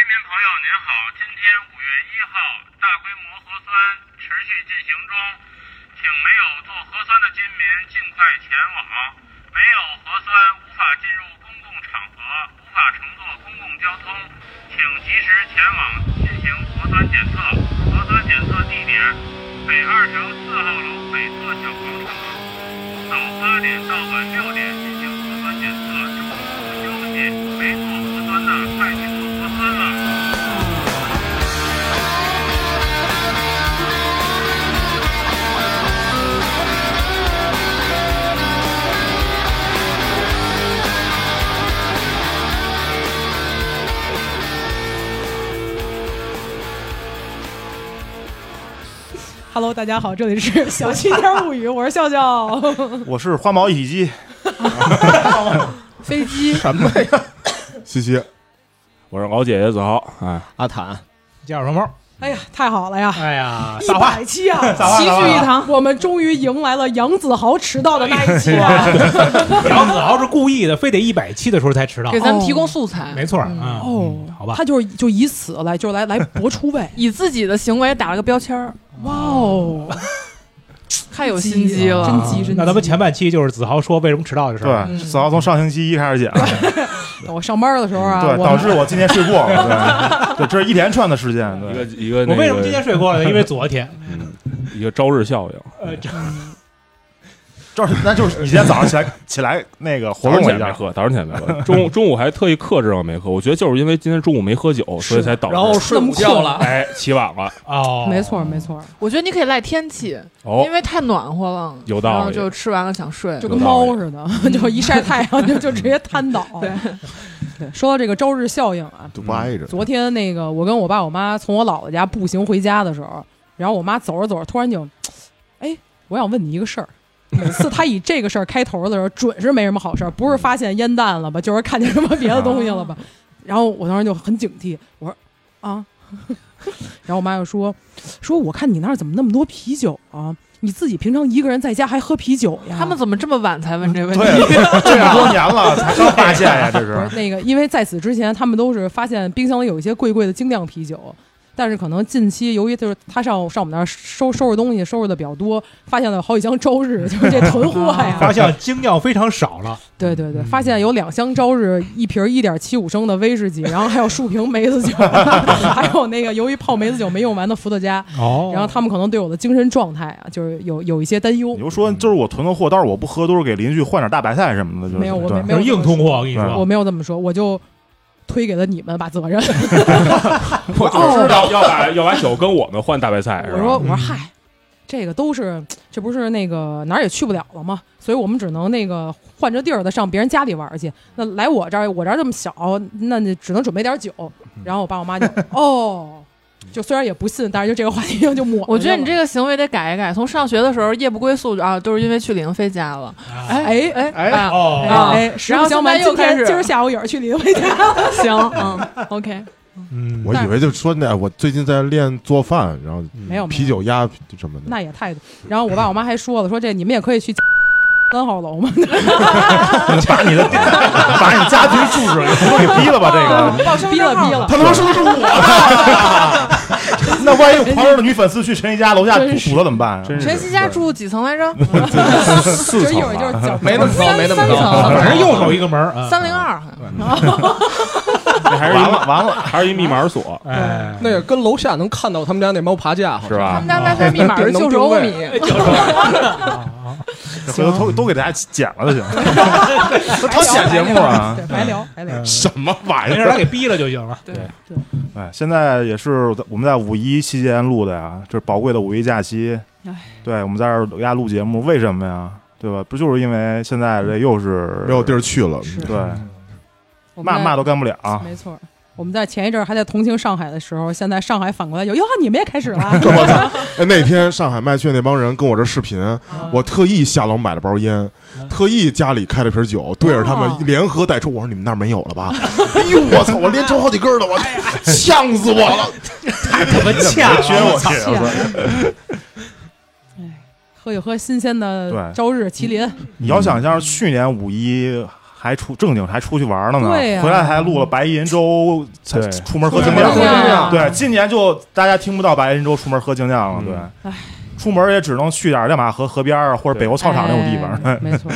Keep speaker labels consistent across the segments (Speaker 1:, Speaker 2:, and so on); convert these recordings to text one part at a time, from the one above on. Speaker 1: 您好，今天五月一号，大规模核酸持续进行中，请没有做核酸的居民尽快前往。没有核酸无法进入公共场合，无法乘坐公共交通，请及时前往进行核酸检测。核酸检测地点：北二城四号楼北侧小广场。早八点到晚六点进行核酸检测，中午休息。没做核酸的快去做核酸了。
Speaker 2: Hello，大家好，这里是小七天物语，我是笑笑。
Speaker 3: 我是花毛一体机，
Speaker 2: 飞机
Speaker 3: 什么呀？ 西西，
Speaker 4: 我是敖姐姐子豪，哎，
Speaker 5: 阿坦，
Speaker 6: 叫什么？
Speaker 2: 哎呀，太好了呀！
Speaker 6: 哎 呀，
Speaker 2: 一
Speaker 6: 撒花
Speaker 2: 百期 啊，
Speaker 6: 撒花
Speaker 2: 齐
Speaker 6: 撒
Speaker 2: 聚
Speaker 6: 花
Speaker 2: 一堂，我们终于迎来了杨子豪迟到的那一期啊 了。
Speaker 6: 杨子豪是故意的，非得一百期的时候才迟到
Speaker 7: 给。咱们提供素材，
Speaker 6: 没错，嗯，
Speaker 2: 哦
Speaker 6: 嗯好吧
Speaker 2: 他，就是就以此来，就是来来博出 位。
Speaker 7: 以自己的行为打了个标签儿，
Speaker 2: 哇哦，
Speaker 7: 太有心机了，
Speaker 2: 真急真急。
Speaker 6: 啊那咱们前半期就是子豪说为什么迟到的事儿，
Speaker 2: 嗯
Speaker 3: 对，子豪从上星期一开始讲，
Speaker 2: 我上班的时候啊，
Speaker 3: 对，
Speaker 2: 我
Speaker 3: 导致我今天睡过了，对，对，这是一连串的事件，
Speaker 4: 一
Speaker 3: 对，
Speaker 4: 个一个那个，
Speaker 6: 我
Speaker 4: 嗯
Speaker 6: 为什么今天睡过了呢？因为昨天，
Speaker 4: 一个朝日效应？
Speaker 6: 呃，这
Speaker 3: 就是那就是你今天早上起来起来那个活
Speaker 4: 早
Speaker 3: 动
Speaker 4: 上起
Speaker 3: 了
Speaker 4: 来
Speaker 3: 一
Speaker 4: 没
Speaker 3: 下，
Speaker 4: 喝，早上起来没喝，中午中午还特意克制了没喝，我觉得就是因为今天中午没喝酒，所以才导致。
Speaker 5: 然后睡午觉了，
Speaker 4: 哎，起晚了，
Speaker 6: 哦，
Speaker 2: 没错没错，
Speaker 7: 我觉得你可以赖天气，
Speaker 4: 哦
Speaker 7: 因，为太暖和了，
Speaker 4: 有道理
Speaker 7: 然后就吃完了想睡
Speaker 2: 就。跟
Speaker 4: 有道理
Speaker 2: 猫似的， 就一晒太阳就就直接瘫倒。嗯 对对，说到这个朝日效应啊，
Speaker 8: 就不挨着。
Speaker 2: 昨天那个，我跟我爸我妈从我姥姥家步行回家的时候，然后我妈走着走着，突然就，哎，我想问你一个事儿。每次她以这个事儿开头的时候，准是没什么好事儿，不是发现烟弹了吧，就是看见什么别的东西了
Speaker 7: 啊
Speaker 2: 吧。然后我当时就很警惕，我说啊， 然后我妈就说说我看你那儿怎么那么多啤酒啊？你自己平常一个人在家还喝啤酒呀？
Speaker 7: 他们怎么这么晚才问这问题？
Speaker 6: 啊
Speaker 3: 对，这么多年了才刚发现呀，这
Speaker 2: 啊不
Speaker 3: 是
Speaker 2: 是那个，因为在此之前，他们都是发现冰箱里有一些贵贵的精酿啤酒，但是可能近期由于就是他上上我们那儿收收拾东西收拾的比较多，发现了有好几箱朝日，就是这囤货
Speaker 6: 啊发
Speaker 2: 呀。
Speaker 6: 现精酿非常少 了，
Speaker 2: 对对对，发现有两箱朝日，一瓶一点七五升的威士忌，然后还有数瓶梅子酒， 还有那个由于泡梅子酒没用完的伏特加。
Speaker 6: 哦
Speaker 2: 然后他们可能对我的精神状态啊，就是有有一些担忧
Speaker 3: 你。就说就是我囤的货，但是我不喝，都是给邻居换点大白菜什么的，就是
Speaker 2: 没有我
Speaker 3: 对
Speaker 2: 没
Speaker 6: 就是硬通货，我跟你
Speaker 3: 对
Speaker 2: 我
Speaker 6: 说，
Speaker 2: 没有这么说，我就推给了你们把责任。
Speaker 4: 我就知道要把要把酒跟我们换大白菜，是
Speaker 2: 我说
Speaker 4: 吧？
Speaker 2: 我说嗨，这个都是这不是那个哪儿也去不了了吗？所以我们只能那个换着地儿的上别人家里玩儿去。那来我这儿，我这儿这么小，那你只能准备点儿酒。然后我爸我妈就哦，就虽然也不信，但是就这个话题就抹。
Speaker 7: 我觉得你这。个行为得改一改，从上学的时候夜不归宿啊，都是因为去李云飞家了。
Speaker 2: 哎哎
Speaker 7: 哎啊，
Speaker 6: 哦，
Speaker 7: 啊
Speaker 2: 哎，实
Speaker 7: 然
Speaker 2: 不
Speaker 7: 后
Speaker 2: 相
Speaker 7: 现在
Speaker 2: 瞒，
Speaker 7: 又
Speaker 2: 今天
Speaker 7: 开始
Speaker 2: 今儿下午也是去李维家，
Speaker 7: 行， 嗯，OK，
Speaker 6: 嗯，
Speaker 8: 我以为就说那我最近在练做饭，然后
Speaker 3: 嗯
Speaker 2: 没有没有
Speaker 8: 啤酒鸭什么的。
Speaker 2: 那也太多。然后我爸我妈还说了，说这你们也可以去三号楼嘛，
Speaker 3: 把你的把你家庭住址给逼了吧，这
Speaker 7: 哦
Speaker 3: 个。
Speaker 2: 报逼了逼了。
Speaker 3: 他他妈说的是我，那万一有朋友的女粉丝去陈怡家楼下堵
Speaker 2: 真是
Speaker 3: 堵了怎么办啊？
Speaker 4: 真是
Speaker 7: 晨曦家住几层来着？
Speaker 6: 嗯
Speaker 2: 就
Speaker 4: 四
Speaker 2: 是一会
Speaker 4: 层
Speaker 2: 儿就是
Speaker 4: 吧，
Speaker 2: 讲
Speaker 5: 没那么高，没那么
Speaker 2: 啊
Speaker 5: 高，
Speaker 6: 反正右手一个门儿，嗯
Speaker 7: 三零，二，
Speaker 4: 那还是一
Speaker 3: 完了完了，
Speaker 4: 还是一密码锁，
Speaker 6: 哎，
Speaker 2: 嗯
Speaker 5: 那个跟楼下能看到他们家那猫爬架，好
Speaker 4: 是
Speaker 5: 像？
Speaker 7: 他
Speaker 4: 吧
Speaker 7: 们？家 WiFi 密 码是
Speaker 5: 能
Speaker 7: 九十
Speaker 5: 定
Speaker 7: 欧
Speaker 5: 位
Speaker 7: 米，
Speaker 3: 哎回头都都给大家剪了就行。这他剪节目 啊
Speaker 2: 对，白聊白聊。
Speaker 3: 什么玩
Speaker 6: 没
Speaker 3: 意
Speaker 6: 事，他
Speaker 3: 儿？
Speaker 6: 给逼了就行 了。
Speaker 3: 哎，现在也是我们在五一期间录的呀，这是宝贵的五一假期
Speaker 2: 哎。
Speaker 3: 对，我们在这儿给大家录节目，为什么呀？对吧？不就是因为现在这又是
Speaker 8: 没有地儿去了，
Speaker 2: 是
Speaker 3: 对，
Speaker 2: 我们
Speaker 3: 嘛
Speaker 2: 在
Speaker 3: 嘛都干不了啊。
Speaker 2: 没错儿，我们在前一阵儿还在同情上海的时候，现在上海反过来有哟，你们也开始 了。
Speaker 8: 我操！哎，那天上海卖血那帮人跟我这视频，我特意下楼买了包烟，
Speaker 2: 嗯
Speaker 8: 特意家里开了瓶酒，对着他
Speaker 2: 哦
Speaker 8: 们连喝带抽。我说你们那儿没有了吧？ 哎呦，我操！我连抽好几根儿了，我
Speaker 2: 哎
Speaker 8: 呛死 我了。
Speaker 3: 哎
Speaker 6: 怎么
Speaker 3: 别
Speaker 6: 欠
Speaker 3: 撅 我去！
Speaker 2: 气啊！哎，喝一喝新鲜
Speaker 3: 对
Speaker 2: 的朝日麒麟，
Speaker 3: 你要想象去年五一还出正经还出去玩呢嘛，
Speaker 2: 对呀
Speaker 3: 回来还录了白银粥，才
Speaker 4: 对
Speaker 3: 出门喝精
Speaker 2: 出门
Speaker 3: 酿。
Speaker 2: 喝精酿
Speaker 3: 对，今年就大家听不到白银粥出门喝精酿了，对
Speaker 2: 唉。
Speaker 3: 出门也只能去点儿亮马河河边儿啊，或者北欧操场那种地方。
Speaker 2: 哎 没错。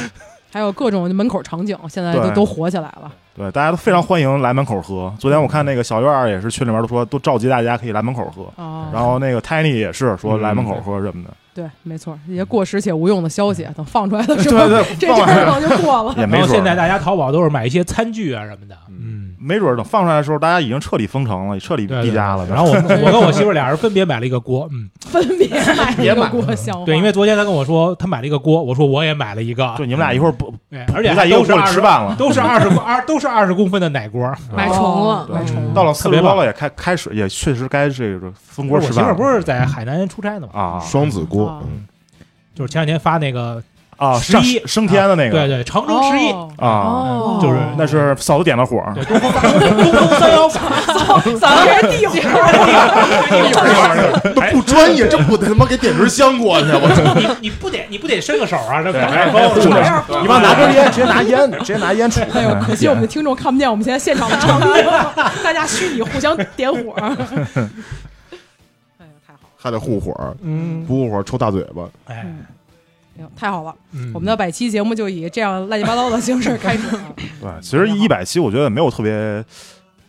Speaker 2: 还有各种门口场景，现在都
Speaker 3: 对
Speaker 2: 都火起来了。
Speaker 3: 对，大家都非常欢迎来门口喝。昨天我看那个小院儿也是群里面都说，都召集大家可以来门口喝。
Speaker 2: 哦，
Speaker 3: 然后那个 Tiny 也是说来门口
Speaker 6: 嗯
Speaker 3: 喝什么的，
Speaker 2: 对，没错，一些过时且无用的消息，等放出来的时候，
Speaker 3: 对对
Speaker 2: 这
Speaker 3: 放
Speaker 2: 阵
Speaker 3: 出来
Speaker 2: 儿可能就过了。
Speaker 3: 也没
Speaker 6: 然
Speaker 3: 准儿
Speaker 6: 后哦现在大家淘宝都是买一些餐具啊什么的，嗯。
Speaker 3: 没准儿等放出来的时候，大家已经彻底封城了，彻底
Speaker 6: 对对
Speaker 3: 闭家了。
Speaker 6: 然后我我跟我媳妇儿俩人分别买了一个锅，嗯，
Speaker 2: 分别买一个锅香花
Speaker 6: 对，因为昨天她跟我说她买了一个锅，我说我也买了一个，
Speaker 3: 就你们俩一会儿不
Speaker 6: 对，
Speaker 3: 不
Speaker 6: 而且
Speaker 3: 在
Speaker 6: 还
Speaker 3: 一个
Speaker 6: 都是
Speaker 3: 锅
Speaker 6: 二
Speaker 3: 里
Speaker 6: 十
Speaker 3: 吃饭嗯了，
Speaker 6: 都是二十公二都是二十公分的奶锅。
Speaker 7: 买
Speaker 2: 哦
Speaker 7: 重了，
Speaker 3: 对
Speaker 7: 买重了。
Speaker 3: 到了四
Speaker 6: 特
Speaker 3: 十
Speaker 6: 别
Speaker 3: 多
Speaker 6: 棒
Speaker 3: 了也开开始也确实该这个封锅
Speaker 6: 我
Speaker 3: 吃
Speaker 6: 媳妇
Speaker 3: 饭
Speaker 6: 儿
Speaker 3: 了。
Speaker 6: 不是在海南出差呢嘛，
Speaker 3: 啊
Speaker 8: 双子锅
Speaker 2: 啊，
Speaker 8: 嗯
Speaker 6: 就是前两天发那个
Speaker 3: 啊
Speaker 6: 十
Speaker 3: 上
Speaker 6: 一啊
Speaker 3: 升天的那
Speaker 6: 对
Speaker 3: 个
Speaker 6: 对常州十一，
Speaker 2: 哦
Speaker 3: 啊，
Speaker 7: 哦，
Speaker 6: 就是
Speaker 3: 那是嫂子点的火，
Speaker 6: 对东风东风三幺 五，
Speaker 2: 咱这是地
Speaker 8: 都不专 业，真不得他妈给点根哎香过 去，我操！
Speaker 6: 你你不得你不得伸个手啊？这
Speaker 3: 对
Speaker 6: 往外包
Speaker 3: 是
Speaker 6: 是
Speaker 3: 的
Speaker 6: 吧
Speaker 2: 方。
Speaker 3: 你往拿根烟，直接拿烟，直接拿烟杵。
Speaker 2: 哎呦，可惜我们的听众看不见我们现在现场的场景，大家虚拟互相点火。 哎呦，太好了，
Speaker 8: 还得护火，
Speaker 6: 嗯，
Speaker 8: 不护火抽大嘴巴。
Speaker 6: 哎，
Speaker 2: 哎呦太好了！
Speaker 6: 嗯
Speaker 2: 我们的百期节目就以这样乱七八糟的形式开始了。
Speaker 3: 对，其实一百期我觉得没有特别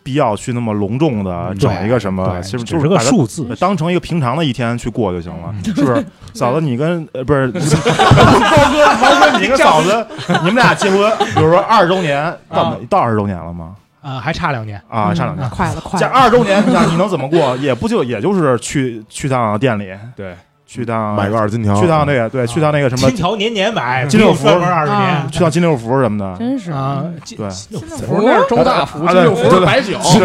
Speaker 3: 必要去那么隆重的
Speaker 6: 嗯
Speaker 3: 啊整一个什么，
Speaker 6: 对，
Speaker 3: 其实
Speaker 6: 只
Speaker 3: 就是是
Speaker 6: 个
Speaker 3: 把它
Speaker 6: 数字，
Speaker 3: 当成一个平常的一天去过就行了，是不是？嫂子，你跟呃不是毛哥，毛哥，你跟嫂子，你们俩结婚，比如说二十周年，到到二十周年了吗？
Speaker 6: 呃，还差两年。
Speaker 3: 啊，差两年。
Speaker 2: 快了，嗯快
Speaker 3: 这
Speaker 2: 了！
Speaker 3: 二十周年，那你能怎么过？也不就也就是去去趟店里，
Speaker 4: 对，
Speaker 3: 去趟
Speaker 8: 买个二金条，
Speaker 3: 去趟那个对，
Speaker 6: 啊
Speaker 3: 去趟那个什么
Speaker 6: 金，条年年买，
Speaker 3: 金六福
Speaker 6: 专门二十
Speaker 2: 啊
Speaker 6: 年
Speaker 3: 去趟金六福什么的。啊
Speaker 2: 真是
Speaker 6: 啊，金
Speaker 3: 对
Speaker 6: 金六
Speaker 5: 福那是周大福，金六福是白酒，
Speaker 6: 福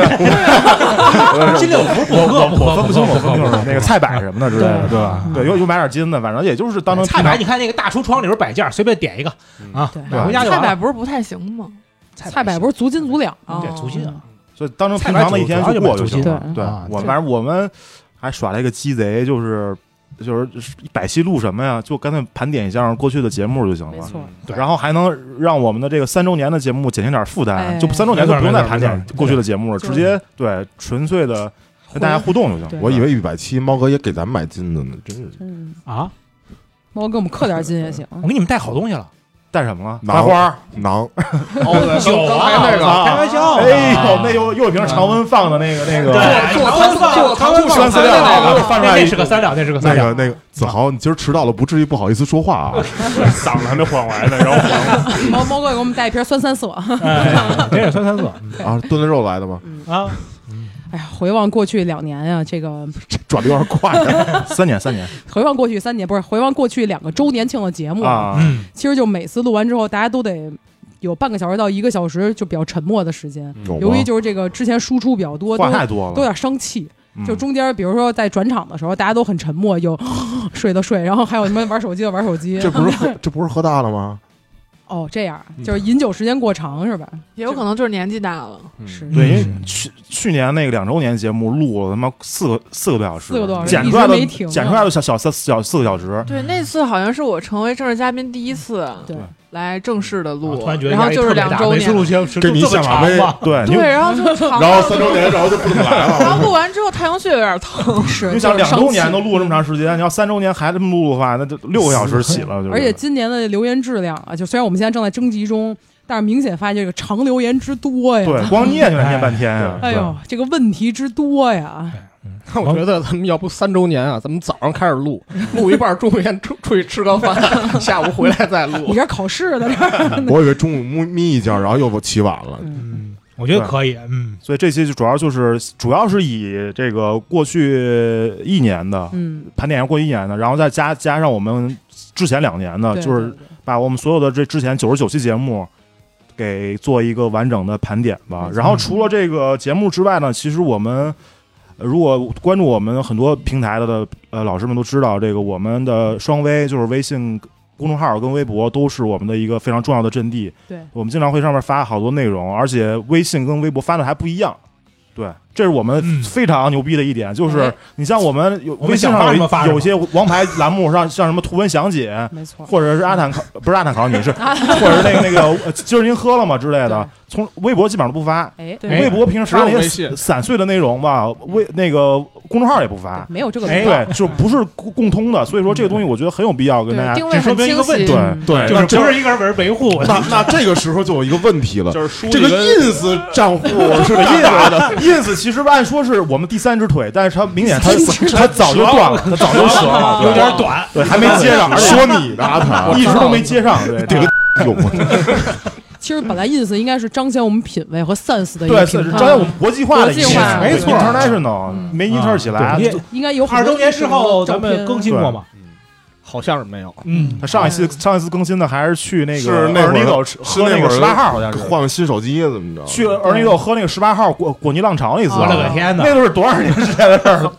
Speaker 6: 金六福补课，补课
Speaker 3: 我分不清，我分不清
Speaker 6: 补课
Speaker 3: 那个菜摆什么的之类的，对吧？对，又又买点金的，反正也就是当成
Speaker 6: 菜
Speaker 3: 平
Speaker 6: 摆，
Speaker 3: 常
Speaker 6: 你看那个大橱窗里边摆件儿，随便点一个啊
Speaker 2: 对，
Speaker 6: 买回家就
Speaker 7: 菜
Speaker 6: 完
Speaker 7: 摆
Speaker 6: 了。
Speaker 7: 不是不太行吗？
Speaker 2: 菜摆不是足金足两吗？
Speaker 6: 对，足金啊，
Speaker 3: 所以当成平常的一天去过就行
Speaker 6: 菜
Speaker 2: 板
Speaker 3: 了
Speaker 2: 儿。
Speaker 6: 对
Speaker 3: 对
Speaker 6: 啊，
Speaker 3: 我
Speaker 2: 对
Speaker 3: 反正我们还耍了一个鸡贼，就是就是百戏录什么呀，就干脆盘点一下过去的节目就行
Speaker 2: 嗯没
Speaker 3: 了。
Speaker 2: 错，
Speaker 6: 对
Speaker 3: 然后还能让我们的这个三周年的节目减轻点负担，
Speaker 2: 哎
Speaker 3: 就三周年就不用再盘
Speaker 6: 没
Speaker 3: 点
Speaker 6: 错没错
Speaker 3: 过去的节目了，直接对纯粹的跟大家互动就行
Speaker 2: 对
Speaker 3: 了。
Speaker 8: 我以为一百七，猫哥也给咱们买金子呢，真是
Speaker 2: 嗯，
Speaker 6: 啊，
Speaker 2: 猫给我们刻点金也行。
Speaker 6: 我给你们带好东西了，
Speaker 3: 带什么了？
Speaker 8: 拿
Speaker 3: 麻花儿。
Speaker 8: 囊，
Speaker 5: 哦
Speaker 6: 酒啊，
Speaker 5: 那个
Speaker 6: 开玩笑，
Speaker 3: 哎呦，那又又有瓶常温放的那个那个，
Speaker 6: 对，
Speaker 5: 做
Speaker 6: 糖
Speaker 5: 做做糖
Speaker 3: 不酸
Speaker 5: 放
Speaker 3: 饲料那个放出来
Speaker 6: 那
Speaker 3: 一
Speaker 6: 是个三两，那是个
Speaker 8: 那
Speaker 6: 三
Speaker 8: 个
Speaker 6: 两，
Speaker 8: 那个子豪，你今儿迟到了，不至于不好意思说话 啊。
Speaker 3: 嗓子还没缓过来呢，然后
Speaker 2: 猫猫哥给我们带一瓶酸三色。
Speaker 6: 哎，那是三 三四
Speaker 8: 啊，炖的肉来的吗？
Speaker 6: 啊，
Speaker 2: 哎呀，回望过去两年呀、这个
Speaker 8: 转的有点 快，
Speaker 3: 三年三年
Speaker 2: 回望过去三年，不是回望过去两个周年庆的节目，
Speaker 3: 啊，
Speaker 6: 嗯，
Speaker 2: 其实就每次录完之后，大家都得有半个小时到一个小时就比较沉默的时间。
Speaker 8: 有
Speaker 2: 由
Speaker 8: 吗
Speaker 2: 于？就是这个之前输出比较多，都
Speaker 3: 嗯话太多了，
Speaker 2: 都有点伤气。
Speaker 3: 嗯
Speaker 2: 就中间，比如说在转场的时候，大家都很沉默，有 睡的睡，然后还有什么玩手机的玩手机。
Speaker 8: 这不是喝，这不是喝大了吗？
Speaker 2: 哦，这样
Speaker 3: 嗯
Speaker 2: 就是饮酒时间过长是吧？
Speaker 7: 也有可能就是年纪大了，
Speaker 6: 嗯
Speaker 2: 是
Speaker 3: 嗯对，因为去去年那个两周年节目录了他妈四个四个多小时，
Speaker 2: 四个多小时
Speaker 3: 剪出来
Speaker 2: 一直
Speaker 3: 的
Speaker 2: 没停啊
Speaker 3: 剪出来的小小三小四个小时，
Speaker 7: 对，那次好像是我成为正式嘉宾第一次
Speaker 2: 对
Speaker 7: 来正式的
Speaker 6: 嗯
Speaker 7: 录，
Speaker 6: 啊突然觉得
Speaker 7: 然后就是两周
Speaker 6: 每次录
Speaker 7: 年，
Speaker 6: 节目
Speaker 8: 给你下马威
Speaker 3: 对，因
Speaker 7: 对，
Speaker 3: 为
Speaker 7: 然后就长，
Speaker 8: 然后三周年，然后就不怎么来了。
Speaker 7: 然后录完之后太阳穴有点疼，
Speaker 2: 是，
Speaker 3: 你
Speaker 2: 就
Speaker 3: 想
Speaker 2: 是
Speaker 3: 两
Speaker 2: 伤
Speaker 3: 周
Speaker 2: 气
Speaker 3: 年都录这么长时间，你要三周年还这么录的话，那就 六个小时起了，就是
Speaker 2: 而且今年的留言质量啊，就虽然我们现在正在征集中，但是明显发现这个长留言之多呀。
Speaker 3: 对，光念就得念半天啊呀，
Speaker 2: 哎呦，这个问题之多呀！
Speaker 5: 我觉得咱们要不三周年啊，咱们早上开始 录，录一半，中午先出出去吃个 饭，下午回来再
Speaker 2: 你
Speaker 5: 录。
Speaker 2: 这考试的这儿，
Speaker 8: 我以为中午眯眯一觉，然后又起晚了。
Speaker 6: 嗯，我觉得可以，嗯，
Speaker 3: 所以这期就主要就是主要是以这个过去一年的
Speaker 2: 嗯，
Speaker 3: 盘点一下过去一年的，然后再加加上我们之前两年的，
Speaker 2: 对
Speaker 3: 啊就是把我们所有的这之前九十九期节目给做一个完整的盘点吧
Speaker 6: 嗯
Speaker 2: 没。错
Speaker 3: 然后除了这个节目之外呢，其实我们呃如果关注我们很多平台的呃老师们都知道，这个我们的双微就是微信公众号跟微博都是我们的一个非常重要的阵地。
Speaker 2: 对
Speaker 3: 我们经常会上面发好多内容，而且微信跟微博发的还不一样。对，这是我们
Speaker 6: 嗯
Speaker 3: 非常牛逼的一点，就是
Speaker 2: 哎
Speaker 3: 你像我们有
Speaker 6: 我们
Speaker 3: 微信
Speaker 6: 想发
Speaker 3: 上
Speaker 6: 什么发什
Speaker 3: 有
Speaker 6: 么
Speaker 3: 有些王牌栏目上，像什么图文详解，
Speaker 2: 没错，
Speaker 3: 啊或者是阿坦考，不是阿坦考你是，或者是那个那个呃今儿您喝了吗之类的
Speaker 2: 对，
Speaker 3: 从微博基本上都不发，
Speaker 2: 哎，
Speaker 7: 对
Speaker 3: 微博平时发那
Speaker 5: 只有微
Speaker 3: 些
Speaker 5: 信
Speaker 3: 散碎的内容吧，微那个公众号也不发，
Speaker 2: 没有这个
Speaker 6: 哎
Speaker 2: 必要
Speaker 3: 对，就不是共共通的，所以说这个东西我觉得很有必要跟大
Speaker 2: 对
Speaker 3: 家
Speaker 2: 定位很
Speaker 6: 这说明一
Speaker 2: 清
Speaker 6: 个问
Speaker 2: 晰，
Speaker 6: 题
Speaker 2: 嗯
Speaker 8: 对
Speaker 6: 就是不是一个人维维护，
Speaker 8: 那那这个时候就有一个问题了，
Speaker 4: 就是书
Speaker 8: 这个 ins 账户是干嘛的？
Speaker 3: ins 其实按说是我们第三只腿，但是它明显它它早就断了，它早就折了，
Speaker 6: 有
Speaker 3: 对
Speaker 6: 点短，
Speaker 3: 对，还没接上，而且
Speaker 8: 说你的阿塔，
Speaker 3: 一直都没接上，对
Speaker 8: 顶有吗？
Speaker 2: 其实本来 ins 应该是彰显我们品味和 sense 呃的一
Speaker 3: 对，
Speaker 2: 个
Speaker 3: 是
Speaker 2: 平
Speaker 3: 是
Speaker 2: 台，
Speaker 3: 彰显我们国际化的
Speaker 2: 国
Speaker 3: 一
Speaker 2: 际
Speaker 3: 个
Speaker 2: 化
Speaker 3: 对
Speaker 6: 没错
Speaker 3: ，international
Speaker 2: 嗯
Speaker 3: 没 inter 起来
Speaker 6: 啊，对
Speaker 2: 应该有很多
Speaker 6: 二周年之后咱们更新过吗？
Speaker 5: 嗯好像是没有。
Speaker 6: 嗯
Speaker 3: 他，上一次上一次更新的还是去那个
Speaker 8: 是那会儿
Speaker 3: Ernesto 吃
Speaker 8: 是
Speaker 3: 喝
Speaker 8: 那
Speaker 3: 那
Speaker 8: 会
Speaker 3: 个
Speaker 8: 儿
Speaker 3: 十八号好像是
Speaker 8: 换个新手机怎么着？
Speaker 3: 去 Ernesto 喝那个十八号果果泥浪潮那次，啊
Speaker 6: 我了哦个天呐
Speaker 3: 那，都是多少年之前的事儿了。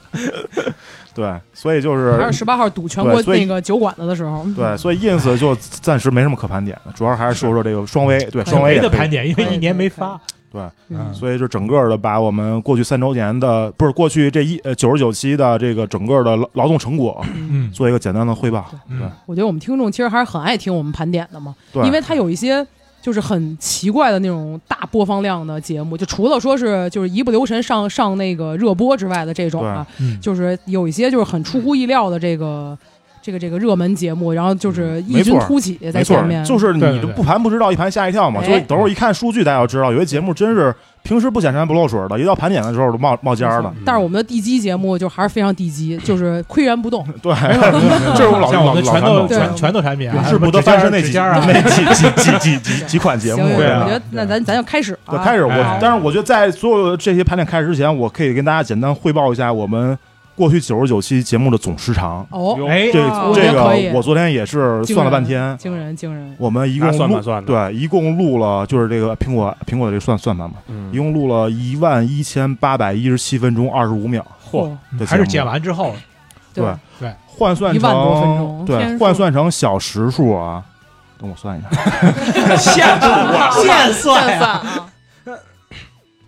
Speaker 3: 对，所以就是
Speaker 2: 还是十八号赌全国
Speaker 3: 对所以
Speaker 2: 那个酒馆子的时候，
Speaker 3: 对，所以 ins 就暂时没什么可盘点的，主要还是说说这个双微，对双微
Speaker 6: 没
Speaker 3: 也
Speaker 6: 得
Speaker 3: 可以
Speaker 6: 盘点，因为一年没发。啊
Speaker 2: 嗯，
Speaker 3: 所以就整个的把我们过去三周年的，不是过去这一呃九十九期的这个整个的劳劳动成果
Speaker 6: 嗯，
Speaker 3: 做一个简单的汇报。
Speaker 6: 嗯
Speaker 2: 我觉得我们听众其实还是很爱听我们盘点的嘛，
Speaker 3: 对，
Speaker 2: 因为它有一些就是很奇怪的那种大播放量的节目，就除了说是就是一不留神上上那个热播之外的这种啊，
Speaker 6: 嗯
Speaker 2: 就是有一些就是很出乎意料的这个这个这个热门节目，然后就是异
Speaker 3: 嗯没
Speaker 2: 军
Speaker 3: 错
Speaker 2: 突起在
Speaker 3: 没错
Speaker 2: 前面，，
Speaker 3: 就是
Speaker 6: 对
Speaker 3: 你
Speaker 6: 对对
Speaker 3: 不盘不知道，一盘吓一跳嘛。
Speaker 2: 哎
Speaker 3: 就是等会儿一看数据，大家要知道，有些节目真是平时不显山不漏水的，一到盘点的时候都冒冒尖儿了。
Speaker 2: 但是我们的地基节目就还是非常地基，就是岿然不动。
Speaker 3: 对，这是我们老
Speaker 6: 像我
Speaker 3: 老
Speaker 6: 们
Speaker 3: 老传
Speaker 6: 拳头
Speaker 3: 统。
Speaker 2: 对
Speaker 6: 拳拳头产品啊，
Speaker 3: 永
Speaker 6: 什
Speaker 3: 世
Speaker 6: 么
Speaker 3: 不得
Speaker 6: 指尖
Speaker 3: 翻身那
Speaker 6: 指
Speaker 3: 几
Speaker 6: 尖啊，
Speaker 3: 那几几几几几几款节
Speaker 2: 行，
Speaker 3: 目，
Speaker 2: 我
Speaker 6: 对啊
Speaker 2: 觉得那咱咱就开始
Speaker 3: 对，
Speaker 2: 啊，
Speaker 3: 开始我
Speaker 6: 哎，
Speaker 3: 但是我觉得在所有这些盘点开始之前，我可以跟大家简单汇报一下我们过去九十九期节目的总时长。
Speaker 2: 哦，
Speaker 6: 哎
Speaker 3: 这，
Speaker 2: 哦
Speaker 3: 这
Speaker 2: 我觉得可以
Speaker 3: 个我昨天也是算了半天，
Speaker 2: 惊人惊人，
Speaker 3: 我们一
Speaker 4: 拿
Speaker 3: 共
Speaker 4: 算
Speaker 3: 录
Speaker 4: 盘算的
Speaker 3: 对，一共录了就是这个苹果苹果的这个算算盘嘛，
Speaker 4: 嗯
Speaker 3: 一共录了一万一千八百一十七分钟二十五秒，
Speaker 6: 嚯，
Speaker 3: 这
Speaker 4: 嗯
Speaker 6: 还是
Speaker 3: 节
Speaker 6: 剪
Speaker 3: 目
Speaker 6: 完之 后，
Speaker 2: 对
Speaker 3: 对换算
Speaker 2: 一万多分
Speaker 3: 成
Speaker 2: 钟
Speaker 7: 天
Speaker 3: 对
Speaker 7: 数
Speaker 3: 换算成小时数啊，等我算一下，
Speaker 6: 现现算
Speaker 7: 算
Speaker 6: 呀，
Speaker 7: 啊，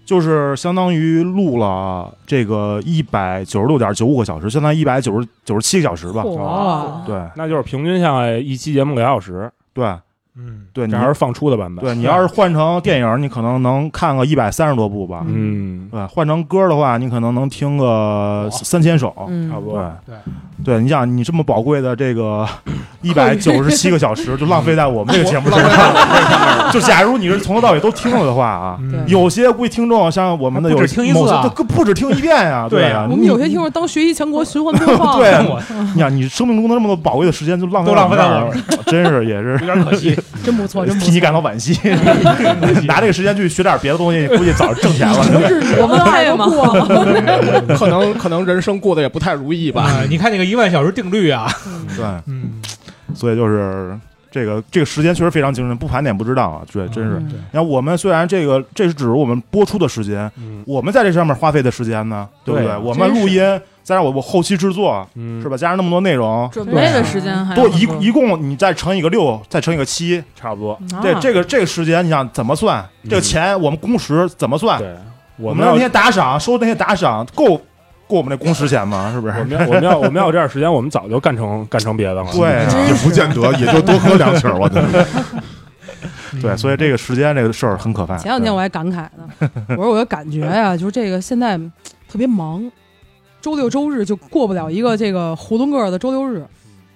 Speaker 3: 就是相当于录了这个一百九十六点九五个小时，相当于一百九十九十七个小时吧。
Speaker 2: 嚯，
Speaker 3: 对
Speaker 4: 那就是平均下来一期节目俩小时，
Speaker 3: 对
Speaker 6: 嗯，
Speaker 3: 对，你
Speaker 4: 这还是放出的版本。
Speaker 3: 对你要是换成电影，你可能能看个一百三十多部吧。
Speaker 4: 嗯，
Speaker 3: 对，换成歌的话，你可能能听个三千首。
Speaker 2: 嗯，
Speaker 4: 差不多。
Speaker 3: 对对，你想你这么宝贵的这 个一百九十七个小 时，就浪费在我们这个节目身上。 就假如你是从头到尾都听了的话啊，
Speaker 6: 嗯
Speaker 2: 对
Speaker 3: 有些估计听众像我们的有
Speaker 6: 不止听一次啊
Speaker 3: 某些都不止听一遍呀，
Speaker 6: 对
Speaker 3: 呀
Speaker 6: 啊，
Speaker 2: 我们有些听众当学习强国循环播放，
Speaker 3: 对啊
Speaker 6: 我
Speaker 3: 你想你生命中的那么多宝贵的时间就浪费
Speaker 6: 都浪费
Speaker 3: 在
Speaker 6: 在
Speaker 3: 我
Speaker 6: 我
Speaker 3: 们这儿，真是也 是
Speaker 6: 有点可惜，
Speaker 2: 真不错，真不
Speaker 3: 替你
Speaker 2: 错。
Speaker 3: 感到惋惜。 拿这个时间去学点别的东西，估计早挣钱 了。
Speaker 7: 我们爱吗？
Speaker 5: 可能可能人生过得也不太如意吧。
Speaker 6: 啊，你看那个一万小时定律啊，
Speaker 3: 对。
Speaker 6: 嗯，
Speaker 3: 所以就是这个这个时间确实非常惊人，不盘点不知道啊，对，真是。
Speaker 2: 嗯
Speaker 3: 然后我们虽然这个这是指我们播出的时间，
Speaker 4: 嗯
Speaker 3: 我们在这上面花费的时间呢，对不对？
Speaker 4: 对啊
Speaker 3: 我们录音，再让我我后期制作，
Speaker 4: 嗯，
Speaker 3: 是吧？加上那么多内容，
Speaker 7: 准备的时间
Speaker 2: 嗯
Speaker 7: 还
Speaker 3: 多
Speaker 7: 有很
Speaker 3: 一一共你再乘以个六，再乘以个七，
Speaker 4: 差不
Speaker 2: 嗯
Speaker 4: 多。
Speaker 7: 啊
Speaker 3: 对，这个这个时间你想怎么算？这个钱我们工时怎么算？
Speaker 4: 嗯对，
Speaker 3: 我
Speaker 4: 啊我
Speaker 3: 们
Speaker 4: 们
Speaker 3: 那
Speaker 4: 要
Speaker 3: 天打赏收那些打赏够够我们那工时钱吗？是不
Speaker 4: 我
Speaker 3: 是？
Speaker 4: 们 要我们要我们要有这点时间，我们早就干成干成别的了。
Speaker 3: 对啊
Speaker 8: 也不见得，也就多喝两瓶儿。我的，
Speaker 3: 对，所以这个时间这个事儿很可怕。
Speaker 2: 前两天我还感慨呢，我说我有感觉呀、就是这个现在嗯特别忙，周六周日就过不了一个这个囫囵个儿的周六日，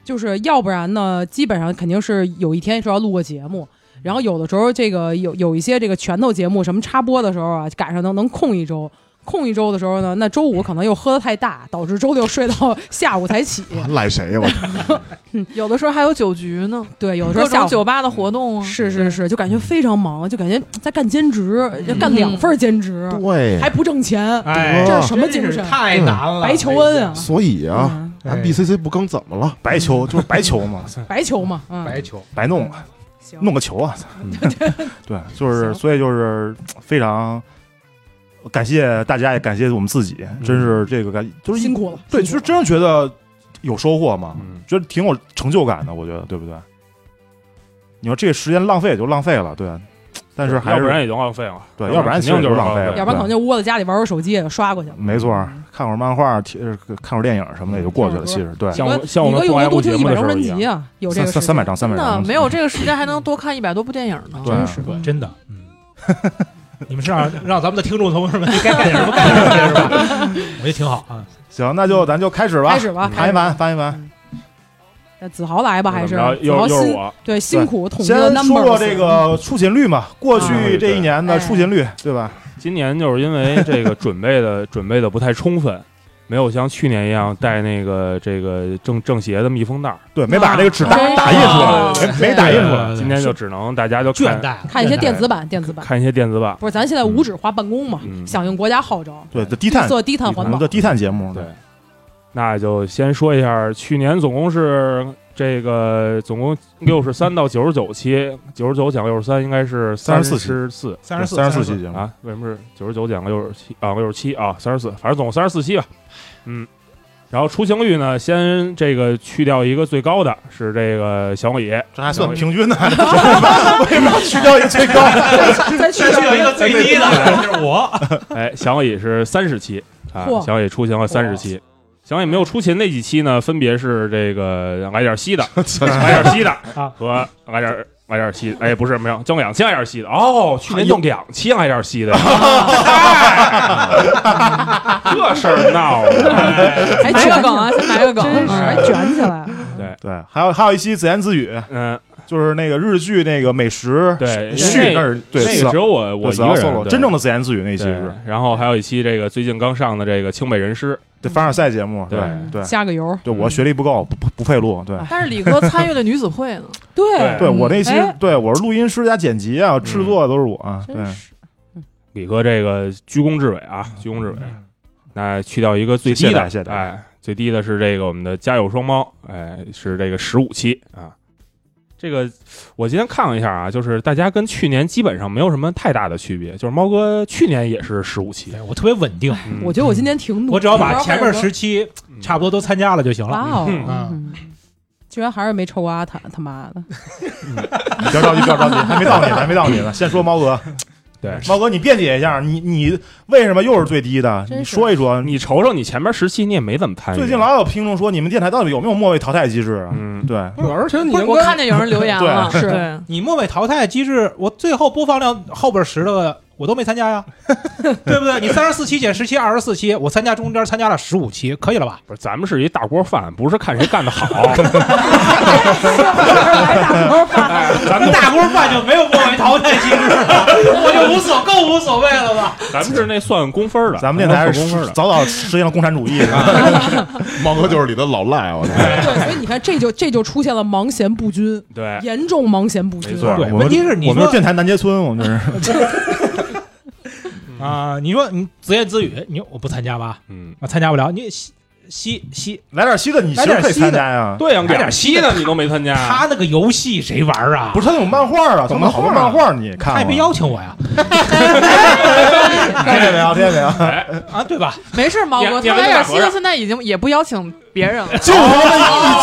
Speaker 2: 就是要不然呢，基本上肯定是有一天是要录个节目，然后有的时候这个有有一些这个拳头节目什么插播的时候啊，赶上能能空一周。空一周的时候呢，那周五可能又喝得太大，导致周六睡到 下午才起。
Speaker 8: 赖谁呀？我的
Speaker 7: 有的时候还有酒局呢，
Speaker 2: 对，有的时
Speaker 7: 各
Speaker 2: 候下
Speaker 7: 种
Speaker 2: 午
Speaker 7: 酒吧的活动啊，
Speaker 2: 是是是，就感觉非常忙，就感觉在干兼职，
Speaker 7: 嗯
Speaker 2: 要干两份儿兼职，
Speaker 8: 对
Speaker 2: 还不挣钱。
Speaker 6: 哎，
Speaker 2: 这是什么精
Speaker 6: 真是
Speaker 2: 神
Speaker 6: 太
Speaker 3: 嗯
Speaker 6: 难 了，
Speaker 2: 白求恩啊！
Speaker 8: 所以啊，
Speaker 2: 嗯
Speaker 8: 咱 BCC 不更怎么了？
Speaker 3: 白球就是白球嘛，
Speaker 2: 白球嘛，嗯，
Speaker 6: 白求，
Speaker 3: 白弄啊，
Speaker 2: 行
Speaker 3: 弄个球啊！对，就是
Speaker 2: 行
Speaker 3: 所以就是非常感谢大家，也感谢我们自己，真
Speaker 4: 嗯
Speaker 3: 是这个感就是一
Speaker 2: 辛苦了，
Speaker 3: 对，
Speaker 2: 辛苦了
Speaker 3: 就是真的觉得有收获嘛，
Speaker 4: 嗯
Speaker 3: 觉得挺有成就感的，我觉得对不对？你说这个时间浪费也就浪费了，对，但是嗯还
Speaker 4: 要
Speaker 3: 是
Speaker 4: 不然也就浪费了。
Speaker 3: 对要不然
Speaker 4: 肯定就是
Speaker 3: 其实浪费
Speaker 4: 了
Speaker 3: 了
Speaker 2: 要不然可能就窝在家里玩会儿手机也刷过去了。
Speaker 3: 没错，看会儿漫画，提呃看会儿电影什么的也就过去了。
Speaker 2: 嗯
Speaker 3: 其实对，
Speaker 4: 像
Speaker 2: 你
Speaker 4: 我
Speaker 2: 哥
Speaker 4: 像我
Speaker 2: 你哥
Speaker 4: 们
Speaker 2: 有
Speaker 4: 做
Speaker 2: 没
Speaker 4: 爱
Speaker 2: 有
Speaker 4: 慕
Speaker 2: 多
Speaker 4: 节
Speaker 2: 听一
Speaker 4: 目
Speaker 2: 百
Speaker 4: 的时
Speaker 2: 张
Speaker 4: 候
Speaker 2: 专
Speaker 4: 一
Speaker 2: 辑
Speaker 4: 样，
Speaker 2: 啊？有这
Speaker 3: 三
Speaker 2: 个
Speaker 3: 三
Speaker 2: 时
Speaker 3: 三百
Speaker 2: 间
Speaker 3: 张，三
Speaker 7: 真
Speaker 3: 百
Speaker 7: 的
Speaker 3: 张，
Speaker 7: 没有这个时间还能多看一百多部电影呢。
Speaker 3: 对
Speaker 7: 真是
Speaker 2: 嗯
Speaker 6: 真的，嗯，你们是让让咱们的听众同 志们该干点什么干点什么，是吧？我觉得挺好 啊。
Speaker 3: 行，那就咱就开始吧，
Speaker 2: 开始吧
Speaker 3: 翻一翻，翻一翻。
Speaker 2: 那子豪来吧，啊还是
Speaker 4: 嗯然后
Speaker 2: 子豪
Speaker 4: 又又是
Speaker 2: 辛
Speaker 4: 我，
Speaker 2: 对辛苦统计
Speaker 3: 先
Speaker 2: 了
Speaker 3: 说
Speaker 2: number
Speaker 3: 说这个出勤率嘛，过去这一年的
Speaker 2: 哎
Speaker 3: 出勤率，对吧？
Speaker 4: 今年就是因为这个准备的准备的不太充分，没有像去年一样带那个这个正正邪的密封袋儿，
Speaker 3: 对，没把这个纸打
Speaker 2: 啊
Speaker 3: 打印出
Speaker 2: 对
Speaker 3: 来，没没打印出来。
Speaker 6: 对
Speaker 4: 今天就只能大家就
Speaker 6: 倦
Speaker 4: 看
Speaker 6: 怠啊了，
Speaker 2: 看一些电子版，电子版
Speaker 4: 看一些电子版。
Speaker 2: 不是咱现在无纸化办公嘛，
Speaker 4: 嗯
Speaker 2: 响应国家号召，
Speaker 3: 对，这低碳，
Speaker 2: 做低碳
Speaker 3: 我
Speaker 2: 环
Speaker 3: 们
Speaker 2: 保
Speaker 3: 的。低碳节目，
Speaker 4: 对，那就先说一下，去年总共是这个总共六十三到九十九期，九十九减六十三应该是
Speaker 3: 34期
Speaker 4: 十四
Speaker 6: 三十四，
Speaker 3: 三十四
Speaker 6: 期
Speaker 3: 期节目，
Speaker 4: 啊？为什么是九十九减六十七啊？六十七啊，三十四，反正总共三十四期吧。嗯，然后出行率呢，先这个去掉一个最高的是这个小李，
Speaker 3: 这还算平 均呢， 为什么要去掉一个最高？
Speaker 2: 啊再去
Speaker 6: 去掉一个最低 的，就是我。
Speaker 4: 哎，小李是三十期啊
Speaker 2: 嚯，
Speaker 4: 小李出行了三十期。小李没有出勤那几期呢，分别是这个来 点稀的，来点稀的
Speaker 6: 啊
Speaker 4: 和来点来点稀的，哎，不是没有，就两期来点稀的。哦，去
Speaker 3: 哎
Speaker 4: 年就两期来点 稀的，嗨这事儿闹啊的。
Speaker 2: 哎，埋个梗啊，先埋个梗，
Speaker 7: 真是
Speaker 2: 还卷起来。
Speaker 3: 对，还有还有一期自言自语，
Speaker 4: 嗯，
Speaker 3: 就是那个日剧那个美食
Speaker 4: 对，
Speaker 3: 续那儿，对，
Speaker 4: 那个只有我我一个人，对
Speaker 3: 真正的自言自语那期
Speaker 4: 对
Speaker 3: 是。
Speaker 4: 然后还有一期这个最近刚上的这个清北人师，
Speaker 3: 对凡尔赛节目，对
Speaker 4: 对
Speaker 3: 对
Speaker 2: 加个油，
Speaker 3: 对，我学历不够，不不不配录，对。
Speaker 7: 但是李哥参与了女子会呢，
Speaker 2: 对
Speaker 3: 对我那期
Speaker 2: 哎，
Speaker 3: 对我是录音师加剪辑啊，制作都是我啊，对
Speaker 7: 真，是
Speaker 4: 李哥这个居功至伟啊，居功至伟。那去掉一个最低
Speaker 3: 谢
Speaker 4: 的，
Speaker 3: 嗯谢谢谢
Speaker 4: 哎，最低的是这个我们的家有双猫，哎，是这个十五期啊。这个我今天看了一下啊，就是大家跟去年基本上没有什么太大的区别，就是猫哥去年也是十五期，
Speaker 6: 对哎我特别稳定，
Speaker 4: 嗯
Speaker 2: 我觉得我今天挺努，
Speaker 6: 我只要把前面十期
Speaker 4: 嗯
Speaker 6: 差不多都参加了就行
Speaker 2: 哇
Speaker 5: 啊
Speaker 6: 了。
Speaker 2: 哦，
Speaker 6: 嗯
Speaker 2: 嗯居然还是没抽阿坦，他妈 的！
Speaker 3: 你不要着急，不要着急，还没到你，还没到你 呢。先说猫哥，
Speaker 8: 哎
Speaker 4: 对
Speaker 3: 猫哥，你辩解一下，你你为什么又是最低的？
Speaker 2: 真是
Speaker 3: 你说一说。
Speaker 4: 你瞅瞅你前面十期你也没怎么参与，
Speaker 3: 最近老有听众说，你们电台到底有没有末位淘汰机制啊？
Speaker 4: 嗯，
Speaker 3: 对，
Speaker 5: 不是，而且你
Speaker 7: 不是
Speaker 5: 应
Speaker 7: 我看
Speaker 5: 该
Speaker 7: 见有人留言了，
Speaker 2: 对是
Speaker 7: 对
Speaker 6: 你末尾淘汰机制，我最后播放量后边十个我都没参加 呀，对不对？你三十四期减十期，二十四期，我参加中间参加了十五期，可以了吧？
Speaker 4: 不是咱们是一大锅饭，不是看谁干得好，
Speaker 6: 哎咱们大锅饭就没有末尾淘汰机制 了，我就无所更无所谓了吧？
Speaker 4: 咱们是那算工分儿的，
Speaker 3: 咱们电台是
Speaker 4: 算工分儿的。
Speaker 3: 早早实现了共产主 义，
Speaker 8: 啊猫哥就是你的老赖，啊我操！
Speaker 2: 对，所以你看，这就这就出现了盲弦不均，
Speaker 6: 哎
Speaker 4: 对，
Speaker 2: 严重盲弦不均
Speaker 3: 没。错
Speaker 6: 对，
Speaker 3: 我
Speaker 6: 问
Speaker 3: 们
Speaker 6: 题是你
Speaker 3: 我们是
Speaker 6: 说
Speaker 3: 电台南街村，我们 这是
Speaker 6: 啊、你说你自言自语，你说我不参加吧？
Speaker 4: 嗯，
Speaker 6: 我参加不了，你吸吸吸，
Speaker 3: 来点稀的，你其实可以参加呀。
Speaker 4: 对呀，
Speaker 6: 点
Speaker 4: 两期呢你都没参加，
Speaker 6: 他那个游戏谁玩啊？
Speaker 3: 不
Speaker 6: 哎是，
Speaker 3: 是
Speaker 6: 啊
Speaker 3: 他有漫画啊，
Speaker 6: 有
Speaker 3: 咱
Speaker 6: 漫
Speaker 3: 们
Speaker 6: 画
Speaker 3: 好多漫画你看
Speaker 6: 他也
Speaker 3: 过
Speaker 6: 没邀请我呀，
Speaker 3: 听见没有？听见没有？
Speaker 6: 啊，对吧？
Speaker 7: 没事，毛哥，
Speaker 4: 你
Speaker 7: 他
Speaker 4: 你还
Speaker 7: 莱尔
Speaker 4: 是
Speaker 7: 西
Speaker 4: 大和
Speaker 7: 的
Speaker 4: 尚
Speaker 7: 现在已经也不邀请别人了，
Speaker 8: 就那一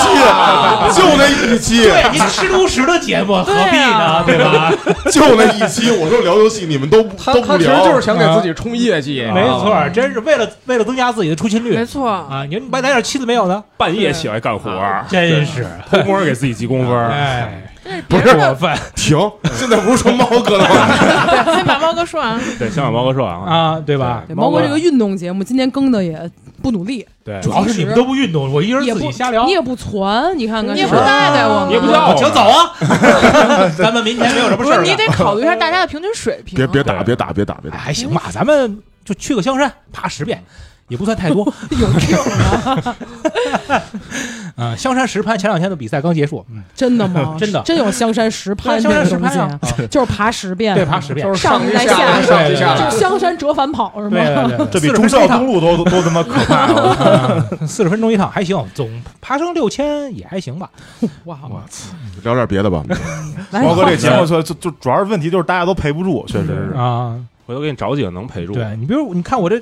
Speaker 8: 期，啊就那一期，啊
Speaker 6: 对，您吃炉石的节目何必呢？
Speaker 7: 对
Speaker 6: 对啊吧？
Speaker 8: 就那一期，我说聊游戏，你们都不
Speaker 5: 他
Speaker 8: 都
Speaker 5: 他
Speaker 8: 不
Speaker 5: 其实就是
Speaker 8: 聊。啊
Speaker 5: 想给自己冲业绩，
Speaker 3: 啊
Speaker 6: 没
Speaker 4: 啊
Speaker 6: 错，真是为了为了增加自己的出勤率
Speaker 7: 没错，
Speaker 6: 啊！你说你买来点妻子没有呢？
Speaker 4: 半夜起来干活儿，
Speaker 6: 真是，
Speaker 4: 偷摸给自己记工分儿。
Speaker 6: 哎，
Speaker 7: 这是
Speaker 8: 不
Speaker 7: 别
Speaker 8: 是
Speaker 7: 人
Speaker 6: 过
Speaker 7: 的。
Speaker 6: 分
Speaker 8: 停，现在不是说猫哥的吗？
Speaker 7: 对 先把猫哥说完，
Speaker 4: 对，香港猫哥说啊，
Speaker 6: 啊，对吧？
Speaker 2: 对，猫哥这个运动节目今年更的也不努力，
Speaker 4: 对
Speaker 6: 主要是你们都不运动，我一人
Speaker 2: 也
Speaker 6: 自己
Speaker 2: 不
Speaker 6: 瞎聊
Speaker 2: 你。也不传，你看看，
Speaker 7: 你也不
Speaker 2: 是吧
Speaker 7: 带带我们，
Speaker 4: 你也不叫我
Speaker 6: 我
Speaker 3: 哦
Speaker 6: 请走啊！ 咱们明天没有什么
Speaker 7: 不
Speaker 6: 事
Speaker 7: 是
Speaker 6: 儿
Speaker 7: 你
Speaker 6: 了。
Speaker 7: 得考虑一下大家的平均水平。
Speaker 8: 别别打，别打，别打，别
Speaker 6: 哎
Speaker 8: 打！
Speaker 6: 还行吧，咱们就去个香山，爬十遍，也不算太多。
Speaker 2: 有病啊！
Speaker 6: 嗯，香山石攀前两天的比赛刚结束，嗯，？
Speaker 2: 真的吗
Speaker 6: 真的
Speaker 2: 真有香山石攀
Speaker 6: 对
Speaker 2: 这
Speaker 6: 香
Speaker 2: 个
Speaker 6: 山石
Speaker 2: 东
Speaker 6: 攀
Speaker 2: 西
Speaker 6: 啊
Speaker 2: 啊，，就是爬十遍，
Speaker 6: 对，爬十 遍
Speaker 5: 就，是
Speaker 2: 上
Speaker 5: 一
Speaker 2: 来
Speaker 5: 下，
Speaker 2: 下
Speaker 5: 上一下
Speaker 2: 就是香山折返跑是
Speaker 6: 对
Speaker 2: 吗？
Speaker 6: 对对，
Speaker 3: 这比中孝东路都都他妈可怕啊！
Speaker 6: 四十分钟一趟还行，总爬升六千也还行吧。
Speaker 2: 哇，
Speaker 8: 聊点别的吧。
Speaker 2: 来
Speaker 3: 猫哥这节目就就就主要是问题就是大家都陪不住，确实是。
Speaker 6: 啊，
Speaker 4: 回头给你找几个能陪住。
Speaker 6: 对你比如你看我这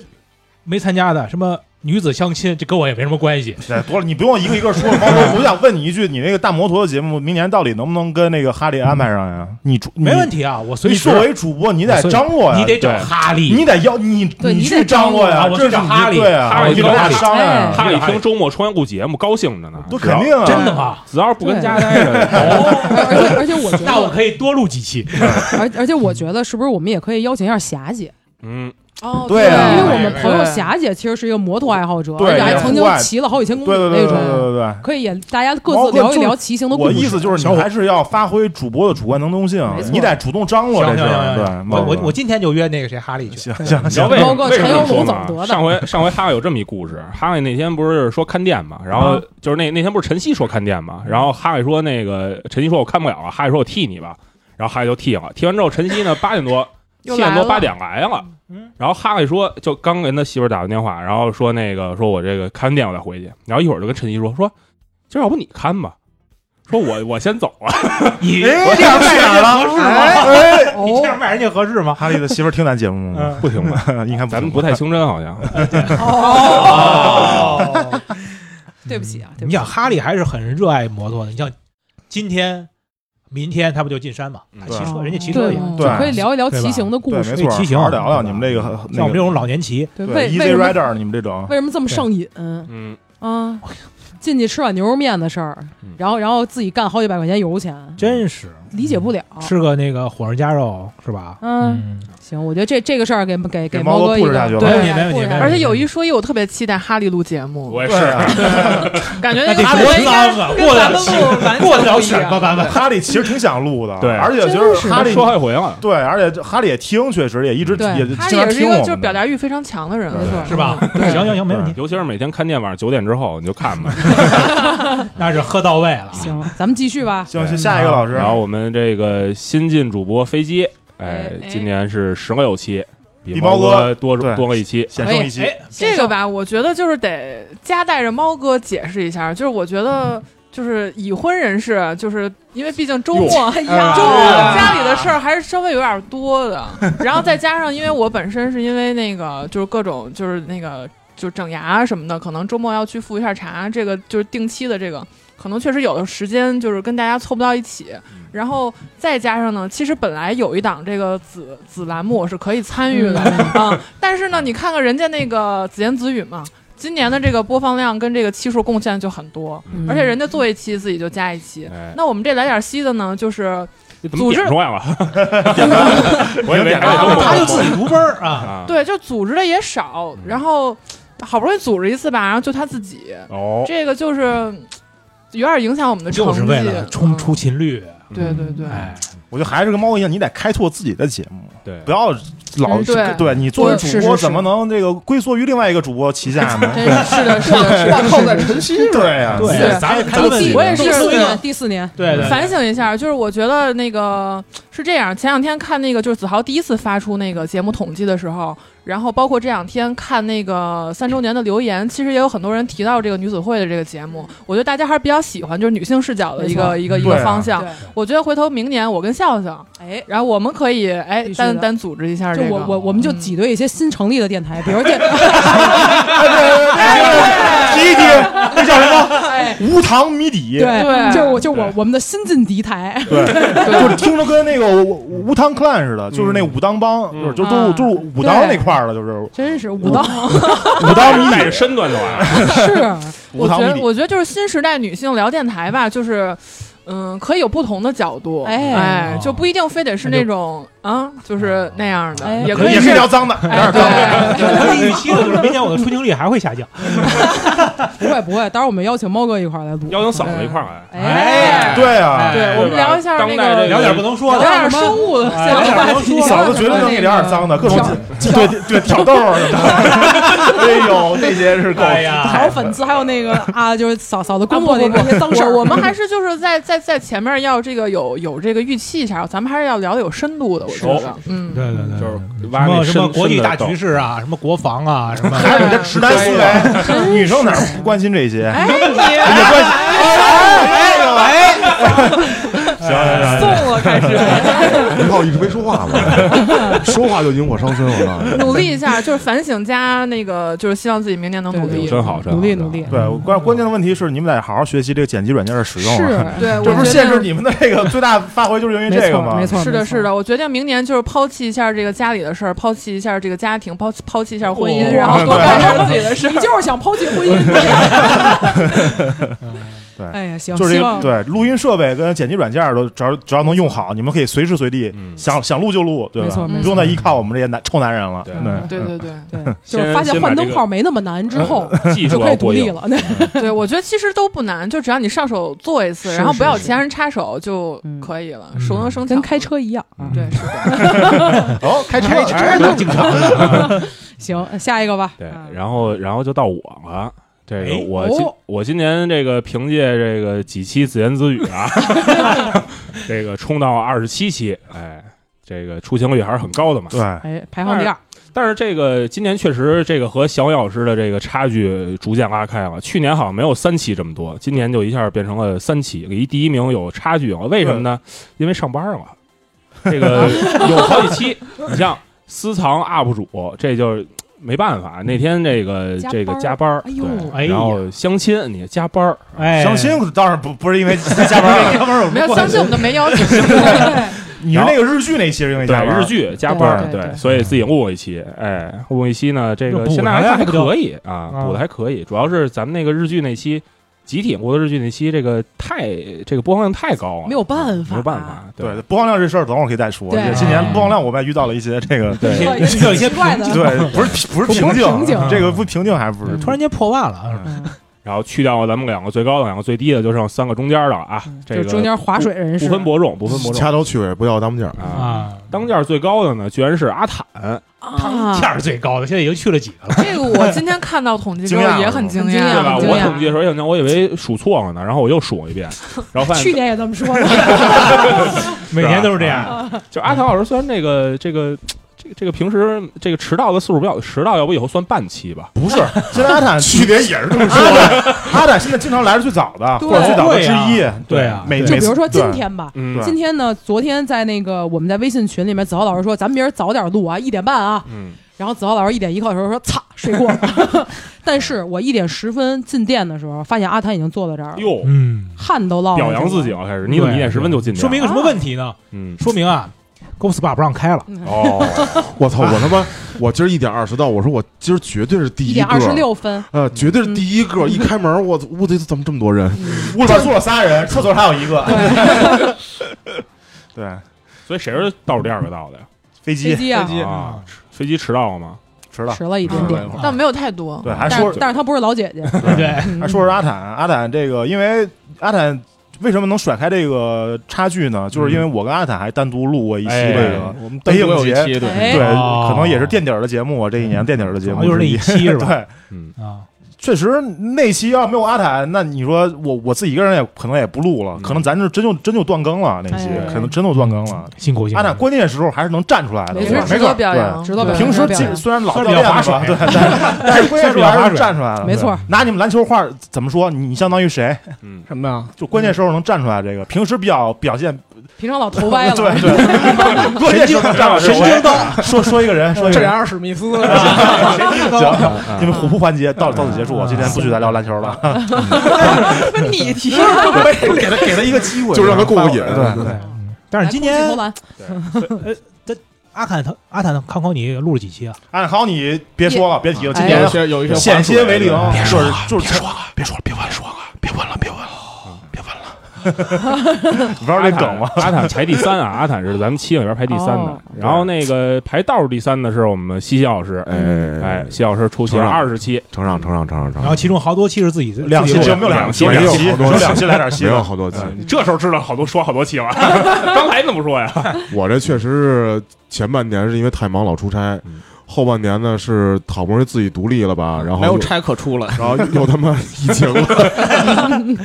Speaker 6: 没参加的什么女子相亲，这跟我也没什么关系。
Speaker 3: 哎多了，你不用一个一个说。猫哥，我想问你一句，你那个大摩托的节目明年到底能不能跟那个哈利安排上呀？你主
Speaker 6: 没问
Speaker 3: 题，
Speaker 6: 题啊，我随
Speaker 3: 你
Speaker 6: 时
Speaker 3: 作为主播，你得张罗呀，
Speaker 6: 你得找
Speaker 3: 对
Speaker 6: 哈利，
Speaker 3: 你得要你
Speaker 2: 对你
Speaker 3: 去
Speaker 2: 得张
Speaker 3: 张罗呀，
Speaker 6: 罗
Speaker 3: 这是
Speaker 6: 我去找哈
Speaker 3: 你
Speaker 6: 利
Speaker 3: 对啊，
Speaker 4: 哈利
Speaker 3: 你
Speaker 4: 找
Speaker 3: 们俩
Speaker 4: 哈利
Speaker 3: 商量呀，
Speaker 4: 哈利听周末重阳谷节目，高兴着呢。
Speaker 3: 都肯定啊，
Speaker 6: 真的吗？哦
Speaker 4: 只要不跟家待着，
Speaker 2: 而且而且我觉
Speaker 6: 那我
Speaker 2: 得，
Speaker 6: 可以多录几期。
Speaker 2: 而而且我觉得，是不是我们也可以邀请一下霞姐？
Speaker 4: 嗯，
Speaker 7: 哦，
Speaker 3: 对啊
Speaker 2: 因为
Speaker 3: 对
Speaker 2: 我们朋友
Speaker 7: 对
Speaker 2: 霞姐其实是一个摩托爱好者，
Speaker 3: 对
Speaker 2: 而且还
Speaker 3: 也
Speaker 2: 曾经
Speaker 3: 户外
Speaker 2: 骑了好几千公
Speaker 3: 对
Speaker 2: 里
Speaker 3: 对
Speaker 2: 那
Speaker 3: 对对对
Speaker 2: 种。
Speaker 3: 对对。
Speaker 2: 可以也，大家各
Speaker 3: 毛
Speaker 2: 自
Speaker 3: 哥
Speaker 2: 聊一
Speaker 3: 就
Speaker 2: 聊骑行的故
Speaker 3: 我
Speaker 2: 事。
Speaker 3: 意思就是，你还是要发挥主播的主观能动性
Speaker 2: 没，错
Speaker 3: 你得主动张罗
Speaker 6: 行
Speaker 3: 这
Speaker 6: 行
Speaker 3: 事儿。
Speaker 6: 行
Speaker 3: 对，
Speaker 6: 行，
Speaker 3: 毛
Speaker 6: 我
Speaker 3: 哥
Speaker 6: 我我今天就约那个谁哈利去。
Speaker 3: 行行
Speaker 4: 你知
Speaker 3: 行，
Speaker 4: 道为什
Speaker 2: 包
Speaker 4: 么
Speaker 2: 括
Speaker 4: 为什么
Speaker 2: 陈
Speaker 4: 这
Speaker 2: 友
Speaker 4: 么说
Speaker 2: 龙怎么得
Speaker 4: 吗？
Speaker 2: 的
Speaker 4: 上回上回哈哈有这么一故事，哈哈那天不是说看店嘛，然后就是那那天不是晨曦说看店嘛，然后哈哈说那个晨曦说我看不了了，哈哈说我替你吧，然后哈哈就替了，替完之后晨曦呢八点多七
Speaker 7: 又
Speaker 4: 点
Speaker 7: 来
Speaker 4: 多
Speaker 7: 了
Speaker 4: 八点来了，然后哈哈说就刚跟他媳妇儿打完电话，然后说那个说我这个看完店我再回去，然后一会儿就跟晨曦说说今儿要不你看吧，说我我先走了，
Speaker 3: 哎
Speaker 6: 你
Speaker 3: 我这样卖哪了？哎哎
Speaker 6: 你这样卖人家合适吗？
Speaker 3: 哈利的媳妇儿听咱节目吗？
Speaker 6: 嗯
Speaker 4: 不行吧？
Speaker 3: 应该
Speaker 4: 咱们不太清真好像，
Speaker 6: 哦，
Speaker 2: 对不起啊，对不
Speaker 6: 你
Speaker 2: 起
Speaker 6: 想哈利还是很热爱摩托的，你像今天、明天他不就进山嘛？他骑车，人家骑车
Speaker 2: 哦对
Speaker 6: 也。
Speaker 2: 就
Speaker 3: 嗯对
Speaker 2: 可以聊一聊
Speaker 6: 对吧
Speaker 2: 骑行的故
Speaker 3: 对，
Speaker 2: 事
Speaker 3: 没。错，
Speaker 6: 骑行嗯
Speaker 3: 好好聊聊你们这个
Speaker 6: 像
Speaker 3: 那
Speaker 6: 我们这
Speaker 3: 个
Speaker 6: 种老年骑，
Speaker 2: 对，
Speaker 3: 对 E
Speaker 2: 为为
Speaker 3: Easy
Speaker 2: 什么
Speaker 3: Rider 你们这种
Speaker 2: 为什么这么上瘾？
Speaker 4: 嗯，
Speaker 2: 啊，进去吃碗牛肉面的事儿
Speaker 4: 嗯，
Speaker 2: 然后然后自己干好几百块钱油钱，
Speaker 6: 真是
Speaker 2: 理解不了。
Speaker 6: 吃个那个火烧夹肉是吧？
Speaker 2: 嗯，
Speaker 6: 嗯，
Speaker 2: 行，我觉得这这个事儿给给
Speaker 3: 给
Speaker 2: 猫
Speaker 3: 猫哥
Speaker 2: 一
Speaker 3: 布置下去
Speaker 2: 个
Speaker 3: 了
Speaker 6: 没问
Speaker 2: 对
Speaker 6: 题，没问题，没问题
Speaker 7: 而且有一说一，我特别期待哈利录节目，
Speaker 4: 我也
Speaker 3: 对
Speaker 4: 是。
Speaker 3: 啊，
Speaker 7: 感觉
Speaker 6: 那
Speaker 7: 那
Speaker 6: 得
Speaker 7: 个
Speaker 6: 多
Speaker 7: 应
Speaker 6: 脏
Speaker 7: 该
Speaker 6: 啊！
Speaker 7: 跟
Speaker 6: 过得
Speaker 7: 咱
Speaker 6: 了
Speaker 7: 们
Speaker 6: 审
Speaker 7: 录
Speaker 6: 过
Speaker 7: 完全
Speaker 6: 得
Speaker 7: 不
Speaker 6: 了
Speaker 7: 一
Speaker 6: 审
Speaker 7: 样
Speaker 6: 吧，咱们
Speaker 3: 哈利其实挺想录的，
Speaker 4: 对
Speaker 3: 而且就是
Speaker 2: 真
Speaker 3: 哈利
Speaker 4: 说好几回了，
Speaker 3: 对，而且这哈利也听，确实也一直
Speaker 2: 对
Speaker 3: 也
Speaker 7: 他
Speaker 3: 经常
Speaker 7: 也是一
Speaker 3: 听我
Speaker 7: 个
Speaker 3: 们
Speaker 7: 就
Speaker 3: 的
Speaker 7: 是表达欲非常强的人，
Speaker 2: 没错，
Speaker 6: 是吧
Speaker 2: 嗯？对
Speaker 6: 行行行，没问题，
Speaker 4: 尤其是每天看店晚上九点之后，你就看吧。
Speaker 6: 那是喝到位了。
Speaker 2: 行，咱们继续吧。
Speaker 3: 行，行下一个老师，
Speaker 4: 然后我们这个新晋主播飞机，哎
Speaker 7: 哎，哎
Speaker 4: 今年是十六期，比
Speaker 3: 比猫
Speaker 4: 哥多
Speaker 3: 对
Speaker 4: 多了一期。
Speaker 3: 险胜一期，
Speaker 6: 哎，
Speaker 7: 这个吧，我觉得就是得夹带着猫哥解释一下，就是我觉得。就是已婚人士，就是因为毕竟周末，哎
Speaker 2: 啊
Speaker 7: 呀周末家里的事儿还是稍微有点多的，然后再加上因为我本身是因为那个就是各种就是那个就是整牙什么的，可能周末要去复一下查，这个就是定期的这个，可能确实有的时间就是跟大家凑不到一起，然后再加上呢，其实本来有一档这个子子栏目我是可以参与的啊、但是呢，你看看人家那个子言子语嘛，今年的这个播放量跟这个期数贡献就很多，
Speaker 2: 嗯
Speaker 7: 而且人家做一期自己就加一期。
Speaker 4: 哎，
Speaker 7: 那我们这来点稀的呢，就是
Speaker 4: 怎么点出来 了？我以为还
Speaker 7: 啊
Speaker 4: 得
Speaker 6: 他就
Speaker 4: 中
Speaker 6: 自己读分儿啊，嗯
Speaker 4: 啊。
Speaker 7: 对，就组织的也少，然后好不容易组织一次吧，然后就他自己，
Speaker 4: 哦，
Speaker 7: 这个就是嗯有点影响我们的成
Speaker 6: 就
Speaker 7: 绩，
Speaker 6: 是为了冲出勤率。
Speaker 7: 嗯。对对对，
Speaker 6: 哎，
Speaker 3: 我觉得还是跟猫一样，你得开拓自己的节目，
Speaker 4: 对
Speaker 3: 不，要老
Speaker 7: 嗯对
Speaker 3: 对你作为
Speaker 2: 是是
Speaker 3: 主播
Speaker 2: 是
Speaker 3: 怎么能这个龟缩于另外一个主播旗下呢？
Speaker 2: 真是是的，是的，是
Speaker 5: 挂
Speaker 2: 的，
Speaker 5: 靠
Speaker 2: 是
Speaker 5: 在
Speaker 2: 的。
Speaker 5: 晨曦上，
Speaker 3: 对呀，
Speaker 6: 对
Speaker 3: 对
Speaker 6: 咱
Speaker 3: 开
Speaker 6: 咱
Speaker 3: 拓
Speaker 6: 们
Speaker 3: 自己
Speaker 7: 我也是
Speaker 2: 第四
Speaker 7: 对
Speaker 2: 年，第四年，
Speaker 6: 对对，
Speaker 7: 反省一下，就是我觉得那个是这样。前两天看那个，就是子豪第一次发出那个节目统计的时候，然后包括这两天看那个三周年的留言，其实也有很多人提到这个女子会的这个节目。我觉得大家还是比较喜欢，就是女性视角的一
Speaker 2: 没错
Speaker 7: 个
Speaker 6: 嗯
Speaker 7: 一个一
Speaker 3: 对
Speaker 7: 个
Speaker 3: 啊
Speaker 7: 方向。
Speaker 2: 对
Speaker 7: 我觉得回头明年我跟笑笑，
Speaker 2: 哎。
Speaker 7: 然后我们可以哎
Speaker 2: 必须的
Speaker 7: 单单组织一下
Speaker 2: 就
Speaker 7: 这个。
Speaker 2: 我我我们就
Speaker 7: 嗯
Speaker 2: 挤兑一些新成立的电台，比如 电，
Speaker 3: 提一提，那叫什么？
Speaker 7: 哎
Speaker 3: 无糖谜底，
Speaker 7: 对
Speaker 2: 就是我就我我们的新晋敌 台，
Speaker 3: 对，就是听着跟那个无无糖 clan 似的，就是那武当帮，就是就都
Speaker 7: 啊
Speaker 3: 就是武当那块儿了，就是
Speaker 2: 真是武当
Speaker 3: 武当谜
Speaker 4: 带着
Speaker 3: 底，
Speaker 4: 身段就来了。
Speaker 2: 是
Speaker 3: 武
Speaker 7: 我
Speaker 3: 当
Speaker 7: 觉
Speaker 3: 谜
Speaker 7: 得
Speaker 3: 底。
Speaker 7: 我觉得就是新时代女性聊电台吧，就是。嗯，可以有不同的角度，
Speaker 2: 哎
Speaker 7: 哎，
Speaker 6: 哦
Speaker 7: 就不一定非得是那种啊，就是那样的，
Speaker 2: 哎
Speaker 7: 也
Speaker 6: 可
Speaker 7: 可
Speaker 6: 以
Speaker 7: 以
Speaker 3: 也
Speaker 7: 是
Speaker 3: 是聊脏的，
Speaker 7: 哎，对，
Speaker 6: 我 预期的就是明年我的出勤率还会下降。
Speaker 2: 不会不会，待会儿我们邀请猫哥一块儿来录，
Speaker 4: 邀请嫂子一块儿来，
Speaker 2: 哎，
Speaker 3: 对啊，
Speaker 6: 哎
Speaker 7: 对，我们聊一下
Speaker 4: 当
Speaker 7: 那
Speaker 4: 代这个
Speaker 7: 个
Speaker 6: 聊点不能说
Speaker 7: 聊
Speaker 6: 的，
Speaker 7: 点生物的
Speaker 6: 哎聊点不能说
Speaker 3: 你
Speaker 6: 的
Speaker 3: 嫂子绝对能给聊点脏的，各种对对挑逗儿什么的。 哎呦，那些是够
Speaker 6: 哎呀
Speaker 2: 还有粉丝，还有那个啊，就是嫂嫂的工作那那些脏事儿，
Speaker 7: 我我们还是就是在在在前面要这个有有这个预期一下，咱们还是要聊的有深度的，我觉得，嗯，
Speaker 6: 对对对，
Speaker 4: 就是
Speaker 6: 什
Speaker 4: 挖那
Speaker 6: 么什么
Speaker 4: 身
Speaker 6: 国际大
Speaker 4: 身
Speaker 6: 局
Speaker 4: 的
Speaker 6: 势啊，什么国防啊，什么
Speaker 3: 还有你这直男思
Speaker 6: 哎
Speaker 3: 维，女生哪儿不关心这些？
Speaker 7: 哎，
Speaker 3: 也
Speaker 7: 你
Speaker 3: 关心。哎哎哎！
Speaker 2: 送了
Speaker 7: 了，开始
Speaker 8: 你看我一直没说话吧，说话就引火烧身了。
Speaker 7: 努力一下，就是反省加那个，就是希望自己明年能努
Speaker 2: 对
Speaker 7: 力。
Speaker 4: 真好，真好
Speaker 2: 努力
Speaker 4: 真好
Speaker 2: 努力
Speaker 3: 啊对，关关键的问题是你们得好好学习这个剪辑软件的使用
Speaker 2: 是
Speaker 3: 啊。，
Speaker 7: 对，
Speaker 3: 这
Speaker 7: 我
Speaker 3: 不是
Speaker 7: 觉
Speaker 3: 限制
Speaker 7: 得
Speaker 3: 你们的这个最大发挥，就是因为
Speaker 2: 没
Speaker 3: 这个
Speaker 2: 错
Speaker 3: 吗
Speaker 2: 没？错，
Speaker 7: 是
Speaker 2: 没
Speaker 7: 的，
Speaker 2: 错
Speaker 7: 是的，，我决定明年就是抛弃一下这个家里的事儿，抛弃一下这个家庭，抛弃抛弃一下婚姻，
Speaker 2: 哇
Speaker 7: 然后多干点自己的事
Speaker 2: 你
Speaker 7: 儿。
Speaker 2: 就是想抛弃婚 姻。
Speaker 3: 对
Speaker 2: 哎呀，行，
Speaker 3: 就是
Speaker 2: 希
Speaker 3: 这
Speaker 2: 望
Speaker 3: 个对录音设备跟剪辑软件都只要只要能用好，你们可以随时随地
Speaker 4: 嗯
Speaker 3: 想想录就录，对
Speaker 2: 没错
Speaker 3: 吧？
Speaker 2: 没
Speaker 3: 不用再依靠我们这些男臭男人了。
Speaker 4: 对
Speaker 7: 对 对对
Speaker 2: 嗯对，就是
Speaker 4: 先
Speaker 2: 发现
Speaker 4: 先把
Speaker 2: 换
Speaker 4: 这
Speaker 2: 灯
Speaker 4: 个
Speaker 2: 泡没那么难之后，
Speaker 7: 嗯
Speaker 4: 技
Speaker 2: 就
Speaker 4: 术
Speaker 2: 可
Speaker 4: 要
Speaker 2: 以独
Speaker 4: 过
Speaker 2: 立
Speaker 4: 硬，
Speaker 2: 了。那
Speaker 7: 对，我觉得其实都不难，就只要你上手做一次，
Speaker 2: 是
Speaker 7: 然后不要有
Speaker 2: 是
Speaker 7: 其他人插手就
Speaker 2: 嗯
Speaker 7: 可以了，
Speaker 6: 嗯
Speaker 7: 熟能生 巧。
Speaker 2: 跟开车一样啊。
Speaker 7: 对，是的，
Speaker 3: 哦，开车
Speaker 6: 哎经常
Speaker 2: 行，呃下一个吧。
Speaker 4: 对
Speaker 2: 啊，
Speaker 4: 然后然后就到我了。这个
Speaker 6: 哎
Speaker 4: 我今、
Speaker 2: 哦
Speaker 4: 我今年这个凭借这个几期自言自语啊， 这个冲到二十七期，哎，这个出行率还是很高的嘛。
Speaker 3: 对，
Speaker 2: 哎，排行第二，
Speaker 4: 但是这个今年确实这个和小老师的这个差距逐渐拉开了。去年好像没有三期这么多，今年就一下变成了三期，离第一名有差距了。为什么呢？因为上班了，这个有好几期。你像私藏 UP 主，这就是没办法。那天这个
Speaker 2: 加班儿
Speaker 4: 这个加班儿，
Speaker 2: 哎呦
Speaker 4: 对，然后相亲你加班儿，
Speaker 6: 哎，
Speaker 3: 相亲倒是不不是因为加班，加 班
Speaker 7: 没有相信我们都没邀请。
Speaker 3: 你是那个日剧那期是因为加
Speaker 4: 对
Speaker 3: 班
Speaker 4: 日剧加班儿，
Speaker 2: 对对对
Speaker 4: 所以自己录过一期，哎，录过一期呢，这
Speaker 6: 就
Speaker 4: 个
Speaker 6: 补
Speaker 4: 现在还
Speaker 6: 上呀
Speaker 4: 还
Speaker 6: 这不就
Speaker 4: 可以啊，
Speaker 6: 啊
Speaker 4: 补的还可以，主要是咱们那个日剧那期集体录的日剧那期，这个太这个播放量太高了，
Speaker 2: 没有办法
Speaker 4: 没有办法，
Speaker 3: 对播放量这事儿，等会儿可以再说。
Speaker 2: 对
Speaker 3: 也今年
Speaker 6: 啊
Speaker 3: 播放量我们也遇到了一些这个
Speaker 4: 对
Speaker 2: 说
Speaker 6: 这有一些
Speaker 2: 奇怪的，
Speaker 3: 对，不是不是瓶
Speaker 2: 不是瓶啊颈
Speaker 3: 颈，这个不瓶颈还不是
Speaker 6: 突然间破万了啊，
Speaker 2: 嗯
Speaker 4: 然后去掉咱们两个最高的，两个最低的，就剩三个中间的了啊，
Speaker 7: 嗯
Speaker 2: 嗯
Speaker 4: 这
Speaker 2: 就
Speaker 4: 个
Speaker 2: 中间划水人
Speaker 4: 不
Speaker 2: 士
Speaker 4: 分伯仲，不分伯仲
Speaker 8: 掐头去尾，不要当面儿。
Speaker 4: 啊。
Speaker 6: 啊，
Speaker 4: 当件最高的呢，居然是阿坦，
Speaker 7: 啊
Speaker 6: 价儿最高的，现在已经去了几个 了？
Speaker 7: 这个我今天看到统计之后
Speaker 3: 惊讶了
Speaker 7: 也很惊
Speaker 2: 很惊
Speaker 7: 讶，
Speaker 2: 讶
Speaker 4: 对吧？
Speaker 2: 啊对
Speaker 4: 我
Speaker 2: 呀
Speaker 4: 统计的时候，哎我以为数错了呢，然后我又数了一遍，然后发现
Speaker 2: 去年也这么说的，
Speaker 6: 每年都是这样，
Speaker 4: 就阿唐老师虽然这个这个这个这个平时这个迟到的次数比较迟到，要不以后算半期吧？
Speaker 3: 不是，现在阿坦
Speaker 8: 去年也是这么说，
Speaker 3: 阿坦现在经常来是最早的，
Speaker 7: 对
Speaker 3: 或者最早的之一
Speaker 6: 对啊。对啊
Speaker 3: 每
Speaker 2: 就
Speaker 3: 每
Speaker 2: 比如
Speaker 3: 次
Speaker 2: 说今
Speaker 3: 对
Speaker 2: 天吧。
Speaker 4: 嗯
Speaker 3: 对
Speaker 2: 今天呢，昨天在那个我们在微信群里面，子豪老师说咱们明儿早点录啊，一点半啊。
Speaker 4: 嗯，
Speaker 2: 然后子豪老师一点一刻的时候说：“擦，睡过 了。”但是我一点十分进店的时候，发现阿谭已经坐在这儿了，
Speaker 4: 哟，
Speaker 6: 嗯，
Speaker 2: 汗都落了。
Speaker 4: 哎表扬自己
Speaker 2: 这个
Speaker 4: 了，开始你怎么一点十分就进去了？
Speaker 6: 说明一个什么问题呢？
Speaker 4: 嗯
Speaker 6: 说明啊，Go SPA 不让开了，
Speaker 4: 哦，
Speaker 8: 我操！我他妈，我今儿一点二十到，我说我今儿绝对是第
Speaker 2: 一
Speaker 8: 个，
Speaker 2: 点二十六分，
Speaker 8: 呃，绝对是第一个。一开门，我屋里怎么这么多人？
Speaker 3: 屋里边坐了仨人，厕所还有一个。 对，
Speaker 4: 所以谁是倒数第二个到的呀？
Speaker 3: 飞
Speaker 2: 飞
Speaker 3: 机
Speaker 2: 机啊，
Speaker 6: 哎
Speaker 4: 啊，飞机迟到了嗯吗？
Speaker 3: 迟到，
Speaker 2: 迟了一点
Speaker 3: 迟了
Speaker 2: 点
Speaker 3: 一。会儿。
Speaker 7: 但没有太多。
Speaker 3: 对，还
Speaker 2: 但
Speaker 3: 说
Speaker 2: 是但是她不是老姐姐，
Speaker 6: 对不对？
Speaker 2: 嗯
Speaker 3: 还说是阿坦，阿坦这个，因为阿坦为什么能甩开这个差距呢？就是因为我跟阿坦还单独录过一期这个，
Speaker 5: 我们
Speaker 3: 单
Speaker 5: 单
Speaker 3: 独
Speaker 5: 独
Speaker 3: 有
Speaker 5: 有
Speaker 3: 一
Speaker 5: 一
Speaker 3: 期
Speaker 5: 期，
Speaker 2: 哎
Speaker 5: 对，
Speaker 3: 对，
Speaker 6: 哦
Speaker 3: 可能也是垫底儿的节目，啊这一年垫底儿的节目
Speaker 6: 就是那一期是吧？
Speaker 3: 对，
Speaker 4: 嗯，
Speaker 6: 啊，
Speaker 3: 确实那期要没有阿坦，那你说我我自己一个人也可能也不录了，
Speaker 4: 嗯
Speaker 3: 可能咱这真就真就断更了，那期
Speaker 2: 哎
Speaker 3: 可能真就断更了。
Speaker 6: 辛苦辛苦。
Speaker 3: 阿坦关键时候还是能站出来的，
Speaker 2: 没
Speaker 7: 也
Speaker 3: 我
Speaker 2: 错
Speaker 3: 觉得
Speaker 7: 是值得表扬，
Speaker 3: 对
Speaker 2: 值得表扬
Speaker 3: 平时
Speaker 2: 表扬
Speaker 3: 既虽然老
Speaker 6: 虽
Speaker 3: 掉
Speaker 6: 然比较
Speaker 3: 链
Speaker 6: 划
Speaker 3: 子吧，
Speaker 6: 水
Speaker 3: 对，但但是关键时候还是站出来了，
Speaker 2: 没错
Speaker 3: 对。拿你们篮球话怎么说？你相当于谁？
Speaker 4: 嗯
Speaker 5: 什么呀？
Speaker 3: 就关键时候能站出来，这个平时比较表现，
Speaker 2: 平常老头歪了。
Speaker 3: 对对， 关键时候能站出来，
Speaker 4: 神经
Speaker 3: 刀，说说一个人，说一个
Speaker 5: 这
Speaker 3: 人。啊
Speaker 5: 俩史密斯，
Speaker 2: 啊
Speaker 3: 行，你们虎扑环节到到此结束，今天不许再聊篮球了，
Speaker 2: 跟你提，
Speaker 3: 给他给他一个机会，
Speaker 8: 就让他过过瘾
Speaker 3: 对对
Speaker 6: 对，但是今
Speaker 2: 来空气
Speaker 6: 年
Speaker 2: 投篮
Speaker 6: 阿坦他阿坦康康，你录了几期啊？
Speaker 3: 安哎好，你别说了，别提了，今
Speaker 2: 哎
Speaker 3: 年
Speaker 2: 呀
Speaker 5: 有一些有一些
Speaker 3: 险些为零，就是就是
Speaker 8: 别说了，别说了，别问说了，别问了，别问了，别问了。
Speaker 3: 你知道这梗吗？
Speaker 4: 阿坦排第三啊，阿坦是咱们七个里边排第三的
Speaker 2: 哦，
Speaker 4: 然后那个排倒数第三的是我们西西老师，哎
Speaker 8: 哎，，
Speaker 4: 西老师出席了
Speaker 8: 承让
Speaker 4: 二十期，
Speaker 8: 成长，成长，成长，成
Speaker 6: 然后
Speaker 8: 长。
Speaker 6: 其中好多期是自己
Speaker 3: 两期
Speaker 6: 自己
Speaker 3: 就
Speaker 6: 录
Speaker 3: 没有
Speaker 6: 的
Speaker 3: 两期，
Speaker 4: 没有
Speaker 3: 期，
Speaker 8: 好多
Speaker 3: 有两期来点新
Speaker 8: 没有
Speaker 3: 的，
Speaker 8: 好多期，
Speaker 4: 你这时候知道好多说好多期了，刚才你怎么不说 呀？
Speaker 8: 我这确实是前半年是因为太忙老出差
Speaker 4: 嗯，
Speaker 8: 后半年呢是好不容易自己独立了吧，然后
Speaker 5: 嗯没
Speaker 8: 又
Speaker 5: 有差可出了。
Speaker 8: 然后又他妈疫情了，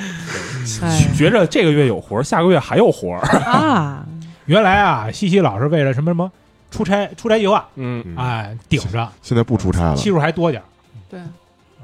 Speaker 2: 哎
Speaker 4: 觉着这个月有活，下个月还有活，
Speaker 2: 啊，
Speaker 6: 原来啊，西西老是为了什么什么出差出差计划，啊
Speaker 4: 嗯
Speaker 8: 嗯
Speaker 6: 哎，顶着
Speaker 8: 现在不出差了。
Speaker 6: 期数还多点儿。
Speaker 7: 对，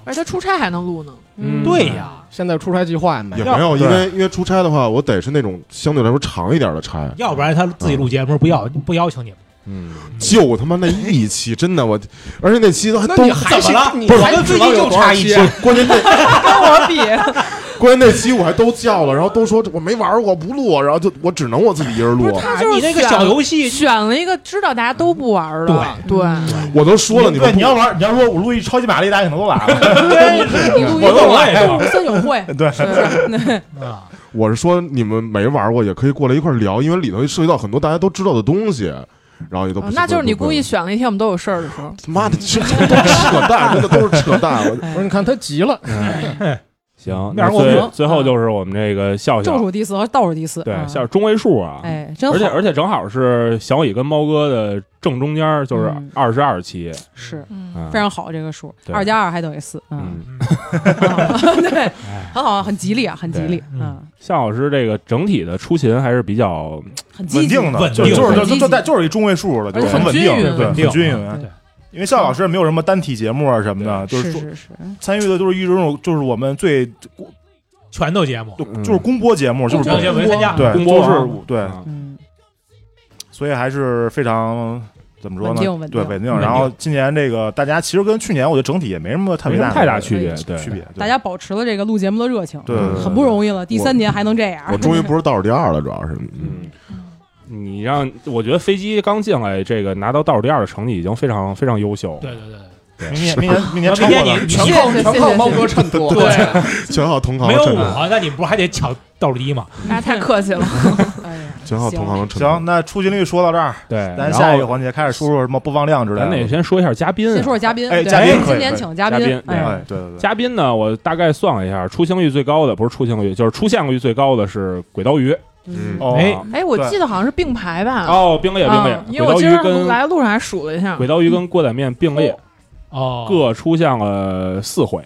Speaker 7: 而且他出差还能录呢。
Speaker 4: 嗯
Speaker 6: 对呀，
Speaker 5: 现在出差计划也没
Speaker 8: 也
Speaker 5: 有，
Speaker 8: 没有，
Speaker 4: 对
Speaker 8: 因为因为出差的话，我得是那种相对来说长一点的差，
Speaker 6: 要不然他自己录节目不要不邀请你们。
Speaker 8: 嗯，就他妈那一期，真的我，而且那期都还
Speaker 5: 那
Speaker 8: 都
Speaker 5: 你还
Speaker 6: 怎么了
Speaker 5: 你
Speaker 6: 不是
Speaker 5: 还
Speaker 6: 我跟
Speaker 5: 指
Speaker 6: 飞机
Speaker 5: 望有
Speaker 6: 就
Speaker 5: 多少
Speaker 6: 差一
Speaker 5: 期啊
Speaker 6: 期
Speaker 8: 关键那
Speaker 2: 跟我比，
Speaker 8: 关键那期我还都叫了，然后都说我没玩过，不录，然后就我只能我自己一人录。
Speaker 7: 他
Speaker 6: 啊
Speaker 7: 就是
Speaker 6: 你那个
Speaker 7: 选
Speaker 6: 小游戏，
Speaker 7: 选了一个知道大家都不玩的，对
Speaker 8: 我都说了，你
Speaker 3: 对
Speaker 8: 们
Speaker 3: 你要玩，你要说我录一超级玛丽，大家可能都来了。
Speaker 2: 你录一
Speaker 4: 我都来
Speaker 2: 个，森永会，
Speaker 3: 对，
Speaker 6: 嗯啊
Speaker 8: 我是说你们没玩过也可以过来一块儿聊，因为里头涉及到很多大家都知道的东西，然后也都不
Speaker 7: 啊
Speaker 8: 行、
Speaker 7: 那就是你
Speaker 8: 不
Speaker 7: 故意选了一天我们都有事儿的时候。
Speaker 8: 妈的，这这都是扯淡，真的都是扯淡。我
Speaker 5: 不是，你看他急了，
Speaker 4: 行，
Speaker 6: 面
Speaker 4: 那
Speaker 6: 儿过
Speaker 4: 最
Speaker 6: 河
Speaker 4: 最后就是我们这个笑
Speaker 2: 正
Speaker 5: 嗯
Speaker 4: 笑，
Speaker 2: 数第四和倒数第四，
Speaker 4: 对
Speaker 2: 啊，
Speaker 4: 笑中位数啊，
Speaker 2: 哎，真好，
Speaker 4: 而且而且正好是小乙跟猫哥的正中间儿，就是
Speaker 2: 嗯
Speaker 4: 二十二期，
Speaker 2: 是
Speaker 7: 嗯，
Speaker 4: 嗯
Speaker 2: 非常好这个数，
Speaker 4: 对
Speaker 2: 二加二还等于四，嗯，
Speaker 4: 嗯，
Speaker 2: 对，很好，很吉利啊，很吉利，嗯，
Speaker 4: 夏老师这个整体的出勤还是比较
Speaker 2: 很积
Speaker 3: 稳
Speaker 2: 极，
Speaker 3: 定的，
Speaker 6: 稳
Speaker 3: 就
Speaker 6: 定
Speaker 3: 是就是
Speaker 2: 很积
Speaker 3: 就
Speaker 2: 极
Speaker 3: 就在就是一中位数了，就
Speaker 7: 而且
Speaker 3: 很
Speaker 7: 很
Speaker 3: 稳定，
Speaker 7: 均匀
Speaker 3: 对，
Speaker 6: 稳
Speaker 3: 很
Speaker 6: 定
Speaker 3: 均匀。
Speaker 6: 嗯对
Speaker 3: 因为夏老师也没有什么单体节目啊什么的，就是
Speaker 2: 是
Speaker 3: 说
Speaker 2: 是是，
Speaker 3: 参与的都是一种就是我们最
Speaker 6: 拳头节目，
Speaker 3: 就
Speaker 4: 嗯
Speaker 3: 就是公播节目，就是
Speaker 6: 公播节目参加
Speaker 3: 对，
Speaker 4: 公播
Speaker 3: 就
Speaker 4: 王
Speaker 3: 是对，
Speaker 4: 啊
Speaker 2: 嗯，
Speaker 3: 所以还是非常怎么说
Speaker 2: 稳
Speaker 3: 呢？
Speaker 2: 定稳定
Speaker 3: 对，稳定。
Speaker 6: 稳定
Speaker 3: 然后今年这个大家其实跟去年我觉得整体也没什么特
Speaker 4: 没
Speaker 3: 别
Speaker 4: 什么
Speaker 3: 大
Speaker 4: 太大
Speaker 3: 的
Speaker 4: 区别，对
Speaker 3: 区别，对
Speaker 2: 大家保持了这个录节目的热情，
Speaker 3: 对对对
Speaker 2: 很不容易了，第三年还能这样，
Speaker 8: 我 终于不是倒数第二了，主要是嗯
Speaker 4: 嗯，你让我觉得飞机刚进来，这个拿到倒数第二的成绩已经非常非常优秀了。
Speaker 6: 对对对，
Speaker 3: 明年明年明年
Speaker 6: 明
Speaker 3: 超
Speaker 6: 天
Speaker 3: 过了
Speaker 6: 你，
Speaker 5: 全
Speaker 7: 谢
Speaker 5: 靠
Speaker 7: 谢
Speaker 5: 全
Speaker 7: 谢
Speaker 5: 靠
Speaker 6: 啊
Speaker 7: 谢
Speaker 5: 猫
Speaker 7: 谢
Speaker 5: 哥衬托，
Speaker 6: 对，
Speaker 8: 全靠同行
Speaker 6: 没
Speaker 8: 的
Speaker 6: 有啊
Speaker 8: 衬托，
Speaker 6: 我，那你们不还得抢倒数第一吗？
Speaker 7: 大家太客气了。
Speaker 2: 哎呀，
Speaker 8: 全靠同行的衬托。
Speaker 3: 行，那出勤率说到这儿，
Speaker 4: 对，
Speaker 3: 咱
Speaker 4: 然
Speaker 3: 下一个
Speaker 4: 后
Speaker 3: 环节开始说说什么播放量之类
Speaker 4: 咱得
Speaker 3: 的。
Speaker 4: 先说一下嘉宾啊。
Speaker 2: 先说说嘉宾，
Speaker 3: 哎
Speaker 2: 对
Speaker 3: 嘉宾可
Speaker 2: 今
Speaker 3: 以
Speaker 2: 年请嘉
Speaker 4: 嘉宾
Speaker 2: 哎，
Speaker 3: 哎，对对对，
Speaker 4: 嘉宾呢，我大概算了一下，出行率最高的不是出行率，就是出现率最高的是鬼刀鱼。
Speaker 8: 嗯
Speaker 3: 哦
Speaker 6: 哎
Speaker 7: 哎，我记得好像是并排吧？
Speaker 4: 哦，并列并
Speaker 7: 啊，
Speaker 4: 列，
Speaker 7: 因为
Speaker 4: 鬼
Speaker 7: 我
Speaker 4: 刀
Speaker 7: 今
Speaker 4: 鱼
Speaker 7: 儿来
Speaker 4: 跟
Speaker 7: 的路上还数了一下
Speaker 4: 鬼。刀鱼跟锅仔面并列，
Speaker 6: 哦，
Speaker 4: 各出现了四回。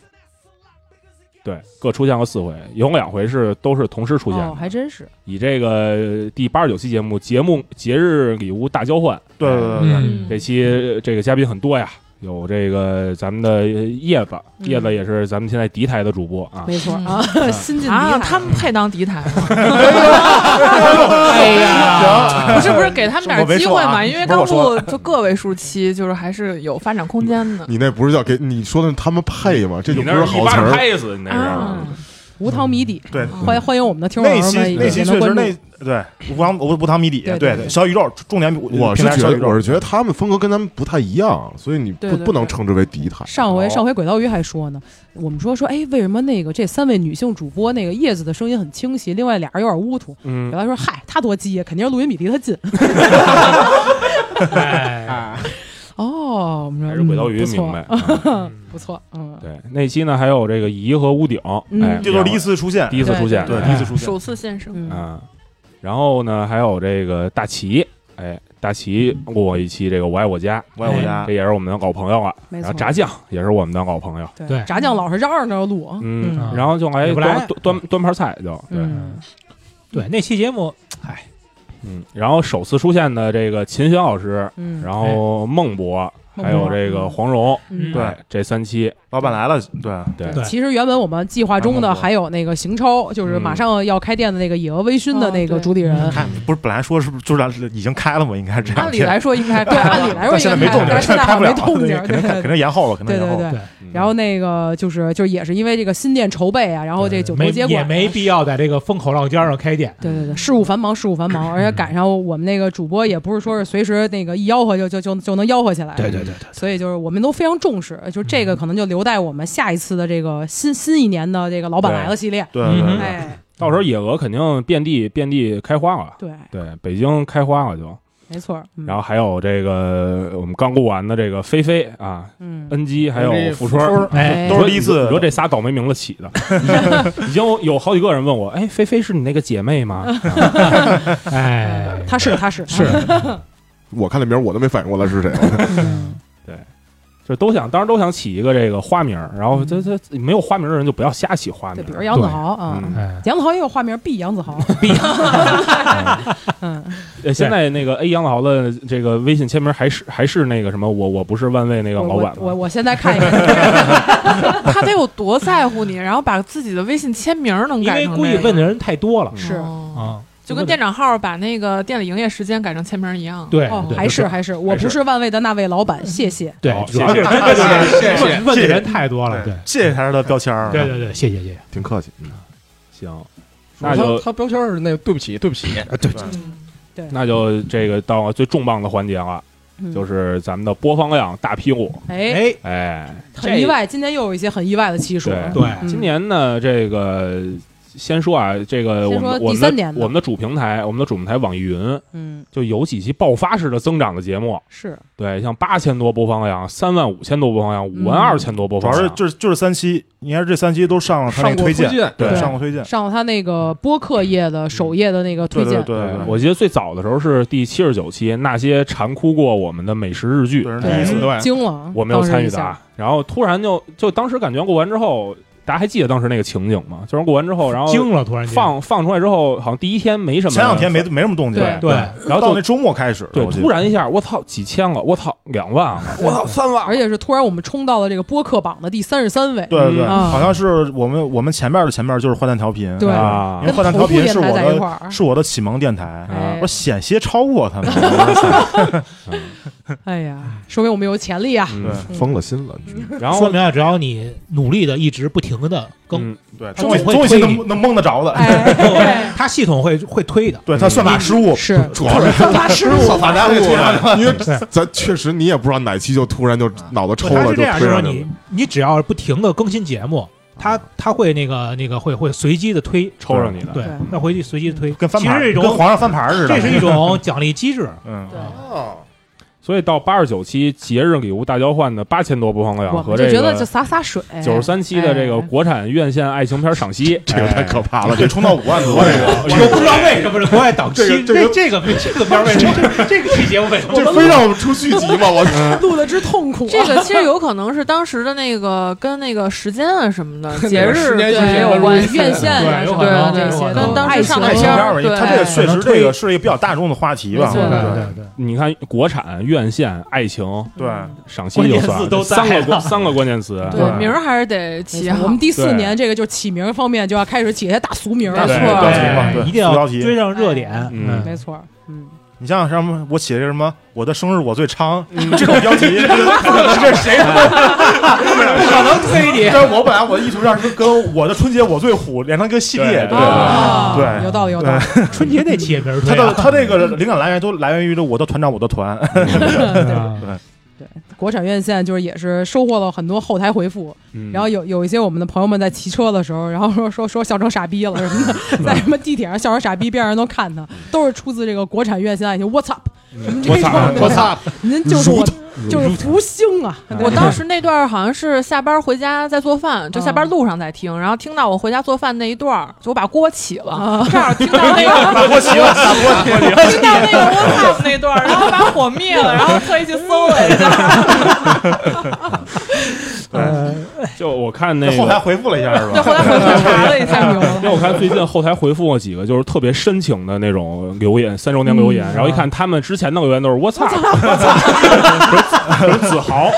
Speaker 4: 对，各出现了四回，有两回是都是同时出现的
Speaker 2: 哦，。还真是，
Speaker 4: 以这个第八十九期节目节目节日礼物大交换，
Speaker 3: 对对对对对，
Speaker 6: 嗯，
Speaker 4: 这期呃这个嘉宾很多呀，有这个咱们的呃叶子，
Speaker 2: 嗯
Speaker 4: 叶子也是咱们现在敌台的主播啊。
Speaker 2: 没错
Speaker 7: 嗯
Speaker 2: 啊， 新晋敌
Speaker 7: 啊，他
Speaker 2: 台
Speaker 7: 们配当敌台吗？
Speaker 3: 嗯
Speaker 6: 哎呀，
Speaker 7: 不是不是，给他们点
Speaker 3: 我没
Speaker 7: 儿机
Speaker 3: 说
Speaker 7: 会
Speaker 3: 啊
Speaker 7: 嘛，因为
Speaker 3: 不是
Speaker 7: 刚
Speaker 3: 我说
Speaker 7: 录就个位数期，就是还是有发展空间的。
Speaker 8: 你那不是叫给你说的是他们配吗？这就
Speaker 4: 你
Speaker 8: 不
Speaker 4: 那
Speaker 8: 是
Speaker 4: 是一
Speaker 8: 好
Speaker 4: 巴
Speaker 8: 词
Speaker 4: 掌
Speaker 8: 儿。
Speaker 4: 拍死你那
Speaker 7: 啊
Speaker 4: 是。，
Speaker 2: 无糖谜底，
Speaker 3: 对
Speaker 2: 欢迎欢迎我们的听众
Speaker 3: 那
Speaker 2: 朋友
Speaker 3: 期
Speaker 2: 们
Speaker 3: 那
Speaker 2: 也
Speaker 3: 期
Speaker 2: 也
Speaker 3: 确
Speaker 2: 能
Speaker 3: 实
Speaker 2: 关注
Speaker 3: 那，对无糖无不糖谜底，
Speaker 2: 对对
Speaker 3: 对
Speaker 2: 对
Speaker 3: 小宇宙重点，
Speaker 8: 我是
Speaker 3: 平台
Speaker 8: 觉
Speaker 3: 小宇
Speaker 8: 得，
Speaker 3: 宙
Speaker 8: 我是觉得他们风格跟咱们不太一样，所以你
Speaker 7: 对
Speaker 8: 不
Speaker 7: 对
Speaker 8: 不能
Speaker 7: 对
Speaker 8: 称之为敌台。
Speaker 2: 上回上回鬼刀鱼还说呢，我们说说，哎，为什么那个这三位女性主播那个叶子的声音很清晰，另外俩人有点乌突？
Speaker 4: 嗯
Speaker 2: 原，来说，嗨，他多鸡呀，肯定是录音笔离他近。
Speaker 6: 哎，
Speaker 2: 哦，我们说
Speaker 4: 还是鬼刀
Speaker 2: 嗯
Speaker 4: 鱼
Speaker 2: 不错
Speaker 4: 明白。啊
Speaker 2: 不错，嗯，
Speaker 4: 对，那期呢还有这个乙和屋顶，
Speaker 2: 嗯
Speaker 4: 哎，
Speaker 3: 这都是第一次出现
Speaker 4: 第，一次出现，
Speaker 3: 对，
Speaker 4: 哎
Speaker 3: 第一次出现，
Speaker 7: 首次现身。
Speaker 2: 嗯
Speaker 4: 啊。然后呢还有这个大齐，哎，大齐录过一期这个我爱我家，
Speaker 3: 我爱我家
Speaker 4: 这，也是我们的老朋友了。
Speaker 2: 没
Speaker 4: 然
Speaker 2: 错
Speaker 4: 后，炸酱也是我们的老朋友。
Speaker 2: 对
Speaker 6: 对
Speaker 2: 炸酱老是嚷嚷着录，啊
Speaker 4: 嗯，
Speaker 6: 嗯
Speaker 4: 然后就来
Speaker 6: 也不
Speaker 4: 端
Speaker 6: 来
Speaker 4: 端端端盘菜就对，
Speaker 2: 嗯，
Speaker 6: 对，那期节目，哎，
Speaker 4: 嗯，然后首次出现的这个秦轩老师，
Speaker 2: 嗯，
Speaker 4: 然后
Speaker 2: 孟
Speaker 4: 孟博，
Speaker 2: 博
Speaker 4: 还有这个黄蓉，
Speaker 2: 嗯
Speaker 6: 对
Speaker 4: 哎这三期，
Speaker 3: 老板来了，对，
Speaker 4: 对
Speaker 6: 对
Speaker 2: 其实原本我们计划中的还有那个邢超，
Speaker 3: 嗯
Speaker 2: 就是马上要开店的那个野鹅微醺的那个
Speaker 7: 哦对
Speaker 2: 主理人。
Speaker 3: 看不是本来说是不是就是已经开了吗？应该是这样，
Speaker 7: 按理来说应该对，
Speaker 2: 按理来说
Speaker 3: 但现在
Speaker 2: 应
Speaker 3: 没
Speaker 2: 该
Speaker 3: 动
Speaker 2: 开，
Speaker 3: 静，
Speaker 2: 但是现在
Speaker 3: 开
Speaker 2: 好像
Speaker 3: 不了
Speaker 2: 没，动静儿。
Speaker 3: 肯定
Speaker 2: 对
Speaker 3: 肯
Speaker 2: 对
Speaker 3: 定延后了，肯定
Speaker 2: 对
Speaker 3: 延后
Speaker 2: 对
Speaker 3: 了。
Speaker 2: 对
Speaker 6: 对。
Speaker 2: 然后那个就是就是也是因为这个新店筹备啊，然
Speaker 6: 哦
Speaker 2: 后这九头
Speaker 6: 嗯没
Speaker 2: 接
Speaker 6: 也
Speaker 2: 管啊
Speaker 6: 没必要在这个风口浪尖上开店，
Speaker 2: 对对对，事务繁忙，事务繁忙，而且赶上我们那个主播也不是说是随时那个一吆喝就就就就能吆喝起来，
Speaker 6: 对对对对，
Speaker 2: 所以就是我们都非常重视，就是这
Speaker 3: 嗯
Speaker 2: 个可能就留待我们下一次的这个新新一年的这个老板来了系列，
Speaker 3: 对对对，
Speaker 6: 嗯
Speaker 2: 哎，
Speaker 4: 到时候野鹅肯定遍地遍地开花了，
Speaker 2: 对，
Speaker 4: 对，北京开花了就。
Speaker 2: 没错儿，嗯
Speaker 4: 然后还有这个我们刚录完的这个菲菲啊
Speaker 2: 嗯，
Speaker 4: ，N G，还
Speaker 5: 这
Speaker 4: 有富春儿。
Speaker 6: 哎，
Speaker 2: 哎
Speaker 3: 都是第一次
Speaker 4: 你说这仨倒霉名字起的，已经有好几个人问我，哎，菲菲是你那个姐妹吗？
Speaker 6: 哎，
Speaker 2: 他是他是啊
Speaker 6: 是，
Speaker 8: 我看那名儿我都没反应过来是谁。
Speaker 2: 嗯
Speaker 4: 就是都想，当时都想起一个这个花名儿，然后这这没有花名儿的人就不要瞎起花
Speaker 2: 对，
Speaker 4: 名儿。
Speaker 2: 比如杨子豪啊，
Speaker 4: 嗯
Speaker 6: 哎，
Speaker 2: 杨子豪也有化名 B 杨子豪，
Speaker 4: 呃现在那个 A 杨老的这个微信签名还是还是那个什么，我我不是万卫那个
Speaker 2: 我
Speaker 4: 老板
Speaker 2: 我
Speaker 4: 吗？
Speaker 2: 我现在看一看，
Speaker 7: 他得有多在乎你，然后把自己的微信签名能
Speaker 6: 因
Speaker 7: 改
Speaker 6: 为
Speaker 7: 成
Speaker 6: 估计
Speaker 7: 这
Speaker 6: 问
Speaker 7: 样
Speaker 6: 的人太多了
Speaker 2: 是
Speaker 7: 哦
Speaker 6: 啊，
Speaker 7: 就跟店长号把那个店里营业时间改成签名一样。
Speaker 6: 对
Speaker 2: 哦，
Speaker 6: 对
Speaker 2: 还是还是，我不是万位的那位老板，谢谢。
Speaker 6: 对
Speaker 4: 好，
Speaker 6: 主要哦是
Speaker 4: 谢谢
Speaker 6: 真 的就是
Speaker 5: 谢谢
Speaker 6: 问问的人太多了，对
Speaker 3: 谢谢他的标签儿。啊
Speaker 6: 对对对，谢谢谢谢。
Speaker 8: 挺客气。嗯
Speaker 4: 行，那
Speaker 5: 他
Speaker 4: 就
Speaker 5: 他标签是那对不起，对不起，对不起，
Speaker 4: 那就这个到最重磅的环节了，
Speaker 2: 嗯
Speaker 4: 就是咱们的播放量大屁股。
Speaker 2: 哎，
Speaker 6: 哎，
Speaker 4: 哎，
Speaker 2: 很意外，今天又有一些很意外的期数。
Speaker 4: 对
Speaker 6: 对，
Speaker 2: 嗯
Speaker 4: 今年呢，这个先说啊，这个我
Speaker 2: 先说
Speaker 4: 们我
Speaker 2: 第三
Speaker 4: 们的
Speaker 2: 点的
Speaker 4: 我们的主平台，我们的主平台网易云
Speaker 2: 嗯，
Speaker 4: 就有几期爆发式的增长的节目，
Speaker 2: 是
Speaker 4: 对，像八千多播放量、三万五千多播放量、五万
Speaker 2: 嗯
Speaker 4: 二千多播
Speaker 3: 主
Speaker 4: 放
Speaker 3: 要
Speaker 4: 量，
Speaker 3: 是就是就是三期，你看这三期都上了他那
Speaker 5: 上
Speaker 3: 个
Speaker 5: 过
Speaker 3: 推荐，
Speaker 4: 对
Speaker 3: 上过推荐，
Speaker 2: 上了他那个播客页的首页的那个推
Speaker 3: 对对
Speaker 2: 荐，
Speaker 3: 对对对，
Speaker 4: 我记得最早的时候是第七十九期，那些馋哭过我们的美食日剧，
Speaker 3: 对
Speaker 2: 对
Speaker 3: 第一次
Speaker 5: 对
Speaker 2: 惊了，
Speaker 4: 我没有
Speaker 2: 当时
Speaker 4: 参
Speaker 2: 一
Speaker 4: 与的
Speaker 2: 下
Speaker 4: 啊。然后突然就就当时感觉过完之后，大家还记得当时那个情景吗？就是过完之后，然后
Speaker 6: 惊了，突然间
Speaker 4: 放放出来之后，好像第一天没什么，
Speaker 3: 前两天没没什么动静，
Speaker 2: 对
Speaker 6: 对，
Speaker 4: 然后
Speaker 3: 到
Speaker 4: 就
Speaker 3: 那周末开始，
Speaker 4: 对
Speaker 3: 我记得
Speaker 4: 突然一下，我操，几千了，我操，两万了，我操，三万
Speaker 2: 而
Speaker 4: 了。
Speaker 2: 且是突然我们冲到了这个播客榜的第三十三位，
Speaker 3: 对对对，
Speaker 2: 嗯啊
Speaker 3: 好像是我们我们前面的前面就是坏蛋调频，
Speaker 2: 对
Speaker 4: 啊
Speaker 3: 因为
Speaker 2: 跟
Speaker 3: 坏蛋调
Speaker 2: 头部
Speaker 3: 频
Speaker 2: 电
Speaker 3: 是我
Speaker 2: 台在一块
Speaker 3: 的
Speaker 2: 儿。啊
Speaker 3: 是我的启蒙电台，
Speaker 2: 哎
Speaker 3: 我险些超过他们， 我操
Speaker 2: 哎呀，说明我们有潜力啊！
Speaker 4: 嗯，
Speaker 8: 疯了心了，
Speaker 4: 然
Speaker 6: 说
Speaker 4: 后
Speaker 6: 明啊，只要你努力的，一直不停的更，
Speaker 4: 嗯，
Speaker 3: 对，
Speaker 6: 他
Speaker 3: 终于
Speaker 6: 总会
Speaker 3: 终于
Speaker 6: 推你
Speaker 3: 能能蒙得着的，
Speaker 2: 哎，
Speaker 6: 它系统会会推的。
Speaker 3: 对他算法失误，
Speaker 2: 是
Speaker 8: 主要是
Speaker 2: 他失误，
Speaker 5: 哦
Speaker 8: 算法失误
Speaker 5: 啊
Speaker 8: 了，因为咱确实你也不知道哪期就突然就脑子抽
Speaker 6: 它
Speaker 8: 了，
Speaker 6: 是这
Speaker 8: 推
Speaker 6: 样，就是
Speaker 8: 上
Speaker 6: 说
Speaker 8: 去
Speaker 6: 你
Speaker 8: 了。
Speaker 6: 你只要不停的更新节目，它它会那个那个会会随机的推
Speaker 4: 抽上你的
Speaker 6: 对
Speaker 2: 对，
Speaker 6: 那回去随机地推，
Speaker 3: 跟翻
Speaker 6: 其实
Speaker 3: 牌
Speaker 6: 是一
Speaker 3: 跟
Speaker 6: 种
Speaker 3: 皇上翻牌似的，
Speaker 6: 这是一种奖励机制。
Speaker 3: 嗯，
Speaker 4: 所以到八十九期节日礼物大交换的八千多播放量
Speaker 2: 我
Speaker 4: 和
Speaker 2: 们就
Speaker 4: 这
Speaker 2: 觉得就
Speaker 4: 个
Speaker 2: 洒洒水。
Speaker 4: 九十三期的这个
Speaker 2: 哎
Speaker 4: 国产院线爱情片赏 析，
Speaker 8: 这个太可怕了，
Speaker 3: 这冲到五万多，这个
Speaker 6: 我不知道为什么是国外档期，
Speaker 8: 这个
Speaker 6: 这个这个片儿为什么这这个期节目为什么？
Speaker 8: 这非让我们出续集吗？我
Speaker 2: 录的之痛苦啊，
Speaker 7: 这个其实有可能是当时的那个跟那个时间啊什么的节日
Speaker 5: 时间
Speaker 7: 对
Speaker 5: 性
Speaker 7: 有
Speaker 5: 关
Speaker 7: 关
Speaker 5: 系
Speaker 7: 系，
Speaker 2: 院线啊
Speaker 6: 对
Speaker 2: 什
Speaker 6: 有
Speaker 2: 么
Speaker 6: 可
Speaker 2: 的
Speaker 6: 能
Speaker 2: 这
Speaker 6: 有
Speaker 2: 些，
Speaker 6: 可能
Speaker 2: 都
Speaker 6: 跟当
Speaker 7: 时上的
Speaker 2: 爱
Speaker 3: 爱
Speaker 2: 情
Speaker 3: 情
Speaker 7: 片
Speaker 3: 片
Speaker 2: 片
Speaker 7: 儿
Speaker 3: 而已，
Speaker 7: 对
Speaker 3: 他这个确实这个是一个比较大众的话题吧，
Speaker 7: 没错
Speaker 6: 对对
Speaker 4: 你看国产院线爱情
Speaker 3: 对，
Speaker 4: 赏析就
Speaker 6: 关键
Speaker 4: 算
Speaker 6: 字都在
Speaker 4: 三个关
Speaker 6: 了
Speaker 4: 三个关键词，
Speaker 7: 对
Speaker 3: 对
Speaker 7: 名儿还是得起
Speaker 2: 我
Speaker 7: 好
Speaker 2: 们。第四
Speaker 4: 对
Speaker 2: 年这个就起名方面就要开始起一些大俗名
Speaker 7: 没
Speaker 2: 了，
Speaker 7: 错
Speaker 3: 对标题嘛，
Speaker 6: 对，
Speaker 3: 对
Speaker 6: 一定
Speaker 3: 副
Speaker 6: 要
Speaker 3: 标题
Speaker 6: 追上热点。
Speaker 4: 嗯
Speaker 2: 没错，嗯，
Speaker 3: 你像什么？我写这什么？我的生日我最长，这种标题，这谁他妈？
Speaker 6: 不可能 推你。
Speaker 3: 这我本来我的意图上是跟我的春节我最虎连成一个系列，
Speaker 4: 对
Speaker 3: 对
Speaker 2: 啊
Speaker 3: 对
Speaker 2: 有道理有道理，
Speaker 6: 春节那期也没人
Speaker 3: 他
Speaker 6: 推
Speaker 3: 的
Speaker 6: 啊。
Speaker 3: 他这个灵感来源都来源于我的团长我的团，
Speaker 6: 嗯
Speaker 2: 国产院线就是也是收获了很多后台回复，
Speaker 4: 嗯
Speaker 2: 然后有有一些我们的朋友们在骑车的时候，然后说 说说笑成傻逼了什么 的，在什么地铁上笑成傻逼，边上人都看他，都是出自这个国产院线爱情 What's up？什么这种
Speaker 4: 嗯 What's up？
Speaker 2: 的
Speaker 5: 我操，
Speaker 2: 您就是我，就是福星啊！
Speaker 4: 哎
Speaker 7: 我当时那段儿好像是下班回家在做饭，就下班路上在听，然后听到我回家做饭那一段儿，就我把锅起了，正好听到 那个
Speaker 3: 我喜欢
Speaker 7: 听到那 个 WhatsApp 那段儿，然后把火 灭了，然后特意去搜 了一下。
Speaker 4: 就我看 那
Speaker 3: 后台
Speaker 4: 个。
Speaker 3: 回复了一下是
Speaker 7: 就
Speaker 3: 吧？
Speaker 7: 后来回去查了一
Speaker 2: 太 牛
Speaker 7: 下，
Speaker 2: 了，
Speaker 4: 因为我看最近后台回复了几个，就是特别深情的那种留言，三周年留
Speaker 2: 嗯
Speaker 4: 言，然后一
Speaker 2: 啊
Speaker 4: 看他们之前的留言都是我操，我 操，子豪，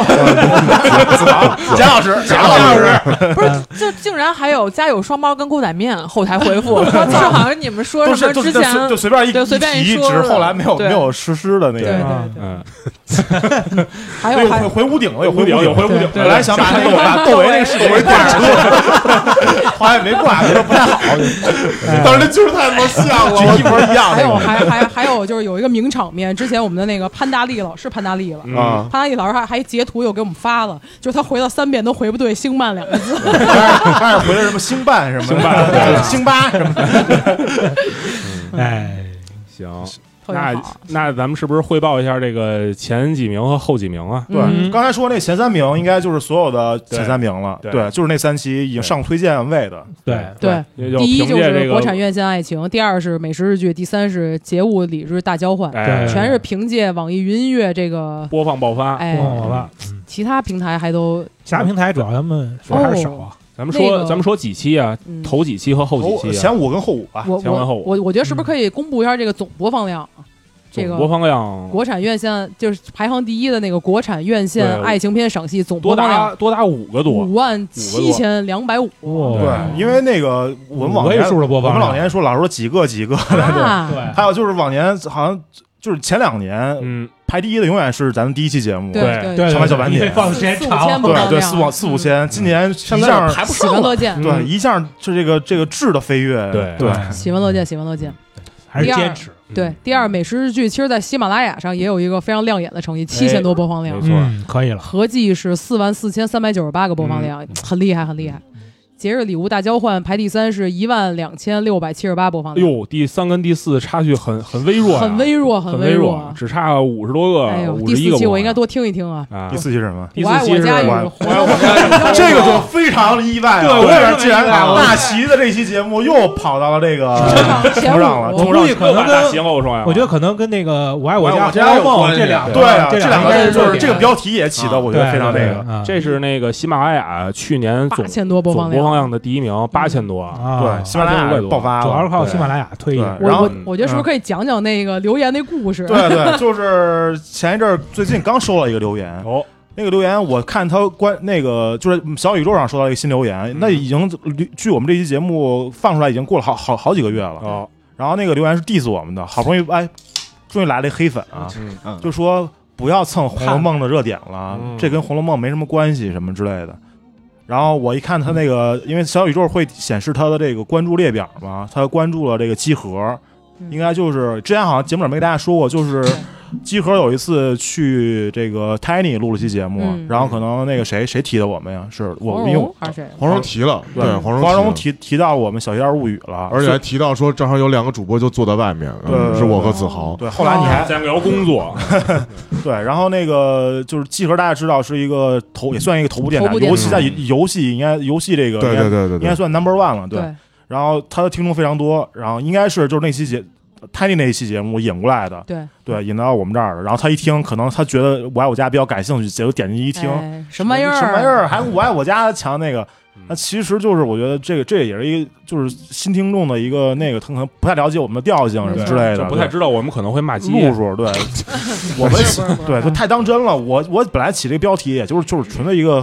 Speaker 3: 贾老师，啊贾老师，
Speaker 7: 不是，就竟然还有家有双猫跟锅仔面
Speaker 4: 啊
Speaker 7: 后台回复，就是好像你们说
Speaker 3: 都
Speaker 7: 什
Speaker 3: 是
Speaker 7: 么
Speaker 3: 都
Speaker 7: 之
Speaker 3: 是
Speaker 7: 前
Speaker 3: 就随便一
Speaker 7: 对随便一
Speaker 3: 提，
Speaker 7: 说
Speaker 3: 只是后来没有
Speaker 7: 对
Speaker 3: 没有实施的那
Speaker 2: 对
Speaker 3: 个。
Speaker 2: 对对，
Speaker 4: 嗯，
Speaker 2: 还有
Speaker 3: 哎呦，
Speaker 2: 还
Speaker 3: 回回屋顶了，有回
Speaker 4: 屋顶有回屋顶
Speaker 3: 对本来想把那个把窦唯那个视频挂出来，后来没挂，觉得不太好。
Speaker 8: 当时那剧太他妈像了，一模一样
Speaker 2: 还有还还 还有就是有一个名场面，之前我们的那个潘大力老师潘大力了。
Speaker 4: 嗯
Speaker 8: 啊！
Speaker 2: 潘大力老师还还截图又给我们发了，就是他回了三遍都回不对“星漫”两个字，
Speaker 3: 但是回的什么星 办什么的，星办什么的，
Speaker 6: 哎，
Speaker 4: 行，
Speaker 2: 特别
Speaker 4: 那
Speaker 2: 好。
Speaker 4: 那咱们是不是汇报一下这个前几名和后几名啊？
Speaker 3: 对，
Speaker 2: 嗯
Speaker 3: 刚才说那前三名应该就是所有的前三名了，
Speaker 4: 对
Speaker 3: 就是那三期已经上推荐位的，
Speaker 6: 对，
Speaker 2: 对，
Speaker 4: 也就
Speaker 2: 第一
Speaker 4: 凭
Speaker 2: 就
Speaker 4: 借这
Speaker 2: 是
Speaker 4: 个
Speaker 2: 国产院线爱情，第二是美食日剧，第三是节物里日大交换，
Speaker 4: 哎，
Speaker 6: 对
Speaker 2: 全是凭借网易云音乐这个，
Speaker 4: 播放爆发。
Speaker 2: 哎，
Speaker 6: 好吧，
Speaker 2: 其他平台还都
Speaker 6: 其他平台主要咱们说还是少啊，
Speaker 4: 咱们说
Speaker 2: 那个
Speaker 4: 咱们说几期啊？
Speaker 2: 嗯。
Speaker 4: 头几期和后几期啊？
Speaker 3: 前五跟后五吧。
Speaker 2: 我
Speaker 4: 前文
Speaker 2: 我
Speaker 4: 后武
Speaker 2: 我我觉得是不是可以公布一下这个总播放量？这
Speaker 4: 总
Speaker 2: 个
Speaker 4: 播放量
Speaker 2: 国产院线就是排行第一的那个国产院线
Speaker 4: 对
Speaker 2: 爱情片赏析总
Speaker 4: 多
Speaker 2: 播放
Speaker 4: 达
Speaker 2: 量
Speaker 4: 多达五个多
Speaker 2: 五，万七千两百五，
Speaker 6: 哦
Speaker 3: 对，因为那个我们往
Speaker 6: 位
Speaker 3: 年
Speaker 6: 数的播
Speaker 3: 我
Speaker 6: 放
Speaker 3: 们
Speaker 6: 量，
Speaker 3: 老年说老是说几个几个，
Speaker 2: 啊
Speaker 6: 对，
Speaker 3: 还有就是往年好像就是前两年
Speaker 4: 嗯，
Speaker 3: 排第一的永远是咱们第一期节目，
Speaker 4: 对
Speaker 2: 对
Speaker 6: 对，
Speaker 3: 长白小白脸
Speaker 6: 放的时间
Speaker 2: 四五
Speaker 6: 长
Speaker 2: 千，吧
Speaker 3: 对对，四五四五千，今年一
Speaker 5: 现在
Speaker 3: 下
Speaker 5: 排不
Speaker 2: 喜
Speaker 5: 上
Speaker 2: 闻
Speaker 5: 了。
Speaker 2: 乐 见，
Speaker 3: 对一下是这个这个质的飞跃，
Speaker 4: 对
Speaker 3: 对，
Speaker 2: 喜闻乐见，喜闻乐见。
Speaker 6: 还是坚持，
Speaker 4: 嗯
Speaker 2: 对，，第二美食日剧，其实，在喜马拉雅上也有一个非常亮眼的成绩，七千多播放量
Speaker 4: 哎没，错
Speaker 6: 嗯，可以了，
Speaker 2: 合计是四万四千三百九十八个
Speaker 4: 嗯
Speaker 2: 播放量，很厉害，很厉害。节日礼物大交换排第三，是一万两千六百七十八播放
Speaker 4: 哎
Speaker 2: 量，
Speaker 4: 呦，第三跟第四差距很很微弱呀，啊
Speaker 2: 很微弱，很
Speaker 4: 很
Speaker 2: 微
Speaker 4: 弱，只差五十多
Speaker 2: 哎
Speaker 4: 个，
Speaker 2: 呦，
Speaker 4: 五
Speaker 2: 第
Speaker 4: 十一
Speaker 2: 四
Speaker 4: 个
Speaker 2: 期
Speaker 4: 播
Speaker 2: 我
Speaker 4: 放
Speaker 2: 应该
Speaker 4: 量
Speaker 2: 多听一听啊。
Speaker 4: 啊
Speaker 3: 第。四期是什么？
Speaker 4: 第
Speaker 2: 我
Speaker 4: 四
Speaker 2: 爱
Speaker 4: 期
Speaker 2: 我
Speaker 4: 是
Speaker 6: 哎
Speaker 2: 家与
Speaker 3: 我
Speaker 2: 活到
Speaker 3: 这个就非常意外了。
Speaker 6: 对我也是
Speaker 3: 是竟然
Speaker 6: 意外啊了
Speaker 3: 大齐的这期节目又跑到了这个
Speaker 4: 呃
Speaker 2: 前
Speaker 3: 头上了，
Speaker 2: 五
Speaker 3: 头
Speaker 6: 我
Speaker 3: 上
Speaker 6: 估计
Speaker 3: 了
Speaker 6: 可
Speaker 4: 又把
Speaker 6: 能
Speaker 4: 大邪
Speaker 6: 跟
Speaker 4: 后说呀，
Speaker 6: 我觉得可能跟那个《我爱我
Speaker 8: 我爱
Speaker 3: 哎
Speaker 6: 家
Speaker 8: 我家
Speaker 6: 红
Speaker 8: 有
Speaker 6: 楼梦
Speaker 8: 关》系
Speaker 6: 这两
Speaker 3: 对啊，
Speaker 6: 这
Speaker 3: 这两
Speaker 6: 个
Speaker 3: 个
Speaker 6: 人
Speaker 3: 就是这个标题也起的，我觉得非常那个。
Speaker 4: 这是那个喜马拉雅去年
Speaker 2: 八
Speaker 4: 总
Speaker 2: 千多播
Speaker 4: 总
Speaker 2: 放
Speaker 4: 播
Speaker 2: 量。
Speaker 4: 放量的第一名，八千多。
Speaker 6: 啊
Speaker 3: 对，，啊喜马拉雅爆发了，
Speaker 6: 主要是靠喜马拉雅推的，
Speaker 2: 我
Speaker 3: 然后嗯
Speaker 2: 我我觉得是不是可以讲讲那个留言那故事？啊
Speaker 3: 对对，就是前一阵儿最近刚收到一个留 言，
Speaker 4: 哦，
Speaker 3: 那个留言我看他关那个就是小宇宙上收到一个新留言，那已经距我们这期节目放出来已经过了好好好几个月了。
Speaker 4: 哦，
Speaker 3: 然后那个留言是 diss 我们 的，好不容易哎，终于来了一黑粉啊，
Speaker 4: 嗯
Speaker 3: 就说不要蹭《红楼梦》的热点了
Speaker 4: 嗯，
Speaker 3: 这跟《红楼梦》没什么关系什么之类的。然后我一看他那
Speaker 4: 嗯
Speaker 3: 个，因为小宇宙会显示他的这个关注列表嘛，他关注了这个集合，
Speaker 2: 嗯
Speaker 3: 应该就是之前好像节目里没给大家说过，就是
Speaker 4: 嗯
Speaker 3: 集合有一次去这个 Tiny 录了期节目，
Speaker 2: 嗯
Speaker 3: 然后可能那个谁谁提的我们呀，是我
Speaker 2: 黄
Speaker 3: 因为
Speaker 4: 哦
Speaker 3: 我
Speaker 2: 蓉还是谁？
Speaker 8: 黄蓉提了，对
Speaker 3: 对
Speaker 8: 黄蓉
Speaker 3: 黄蓉
Speaker 8: 蓉，
Speaker 3: 提提到我们《小仙儿物语》了，
Speaker 8: 而且还提到说正好有两个主播就坐在外面，嗯
Speaker 3: 对
Speaker 8: 是我和子豪。
Speaker 3: 对后来你还
Speaker 4: 咱聊工作，
Speaker 3: 对，然后那个就是集合，大家知道是一个头，也算一个头部电
Speaker 2: 头
Speaker 3: 台，
Speaker 2: 部电
Speaker 3: 尤其
Speaker 4: 台
Speaker 3: 在游戏应该游戏这个
Speaker 8: 对
Speaker 3: 应该
Speaker 8: 对对对
Speaker 3: 应该
Speaker 8: 对，
Speaker 3: 算 number one 了，对。
Speaker 2: 对，
Speaker 3: 然后他的听众非常多，然后应该是就是那期节 Tiny 那一期节目引过来的，
Speaker 2: 对，
Speaker 3: 对，引到我们这儿的。然后他一听，可能他觉得我爱我家比较感兴趣，结果点进去一听，
Speaker 2: 哎什么玩意儿？
Speaker 3: 什么玩意儿？还我爱我家强那个
Speaker 4: 嗯。
Speaker 3: 那其实就是我觉得这个这也是一个就是新听众的一个那个，他可能不太了解我们的调性什么之类
Speaker 4: 就
Speaker 3: 的，
Speaker 4: 不太
Speaker 3: 哎对
Speaker 4: 知道我们可能 会骂街。啊
Speaker 3: 路数，对，我
Speaker 2: 不
Speaker 3: 们
Speaker 2: 是？不是不是
Speaker 3: 对，就太当真了。我我本来起这标题，也就是就是纯粹一个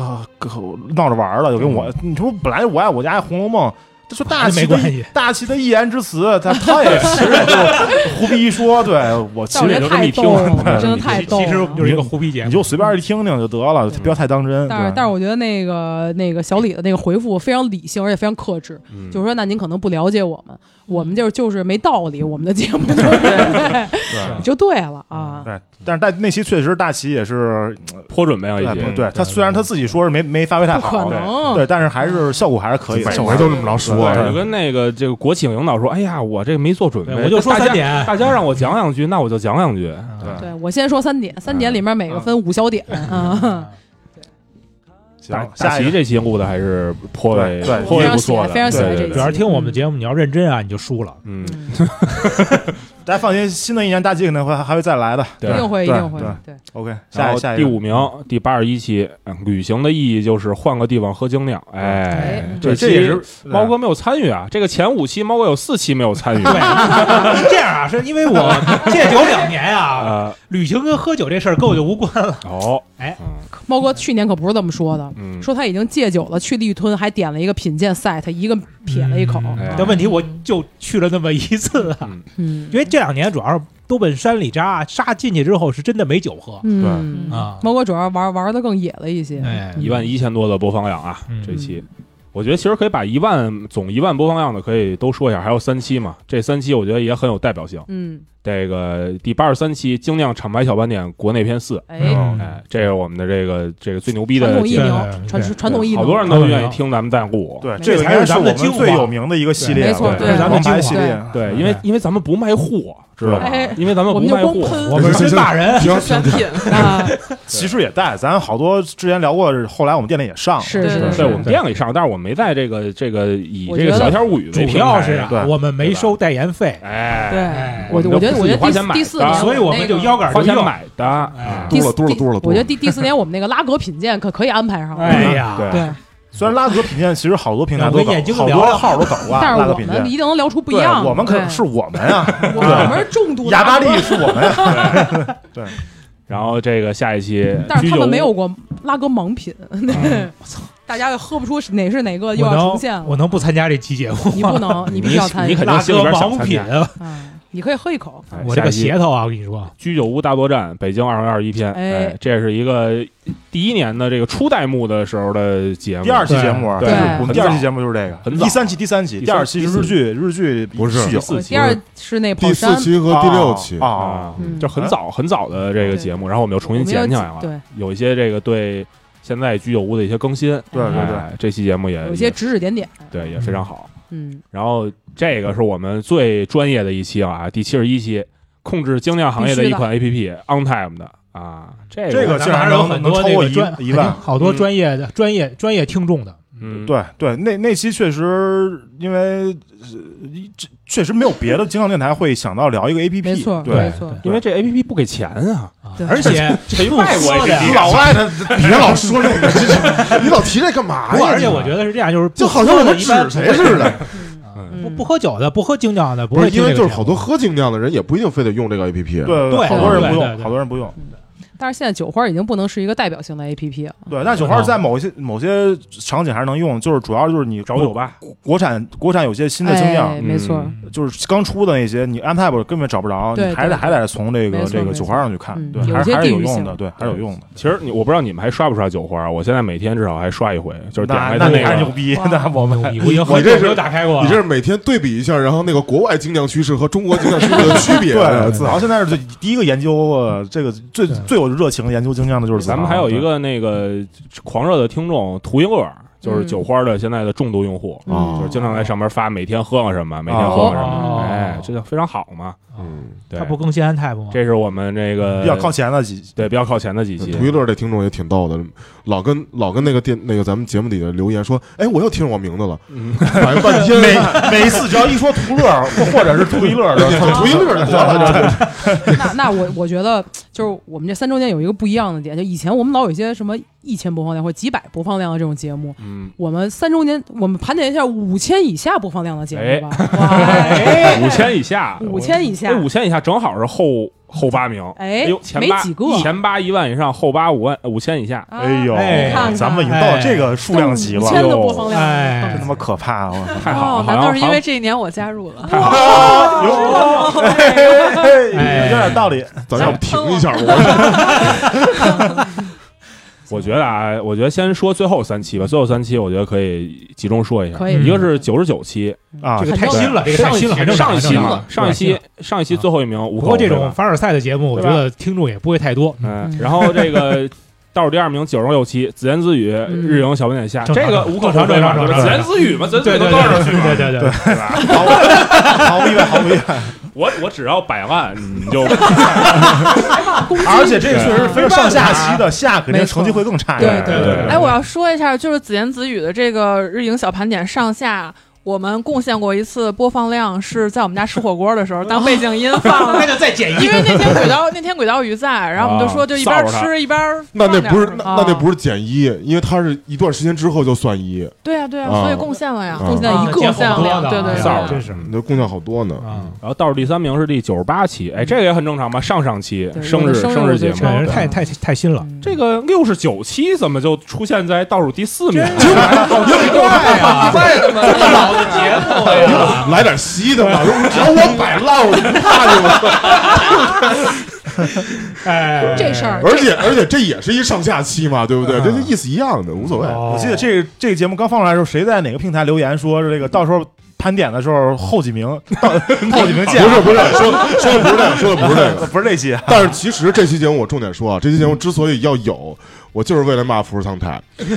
Speaker 3: 呃闹着玩儿的，就跟我你说本来我爱我家爱《红楼梦》，他说大齐
Speaker 6: 没
Speaker 3: 的
Speaker 6: 关系
Speaker 3: 大齐的一言之词，他他也其实也就胡逼一说，对我其
Speaker 2: 但我觉
Speaker 3: 实也
Speaker 2: 得
Speaker 3: 就
Speaker 2: 太
Speaker 4: 听
Speaker 2: 逗了，
Speaker 4: 了
Speaker 2: 真的太逗了。
Speaker 6: 其实就是一个胡逼节目，
Speaker 3: 你就随便一听听就得了，不要太当真。
Speaker 2: 但是
Speaker 3: 对
Speaker 2: 但是我觉得那个那个小李的那个回复非常理性，而且非常克制，
Speaker 4: 嗯
Speaker 2: 就是说那您可能不了解我们，我们就是就是没道理，我们的节目 就是
Speaker 3: 对嗯
Speaker 2: 就对了啊。
Speaker 3: 对，但是但那期确实大齐也是，
Speaker 4: 颇准备了已
Speaker 3: 对
Speaker 4: 经。
Speaker 3: 对，他虽然他自己说是没没发挥太
Speaker 2: 不可
Speaker 3: 好，
Speaker 2: 能
Speaker 3: 对，对但是还是效果还是可以的，
Speaker 8: 每回都这么着说
Speaker 3: 对，
Speaker 4: 就跟那个这个国企领导说：“哎呀，我这个没做准备，
Speaker 6: 对我就说
Speaker 4: 大家
Speaker 6: 三点啊
Speaker 4: 大家让我讲两句，那我就讲两句。
Speaker 3: 对
Speaker 2: 对我先说三点，三
Speaker 3: 嗯
Speaker 2: 点里面每个分五小点啊，
Speaker 4: 大
Speaker 3: 行，
Speaker 4: 大
Speaker 3: 下一
Speaker 4: 齐
Speaker 3: 个
Speaker 4: 这期录的还是颇为
Speaker 3: 对对
Speaker 4: 颇为不错的，
Speaker 2: 非常喜欢
Speaker 4: 对
Speaker 2: 这
Speaker 4: 对
Speaker 2: 期
Speaker 6: 主
Speaker 4: 对
Speaker 6: 要是听我们的节目，你要认真啊，你就输了。
Speaker 4: 嗯，
Speaker 3: 大家放心，新的一年大齐肯定会还会再来的。
Speaker 2: 一定会一
Speaker 3: 对
Speaker 2: 定会
Speaker 3: 对
Speaker 2: 对。
Speaker 3: OK，
Speaker 4: 然
Speaker 3: 下一
Speaker 4: 后
Speaker 3: 个下一
Speaker 4: 第
Speaker 3: 个
Speaker 4: 五名，第八十一期，嗯旅行的意义就是换个地方喝精酿。哎
Speaker 2: 哎，
Speaker 3: 嗯对，
Speaker 4: 期
Speaker 3: 这也是
Speaker 4: 猫哥没有参与啊。这个前五期猫哥有四期没有参与。啊
Speaker 6: 对， 是这样啊，是因为我戒酒两年啊，
Speaker 4: 啊，
Speaker 6: 旅行跟喝酒这事儿跟我就无关了。
Speaker 4: 哦，
Speaker 6: 哎
Speaker 4: 嗯，
Speaker 2: 猫哥去年可不是这么说的，
Speaker 4: 嗯
Speaker 2: 说他已经戒酒了，去利吞还点了一个品鉴赛，他一个撇了一口。啊
Speaker 6: 嗯
Speaker 4: 哎
Speaker 6: 但问题我就去了那么一次啊，
Speaker 2: 嗯
Speaker 6: 因为这两年主要是都奔山里扎，扎进去之后是真的没酒喝。
Speaker 2: 嗯
Speaker 6: 对啊
Speaker 2: 猫哥主要玩玩的更野了一些，嗯
Speaker 6: 哎
Speaker 4: 一万一千多的播放量啊，
Speaker 6: 嗯
Speaker 4: 这期。我觉得其实可以把一万总一万播放量的可以都说一下，还有三期嘛，这三期我觉得也很有代表性。
Speaker 2: 嗯，
Speaker 4: 这个第八十三期精酿厂牌小斑点国内篇四，
Speaker 2: 哎，
Speaker 6: 嗯
Speaker 4: 哎，这是我们的这个这个最牛逼
Speaker 2: 传
Speaker 4: 的
Speaker 2: 统疫
Speaker 4: 节目，
Speaker 2: 苗
Speaker 6: 对，
Speaker 2: 传
Speaker 6: 对
Speaker 2: 传统疫苗，
Speaker 4: 好多人都愿意听咱们啊在录。
Speaker 3: 对，
Speaker 2: 没
Speaker 3: 这个应
Speaker 6: 错
Speaker 3: 该是我们最有名的一个系列了，
Speaker 2: 没错
Speaker 3: 对
Speaker 2: 对
Speaker 3: 咱们系
Speaker 6: 对
Speaker 3: 列，
Speaker 4: 对，因为因为咱们不卖货，
Speaker 3: 知道吧？
Speaker 2: 哎，
Speaker 4: 因为咱们
Speaker 2: 我
Speaker 4: 不
Speaker 2: 们就
Speaker 4: 卖
Speaker 2: 光
Speaker 4: 货，
Speaker 2: 喷
Speaker 6: 我们真打人，
Speaker 8: 行，
Speaker 7: 选
Speaker 8: 行
Speaker 7: 品
Speaker 2: 啊，
Speaker 3: 其实也带，咱好多之前聊过，后来我们店里也上了。
Speaker 2: 是
Speaker 7: 对
Speaker 2: 是
Speaker 7: 对
Speaker 2: 是，
Speaker 4: 对我们店里上，但是我没在这个这个以
Speaker 2: 我
Speaker 4: 这个
Speaker 2: 觉得
Speaker 4: 小天物语
Speaker 6: 主
Speaker 4: 为平
Speaker 6: 要
Speaker 4: 台
Speaker 6: 是
Speaker 4: 对
Speaker 6: 啊，我们没收代言费，
Speaker 4: 哎，
Speaker 2: 对
Speaker 6: 哎，
Speaker 2: 我
Speaker 4: 我们
Speaker 2: 我
Speaker 4: 就
Speaker 2: 觉得
Speaker 4: 自
Speaker 2: 我
Speaker 4: 己
Speaker 2: 觉得
Speaker 4: 花
Speaker 2: 第
Speaker 4: 钱买
Speaker 2: 四第四
Speaker 4: 的
Speaker 2: 年，
Speaker 6: 所以我们就腰杆儿
Speaker 4: 花
Speaker 6: 就
Speaker 4: 钱
Speaker 6: 硬。
Speaker 4: 买的，哎
Speaker 6: 哎
Speaker 2: 第
Speaker 8: 多了
Speaker 2: 四
Speaker 8: 多了
Speaker 2: 第
Speaker 8: 多了多了
Speaker 2: 我觉得第第四年我们那个拉格品鉴可可以安排上了，
Speaker 6: 哎呀，
Speaker 3: 对
Speaker 2: 对，
Speaker 3: 虽然拉格品鉴其实好多平台
Speaker 6: 我
Speaker 3: 都
Speaker 6: 跟
Speaker 3: 搞
Speaker 6: 眼睛，
Speaker 3: 好
Speaker 6: 聊
Speaker 3: 多
Speaker 6: 了
Speaker 3: 号都搞过啊
Speaker 2: 但是
Speaker 3: 拉格
Speaker 2: 我
Speaker 3: 品
Speaker 2: 们
Speaker 3: 鉴。
Speaker 2: 一定能聊出不一
Speaker 3: 对，
Speaker 2: 样的。
Speaker 3: 我们可
Speaker 2: 对
Speaker 3: 是我们啊呀，
Speaker 2: 我们是重 度的
Speaker 3: 雅达
Speaker 2: 拉格
Speaker 3: 利是我们啊呀，
Speaker 4: 然后这个下一期，
Speaker 2: 但是他们没有过拉格盲品，我操， 大家也喝不出哪是哪个，又
Speaker 6: 我
Speaker 2: 要重
Speaker 6: 能
Speaker 2: 现了。
Speaker 6: 我能不参加这期节目
Speaker 2: 你不
Speaker 6: 吗？
Speaker 2: 能，你必须
Speaker 4: 你
Speaker 2: 要参与。
Speaker 4: 你肯定
Speaker 6: 拉
Speaker 4: 心里
Speaker 6: 哥
Speaker 4: 边想
Speaker 6: 盲
Speaker 4: 参
Speaker 6: 品
Speaker 4: 加。，
Speaker 2: 嗯，你可以喝一口。
Speaker 4: 哎
Speaker 6: 我这个
Speaker 4: 下一期
Speaker 6: 鞋头啊，我跟你说，
Speaker 4: 居酒屋大作战，北京二零二一篇，
Speaker 2: 哎
Speaker 4: 哎，这是一个第一年的这个初代目的时候的节目，
Speaker 3: 第二期节目，啊
Speaker 4: 对
Speaker 2: 对
Speaker 3: 我们第二期节目就是这个，
Speaker 4: 很早
Speaker 3: 第三期，第三期，
Speaker 4: 第
Speaker 3: 第
Speaker 4: 三
Speaker 3: 二期是日剧，日剧
Speaker 8: 不是
Speaker 3: 酗酒
Speaker 4: 四期
Speaker 2: 第二是那跑
Speaker 8: 第
Speaker 2: 山
Speaker 8: 四，期和第六期
Speaker 3: 啊啊，啊
Speaker 4: 啊
Speaker 2: 嗯，
Speaker 4: 就很早很早的这个节目，然后我们又重新啊捡起来
Speaker 2: 我
Speaker 4: 了，
Speaker 2: 们又
Speaker 4: 有一些这个对现在居酒屋的一些更新，
Speaker 3: 对对对，
Speaker 4: 哎这期节目也
Speaker 2: 有些
Speaker 4: 也
Speaker 2: 指指点点。
Speaker 4: 对也非常好。
Speaker 2: 嗯，
Speaker 4: 然后这个是我们最专业的一期了啊，第七十一期，控制精酿行业的一款 A P P On Time 的啊，这个
Speaker 3: 这个
Speaker 6: 咱
Speaker 3: 竟
Speaker 6: 们
Speaker 3: 然
Speaker 6: 还是有
Speaker 3: 能
Speaker 6: 很
Speaker 3: 能
Speaker 6: 多
Speaker 3: 超
Speaker 6: 那
Speaker 3: 过
Speaker 6: 个
Speaker 3: 一
Speaker 6: 专
Speaker 3: 一万
Speaker 6: 好多专业的、专业专业听众的，
Speaker 4: 嗯，
Speaker 3: 对对，那那期确实，因为呃这确实没有别的金港电台会想到聊一个 A P P，
Speaker 2: 没错，
Speaker 3: 对
Speaker 2: 没，错。
Speaker 4: 因为这 A P P 不给钱啊，
Speaker 2: 对
Speaker 6: 而且
Speaker 4: 谁外国
Speaker 6: 说的
Speaker 4: APP
Speaker 8: 老外 的，别老说这个，这 你老提这干嘛
Speaker 6: 不，
Speaker 8: 呀？
Speaker 6: 而且我觉得是这样，就是
Speaker 8: 就
Speaker 6: 不
Speaker 8: 好像我
Speaker 6: 喝的
Speaker 8: 们
Speaker 6: 一
Speaker 8: 指
Speaker 6: 般
Speaker 8: 谁似的，
Speaker 2: 嗯
Speaker 6: 不不喝酒的，不喝精酿的，
Speaker 8: 不
Speaker 6: 会
Speaker 8: 是因
Speaker 6: 听
Speaker 8: 为
Speaker 6: 这个
Speaker 8: 就是
Speaker 6: 节
Speaker 8: 好
Speaker 6: 目
Speaker 8: 多喝精酿的人也不一定非得用这个 A P P，
Speaker 3: 对
Speaker 6: 对
Speaker 3: 好多人不
Speaker 6: 对对
Speaker 3: 用，
Speaker 6: 对
Speaker 3: 好多人不
Speaker 2: 嗯
Speaker 3: 用。
Speaker 2: 但是现在酒花已经不能是一个代表性的 A P P 了。
Speaker 3: 对，但酒
Speaker 4: 嗯
Speaker 3: 花在某些某些场景还是能用，就是主要就是你
Speaker 4: 找酒吧，
Speaker 3: 国产国产有些新的精酿
Speaker 2: 哎，没错。
Speaker 4: 嗯
Speaker 3: 就是刚出的那些，你 a p p 根本找不着，
Speaker 2: 对
Speaker 3: 你还
Speaker 2: 对
Speaker 3: 得还得从
Speaker 2: 没
Speaker 3: 这个
Speaker 2: 错
Speaker 3: 这个
Speaker 2: 没
Speaker 3: 酒
Speaker 2: 错
Speaker 3: 花上去看
Speaker 2: 嗯，
Speaker 3: 对，
Speaker 2: 有
Speaker 3: 还是
Speaker 2: 些
Speaker 3: 还是
Speaker 2: 地
Speaker 3: 有
Speaker 2: 域
Speaker 3: 用
Speaker 2: 性
Speaker 3: 的，对，还是有用的。
Speaker 4: 其实你我不知道你们还刷不刷酒花，我现在每天至少还刷一回，就是点
Speaker 3: 那
Speaker 4: 开
Speaker 3: 那
Speaker 4: 它
Speaker 3: 你还是
Speaker 4: 个
Speaker 3: 牛逼，
Speaker 2: 哇
Speaker 3: 那我
Speaker 4: 哎
Speaker 3: 们
Speaker 6: 你不已经喝
Speaker 8: 你这
Speaker 6: 酒
Speaker 8: 是
Speaker 6: 没有打开过了，
Speaker 8: 你这是每天对比一下，然后那个国外精酿趋势和中国精酿趋势的区别。
Speaker 3: 对，子豪现在是最第一个研究呃这个最最有热情研究精酿的就是子豪
Speaker 4: 咱们还有一个那个狂热的听众图一乐，
Speaker 6: 嗯
Speaker 4: 就是酒花的现在的重度用户，
Speaker 8: 啊
Speaker 2: 嗯
Speaker 4: 就是经常在上面发每天喝了什么，每天喝了什么，
Speaker 6: 哦
Speaker 4: 哎，这就非常好嘛。
Speaker 8: 嗯，
Speaker 4: 对
Speaker 6: 他，不更新安泰不吗？
Speaker 4: 这是我们这个
Speaker 3: 啊嗯
Speaker 2: 呃
Speaker 3: 比较靠前嗯的几
Speaker 4: 对比较靠前的几期。
Speaker 8: 图一乐这听众也挺逗的，老跟老跟那个电那个咱们节目底下留言说，哎，我又听我名字了，
Speaker 4: 嗯
Speaker 8: 反应半天，
Speaker 3: 每每一次只要一说图乐或或者是图一乐的，
Speaker 8: 图一乐就得了，
Speaker 2: 那那我我觉得就是我们这三周年有一个不一样的点，就以前我们老有一些什么一千播放量或几百播放量的这种节目，
Speaker 4: 嗯，
Speaker 2: 我们三周年我们盘点一下五千以下播放量的节目吧。哎
Speaker 4: 哎五千以下，哎
Speaker 2: 五千以下
Speaker 4: 这，五千以下正好是后后八名。
Speaker 2: 哎
Speaker 4: 呦，前
Speaker 2: 没
Speaker 4: 八
Speaker 2: 几个
Speaker 4: 前八一万以上，后八五万五千以下。
Speaker 2: 啊
Speaker 3: 哎呦，
Speaker 6: 哎
Speaker 2: 看看
Speaker 3: 咱们已经到这个数量级了，
Speaker 2: 五千的播放量，
Speaker 6: 哎
Speaker 3: 真他妈可怕！啊我操，
Speaker 4: 太好了，
Speaker 7: 哦，
Speaker 4: 好
Speaker 7: 难道
Speaker 4: 像
Speaker 7: 是因为这一年我加入了？
Speaker 3: 哎有点道理。
Speaker 8: 咱要不停一下，我
Speaker 4: 我觉得啊，我觉得先说最后三期吧，最后三期我觉得可以集中说一下。
Speaker 2: 可以
Speaker 4: 一个是九十九期，
Speaker 3: 啊
Speaker 6: 这，个
Speaker 2: 很
Speaker 6: 太
Speaker 2: 正
Speaker 6: 新了，这个太新了，还正
Speaker 4: 上
Speaker 6: 常
Speaker 4: 一期
Speaker 6: 还正
Speaker 4: 嘛，
Speaker 6: 常
Speaker 4: 上一期上一期
Speaker 6: 啊
Speaker 4: 最后一名五
Speaker 6: 不
Speaker 4: 口
Speaker 6: 过这
Speaker 4: 对
Speaker 6: 种
Speaker 4: 吧
Speaker 6: 凡尔赛的节目，我
Speaker 4: 对
Speaker 6: 觉
Speaker 4: 吧
Speaker 6: 得听众也不会太多。
Speaker 4: 嗯，然后这 个倒数第二名九十九期自言自语，日影小不点下，
Speaker 6: 正
Speaker 4: 这
Speaker 6: 常
Speaker 4: 个无可厚
Speaker 6: 正
Speaker 4: 非
Speaker 6: 常
Speaker 4: 吧，
Speaker 6: 正常
Speaker 4: 就是自言自语嘛，自言自
Speaker 6: 嗯对
Speaker 4: 语
Speaker 6: 对
Speaker 4: 能
Speaker 6: 对
Speaker 4: 高上去吗
Speaker 6: 对对对，
Speaker 4: 对吧？
Speaker 3: 毫毫无意外，毫无意外。
Speaker 4: 我我只要百万，你 就
Speaker 3: 而且这个确实分上下期的，下肯定成绩会更差一点。
Speaker 2: 对
Speaker 6: 对对
Speaker 7: 哎，我要说一下，就是子言子语的这个日影小盘点上下。我们贡献过一次播放量，是在我们家吃火锅的时候当背景音放
Speaker 6: 那
Speaker 7: 的，
Speaker 6: 就再减一
Speaker 7: 因为那天轨道那天轨道鱼在，然后我们就说就一边吃一边放
Speaker 8: 那那
Speaker 7: 点啊
Speaker 8: 不是
Speaker 7: 什么
Speaker 8: 那那那不是减一，因为它是一段时间之后就算一，
Speaker 7: 对呀对呀，
Speaker 8: 啊
Speaker 7: 所以贡献了呀，
Speaker 8: 贡献
Speaker 2: 了一个
Speaker 7: 贡
Speaker 6: 减
Speaker 7: 献
Speaker 6: 好多
Speaker 7: 量，
Speaker 6: 呢，
Speaker 7: 对对
Speaker 4: 臊
Speaker 7: 对
Speaker 4: 啊了。
Speaker 6: 真是
Speaker 8: 你这贡献好多呢。
Speaker 6: 啊，
Speaker 4: 然后倒数第三名是第九十八期，哎，这个也很正常吧？上上期
Speaker 2: 对
Speaker 4: 生
Speaker 2: 我
Speaker 4: 日
Speaker 2: 的生日
Speaker 4: 生
Speaker 2: 我
Speaker 4: 日
Speaker 2: 觉
Speaker 4: 节
Speaker 2: 得超
Speaker 4: 目
Speaker 6: 这人
Speaker 4: 对啊
Speaker 6: 太太太新了，
Speaker 2: 嗯
Speaker 4: 这个六十九期怎么就出现在倒数第四名了？
Speaker 6: 怪
Speaker 4: 啊
Speaker 6: 呀，怪的嘛，老的节目呀。
Speaker 8: 来点稀的吧，只要我摆烂，我就不怕你们。
Speaker 6: 哎，
Speaker 2: 这事儿
Speaker 8: 而且而且这也是一上下期嘛，对不对？这就意思一样的，无所谓。
Speaker 6: 哦
Speaker 3: 我记得这个这个节目刚放出来的时候，谁在哪个平台留言说这个到时候盘点的时候后几名到后几名见啊
Speaker 8: 不？是不是，说说 的不是这个，说的不是这个。
Speaker 3: 不是这期，
Speaker 8: 啊但是其实这期节目我重点说啊，这期节目之所以要有，我就是为了骂富士康台。
Speaker 7: 是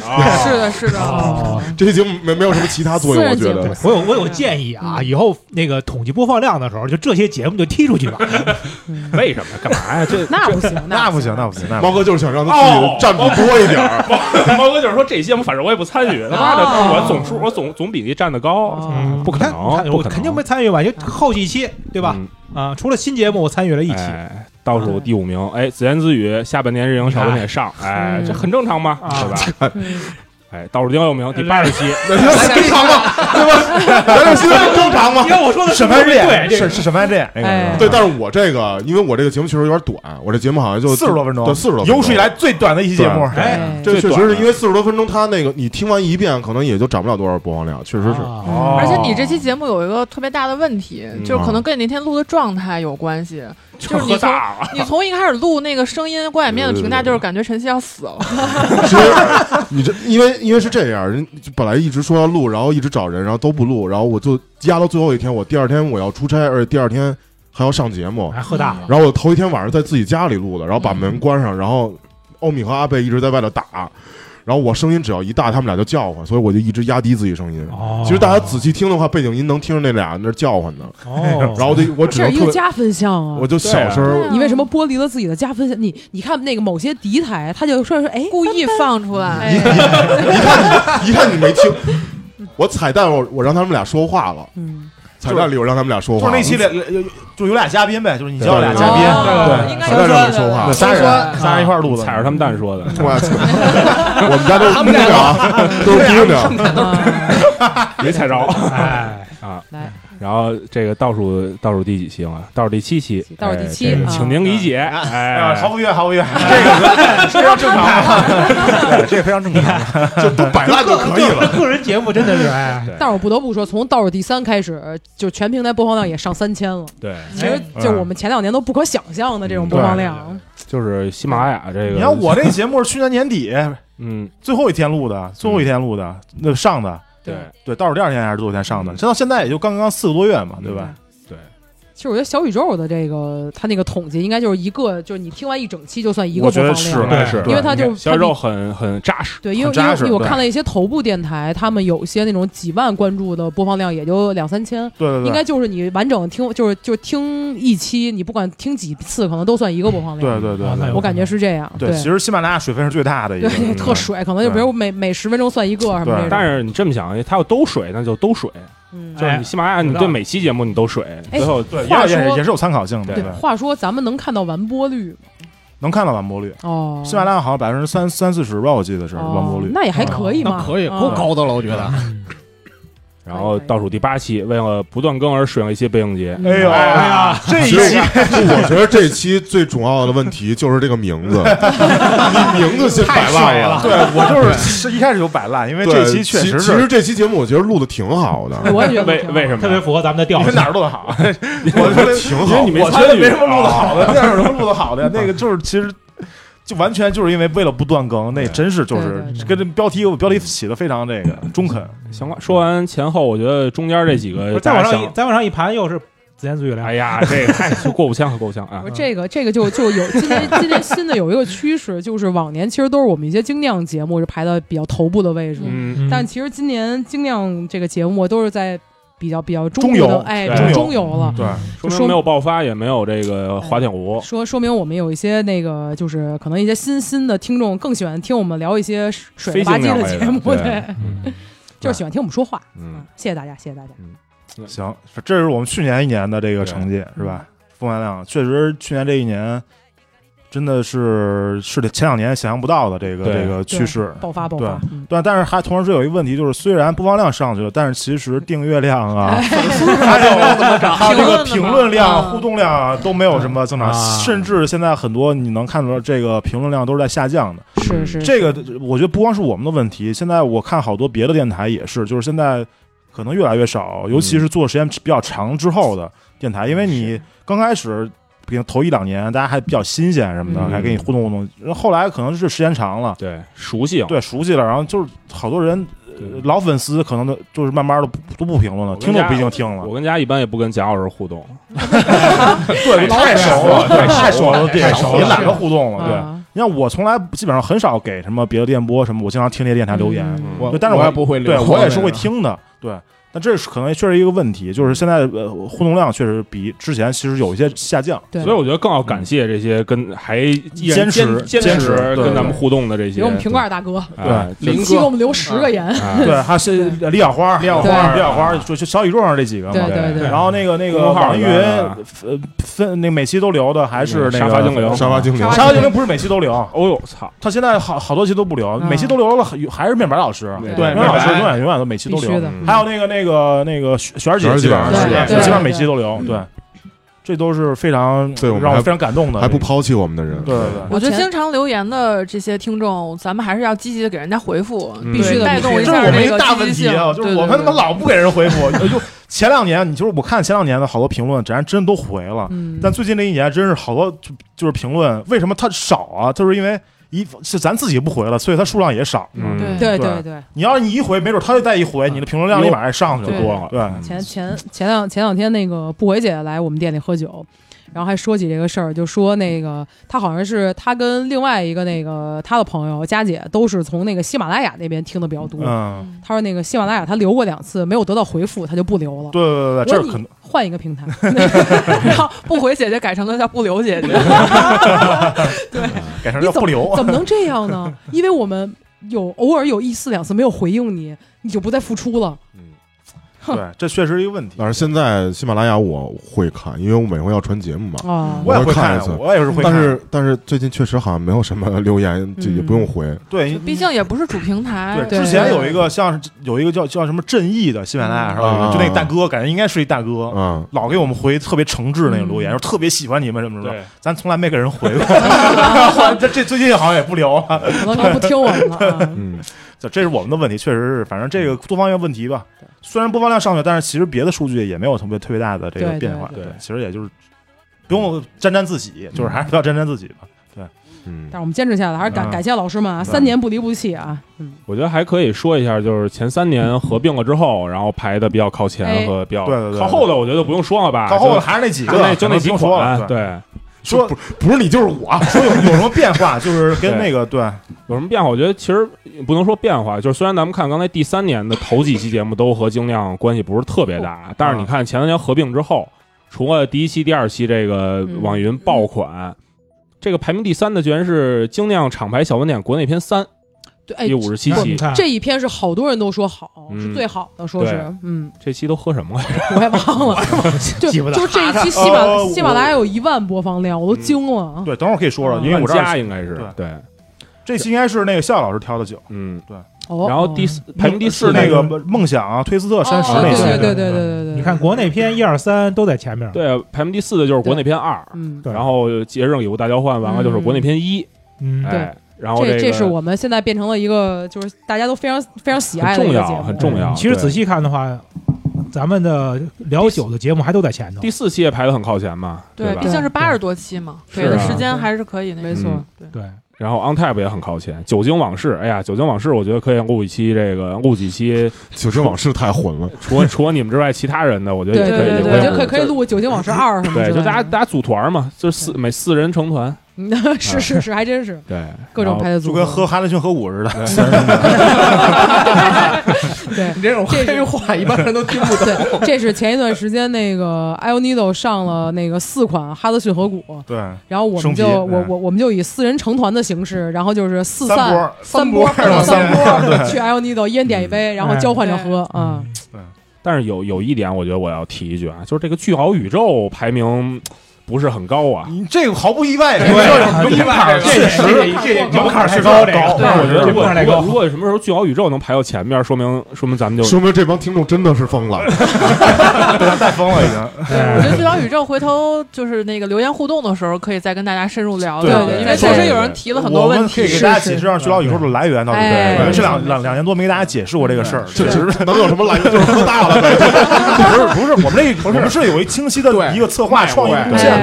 Speaker 7: 的，是
Speaker 4: 啊
Speaker 7: 的，
Speaker 6: 哦，
Speaker 8: 这已经没没有什么其他作用，
Speaker 2: 私
Speaker 8: 我
Speaker 2: 人
Speaker 8: 觉
Speaker 2: 节目
Speaker 8: 得。
Speaker 6: 我有我有个建议啊，
Speaker 4: 嗯
Speaker 6: 以后那个统计播放量的时候，就这些节目就踢出去吧。
Speaker 4: 为什么？干嘛呀？这
Speaker 2: 那不行，
Speaker 3: 那
Speaker 2: 不
Speaker 3: 不行，那不行，那不
Speaker 8: 猫
Speaker 3: 行。
Speaker 8: 哥就是想让他自己
Speaker 4: 哦
Speaker 8: 占比多一点儿，
Speaker 3: 哦
Speaker 4: 猫哥就是说这节目，反正我也不参与，他妈的，我总数我总总比例占的高
Speaker 2: 哦，
Speaker 4: 嗯不可
Speaker 6: 看
Speaker 4: 能，不
Speaker 6: 我
Speaker 4: 可能，
Speaker 6: 肯定没参与吧？就后几期对吧？
Speaker 4: 嗯
Speaker 6: 啊，除了新节目，我参与了一期。
Speaker 4: 哎倒
Speaker 2: 嗯
Speaker 4: 数第五名，哎，自言自语，下半年日营小文也上，哎，
Speaker 2: 嗯
Speaker 4: 这很正常嘛，
Speaker 6: 啊
Speaker 4: 对吧？哎，倒数第六名，第八 十期，
Speaker 8: 那就正常嘛，对吧？咱这新闻正常吗
Speaker 6: 因？为我说的
Speaker 3: 审
Speaker 6: 不
Speaker 3: 判
Speaker 6: 是
Speaker 3: 之眼
Speaker 6: 对，这
Speaker 3: 是是审判之眼那
Speaker 2: 哎
Speaker 3: 个，
Speaker 8: 对，但是我这个，因为我这个节目确实有点短，我这节目好像就
Speaker 3: 四十多分钟，
Speaker 8: 对，四十多分钟，
Speaker 3: 有史以来最短的一期节目。
Speaker 6: 哎
Speaker 8: 这确
Speaker 4: 最
Speaker 8: 实
Speaker 4: 短
Speaker 8: 是
Speaker 4: 的
Speaker 8: 因为四十多分钟，它那个你听完一遍，可能也就涨不了多少播放量，确实是。
Speaker 6: 啊
Speaker 3: 哦嗯啊
Speaker 7: 而且你这期节目有一个特别大的问题，就是可能跟你那天录的状态有关系。就是你
Speaker 4: 喝
Speaker 7: 从
Speaker 4: 大了，
Speaker 7: 你从一开始录那个声音光眼面的评价，就是感觉晨曦要死了。
Speaker 8: 其实你这因为因为是这样，人就本来一直说要录，然后一直找人，然后都不录，然后我就压到最后一天，我第二天我要出差，而且第二天还要上节目，
Speaker 6: 还喝大了。
Speaker 8: 然后我头一天晚上在自己家里录的，然后把门关上，然后欧米和阿贝一直在外头打，然后我声音只要一大，他们俩就叫唤，所以我就一直压低自己声音。
Speaker 6: 哦
Speaker 8: 其实大家仔细听的话，背景音能听着那俩那叫唤呢。
Speaker 6: 哦，
Speaker 8: 然后我就我只
Speaker 2: 这
Speaker 8: 能
Speaker 2: 是一
Speaker 8: 特
Speaker 2: 个
Speaker 8: 别，
Speaker 2: 加分项啊
Speaker 8: 我！就小声
Speaker 7: 对
Speaker 8: 儿
Speaker 7: 啊
Speaker 2: 你为什么剥离了自己的加分项？你你看那个某些敌台，他就说说，哎，
Speaker 7: 故意放出来，
Speaker 8: 一看一看你没听，我彩蛋我我让他们俩说话了，
Speaker 2: 嗯，
Speaker 8: 彩蛋里我让他们俩说
Speaker 3: 就
Speaker 8: 话
Speaker 3: 是
Speaker 8: 了，
Speaker 3: 那期里呃就有俩嘉宾呗，就是你叫俩
Speaker 8: 对
Speaker 3: 嘉宾，
Speaker 7: 哦
Speaker 3: 对
Speaker 7: 应该
Speaker 8: 彩蛋
Speaker 7: 是
Speaker 8: 里面说话
Speaker 3: 对，，仨人
Speaker 7: 说
Speaker 3: 仨人一块儿录的，
Speaker 4: 踩着他们蛋说的，
Speaker 8: 我操， 我们家都是姑娘啊，都是姑娘，
Speaker 2: 啊
Speaker 4: 没踩着。
Speaker 6: 哎，
Speaker 4: 啊，
Speaker 2: 来，
Speaker 4: 然后这个倒数倒数第几期嘛？倒数第七期，
Speaker 2: 倒数
Speaker 4: 哎
Speaker 2: 第七
Speaker 4: 这个
Speaker 2: 啊
Speaker 4: 请您理解。哎
Speaker 3: 啊，毫，不意外，毫不意外，这个非常正常，这个非常正常。
Speaker 8: 就都摆烂就可以了。
Speaker 6: 个人节目真的是哎，
Speaker 2: 但是我不得不说，从倒数第三开始，就全平台播放量也上三千了。
Speaker 4: 对，
Speaker 2: 其
Speaker 3: 哎
Speaker 2: 实就
Speaker 3: 嗯
Speaker 2: 我们前两年都不可想象的这种播放量，
Speaker 4: 就是喜马拉雅这个。
Speaker 3: 你看我，这节目是去年年底
Speaker 4: 嗯，
Speaker 3: 最后一天录的，最后一天录的，那上的，
Speaker 4: 对
Speaker 3: 对，倒数第二天还是最后一天上的，直到现在也就刚刚四个多月嘛，对吧？
Speaker 4: 对，
Speaker 2: 其实我觉得小宇宙的这个它那个统计应该就是一个，就是你听完一整期就算一个播
Speaker 3: 我觉
Speaker 2: 放
Speaker 3: 得
Speaker 2: 量，
Speaker 3: 是，
Speaker 4: 应该是
Speaker 2: 因为它就
Speaker 4: 小宇宙很很扎实。
Speaker 2: 对，因为
Speaker 3: 很
Speaker 2: 因
Speaker 3: 扎
Speaker 2: 为
Speaker 3: 实
Speaker 2: 因为我
Speaker 3: 对
Speaker 2: 看了一些头部电台，他们有些那种几万关注的播放量也就两三千，
Speaker 3: 对对对，
Speaker 2: 应该就是你完整听，就是就是听一期，你不管听几次，可能都算一个播放量。
Speaker 3: 对对对
Speaker 6: 啊那
Speaker 3: 对
Speaker 6: 有
Speaker 2: 我感觉是这样。
Speaker 3: 对，其实喜马拉雅水分是最大的一个，嗯
Speaker 2: 对，特水，可能就比如每每十分钟算一个什么
Speaker 3: 对
Speaker 2: 这种。
Speaker 4: 但是你这么想，它要都水，那就都水。
Speaker 2: 嗯，
Speaker 4: 哎就是你喜马拉雅，你对每期节目你都水，
Speaker 2: 哎
Speaker 4: 最后
Speaker 3: 对，
Speaker 2: 话
Speaker 3: 也也
Speaker 2: 说
Speaker 3: 也是有参考性的，
Speaker 4: 对
Speaker 3: 对，
Speaker 2: 话说咱们能看到完播率吗
Speaker 3: 能看到完播率，
Speaker 2: 哦，
Speaker 3: 喜马拉雅好像百分之三三四十吧，我记得是
Speaker 2: 哦
Speaker 3: 完播率。
Speaker 2: 那也还可以嘛，
Speaker 5: 那可以
Speaker 2: 啊
Speaker 5: 够高的了，我觉得。
Speaker 4: 然后倒数第八期，为了不断更而使用一些备用节。
Speaker 3: 哎呦呀，这一
Speaker 8: 其实
Speaker 3: 期
Speaker 8: 我觉得这期最重要的问题就是这个名字，你名字先摆烂了。
Speaker 3: 对我就是是一开始就摆烂，因为
Speaker 8: 对，
Speaker 3: 这期确
Speaker 8: 其
Speaker 3: 实
Speaker 8: 其
Speaker 3: 是
Speaker 8: 实这期节目我觉得录的挺好的，
Speaker 2: 我也觉得
Speaker 4: 为
Speaker 2: 挺好
Speaker 4: 为什么呀？
Speaker 6: 特别符合咱们的调
Speaker 3: 你们
Speaker 6: 性
Speaker 3: 哪。儿录的好，
Speaker 8: 我觉得挺
Speaker 4: 因为
Speaker 8: 好
Speaker 4: 你。没
Speaker 3: 我觉得
Speaker 4: 参与
Speaker 3: 没什么录的好的，那有什么录的好的呀？那个就是其实。就完全就是因为为了不断更，那真是就
Speaker 2: 对
Speaker 3: 是
Speaker 2: 对对
Speaker 3: 跟这标题，我标题起的非常这个中肯。
Speaker 4: 行了，说完前后，我觉得中间这几
Speaker 6: 不
Speaker 4: 个
Speaker 6: 是
Speaker 4: 大
Speaker 6: 再往
Speaker 4: 家
Speaker 6: 上一
Speaker 4: 想，
Speaker 6: 再往上一盘又是自言自语了。
Speaker 4: 哎呀，这个太过不呛，过不呛啊
Speaker 2: 我！这个这个就就有今年今年新的有一个趋势，就是往年其实都是我们一些精酿节目是排到比较头部的位置，
Speaker 4: 嗯，
Speaker 6: 嗯
Speaker 2: 但其实今年精酿这个节目都是在比较比较中
Speaker 3: 中
Speaker 2: 游
Speaker 3: 游
Speaker 2: 的，哎，
Speaker 4: 对
Speaker 2: 中
Speaker 3: 中
Speaker 2: 中游了。
Speaker 6: 嗯
Speaker 3: 对，
Speaker 4: 说明没有爆发，也没有这个滑铁卢。
Speaker 2: 说说明我们有一些那个，就是可能一些新新的听众更喜欢听我们聊一些水
Speaker 4: 非
Speaker 2: 了吧
Speaker 4: 精
Speaker 2: 唧
Speaker 4: 酿
Speaker 2: 的节目，
Speaker 4: 类的
Speaker 2: 对，就是喜欢听我们说话。啊
Speaker 4: 嗯，
Speaker 2: 谢谢大家，谢谢大家。
Speaker 3: 行，这是我们去年一年的这个成绩，是吧？播放量确实，去年这一年真的是是前两年想象不到的这个
Speaker 4: 对
Speaker 3: 这个趋势。
Speaker 2: 爆发爆发，嗯
Speaker 3: 但但是还同时有一个问题，就是虽然播放量上去了，但是其实订阅量啊， 还有还有这个评论量、
Speaker 7: 嗯
Speaker 3: 互动量啊都没有什么增长，
Speaker 6: 啊
Speaker 3: 甚至现在很多你能看到这个评论量都是在下降的。
Speaker 2: 是
Speaker 4: 嗯
Speaker 2: 是
Speaker 3: 这个我觉得不光是我们的问题，现在我看好多别的电台也是，就是现在可能越来越少，尤
Speaker 4: 嗯
Speaker 3: 其是做时间比较长之后的电台，因为你刚开始。比如头一两年，大家还比较新鲜什么的，
Speaker 2: 嗯
Speaker 3: 还跟你互动互动。然后后来可能是时间长了，
Speaker 4: 对，熟悉。
Speaker 3: 对，熟悉了，然后就是好多人
Speaker 4: 对
Speaker 3: 老粉丝可能都就是慢慢的都不评论了，
Speaker 4: 我
Speaker 3: 听
Speaker 4: 跟
Speaker 3: 都
Speaker 4: 家
Speaker 3: 不一定听了
Speaker 4: 我，跟家一般也不跟贾老师互动，
Speaker 3: 对，太熟了，对，太熟了，对，
Speaker 4: 太熟了嗯
Speaker 3: 也懒得互动了，对。
Speaker 2: 啊，
Speaker 3: 你像我从来基本上很少给什么别的电波什么，我经常听那些电台留言，
Speaker 4: 嗯
Speaker 5: 我
Speaker 3: 对但是
Speaker 5: 我
Speaker 3: 我
Speaker 5: 也不会留
Speaker 3: 对
Speaker 5: 言，
Speaker 3: 我也是会听的，对。但这是可能确实一个问题，就是现在呃互动量确实比之前其实有一些下降。
Speaker 2: 对，
Speaker 4: 所以我觉得更要感谢这些跟还依然
Speaker 3: 坚持
Speaker 4: 坚
Speaker 3: 坚持
Speaker 4: 持
Speaker 3: 对
Speaker 4: 跟咱们互动的这些
Speaker 2: 给我们瓶盖大哥，
Speaker 4: 哎
Speaker 5: 对
Speaker 2: 一
Speaker 5: 林
Speaker 2: 期
Speaker 5: 哥
Speaker 2: 给我们留十个言，
Speaker 4: 啊
Speaker 3: 对，还有是李小花，李小
Speaker 2: 花
Speaker 3: 李小花，就就小宇宙上这几个嘛。
Speaker 2: 对对对
Speaker 3: 然后那个那
Speaker 4: 公
Speaker 3: 个
Speaker 4: 众号
Speaker 3: 网易云，
Speaker 4: 里边的
Speaker 3: 呃，分那每期都留的还是那个
Speaker 4: 嗯沙发精灵
Speaker 8: 沙发精灵
Speaker 2: 沙发
Speaker 3: 沙发精灵不是每期都留，
Speaker 4: 哦呦操，
Speaker 3: 他现在好好多期都不留，
Speaker 2: 嗯
Speaker 3: 每期都留了，很还是面板老师。
Speaker 2: 对
Speaker 3: 面板老师永远永远都每期都
Speaker 2: 必须
Speaker 3: 留。
Speaker 2: 的。
Speaker 4: 嗯
Speaker 3: 还有那个那个那个雪雪儿姐，
Speaker 8: 雪儿姐
Speaker 3: 基本上
Speaker 2: 对
Speaker 3: 是
Speaker 2: 对
Speaker 3: 基本上
Speaker 2: 对
Speaker 3: 每期都留。对，这都是非常
Speaker 8: 对我们
Speaker 3: 让我
Speaker 8: 还
Speaker 3: 非常感动的，
Speaker 8: 还不抛弃我们的人，
Speaker 3: 对对对。
Speaker 7: 我觉得
Speaker 2: 前
Speaker 7: 经常留言的这些听众，咱们还是要积极的给人家回复，
Speaker 4: 嗯
Speaker 7: 对
Speaker 2: 必须的
Speaker 7: 带动
Speaker 3: 这
Speaker 7: 一
Speaker 3: 是
Speaker 7: 下
Speaker 3: 我们
Speaker 7: 这
Speaker 3: 一
Speaker 7: 个
Speaker 3: 大
Speaker 7: 积
Speaker 3: 问
Speaker 7: 极
Speaker 3: 题
Speaker 7: 性。
Speaker 3: 啊！就是我们他妈老不给人回复，就前两年，你就是我看前两年的好多评论，咱真都回了，
Speaker 2: 嗯，
Speaker 3: 但最近这一年真是好多就就是评论，为什么它少啊？就是因为一是咱自己不回了，所以它数量也少。
Speaker 4: 嗯
Speaker 7: 对
Speaker 2: 对
Speaker 3: 对
Speaker 2: 对对，
Speaker 3: 你要是你一回，没准他就再一回，你的评论量立马就上去了，
Speaker 7: 对
Speaker 3: 多了。对，
Speaker 2: 前前前两前两天那个不回姐来我们店里喝酒，然后还说起这个事儿，就说那个她好像是她跟另外一个那个她的朋友佳姐都是从那个喜马拉雅那边听的比较多。
Speaker 3: 嗯，
Speaker 2: 她说那个喜马拉雅她留过两次，没有得到回复，她就不留了。
Speaker 3: 对对对对，
Speaker 2: 我说
Speaker 3: 这
Speaker 2: 你
Speaker 3: 可能
Speaker 2: 换一个平台，
Speaker 7: 然后不回姐姐改成了叫不留姐姐，
Speaker 3: 改成
Speaker 2: 你
Speaker 3: 叫
Speaker 2: 怎
Speaker 3: 不留
Speaker 2: 么。怎么能这样呢？因为我们有偶尔有一次两次没有回应你，你就不再付出了。
Speaker 3: 对，这确实是一个问题。
Speaker 8: 但是现在喜马拉雅我会看，因为我每回要传节目嘛。
Speaker 2: 啊
Speaker 3: 我也会看
Speaker 8: 看一次，
Speaker 3: 我也是会看。
Speaker 8: 但是但是最近确实好像没有什么留言，就也不用回。
Speaker 3: 对，你
Speaker 7: 毕竟也不是主平台。
Speaker 3: 对，
Speaker 2: 哎对嗯
Speaker 3: 之前有一个像是有一个叫叫什么正义的喜马拉雅上有一个，
Speaker 4: 嗯
Speaker 8: 啊
Speaker 3: 就那大哥，感觉应该是一大哥，
Speaker 8: 嗯，
Speaker 3: 老给我们回特别诚挚那种
Speaker 2: 嗯
Speaker 3: 留言，说特别喜欢你们什么什么
Speaker 4: 对
Speaker 3: 的，咱从来没给人回 过。 这这最近好像也不聊了，
Speaker 2: 可能他不听我们了啊。
Speaker 8: 嗯，
Speaker 3: 这这是我们的问题，确实是，反正这个多方面问题吧。虽然播放量上去了，但是其实别的数据也没有特别特别大的这个
Speaker 2: 对
Speaker 3: 变化。
Speaker 2: 对
Speaker 4: 对
Speaker 3: 其实也就是不用沾沾自喜，就是还是不要沾沾自喜吧。
Speaker 8: 嗯
Speaker 2: 但是我们坚持下来，还是感
Speaker 3: 嗯
Speaker 2: 感谢老师们啊，三年不离不弃啊。嗯，
Speaker 4: 我觉得还可以说一下，就是前三年合并了之后，然后排的比较靠
Speaker 2: 哎
Speaker 4: 前和比较
Speaker 3: 对对对
Speaker 4: 靠后的，我觉得不用说了吧，
Speaker 3: 靠后的还是那几
Speaker 4: 啊就
Speaker 3: 个，
Speaker 4: 就那就那
Speaker 3: 不
Speaker 4: 几
Speaker 3: 用说了
Speaker 4: 款，。啊对，
Speaker 3: 说不不是你就是我，说有有什么变化，就是跟
Speaker 4: 对
Speaker 3: 那个对
Speaker 4: 有什么变化？我觉得其实不能说变化，就是虽然咱们看刚才第三年的头几期节目都和精酿关系不是特别大，
Speaker 3: 哦
Speaker 4: 但是你看前三年合并之后，除了第一期、第二期这个
Speaker 2: 嗯
Speaker 4: 网易云爆款。这个排名第三的居然是精酿厂牌小文点国内篇三
Speaker 2: 对，哎
Speaker 4: 第，五十七
Speaker 6: 那你
Speaker 4: 期，
Speaker 6: 看
Speaker 2: 这一篇是好多人都说好，
Speaker 4: 嗯
Speaker 2: 是最好的，说是
Speaker 4: 对，
Speaker 2: 嗯，
Speaker 4: 这期都喝什么了？
Speaker 2: 我也忘了，就
Speaker 6: 记不得
Speaker 2: 就是这一期喜马
Speaker 3: 哦
Speaker 2: 喜马拉雅有一万播放量，我都惊了啊。
Speaker 3: 对，等会儿可以说说，因为
Speaker 4: 万
Speaker 3: 我这儿
Speaker 4: 家应该是对，
Speaker 3: 这期应该是那个夏老师挑的酒，
Speaker 4: 嗯。
Speaker 2: 哦，
Speaker 4: 然后第四排名第四
Speaker 3: 是那
Speaker 4: 的
Speaker 3: 个梦想啊、推斯特、山石
Speaker 2: 哦
Speaker 3: 那
Speaker 2: 对
Speaker 3: 些。
Speaker 2: 对对对对对对，
Speaker 6: 你看国内篇一二三都在前面，
Speaker 4: 对，排名第四的就是国内篇二，
Speaker 2: 嗯，
Speaker 6: 对
Speaker 4: 然后节日礼物大交换完了就是国内篇一，
Speaker 6: 嗯，
Speaker 4: 哎，然后
Speaker 2: 这
Speaker 4: 个
Speaker 2: 是我们现在变成了一个就是大家都非常非常喜爱的
Speaker 4: 很
Speaker 2: 一
Speaker 4: 重
Speaker 2: 个
Speaker 4: 要
Speaker 2: 节目，
Speaker 4: 很重要
Speaker 6: 其实
Speaker 4: 对
Speaker 6: 仔细看的话，咱们的聊酒的节目还都在前头
Speaker 4: 第。四期也排得很靠前嘛，
Speaker 7: 对，
Speaker 4: 吧
Speaker 7: 毕？竟是八十多期嘛，
Speaker 4: 是啊
Speaker 7: 给的时间还是可以那
Speaker 2: 没
Speaker 7: 个。
Speaker 2: 错，
Speaker 4: 嗯
Speaker 7: 对，
Speaker 6: 对，
Speaker 4: 然后 On Tap 也很靠前，酒精往事，哎呀，酒精往事，我觉得可以录一期这个录几期，
Speaker 8: 酒精往事太混了，
Speaker 4: 除了除了你们之外，其他人的我觉得
Speaker 2: 对
Speaker 4: 也可以，
Speaker 2: 对
Speaker 4: 也
Speaker 2: 对，
Speaker 4: 以
Speaker 2: 我觉得可
Speaker 4: 录
Speaker 2: 可以。录《酒精往事二》什么
Speaker 4: 对，
Speaker 2: 之
Speaker 4: 就
Speaker 2: 类
Speaker 4: 大家
Speaker 2: 的。
Speaker 4: 大家组团嘛，就四每四人成团，
Speaker 2: 是是是，还真是
Speaker 4: 对，
Speaker 2: 各种
Speaker 4: 然后
Speaker 2: 拍的组
Speaker 3: 就
Speaker 2: 合，
Speaker 3: 跟喝哈德逊河谷似的，
Speaker 2: 对
Speaker 5: 你这种黑话一般 人都听不懂。
Speaker 2: 对，这是前一段时间那个 Ionido 上了那个四款哈德逊河谷，
Speaker 3: 对，
Speaker 2: 然后我
Speaker 3: 升
Speaker 2: 们
Speaker 3: 级
Speaker 2: 就我
Speaker 3: 嗯
Speaker 2: 我我们就以四人成团的形式，然后就是四
Speaker 3: 三
Speaker 2: 散
Speaker 3: 波
Speaker 2: 三波
Speaker 3: 三波
Speaker 2: 三波去 Ionido 一人点一杯，然后交换
Speaker 5: 哎
Speaker 2: 着喝啊。嗯
Speaker 4: 但是有有一点，我觉得我要提一句啊，就是这个巨豪宇宙排名不是很高啊，
Speaker 3: 你这个毫不意外，这
Speaker 6: 对，
Speaker 3: 门槛儿
Speaker 6: 这
Speaker 3: 确实
Speaker 6: 这门槛太
Speaker 3: 高
Speaker 6: 这个，
Speaker 3: 但是我觉得
Speaker 4: 如
Speaker 6: 这
Speaker 4: 果
Speaker 6: 门槛太
Speaker 4: 如果如
Speaker 6: 高。
Speaker 4: 果什么时候巨豪宇宙能排到前面，说明说明咱们就
Speaker 8: 说明这帮听众真的是疯了。
Speaker 3: 太疯了已 经。
Speaker 7: 对，我觉得最聊宇宙回头就是那个留言互动的时候，可以再跟大家深入聊
Speaker 3: 对
Speaker 7: 聊，
Speaker 2: 对
Speaker 7: 因为
Speaker 2: 对
Speaker 7: 确实有人提了很多
Speaker 3: 我
Speaker 7: 问
Speaker 3: 们可
Speaker 7: 题
Speaker 3: 以。给大家解释让徐老宇宙的来源到底是什
Speaker 7: 哎
Speaker 3: 么，因为这两两两年多没给大家解释过这个事儿，
Speaker 8: 这
Speaker 3: 确实
Speaker 8: 这能有什么 来源？就是喝大了呗。
Speaker 3: 不是不是我们这不是我们是有一清晰的
Speaker 5: 对
Speaker 3: 一个策划创意路
Speaker 8: 对
Speaker 5: 哎
Speaker 3: 线的。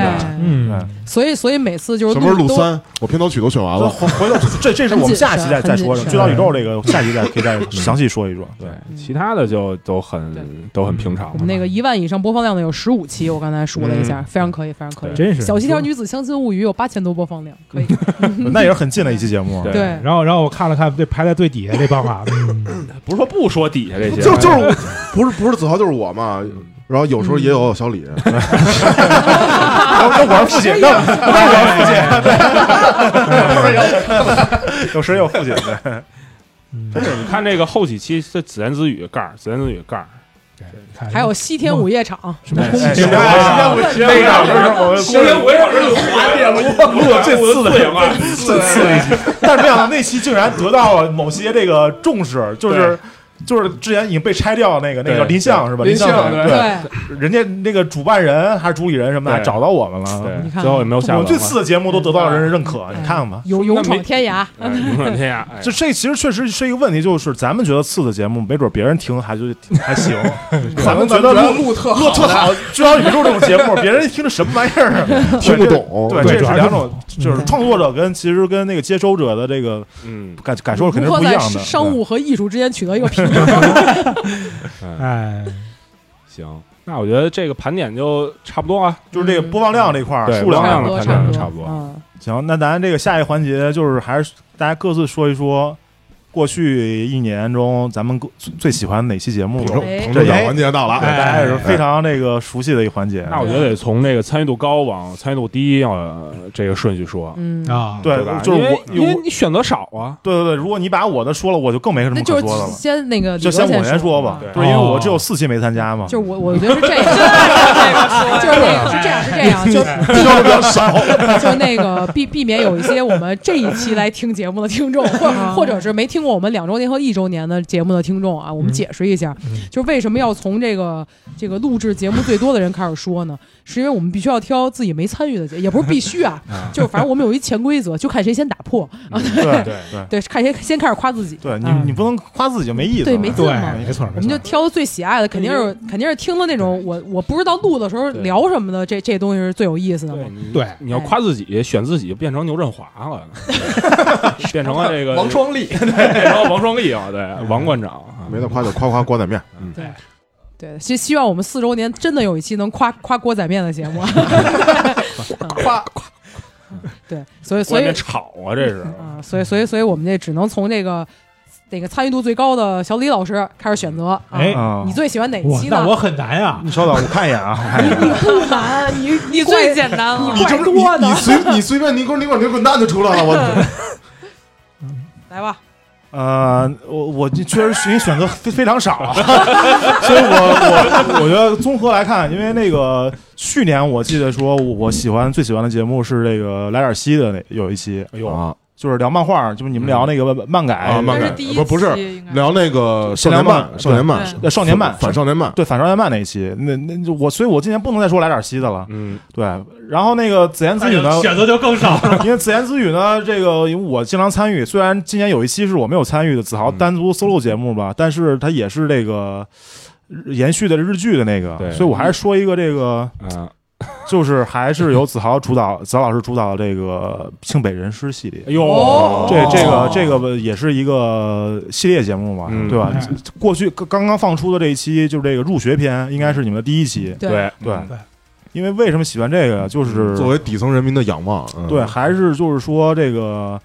Speaker 4: 嗯，
Speaker 2: 哎所以所以每次就是
Speaker 8: 什么时候
Speaker 2: 录
Speaker 8: 录
Speaker 2: 都
Speaker 8: 三？我片头曲都选完
Speaker 3: 回
Speaker 8: 了，
Speaker 3: 回头这这是我们下期再再说的，
Speaker 2: 很谨慎
Speaker 3: 最到宇宙这个下期再可以再详细说一说。对
Speaker 4: 对，其他的就都
Speaker 7: 对
Speaker 4: 很都很平常
Speaker 2: 我们那个一万以上播放量的有十五期，我刚才数了一下，非常可以，非常可以。
Speaker 6: 真是
Speaker 2: 小西条女子相亲物语有八千多播放量，可以。
Speaker 3: 那也是很近的一期节目，
Speaker 4: 对
Speaker 2: 对，
Speaker 6: 然后，然后我看了看这排在最底下这帮 啊，
Speaker 4: 不是说不说底下这些，
Speaker 8: 就就是我不是不是子豪就是我嘛。
Speaker 3: 嗯
Speaker 8: 然后有时候也有小李，
Speaker 3: 那我是父亲，那那我是父亲，对，有时有父亲对，
Speaker 4: 真是你看这个后几期这自言自语盖儿，自言自语盖儿，
Speaker 6: 看
Speaker 2: 还有西天午夜场，
Speaker 3: 哎
Speaker 6: 击
Speaker 3: 行
Speaker 6: 啊
Speaker 3: 啊那个我们
Speaker 4: 我也我也是滑铁卢，录了这次的啊，
Speaker 3: 最刺激，但是没想到那期竟然得到了某些这个重视，就是。就是之前已经被拆掉的那个那个叫
Speaker 4: 对
Speaker 3: 林相是吧？
Speaker 4: 林
Speaker 3: 林
Speaker 4: 相
Speaker 3: 对，
Speaker 2: 对，
Speaker 3: 人家那个主办人还是主理人什么的，
Speaker 4: 对
Speaker 3: 还找到我们了。
Speaker 4: 对，
Speaker 2: 你看
Speaker 4: 最后也没有下
Speaker 3: 我
Speaker 4: 文
Speaker 3: 们
Speaker 4: 了。
Speaker 3: 最次的节目都得到了人认可，你看吧。
Speaker 2: 勇勇闯天涯，
Speaker 4: 哎，勇闯天涯，哎
Speaker 3: 这这其实确实是一个问题，就是咱们觉得次的节目，没准别人听还就还 行，咱们觉得录
Speaker 5: 录特
Speaker 3: 录特好，就像宇宙这种节目，别人听着什么玩意儿，啊
Speaker 8: 听不懂。
Speaker 3: 对，
Speaker 6: 对
Speaker 3: 这
Speaker 6: 主要
Speaker 3: 是嗯
Speaker 6: 是
Speaker 3: 两种，就是创作者跟其实跟那个接收者的这个
Speaker 4: 嗯，
Speaker 3: 感感受肯定
Speaker 2: 如何
Speaker 3: 是不一
Speaker 2: 在
Speaker 3: 样的。
Speaker 2: 商务和艺术之间取得一个平衡？
Speaker 6: 哎，
Speaker 4: 行，那我觉得这个盘点就差不多啊，
Speaker 3: 对就是这个播放量这块儿
Speaker 4: 对
Speaker 3: 数量
Speaker 4: 播
Speaker 3: 这
Speaker 4: 放
Speaker 3: 块
Speaker 4: 量
Speaker 3: 儿。
Speaker 2: 差不
Speaker 4: 的判断
Speaker 2: 多，
Speaker 4: 差不多
Speaker 2: 嗯，
Speaker 3: 行，那咱这个下一环节就是还是大家各自说一说过去一年中咱们各最喜欢哪期节目
Speaker 8: 捧
Speaker 3: 吧。
Speaker 8: 着
Speaker 2: 哎
Speaker 8: 捧着奖环节到
Speaker 6: 啊
Speaker 8: 了，
Speaker 3: 对大家也是
Speaker 8: 哎
Speaker 3: 非常那个熟悉的一环节。
Speaker 4: 那我觉得得从这个参与度高往参与度低呃这个顺序说，
Speaker 2: 嗯，
Speaker 6: 啊，
Speaker 3: 对
Speaker 4: 吧？
Speaker 3: 就是
Speaker 4: 因为
Speaker 3: 我
Speaker 4: 因为你选择少啊，
Speaker 3: 对对对，如果你把我的说了，我就更没什
Speaker 2: 那
Speaker 3: 么
Speaker 2: 就
Speaker 3: 可说的
Speaker 2: 是
Speaker 3: 了。
Speaker 2: 先那个，
Speaker 3: 就先我先说吧，就是因为我只有
Speaker 6: 哦
Speaker 3: 四期没参加嘛。
Speaker 2: 就是我，我觉得是 这样，就是那个是这样，是这样，就
Speaker 8: 说的比较少，
Speaker 2: 就那个避避免有一些我们这一期来听节目的听众，或或者是没听过我们两周年和一周年的节目的听众啊，我们解释一下，就是为什么要从这个这个录制节目最多的人开始说呢？是因为我们必须要挑自己没参与的节，也不是必须啊，就是反正我们有一潜规则，就看谁先打破，
Speaker 3: 啊对对对
Speaker 2: 对，看谁先开始夸自己，
Speaker 3: 对，你
Speaker 6: 嗯
Speaker 3: 你不能夸自己就没意思了。啊
Speaker 2: 对没劲
Speaker 6: 对
Speaker 2: 嘛，
Speaker 6: 没错，
Speaker 2: 我
Speaker 6: 没
Speaker 2: 们就
Speaker 6: 错，
Speaker 2: 挑最喜爱的，肯定是肯定是听了那种我我不知道录的时候
Speaker 4: 对
Speaker 2: 聊什么的，这这东西是最有意思的嘛
Speaker 4: 对。你
Speaker 6: 对
Speaker 4: 你要夸自己，选自己变成牛振华了，变成了这个
Speaker 5: 王，双立，
Speaker 4: 变成了王双立啊，对，王馆长啊，嗯
Speaker 8: 没得夸就夸夸锅仔面，
Speaker 2: 对，希希望我们四周年真的有一期能夸夸锅仔面的节目。 嗯
Speaker 5: 夸夸
Speaker 2: 对，所以
Speaker 4: 外
Speaker 2: 所以
Speaker 4: 面吵啊，这是。
Speaker 2: 啊、所以所以所以我们这只能从这个那个参与度最高的小李老师开始选择。啊、
Speaker 6: 哎
Speaker 3: 啊
Speaker 2: 你，最喜欢哪一
Speaker 6: 我
Speaker 2: 期呢
Speaker 6: 那？我很难啊，
Speaker 3: 你稍等，我看一眼啊，我看一眼。
Speaker 2: 不 难，啊你嗯
Speaker 7: 你最简单了
Speaker 8: 你。这不是
Speaker 2: 怪多呢
Speaker 8: 你你随你随便你给我你给我你滚蛋就出来了，我
Speaker 2: 来吧，
Speaker 3: 呃，我我这确实选选择非非常少啊， 所以我我我觉得综合来看，因为那个去年我记得说我我喜欢最喜欢的节目是这个莱尔西的那有一期，哎呦，
Speaker 8: 啊
Speaker 3: 就是聊漫画，就是你们聊那个漫改、
Speaker 8: 啊漫
Speaker 7: 那
Speaker 8: 改
Speaker 7: 是第一
Speaker 8: 不不是
Speaker 7: 期应该
Speaker 8: 聊那个少年漫，少年漫，
Speaker 3: 呃少年漫
Speaker 8: 反少年漫，
Speaker 3: 对反少年漫那一期，那那就我所以，我今年不能再说莱尔西的了，
Speaker 4: 嗯，
Speaker 3: 对。然后那个自言自语呢，
Speaker 6: 选择就更少了，
Speaker 3: 因为自言自语呢，这个因为我经常参与，虽然今年有一期是我没有参与的子豪
Speaker 4: 嗯
Speaker 3: 单独 solo 节目吧，但是它也是这个日延续的日剧的那个
Speaker 4: 对，
Speaker 3: 所以我还是说一个这个，
Speaker 4: 啊，
Speaker 3: 就是还是由子豪主导，子豪老师主导的这个庆北人师系列
Speaker 4: 哎。呦，
Speaker 2: 哦
Speaker 3: 这这个这个也是一个系列节目嘛，
Speaker 4: 嗯
Speaker 3: 对吧
Speaker 6: 哎？
Speaker 3: 过去刚刚刚放出的这一期就是这个入学篇，应该是你们的第一期。
Speaker 2: 对
Speaker 3: 对
Speaker 4: 嗯，
Speaker 3: 因为为什么喜欢这个，就是
Speaker 8: 嗯作为底层人民的仰望，嗯
Speaker 3: 对，，还是就是说这个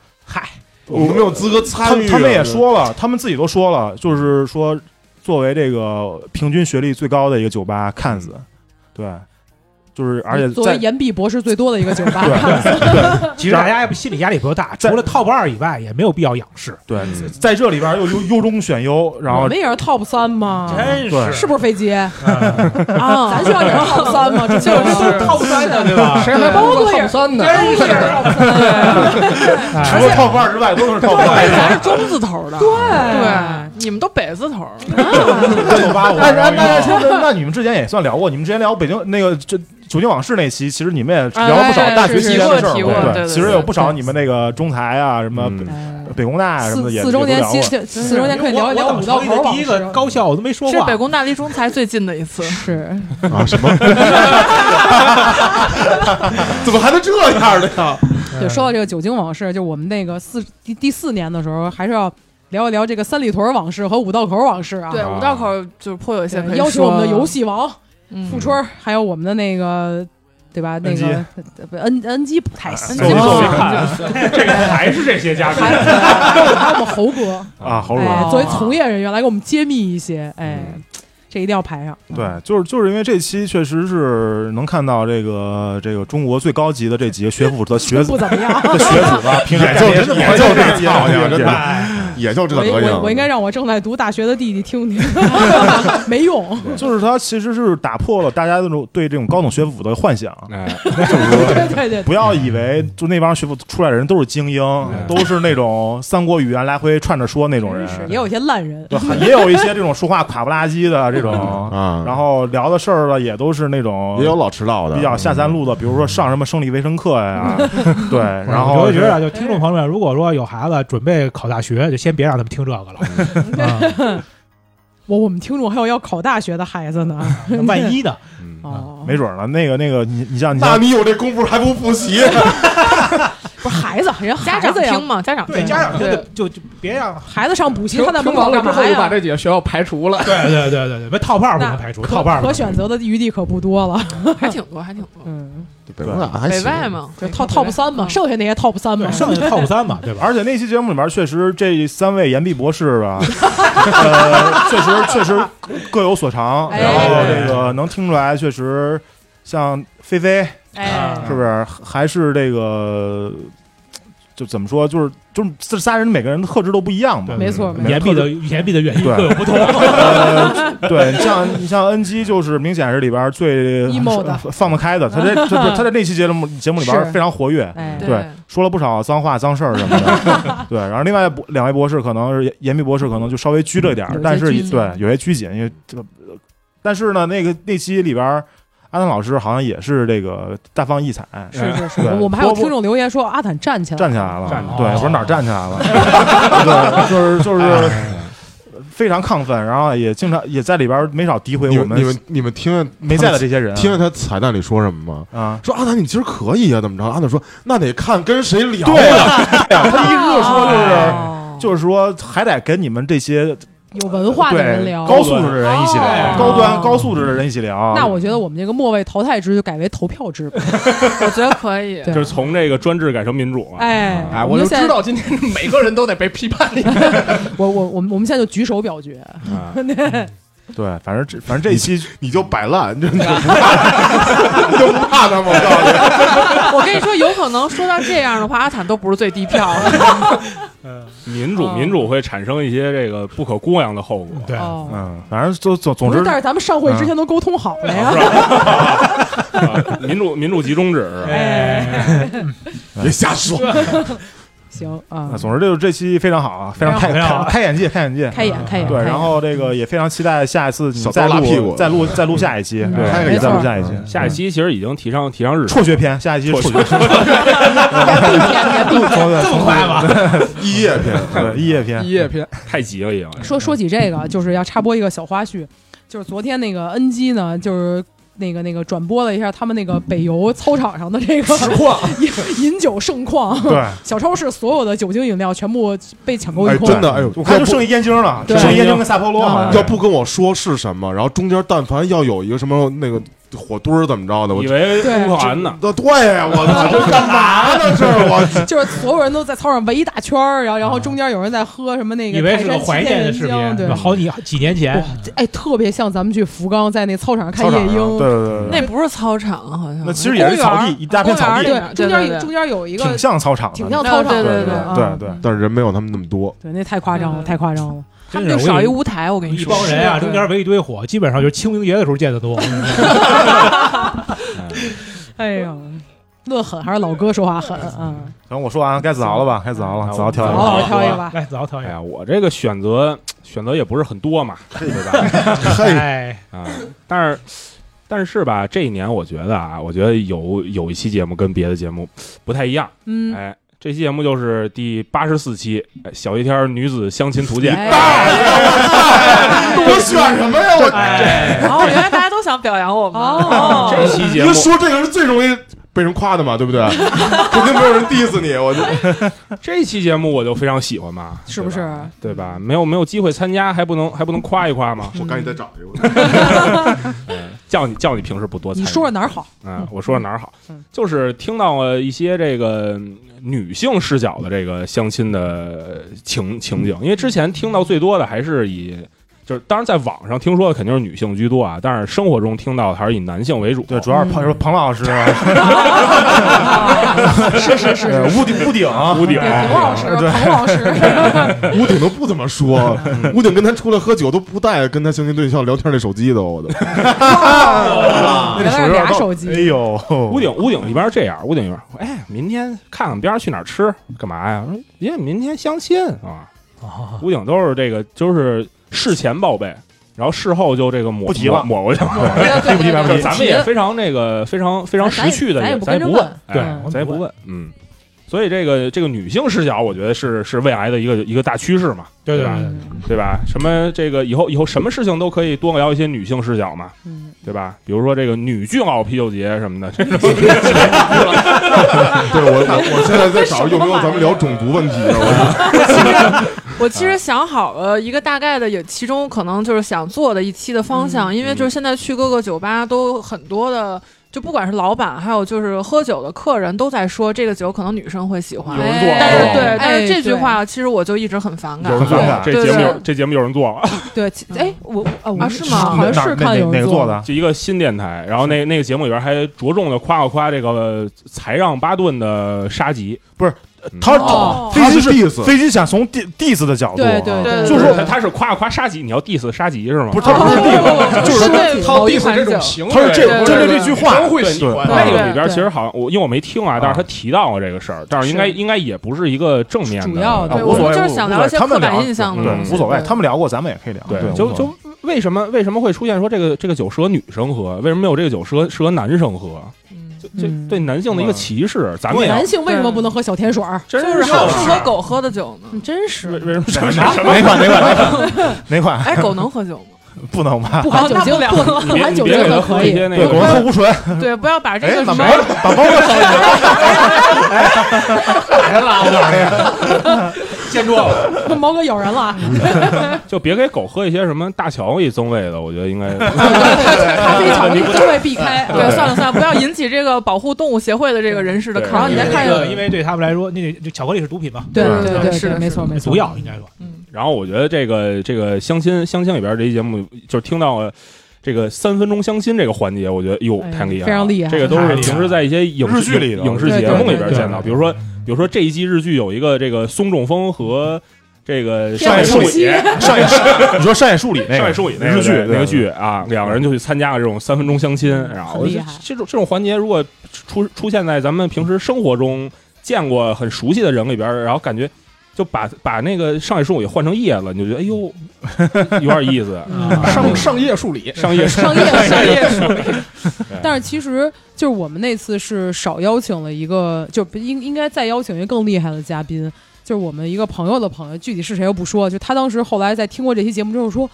Speaker 8: 我们没有资格
Speaker 3: 他
Speaker 8: 参与，啊
Speaker 3: 们他们也说了，他们自己都说了，就是说作为这个平均学历最高的一个酒吧，Cans，对，就是而且
Speaker 2: 嗯作为
Speaker 3: 在
Speaker 2: 岩壁博士最多的一个酒吧，
Speaker 6: 其实大家心理压力不大，除了 top 二以外，也没有必要仰视，
Speaker 3: 对在这里边又优优中选优，然
Speaker 2: 我
Speaker 3: 后
Speaker 2: 们也是 top 三嘛，
Speaker 3: 对
Speaker 2: 是不是飞机啊？咱需要也是 top 三吗？这
Speaker 7: 就是
Speaker 2: 是
Speaker 6: top 三呢，对吧？
Speaker 5: 谁还包括
Speaker 2: 对
Speaker 5: 套三呢？
Speaker 2: 都是 top 三，
Speaker 3: 除了 top 二之外都是 top
Speaker 2: 对，
Speaker 3: 二。
Speaker 2: 咱是中字头的，对
Speaker 7: 对你们都北字头儿，
Speaker 3: 九八五。
Speaker 8: 哎哎哎
Speaker 3: 那那你们之前也算聊过，你们之前聊北京那个这酒店往事那期，其实你们也聊了不少
Speaker 7: 哎哎
Speaker 3: 大学
Speaker 7: 是
Speaker 3: 期间的
Speaker 7: 提
Speaker 3: 事
Speaker 7: 过
Speaker 3: 儿
Speaker 7: 提
Speaker 3: 嘛
Speaker 7: 过对
Speaker 3: 对，
Speaker 7: 对
Speaker 3: 其实
Speaker 7: 对
Speaker 3: 有不少你们那个中财啊，什么
Speaker 8: 嗯
Speaker 2: 哎
Speaker 3: 北工大啊什么的也
Speaker 2: 四四周年
Speaker 3: 也都聊
Speaker 2: 期，
Speaker 3: 过
Speaker 2: 这四周年可以
Speaker 6: 我
Speaker 2: 聊
Speaker 6: 我
Speaker 2: 聊
Speaker 6: 等
Speaker 2: 五道
Speaker 6: 成立的
Speaker 2: 口往
Speaker 6: 第一个
Speaker 2: 事啊
Speaker 6: 高校，我都没说
Speaker 7: 是
Speaker 6: 话嗯
Speaker 7: 北。工大离中财最近的一次。
Speaker 2: 是
Speaker 8: 啊什么？怎么还能这样呢？
Speaker 2: 就说到这个酒精往事，就我们那个四第第四年的时候，还是要聊一聊这个三里屯往事和五道口往事啊。
Speaker 7: 对，
Speaker 4: 啊
Speaker 7: 五道口就是颇有一些可
Speaker 2: 对，
Speaker 7: 以
Speaker 2: 要求我们的
Speaker 7: 说
Speaker 2: 游戏王
Speaker 7: 嗯
Speaker 2: 富春儿，还有我们的那个。对吧？那个 N N 机不太行，
Speaker 3: 哎我们作为
Speaker 4: 这个还是这些嘉 宾，
Speaker 2: 还有我们猴哥，
Speaker 3: 啊，好冷。
Speaker 2: 哎，作为从业人员来给我们揭秘一些，哎，这一定要排上。
Speaker 3: 对，就是就是因为这期确实是能看到这个这个中国最高级的这几个学府的学子
Speaker 2: 不怎么样。
Speaker 3: 的学子吧，平
Speaker 8: 也
Speaker 3: 台
Speaker 8: 就真的也
Speaker 3: 也
Speaker 8: 就这操性，真
Speaker 3: 也
Speaker 8: 的也就这
Speaker 2: 我
Speaker 8: 德
Speaker 2: 我
Speaker 8: 行。
Speaker 2: 我应该让我正在读大学的弟弟听听，没用。
Speaker 3: 就是他其实是打破了大家那种对这种高等学府的幻想，
Speaker 4: 哎，
Speaker 2: 对 对对，
Speaker 3: 不要以为就那帮学府出来的人都是精英，都是那种三国语言来回串着说那种人
Speaker 2: 真，是也有一些烂人。
Speaker 3: 对也有一些这种说话垮不拉几的这种，
Speaker 8: 啊，
Speaker 3: 然后聊的事儿了也都是那种
Speaker 8: 也有老迟到的，嗯
Speaker 3: 比较下三路的，比如说上什么生理卫生课呀， 对，然后
Speaker 6: 我就觉得啊，就听众朋友们，如果说有孩子准备考大学，就先别让他们听这个了。 啊
Speaker 2: 我我们听众还有要考大学的孩子呢。
Speaker 6: 万一呢？
Speaker 4: 嗯
Speaker 2: 哦，
Speaker 3: 没准儿了，那个那个，你你像你
Speaker 8: 那
Speaker 3: 像
Speaker 8: 你有这功夫还不复习？
Speaker 2: 不是孩子，人
Speaker 7: 家
Speaker 2: 孩
Speaker 7: 长
Speaker 2: 子呀
Speaker 7: 听，嘛，家长
Speaker 6: 对家长就
Speaker 7: 对
Speaker 6: 就就别让。
Speaker 2: 孩子上补习，
Speaker 5: 听
Speaker 2: 他在门
Speaker 5: 听
Speaker 2: 口
Speaker 5: 完
Speaker 2: 干
Speaker 5: 了之
Speaker 2: 嘛
Speaker 5: 后，就把
Speaker 2: 呀？
Speaker 5: 这几个学校排除了。
Speaker 6: 对对对对对，别套炮不
Speaker 2: 那
Speaker 6: 能排除，
Speaker 2: 可
Speaker 6: 套炮不
Speaker 2: 可
Speaker 6: 能
Speaker 2: 选择的余地可不多了。
Speaker 7: 还挺多，还挺多。
Speaker 2: 嗯，
Speaker 8: 北工大还
Speaker 7: 北
Speaker 8: 行，
Speaker 7: 外嘛，
Speaker 2: 就 top top 三嘛，
Speaker 7: 嗯
Speaker 2: 剩下那些 top 三嘛
Speaker 6: 对，剩下套三嘛，对吧？
Speaker 3: 而且那期节目里面，确实这三位岩壁博士吧，呃，确实确实各有所长，
Speaker 2: 哎
Speaker 3: 然后这个能听出来，确实像菲菲
Speaker 7: 哎，
Speaker 3: 是不是还是这个就怎么说，就是就是这仨人每个人的特质都不一样嘛，
Speaker 2: 没错没错
Speaker 6: 岩壁的岩壁 的原因
Speaker 3: 对
Speaker 6: 各有不同，
Speaker 3: 呃，对，你像你像 N G 就是明显是里边最
Speaker 2: emo 的
Speaker 3: 放得开 的，他在他在他在那期节目节目里边
Speaker 2: 是
Speaker 3: 非常活跃，
Speaker 2: 哎，
Speaker 7: 对
Speaker 3: 对，说了不少脏话、脏事儿什 么的。对，然后另外博两位博士可能是严严密博士，可能就稍微拘着点
Speaker 2: 有
Speaker 3: 儿
Speaker 2: 些，
Speaker 3: 但是
Speaker 2: 拘谨
Speaker 3: 对有些拘谨，因为这个。呃但是呢，那个那期里边儿，阿南老师好像也是这个大放异彩，
Speaker 2: 是是是，
Speaker 3: 哎对
Speaker 2: 我们还有
Speaker 3: 波波
Speaker 2: 听众留言说阿坦站起来，
Speaker 3: 站起来了，
Speaker 6: 站起来
Speaker 3: 对，
Speaker 6: 了哎
Speaker 3: 不是哪儿站起来 了，对，就是就是非常亢奋，然后也经常也在里边儿没少诋毁
Speaker 8: 你
Speaker 3: 我
Speaker 8: 们你们你们听见
Speaker 3: 没在的这些人啊，
Speaker 8: 听见他彩蛋里说什么吗？
Speaker 3: 啊，
Speaker 8: 说阿南，你今儿可以啊？怎么着？阿南说，那得看跟谁聊。
Speaker 3: 对呀，对呀他一
Speaker 2: 啊
Speaker 3: 热说就是
Speaker 2: 哦
Speaker 3: 就是说还得跟你们这些
Speaker 2: 有文化的人
Speaker 3: 对
Speaker 2: 聊。
Speaker 3: 高素质的人一起
Speaker 6: 哦
Speaker 3: 聊，高端高素质的人一起聊。
Speaker 2: 那我觉得我们这个末位淘汰制就改为投票制吧。
Speaker 7: 我觉得可以。
Speaker 2: 对
Speaker 4: 就是从这个专制改成民主了。啊
Speaker 2: 哎，
Speaker 5: 哎，
Speaker 2: 我
Speaker 5: 我
Speaker 2: 们
Speaker 5: 就
Speaker 2: 现在
Speaker 5: 知道今天每个人都得被批 判一遍。
Speaker 2: 我我我们我们现在就举手表决，
Speaker 4: 啊
Speaker 3: 对，反正这反正这一 期
Speaker 8: 你就摆烂，真的不怕， 你就不怕他们。我告诉你，
Speaker 7: 我跟你说，有可能说到这样的话，阿坦都不是最低票了。
Speaker 4: 民主
Speaker 2: 哦
Speaker 4: 民主会产生一些这个不可估量的后 果。
Speaker 6: 对，
Speaker 2: 哦，
Speaker 3: 嗯，反正就总总
Speaker 2: 不
Speaker 3: 之嗯
Speaker 2: 是，但是咱们上会之前都沟通好了哎呀。
Speaker 4: 啊民主民主集中制是吧？
Speaker 2: 哎，
Speaker 8: 别瞎说。
Speaker 2: 行啊
Speaker 3: 啊，总之就是这期非常好啊，非常开
Speaker 6: 非常好
Speaker 3: 开开眼界，开眼界。啊
Speaker 2: 开眼开眼。
Speaker 3: 对，
Speaker 2: 开眼
Speaker 3: 然后这个也非常期待下一次你
Speaker 8: 小
Speaker 3: 再
Speaker 8: 刀拉屁股
Speaker 3: 录再录再录下一期，
Speaker 2: 嗯
Speaker 3: 对
Speaker 8: 开个
Speaker 2: 眼
Speaker 3: 再
Speaker 2: 没
Speaker 3: 录
Speaker 2: 错
Speaker 3: 下一期，
Speaker 6: 嗯
Speaker 3: 嗯
Speaker 4: 下一期其实已经提上提上日程
Speaker 3: 辍学篇，下一期是辍学 篇，
Speaker 6: 这
Speaker 3: 这
Speaker 6: 么快吗？
Speaker 8: 一夜篇，
Speaker 3: 对，一夜篇
Speaker 5: 一，叶篇，
Speaker 4: 太急了已经。
Speaker 2: 说说起这个，就是要插播一个小花絮，就是昨天那个 N G 呢，就是。那个那个转播了一下他们那个北邮操场上的这个饮 饮酒盛况，
Speaker 3: 对，
Speaker 2: 小超市所有的酒精饮料全部被抢购一
Speaker 8: 哎，
Speaker 2: 空。
Speaker 8: 真的，哎呦，
Speaker 3: 我嗯看就剩一燕京了，
Speaker 2: 对
Speaker 3: 剩一燕京跟萨波罗好像
Speaker 8: 要不跟我说是什么，然后中间但凡要有一个什么那个火堆儿怎么着的，我
Speaker 4: 以
Speaker 8: 就
Speaker 4: 为
Speaker 2: 对
Speaker 4: 乌克兰呢，
Speaker 8: 那对呀，我操，这干嘛呢？这是我
Speaker 2: 就是所有人都在操场围一大圈儿，然后然后中间有人在喝什么那个
Speaker 6: 以为是个
Speaker 2: 泰山
Speaker 6: 怀
Speaker 2: 七天
Speaker 6: 念的
Speaker 2: 人
Speaker 6: 视
Speaker 2: 浆对
Speaker 6: 频，，好几几年前
Speaker 2: 哇，这哎，特别像咱们去福冈在那操场上看
Speaker 3: 操场
Speaker 2: 夜
Speaker 3: 上
Speaker 2: 鹰，
Speaker 3: 对对对对，
Speaker 7: 那不是操场，啊好像
Speaker 3: 那其实也是草地，一大片草地，
Speaker 7: 公园儿
Speaker 2: 中
Speaker 7: 对
Speaker 2: 间
Speaker 7: 对对
Speaker 2: 中间有一
Speaker 3: 挺
Speaker 2: 个
Speaker 3: 像操场的，
Speaker 2: 挺像操场的，
Speaker 7: 对对对
Speaker 2: 啊
Speaker 3: 对对，
Speaker 8: 但是人没有他们那么多，
Speaker 2: 对，那太夸张了，
Speaker 7: 对对对
Speaker 2: 太夸张了。
Speaker 7: 他
Speaker 6: 真
Speaker 7: 们
Speaker 6: 是
Speaker 7: 就少
Speaker 6: 我
Speaker 7: 一
Speaker 6: 有
Speaker 7: 舞台，我跟你
Speaker 6: 一
Speaker 7: 说，
Speaker 6: 帮人啊，
Speaker 7: 是
Speaker 6: 中间围一堆火，基本上就是清明节的时候见得多。
Speaker 2: 哎呀，乐狠还是老哥说话狠啊？
Speaker 3: 行，我说完了，该子豪了吧？该子豪了，
Speaker 4: 嗯
Speaker 3: 子豪挑
Speaker 2: 子
Speaker 3: 一
Speaker 4: 嗯
Speaker 3: 个
Speaker 2: 豪挑一个吧，
Speaker 6: 来，子豪挑一
Speaker 4: 哎
Speaker 6: 个。
Speaker 4: 呀，我这个选择选择也不是很 多嘛，对吧？
Speaker 8: 嘿，
Speaker 6: 哎，
Speaker 4: 啊，但是但是吧，这一年我觉得啊，我觉得有有一期节目跟别的节目不太一样，
Speaker 2: 嗯，
Speaker 4: 哎，这期节目就是第八十四期《哎小一天女子相亲图鉴》哎
Speaker 2: 哎
Speaker 8: 我选什么呀？我
Speaker 6: 哎，
Speaker 7: 哦，原来大家都想表扬我们
Speaker 2: 哦
Speaker 4: 这期节
Speaker 8: 因
Speaker 4: 目
Speaker 8: 为说这个是最容易被人夸的嘛，对不对？肯定没有人 diss 你，我就
Speaker 4: 这期节目我就非常喜欢嘛，
Speaker 2: 是不
Speaker 4: 对吧
Speaker 2: 是？
Speaker 4: 对吧？没有没有机会参加，还不能还不能夸一夸 吗？
Speaker 8: 我赶紧再找一个。
Speaker 4: 叫你叫你平时不多参
Speaker 2: 你
Speaker 4: 与，
Speaker 2: 说说哪儿好？
Speaker 4: 啊，我说说哪儿好
Speaker 2: 嗯，
Speaker 4: 就是听到了一些这个嗯女性视角的这个相亲的情情景，因为之前听到最多的还是以就是，当然在网上听说的肯定是女性居多啊，但是生活中听到的还是以男性为主。
Speaker 3: 对，主要是彭彭老师，啊
Speaker 2: 是是是
Speaker 3: 呃
Speaker 2: 是，
Speaker 3: 屋顶屋顶哎屋顶
Speaker 2: 对，彭老师，
Speaker 3: 对
Speaker 2: 彭老师，
Speaker 8: 屋顶都不怎么 说，屋顶跟他出来喝酒都不带跟他相亲对象聊天那手机的， 我都。
Speaker 2: 原来是俩手
Speaker 3: 哎
Speaker 2: 机，
Speaker 3: 呦，
Speaker 4: 屋顶屋顶一边是这样，屋顶一边，哎，明天看看边上去哪儿吃，干嘛呀？我说因为明天相亲啊，屋顶都是这个，就是事前报备，然后事后就这个抹
Speaker 3: 不提了
Speaker 4: 抹抹过去了。
Speaker 7: 对
Speaker 3: 不提白不
Speaker 4: 就是
Speaker 3: 提
Speaker 4: 咱们也非常那个非常非常识趣的，
Speaker 9: 咱也
Speaker 4: 咱
Speaker 9: 咱也不跟
Speaker 4: 也
Speaker 9: 着
Speaker 4: 问
Speaker 9: 问，
Speaker 4: 哎
Speaker 6: 对
Speaker 4: 咱也不问，嗯。所以这个这个女性视角，我觉得是是未来的一个一个大趋势嘛，
Speaker 6: 对对对，
Speaker 2: 嗯
Speaker 4: 对吧？什么这个以后以后什么事情都可以多聊一些女性视角嘛，
Speaker 2: 嗯，
Speaker 4: 对吧？比如说这个女巨佬啤酒节什么的，这种
Speaker 8: 对我我我现在在找有没有咱们聊种族问题的，我
Speaker 7: 我其实想好了一个大概的，也其中可能就是想做的一期的方向，因为就是现在去各个酒吧都很多的，就不管是老板，还有就是喝酒的客人都在说这个酒可能女生会喜欢，
Speaker 4: 有人做
Speaker 7: 但是
Speaker 4: 了，
Speaker 7: 对，但
Speaker 2: 哎
Speaker 7: 是这句话其实我就一直很反感
Speaker 3: 有。人做的
Speaker 4: 这
Speaker 7: 嗯对
Speaker 4: 节目
Speaker 7: 对
Speaker 4: 有这节目有人做了，
Speaker 2: 对，其哎，我啊，我
Speaker 7: 啊是吗
Speaker 2: 好像
Speaker 3: 哪
Speaker 2: 是
Speaker 3: 哪
Speaker 2: 看有
Speaker 3: 哪
Speaker 2: 人
Speaker 3: 个做的？
Speaker 4: 就一个新电台，然后那那个节目里边还着重的夸了夸这个才让巴顿的沙棘，
Speaker 3: 他
Speaker 7: 哦
Speaker 3: 他
Speaker 8: 是
Speaker 3: 是
Speaker 8: diss，
Speaker 3: 飞机想从 diss diss 的角度，
Speaker 2: 对对哦
Speaker 7: 对对
Speaker 3: 就是
Speaker 4: 他
Speaker 3: 说
Speaker 4: 他是夸了夸沙棘，你要 diss 沙棘是吗？
Speaker 3: 不是他不是 diss，就是
Speaker 7: 是
Speaker 3: 说
Speaker 7: 对
Speaker 5: 他
Speaker 7: 某一
Speaker 5: diss
Speaker 7: 款
Speaker 5: 这
Speaker 7: 酒
Speaker 5: 种，行为，
Speaker 3: 他是这
Speaker 7: 对对
Speaker 3: 针对
Speaker 7: 对
Speaker 3: 这句话
Speaker 5: 真，会喜
Speaker 3: 对
Speaker 5: 欢。
Speaker 4: 那个里边
Speaker 2: 对
Speaker 4: 其实好像我因为我没听啊，但是他提到了这个事儿，但是应该
Speaker 2: 是
Speaker 4: 应该也不是一个正面
Speaker 2: 主要的
Speaker 4: 啊
Speaker 7: 对
Speaker 3: 无
Speaker 4: 无
Speaker 3: 所谓
Speaker 4: 所
Speaker 7: 我
Speaker 4: 谓。
Speaker 7: 们就是想聊一些
Speaker 3: 无所谓
Speaker 7: 刻板印象的
Speaker 3: 对
Speaker 7: 东西
Speaker 3: 无所谓，
Speaker 2: 对
Speaker 3: 他们聊过，咱们也可以聊。
Speaker 4: 嗯对，
Speaker 3: 无
Speaker 4: 就
Speaker 3: 所
Speaker 4: 就为什么为什么会出现说这个这个酒适合女生喝，为什么没有这个酒适合适合男生喝？
Speaker 7: 嗯
Speaker 4: 就就
Speaker 2: 嗯
Speaker 4: 对男性的一个歧视，咱们也
Speaker 2: 男性为什么不能喝小甜水儿？
Speaker 4: 真
Speaker 7: 就是
Speaker 4: 是
Speaker 7: 还有适合狗喝的酒 呢。
Speaker 2: 嗯真
Speaker 4: 为
Speaker 2: 是
Speaker 4: 为什么什么
Speaker 3: 哪 款哪款哪款哪款
Speaker 7: 哎，狗能喝酒吗？
Speaker 3: 不能吧？
Speaker 2: 不含酒精，不不
Speaker 4: 别
Speaker 2: 含
Speaker 4: 你
Speaker 2: 酒
Speaker 4: 别
Speaker 2: 精
Speaker 4: 给他
Speaker 2: 都
Speaker 4: 喝
Speaker 2: 可
Speaker 4: 一
Speaker 2: 以
Speaker 4: 些。那
Speaker 3: 对，我
Speaker 4: 个。
Speaker 3: 们喝无醇。
Speaker 7: 对，不要把这
Speaker 3: 哎，怎
Speaker 7: 个什
Speaker 3: 么
Speaker 7: 么
Speaker 3: 了把包给喝了？
Speaker 6: 见住了，
Speaker 2: 毛哥咬人了啊，
Speaker 4: 就别给狗喝一些什么大乔一增味的，我觉得 应该
Speaker 2: 咖啡场定位避开。
Speaker 7: 对，算了算了，不要引起这个保护动物协会的这个人士的
Speaker 4: 对
Speaker 7: 抗议。
Speaker 2: 你再
Speaker 7: 你再
Speaker 2: 看
Speaker 7: 看
Speaker 2: 一
Speaker 6: 对，因为对他们来说，那就巧克力是毒品嘛，
Speaker 2: 对对
Speaker 8: 对
Speaker 7: 对
Speaker 2: 对
Speaker 7: 是
Speaker 2: 对，
Speaker 7: 的
Speaker 2: 没错没错，
Speaker 6: 毒药应该说。
Speaker 4: 然后我觉得这个这个相亲相亲里边这一节目，就是听到了这个三分钟相亲这个环节，我觉得哟
Speaker 2: 哎
Speaker 4: 太厉害了，
Speaker 2: 非常厉害
Speaker 4: 这个都
Speaker 6: 太
Speaker 4: 是
Speaker 6: 厉害
Speaker 4: 平时在一些影
Speaker 3: 日
Speaker 4: 视
Speaker 3: 剧里的
Speaker 4: 影视
Speaker 2: 对
Speaker 4: 节
Speaker 2: 对
Speaker 4: 目里
Speaker 2: 对
Speaker 4: 边
Speaker 2: 对
Speaker 4: 见到，比如说比如说这一季日剧有一个这个松中风和这
Speaker 2: 天
Speaker 4: 个上野
Speaker 2: 海
Speaker 4: 树
Speaker 2: 寿
Speaker 4: 里
Speaker 2: 司
Speaker 3: 上野树，你说上野树里那个
Speaker 4: 上海树里
Speaker 3: 日剧
Speaker 4: 那个剧啊，两个人就去参加了这种三分钟相亲，然后
Speaker 2: 很厉害
Speaker 4: 这种这种环节如果出出现在咱们平时生活中见过很熟悉的人里边儿，然后感觉就把把那个上海树里换成叶子，你就觉得哎呦有 点意思。
Speaker 5: 上上叶树理，
Speaker 4: 上叶树
Speaker 2: 商业商业
Speaker 4: 对
Speaker 2: 但是其实就是我们那次是少邀请了一个，就不应应该再邀请一个更厉害的嘉宾，就是我们一个朋友的朋友，具体是谁又不说。就他当时后来在听过这期节目之后说。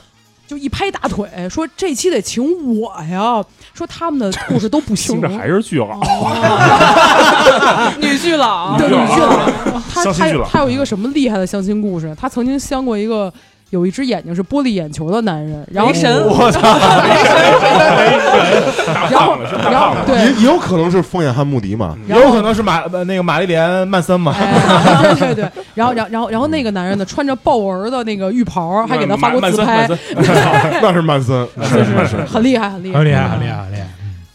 Speaker 2: 就一拍大腿，说这期得请我呀！说他们的故事都不行，
Speaker 4: 听着还是巨佬，
Speaker 7: 女 巨佬，
Speaker 2: 对，
Speaker 4: 巨
Speaker 2: 女
Speaker 4: 佬
Speaker 2: 巨佬，他
Speaker 3: 相亲
Speaker 2: 他
Speaker 3: 巨
Speaker 2: 有
Speaker 3: 佬
Speaker 2: 他有一个什么厉害的相亲故事？他曾经相过一个有一只眼睛是玻璃眼球的男人，然后
Speaker 7: 雷神
Speaker 3: 我操！
Speaker 4: 大胖子是大
Speaker 2: 然后
Speaker 4: 胖子，
Speaker 8: 也
Speaker 2: 对，
Speaker 8: 也有可能是枫眼汉穆 迪嘛，
Speaker 2: 然
Speaker 3: 有
Speaker 2: 后
Speaker 3: 可能是马呃那个玛丽莲曼森嘛？
Speaker 2: 哎，对对对，然后然后然后然后那个男人呢，穿着豹纹的那个浴袍，还给他发过
Speaker 4: 曼
Speaker 2: 自
Speaker 4: 森
Speaker 2: 拍
Speaker 4: 曼，森 曼森
Speaker 8: 那是 曼
Speaker 2: 是
Speaker 8: 森，
Speaker 2: 是是，很厉害很厉害
Speaker 6: 很厉害，很厉害，很厉害。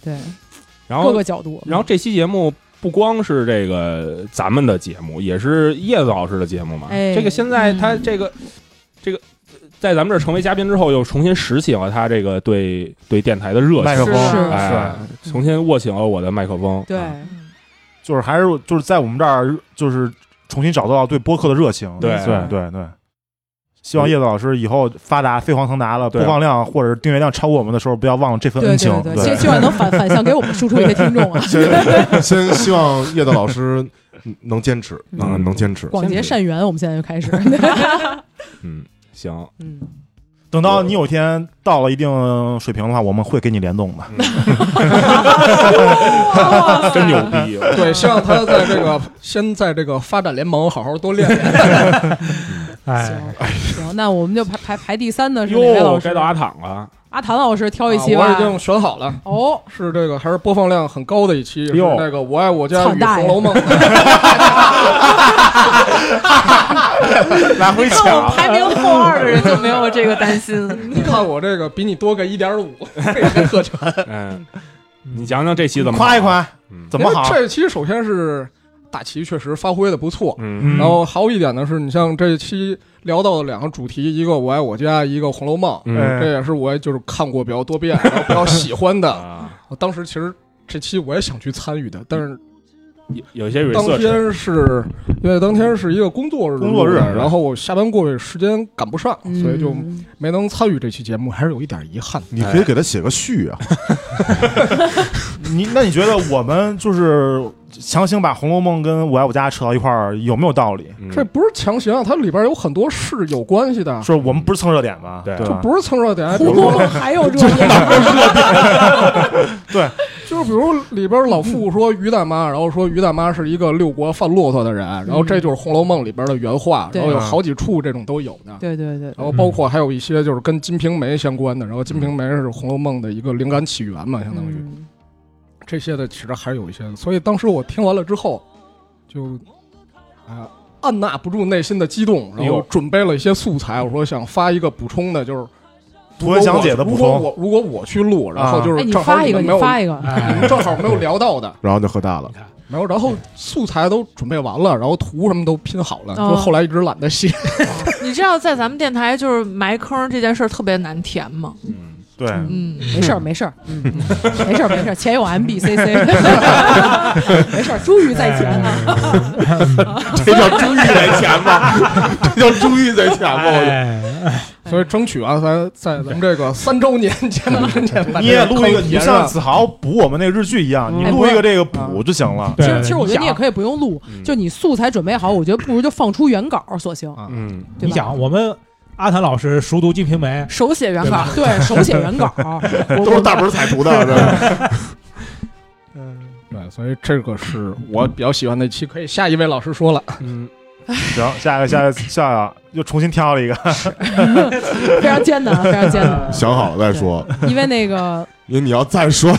Speaker 2: 对
Speaker 4: 然
Speaker 2: 各
Speaker 4: 后
Speaker 2: 个角度，
Speaker 4: 然后这期节目。不光是这个咱们的节目，也是叶子老师的节目嘛。
Speaker 2: 哎
Speaker 4: 这个现在他这个、这个在咱们这儿成为嘉宾之后，又重新拾起了他这个对对电台的热
Speaker 3: 麦
Speaker 4: 情
Speaker 3: 克，风
Speaker 7: 是
Speaker 2: 是
Speaker 4: 哎，重新握紧了我的麦克风。
Speaker 2: 对
Speaker 4: 啊
Speaker 3: 就是还是就是在我们这儿就是重新找到对播客的热情。
Speaker 4: 对
Speaker 3: 对对对，希望叶子老师以后发达飞黄腾达了，播放量或者是订阅量超过我们的时候，不要忘了这份
Speaker 2: 对
Speaker 3: 恩情
Speaker 2: 对。对，希
Speaker 3: 对
Speaker 2: 希望能反反向给我们输出一些听众啊，
Speaker 8: 先先希望叶子老师能坚持，能、
Speaker 4: 嗯
Speaker 8: 能坚持。
Speaker 2: 广结善缘，我们现在就开始。
Speaker 4: 嗯，行，
Speaker 2: 嗯，
Speaker 3: 等到你有一天到了一定水平的话，我们会给你联动的。
Speaker 4: 真牛逼！
Speaker 5: 对，希望他在这个先在这个发展联盟好好多练练。
Speaker 6: 哎，
Speaker 2: 行行，那我们就排排排第三 的是哪位
Speaker 4: 哟，
Speaker 2: 老师
Speaker 4: 该？到阿躺了，
Speaker 2: 阿谭老师挑一期
Speaker 5: 啊我已
Speaker 2: 吧。
Speaker 5: 经选好了，
Speaker 2: 哦，
Speaker 5: 是这个还是播放量很高的一期，是
Speaker 4: 嗯哟
Speaker 5: 那个《我爱我家
Speaker 2: 操
Speaker 5: 与
Speaker 2: 大
Speaker 5: 红
Speaker 2: 爷
Speaker 5: 楼梦》。啊
Speaker 4: 来回
Speaker 7: 你看我 排名后二的人就没有这个担心。
Speaker 5: 你看我这个比你多个一点五，特长。
Speaker 4: 嗯，你讲讲这期怎么好嗯
Speaker 3: 夸一？夸，怎么好？
Speaker 5: 因为这期首先是大齐确实发挥的不错，
Speaker 4: 嗯
Speaker 5: 然后还有一点呢是，你像这期聊到的两个主题，一个《我爱我家》，一个《红楼梦》，
Speaker 4: 嗯
Speaker 3: 哎
Speaker 5: 这也是我就是看过比较多遍，然后比较喜欢 的。
Speaker 4: 啊，
Speaker 5: 我当时其实这期我也想去参与的，但是
Speaker 4: 有有些 r e
Speaker 5: 当
Speaker 4: s
Speaker 5: 天是因为当天是一个工作日，
Speaker 3: 工作日
Speaker 5: 然后我下班过去时间赶不上，所以就
Speaker 2: 嗯
Speaker 5: 没能参与这期节目，还是有一点遗憾。
Speaker 8: 你可以给他写个序啊，
Speaker 3: 你那你觉得我们就是强行把《红楼梦》跟《我爱我家》扯到一块儿，有没有道理？
Speaker 4: 嗯
Speaker 5: 这不是强行啊，它里边有很多是有关系的，
Speaker 3: 是我们不是蹭热点吗？
Speaker 4: 对
Speaker 3: 对
Speaker 5: 就
Speaker 3: 吧
Speaker 5: 不是蹭热点。比
Speaker 2: 胡
Speaker 5: 如
Speaker 2: 萝
Speaker 5: 说
Speaker 2: 卜还有这点，
Speaker 5: 就是比如里边老傅说于大妈，然后说于大妈是一个六国贩骆驼的人，然后这就是《红楼梦》里边的原话，
Speaker 2: 对
Speaker 5: 然后
Speaker 3: 啊
Speaker 5: 有好几处这种都有的。
Speaker 2: 对对对，
Speaker 5: 然后包括还有一些就是跟《金瓶梅》相关的，然后《金瓶梅》是《红楼梦》的一个灵感起源嘛，相当于
Speaker 2: 嗯
Speaker 5: 这些的其实还是有一些的。所以当时我听完了之后，就啊按捺不住内心的激动，
Speaker 4: 哎
Speaker 5: 然
Speaker 4: 呦
Speaker 5: 后准备了一些素材，我说想发一个补充的，就是
Speaker 3: 图文详解的补
Speaker 5: 如果
Speaker 3: 充，
Speaker 5: 我如果我去录，然后
Speaker 3: 啊
Speaker 5: 就
Speaker 2: 哎，
Speaker 5: 是
Speaker 2: 你
Speaker 5: 正好
Speaker 2: 发一个，
Speaker 5: 们
Speaker 2: 你
Speaker 5: 没有嗯
Speaker 2: 发一个，
Speaker 6: 哎，
Speaker 5: 正好没有聊到的，
Speaker 8: 然后就喝大 了。
Speaker 5: 然后然后素材都准备完了，然后图什么都拼好了，
Speaker 7: 哦
Speaker 5: 就后来一直懒得
Speaker 2: 哎
Speaker 5: 写。
Speaker 7: 你知道在咱们电台就是埋坑这件事儿特别难填吗？
Speaker 4: 嗯，
Speaker 3: 对，
Speaker 7: 嗯，
Speaker 2: 没事儿没事儿，嗯，没事儿没事儿，前有 MBCC，没事儿，珠玉在前啊，
Speaker 8: 这叫珠玉在前吗？
Speaker 2: 哎
Speaker 8: 这叫珠玉在前吗？我
Speaker 6: 哎
Speaker 5: 所以争取啊， 咱在咱们这个三周年节目之前，
Speaker 3: 你也录一个，你就
Speaker 5: 节
Speaker 3: 像
Speaker 5: 上。
Speaker 3: 子豪补我们那个日剧一样，你
Speaker 2: 哎
Speaker 3: 录
Speaker 2: 不是
Speaker 3: 一个这个补就行 了。
Speaker 2: 其实其实我觉得你也
Speaker 6: 以。
Speaker 2: 可以不用录，
Speaker 4: 嗯
Speaker 2: 就你素材准备好，我觉得不如就放出原稿儿索性，
Speaker 5: 啊
Speaker 4: 嗯，
Speaker 2: 对
Speaker 6: 你
Speaker 2: 吧？
Speaker 6: 想，我们阿谭老师熟读《金瓶梅》，
Speaker 7: 手写原稿，
Speaker 2: 对，手写原稿 儿，我
Speaker 8: 都是大本彩 图的，是吧
Speaker 5: 对，所以这个是我比较喜欢的一期，可以下一位老师说了，
Speaker 4: 嗯，
Speaker 3: 行，下一个，下一个，下一个，又重新挑了一
Speaker 2: 啊
Speaker 3: 个。
Speaker 2: 我非常艰难，非常艰难，
Speaker 8: 想好了再说，
Speaker 2: 因为那个
Speaker 8: 因为你要再说，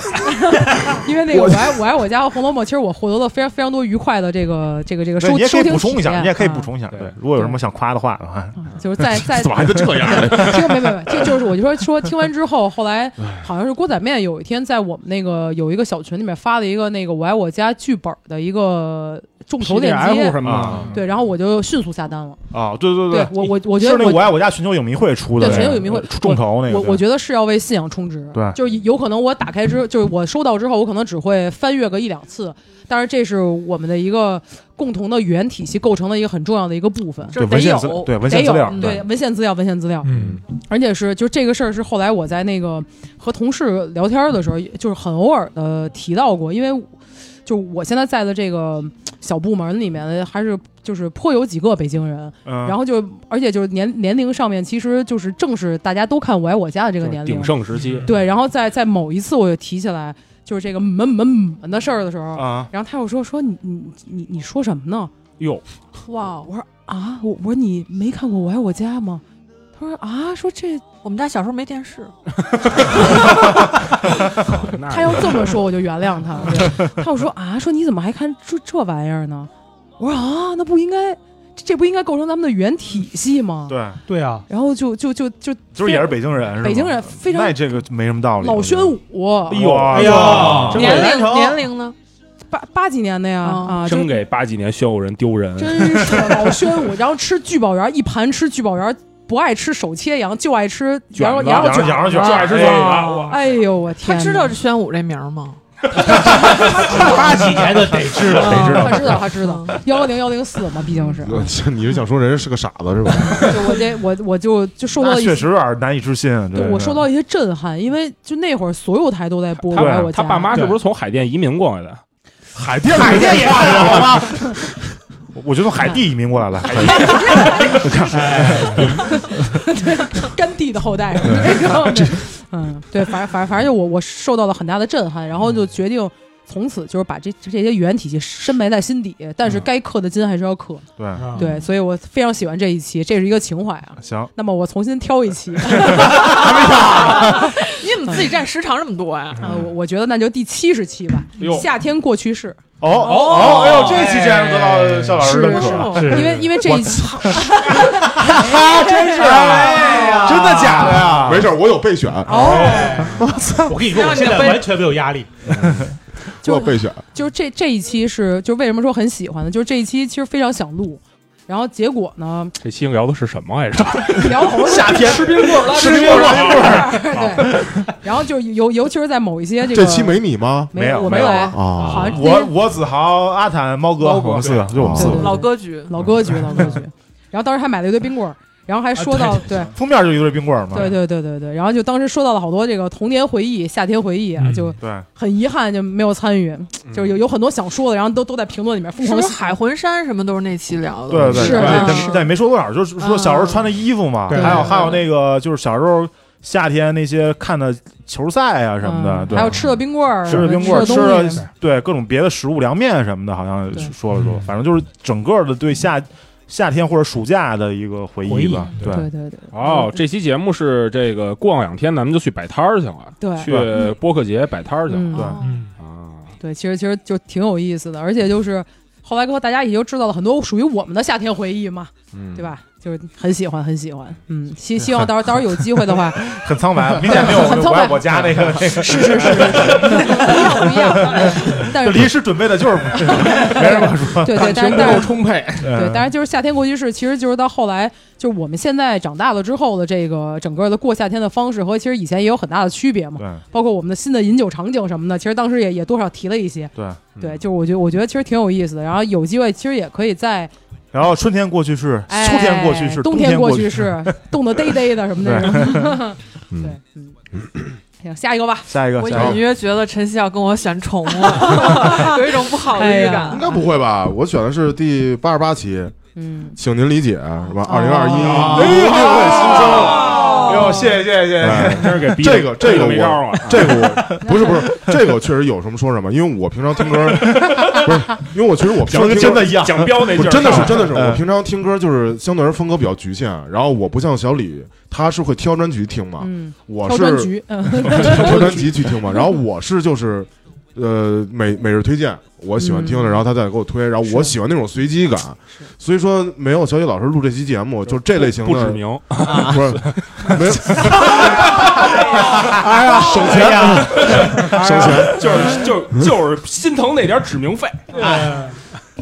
Speaker 2: 因为那个我爱我爱我家和《红楼梦》，其实我获得了非常非常多愉快的这个这个这个
Speaker 3: 对
Speaker 2: 收
Speaker 3: 你也可
Speaker 2: 收
Speaker 3: 以
Speaker 2: 听
Speaker 3: 补充一
Speaker 2: 体
Speaker 3: 下，
Speaker 2: 验
Speaker 3: 你也可以
Speaker 2: 啊
Speaker 3: 补充一下。对
Speaker 4: 对，
Speaker 3: 如果有什么想夸的话的话，
Speaker 2: 就是 在在
Speaker 8: 怎么还能这样？
Speaker 2: 听没没没，就就是我就说说听完之后，后来好像是锅仔面有一天在我们那个有一个小群里面发了一个那个《我爱我家》剧本的一个众筹链
Speaker 5: PDF
Speaker 2: 接，
Speaker 5: 什么
Speaker 3: 啊
Speaker 5: 的，
Speaker 2: 对，然后我就迅速下单了。
Speaker 3: 啊，对对
Speaker 2: 对我我我觉
Speaker 3: 是
Speaker 2: 得
Speaker 3: 那个我
Speaker 2: 我
Speaker 3: 爱我家全球影迷会出的，
Speaker 2: 对全球影迷会
Speaker 3: 众筹那个。
Speaker 2: 我我觉得是要为信仰充值，
Speaker 3: 对
Speaker 2: 就是有可能我打开之，就是我收到之后，我可能只会翻阅个一两次，但是这是我们的一个共同的语言体系构成的一个很重要的一个部分。
Speaker 7: 这
Speaker 3: 对文
Speaker 7: 得
Speaker 3: 献资
Speaker 7: 有，
Speaker 3: 对文
Speaker 2: 得
Speaker 3: 献
Speaker 2: 有嗯
Speaker 3: 资料，
Speaker 2: 对文献资料，文献资料，
Speaker 6: 嗯，
Speaker 2: 而且是就这个事儿是后来我在那个和同事聊天的时候，也就是很偶尔的提到过，因为就我现在在的这个小部门里面，还是就是颇有几个北京人，
Speaker 3: 嗯，
Speaker 2: 然后就而且就是年年龄上面，其实就是正是大家都看《我爱我家》的这个年龄
Speaker 4: 鼎，盛时期，
Speaker 2: 对，然后在在某一次我就提起来就是这个门门门的事儿的时候，
Speaker 3: 啊，
Speaker 2: 然后他又说说你你你你说什么呢？
Speaker 4: 哟，
Speaker 7: 哦
Speaker 2: 哇！我说啊，我我说你没看过《我爱我家》吗？他说啊，说这
Speaker 7: 我们家小时候没电视，
Speaker 4: 那
Speaker 2: 他要这么 说，我就原谅他。对他又说啊，说你怎么还看这这玩意儿呢？我说啊，那不应该，这这不应该构成咱们的语言体系吗？。
Speaker 3: 对，
Speaker 6: 对啊，
Speaker 2: 然后就就就就
Speaker 3: 就是也是北京人，是吧
Speaker 2: 北京人，非常
Speaker 3: 那这个没什么道理。
Speaker 2: 老宣
Speaker 3: 武，
Speaker 2: 武，
Speaker 3: 哎呦
Speaker 4: 哎
Speaker 6: 呦
Speaker 3: 呦
Speaker 6: 真
Speaker 7: 年
Speaker 6: 给
Speaker 7: 龄年龄呢？
Speaker 2: 八八几年的呀
Speaker 7: 哦
Speaker 2: 啊，
Speaker 4: 真
Speaker 2: 真
Speaker 4: 给八几年宣武人丢人，
Speaker 2: 真是老宣武。然后吃聚宝园，一盘吃聚宝园，不爱吃手切羊，就爱吃羊肉
Speaker 4: 卷子
Speaker 2: 羊肉
Speaker 3: 羊肉
Speaker 2: 卷
Speaker 3: 卷
Speaker 2: 子
Speaker 3: 儿
Speaker 4: 就爱吃
Speaker 3: 哎
Speaker 4: 卷子，哇
Speaker 2: 哎呦我天
Speaker 7: 他
Speaker 2: 哪！
Speaker 7: 知道这宣武这名儿吗？
Speaker 6: 八几年的得知道，
Speaker 2: 啊
Speaker 3: 知道
Speaker 2: 他知道，他知道，
Speaker 7: 嗯
Speaker 2: 幺零幺零四嘛，毕竟是，
Speaker 8: 你是想说人家是个傻子是吧？
Speaker 2: 就我这我我就就受到
Speaker 3: 那
Speaker 2: 了一
Speaker 3: 确实有点难以置信。
Speaker 2: 对我受到一些震撼，因为就那会儿所有台都在播《
Speaker 4: 他
Speaker 2: 我爱我家》，
Speaker 4: 他爸妈是不是从海淀移民过来的？
Speaker 3: 海淀，
Speaker 6: 海淀也看着好吗？
Speaker 3: 我我觉得海地移民过来了，海淀
Speaker 2: 甘地的后代， 你知道吗嗯，对，反正反正反正就我我受到了很大的震撼，然后就决定从此就是把这这些语言体系深埋在心底，但是该刻的金还是要刻。
Speaker 3: 对，
Speaker 2: 对，所以我非常喜欢这一期，这是一个情怀啊。
Speaker 3: 行，
Speaker 2: 那么我重新挑一期，
Speaker 7: 你怎么自己占时长这么多呀？
Speaker 2: 呃，我我觉得那就第七十期吧
Speaker 4: 哟，
Speaker 2: 夏天过去式，
Speaker 3: 哦哦，哎呦，这期竟然得
Speaker 2: 哎
Speaker 3: 到肖老师认可
Speaker 7: 啊
Speaker 3: 了，
Speaker 2: 因为因为这一期
Speaker 3: 啊，真是，
Speaker 2: 哎
Speaker 3: 真的假的
Speaker 2: 啊
Speaker 3: 呀？
Speaker 8: 没事儿，我有备选，
Speaker 2: 哦
Speaker 6: 我跟你说，我现在完全没有压力。
Speaker 8: 我
Speaker 2: 就
Speaker 8: 有备选。
Speaker 2: 就是这这一期是，就为什么说很喜欢呢？就是这一期其实非常想录，然后结果呢，
Speaker 4: 这期聊的是什么 来着？
Speaker 2: 聊头了，
Speaker 3: 夏天吃冰棍儿，吃冰棍儿，
Speaker 2: 对，然后就是尤尤其是在某一些这个
Speaker 8: 这期没你吗？
Speaker 2: 没
Speaker 3: 没有
Speaker 2: 我
Speaker 3: 没有
Speaker 2: 来，
Speaker 8: 啊
Speaker 2: 好像
Speaker 3: 我我子豪、阿坦、猫哥，我们四个，就我们四
Speaker 2: 对
Speaker 3: 个
Speaker 2: 对，
Speaker 7: 老歌局，
Speaker 2: 老歌局老歌局，然后当时还买了一堆冰棍儿，然
Speaker 3: 啊
Speaker 2: 后还说到对。
Speaker 3: 封面就一堆冰棍儿嘛，
Speaker 2: 对对对对对，然后就当时说到了好多这个童年回忆、夏天回忆
Speaker 3: 嗯
Speaker 2: 啊，就
Speaker 3: 对，
Speaker 2: 很遗憾就没有参与，
Speaker 3: 嗯
Speaker 2: 就是有有很多想说的，然后都都在评论里面疯
Speaker 7: 是
Speaker 2: 狂
Speaker 7: 不
Speaker 2: 地
Speaker 7: 是
Speaker 3: 啊
Speaker 2: 写
Speaker 7: 海魂衫什么都是那期聊的？
Speaker 3: 对对
Speaker 2: 是
Speaker 3: 对，
Speaker 2: 啊嗯
Speaker 3: 但
Speaker 7: 是
Speaker 3: 但也没说多少，就是说小时候穿的衣服嘛，
Speaker 6: 对
Speaker 3: 还有
Speaker 2: 对
Speaker 3: 还有那个就是小时候夏天那些看的球赛啊什么的，
Speaker 2: 嗯
Speaker 3: 对
Speaker 2: 还有吃的冰棍儿、
Speaker 3: 吃的冰棍儿，
Speaker 2: 吃
Speaker 3: 吃
Speaker 2: 的东西
Speaker 3: 的对各种别的食物凉面什么的，好像
Speaker 2: 对嗯
Speaker 3: 说了说，反正就是整个的对夏夏天或者暑假的一个回忆吧，对
Speaker 2: 对对对，
Speaker 4: 哦，这期节目是这个过两天咱们就去摆摊儿去了，
Speaker 2: 对
Speaker 4: 去播客节摆摊儿去了
Speaker 2: 嗯
Speaker 3: 对
Speaker 7: 哦
Speaker 6: 嗯，
Speaker 4: 啊。
Speaker 2: 对，其实其实就挺有意思的，而且就是后来和大家也就知道了很多属于我们的夏天回忆嘛，
Speaker 4: 嗯
Speaker 2: 对吧？就是很喜欢，很喜欢，嗯，希希望到时候到时候有机会的话，
Speaker 3: 很苍白，明显没有
Speaker 2: 很苍白
Speaker 3: 我爱我家那个那个，
Speaker 2: 是是是是，不一样不一样， 但
Speaker 3: 就是临时准备的就是 没什么可说，嗯
Speaker 2: 对对，但
Speaker 5: 情
Speaker 2: 是
Speaker 5: 不
Speaker 2: 但
Speaker 5: 够
Speaker 2: 是
Speaker 5: 充沛，
Speaker 2: 对，
Speaker 3: 对
Speaker 2: 但是就是夏天过去式，其实就是到后来，就是我们现在长大了之后的这个整个的过夏天的方式和其实以前也有很大的区别嘛，
Speaker 3: 对
Speaker 2: 包括我们的新的饮酒场景什么的，其实当时也也多少提了一些，
Speaker 3: 对。
Speaker 2: 对，就是我觉得我觉得其实挺有意思的，然后有机会其实也可以在。
Speaker 3: 然后春天过去式，
Speaker 2: 哎
Speaker 3: 秋天过去式，
Speaker 2: 冬
Speaker 3: 天
Speaker 2: 过
Speaker 3: 去式。
Speaker 2: 式， 冻得嘚嘚的什么那 种。对，嗯，行，下一个吧。
Speaker 3: 下一个，
Speaker 7: 我
Speaker 3: 下
Speaker 7: 隐
Speaker 3: 一个，
Speaker 7: 约觉得晨曦要跟我选重 了，有一种不好的预
Speaker 2: 哎
Speaker 7: 感
Speaker 6: 嗯
Speaker 7: 嗯
Speaker 8: 应。该不会吧？我选的是第八十八期，
Speaker 2: 嗯，
Speaker 8: 请您理解，是吧？二零二
Speaker 3: 哦
Speaker 8: 一，音
Speaker 3: 哎呦，谢谢谢谢谢谢，
Speaker 8: 哎
Speaker 4: 真是给逼的
Speaker 8: 这个这个
Speaker 4: 没招儿
Speaker 8: 我
Speaker 4: 了，
Speaker 8: 这个我不是不是这个我确实有什么说什么，因为我平常听歌，不是因为我其实我平
Speaker 3: 讲
Speaker 8: 常
Speaker 3: 的跟
Speaker 8: 听歌
Speaker 3: 真的一样，
Speaker 4: 讲标那劲
Speaker 8: 不是
Speaker 4: 儿
Speaker 8: 真的
Speaker 4: 上
Speaker 8: 是
Speaker 4: 来
Speaker 8: 真的是，
Speaker 3: 嗯
Speaker 8: 我平常听歌就是相对而言风格比较局限，然后我不像小李，他是会挑专辑听嘛，
Speaker 2: 嗯，
Speaker 8: 我
Speaker 2: 挑专
Speaker 8: 是
Speaker 2: 局，嗯，
Speaker 8: 挑专辑 去听嘛，然后我是就是。呃，每每日推荐我喜欢听的，
Speaker 2: 嗯
Speaker 8: 然后他再给我推，然后我喜欢那种随机感，所以说没有小李老师录这期节目，就这类型的
Speaker 4: 不指名，啊
Speaker 8: 不是，没有，哎呀，省钱呀，省钱。
Speaker 4: 就是就就是心疼那点指名费。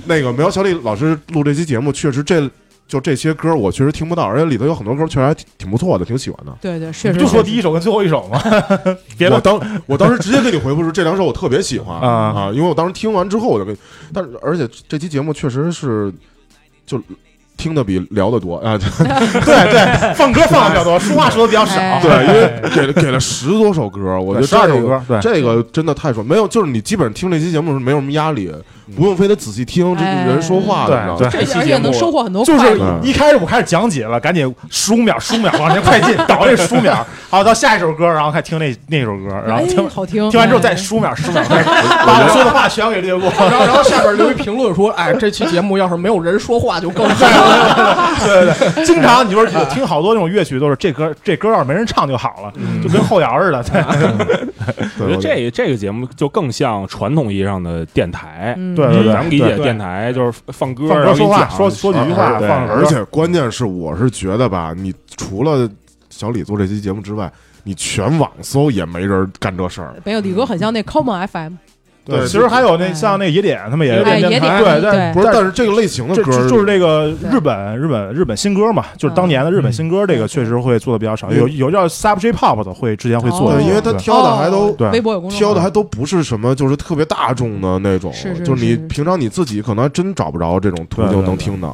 Speaker 8: 那个没有小李老师录这期节目，确实这就这些歌我确实听不到，而且里头有很多歌确实还挺挺不错的，挺喜欢的。
Speaker 2: 对对，确实
Speaker 3: 就说
Speaker 2: 是。
Speaker 3: 第一首跟最后一首嘛， 别
Speaker 8: 我
Speaker 3: 的
Speaker 8: 当我当时直接给你回复是这两首我特别喜欢
Speaker 3: 啊
Speaker 8: 啊，因为我当时听完之后我就跟，但是而且这期节目确实是就听的比聊的多 啊，
Speaker 3: 对对，放歌放的比较 多，说话说的比较少，
Speaker 2: 哎
Speaker 8: 对，因为给了给了十多首歌，我觉得
Speaker 3: 十二
Speaker 8: 这个
Speaker 3: 首歌，对，
Speaker 8: 这个真的太爽，没有，就是你基本上听这期节目是没有什么压力，不用非得仔细听这
Speaker 2: 哎
Speaker 8: 人说话的，
Speaker 3: 对
Speaker 8: 你知道吗
Speaker 2: 而
Speaker 4: 这期
Speaker 2: 且而
Speaker 4: 节目
Speaker 2: 且能收获很多
Speaker 3: 就
Speaker 2: 快
Speaker 3: 是
Speaker 2: 乐。
Speaker 8: 嗯
Speaker 3: 一开始我开始讲解了，赶紧十五秒，十五秒往前快进，倒这十五秒，好到下一首歌，然后看听那那首歌，然后
Speaker 2: 哎
Speaker 3: 听
Speaker 2: 好听。
Speaker 3: 听完之后再
Speaker 2: 哎
Speaker 3: 十五秒，十五 秒，把我说的话全给略过，
Speaker 5: 然后然后下 边留一评论说，哎，这期节目要是没有人说话就更好了。
Speaker 3: 经常你就是听好多那种乐曲都是这歌这歌要是没人唱就好了，
Speaker 8: 嗯
Speaker 3: 就跟后摇似 的，对
Speaker 4: 我觉得
Speaker 8: 对我
Speaker 4: 这这个节目就更像传统意义上的电台，
Speaker 2: 嗯
Speaker 3: 对对对
Speaker 4: 咱们理解
Speaker 3: 对
Speaker 4: 电台就是放歌，
Speaker 3: 放
Speaker 4: 然后
Speaker 3: 歌
Speaker 4: 你
Speaker 3: 说话，
Speaker 4: 讲啊
Speaker 3: 说说几句话，
Speaker 8: 对
Speaker 3: 放首歌
Speaker 8: 啊而且关键是，我是觉得吧，你除了小李做这期节目之外，你全网搜也没人干这事儿。
Speaker 2: 没有李哥很像那 Common FM，
Speaker 8: 对
Speaker 3: 其实还有那
Speaker 2: 哎
Speaker 3: 像那野点，他们也
Speaker 2: 哎，
Speaker 3: 对，
Speaker 2: 野点
Speaker 3: 对
Speaker 2: 对
Speaker 3: 但
Speaker 8: 不是，但是这个类型的
Speaker 3: 这
Speaker 8: 歌
Speaker 3: 这
Speaker 8: 儿
Speaker 3: 就是这个
Speaker 2: 对
Speaker 3: 日本日本日本新歌嘛，就是当年的日本新歌，这个确实会做的比较少。
Speaker 8: 嗯
Speaker 3: 有有叫 Sub J Pop 的，会之前会做
Speaker 2: 哦
Speaker 3: 的，
Speaker 8: 对，因为他
Speaker 3: 对
Speaker 8: 挑的还都
Speaker 2: 哦
Speaker 3: 对
Speaker 2: 微博有公众
Speaker 8: 挑的
Speaker 2: 号
Speaker 8: 还都不是什么，就是特别大众的那种，
Speaker 2: 是是
Speaker 8: 就是你
Speaker 2: 是是
Speaker 8: 平常你自己可能还真找不着这种途
Speaker 3: 对
Speaker 8: 径
Speaker 3: 对
Speaker 8: 能
Speaker 3: 对
Speaker 8: 听的，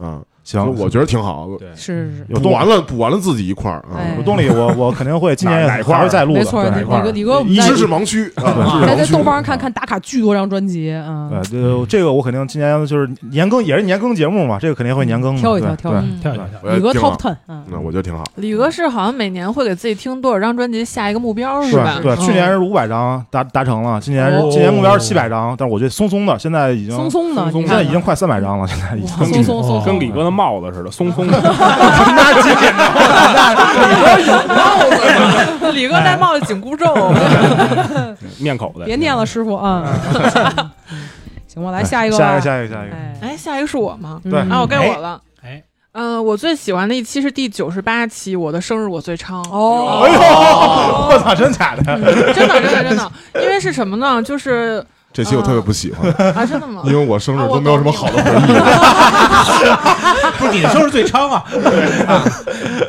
Speaker 8: 嗯，
Speaker 3: 行，
Speaker 8: 就我觉得挺好，
Speaker 4: 对
Speaker 2: 是是是，
Speaker 3: 有
Speaker 8: 补
Speaker 3: 动
Speaker 8: 完了补完了自己一块儿啊，
Speaker 2: 哎
Speaker 3: 有动力，我我肯定会今年也
Speaker 4: 哪哪一块儿
Speaker 3: 还会再录的，
Speaker 2: 没错，
Speaker 3: 对
Speaker 2: 李
Speaker 4: 一块儿
Speaker 2: 哥李哥，我们
Speaker 3: 一
Speaker 2: 在
Speaker 8: 知识盲区啊，
Speaker 2: 在
Speaker 8: 知
Speaker 2: 在
Speaker 8: 识盲
Speaker 2: 豆
Speaker 8: 区。
Speaker 2: 瓣上
Speaker 3: 嗯
Speaker 2: 看看打卡巨多张专辑啊，
Speaker 3: 对对，呃这个我肯定今年就是年更，也是年更节目嘛，这个肯定会年更的。
Speaker 2: 挑一
Speaker 3: 对
Speaker 2: 挑挑一
Speaker 3: 对
Speaker 7: 嗯
Speaker 6: 跳一跳跳一跳。
Speaker 8: 我觉得
Speaker 2: 李哥
Speaker 8: 挺好
Speaker 2: Top Ten 啊，
Speaker 3: 嗯
Speaker 8: 那我觉得挺好，
Speaker 7: 李哥是好像每年会给自己听多少张专辑下一个目标是吧？
Speaker 3: 对，
Speaker 7: 嗯
Speaker 3: 去年是五百张达达成了，今年是
Speaker 4: 哦
Speaker 3: 今年目标是七百张，但是我觉得松松的，现在已经
Speaker 2: 松松的，
Speaker 4: 松松
Speaker 2: 你
Speaker 3: 现在
Speaker 2: 看
Speaker 3: 已经快三百张了，现在已经
Speaker 2: 松松松 松，
Speaker 4: 跟李哥的帽子似的，松松 的。
Speaker 7: 嗯李哥
Speaker 6: 哎
Speaker 7: 戴帽子紧箍咒，
Speaker 6: 嗯
Speaker 4: 面口的
Speaker 2: 别。念了，
Speaker 7: 嗯
Speaker 2: 师傅啊。 行吧，来下一个
Speaker 3: 下一
Speaker 2: 吧，
Speaker 3: 个，下一个，下一个。
Speaker 2: 哎，
Speaker 7: 哎，下一个是我吗？
Speaker 3: 对
Speaker 2: 嗯
Speaker 7: 啊，我该我了。
Speaker 6: 哎，
Speaker 7: 嗯、我最喜欢的一期是第九十八期，我的生日我最唱。
Speaker 3: 哎呦
Speaker 2: 哦，，
Speaker 3: 我操，真假的？
Speaker 7: 真的真的真的，因为是什么呢？就是
Speaker 8: 这期我特别不喜欢，
Speaker 3: 嗯
Speaker 7: 啊，真的吗？
Speaker 8: 因为我生日都没有什么好的回忆。
Speaker 6: 不是你的生日最长啊！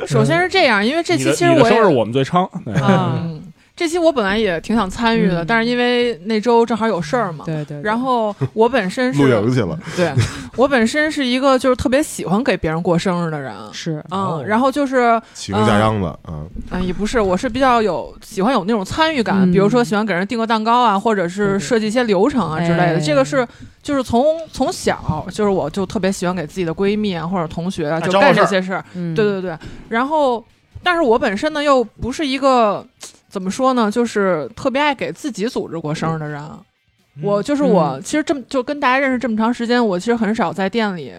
Speaker 7: 首先是这样，因为
Speaker 4: 嗯
Speaker 7: 这
Speaker 4: 你
Speaker 7: 期
Speaker 4: 的
Speaker 7: 其实
Speaker 4: 你的
Speaker 7: 我
Speaker 4: 生日
Speaker 7: 也
Speaker 4: 我们最昌。对
Speaker 7: 啊、嗯，这期我本来也挺想参与的，
Speaker 2: 嗯
Speaker 7: 但是因为那周正好有事儿嘛。
Speaker 2: 对对，
Speaker 7: 然后我本身
Speaker 8: 露
Speaker 7: 是
Speaker 8: 营去了，
Speaker 7: 对，我本身是一个就是特别喜欢给别人过生日的人，
Speaker 2: 是哦
Speaker 7: 嗯，然后就是
Speaker 8: 起个假秧子啊，
Speaker 7: 嗯，也不是，我是比较有喜欢有那种参与感，
Speaker 2: 嗯
Speaker 7: 比如说喜欢给人订个蛋糕啊，或者是设计一些流程啊之类的。
Speaker 2: 哎
Speaker 7: 这个是就是从从小就是我就特别喜欢给自己的闺蜜啊或者同学啊就
Speaker 3: 招
Speaker 7: 干
Speaker 3: 过
Speaker 7: 这
Speaker 3: 事
Speaker 7: 些事儿。
Speaker 2: 嗯
Speaker 7: 对对对，然后但是我本身呢又不是一个怎么说呢，就是特别爱给自己组织过生日的人。啊我就是我，
Speaker 2: 嗯
Speaker 7: 其实这么就跟大家认识这么长时间，我其实很少在店里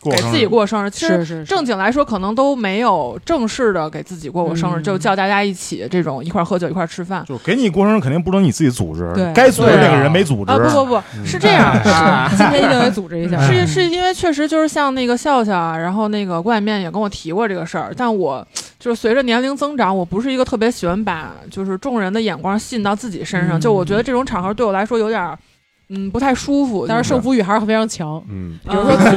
Speaker 3: 过
Speaker 7: 给
Speaker 3: 生日
Speaker 7: 自己过生日。其实
Speaker 2: 是是
Speaker 7: 正经来说，可能都没有正式的给自己过过生日，
Speaker 2: 嗯
Speaker 7: 就叫大家一起这种一块儿喝酒一块儿吃饭。
Speaker 3: 就给你过生日，肯定不能你自己组织
Speaker 2: 对，
Speaker 3: 该组织
Speaker 7: 对
Speaker 3: 那个人没组织嗯
Speaker 7: 啊，不不不，是这样， 啊
Speaker 2: 是今天一定得组织一下，嗯
Speaker 7: 是是因为确实就是像那个笑笑啊，然后那个挂面也跟我提过这个事儿，但我就是随着年龄增长，我不是一个特别喜欢把就是众人的眼光吸引到自己身上，
Speaker 2: 嗯
Speaker 7: 就我觉得这种场合对我来说有点儿嗯不太舒服，
Speaker 2: 但是
Speaker 7: 就
Speaker 2: 胜负欲还是非常强，
Speaker 8: 嗯，
Speaker 7: 比如说组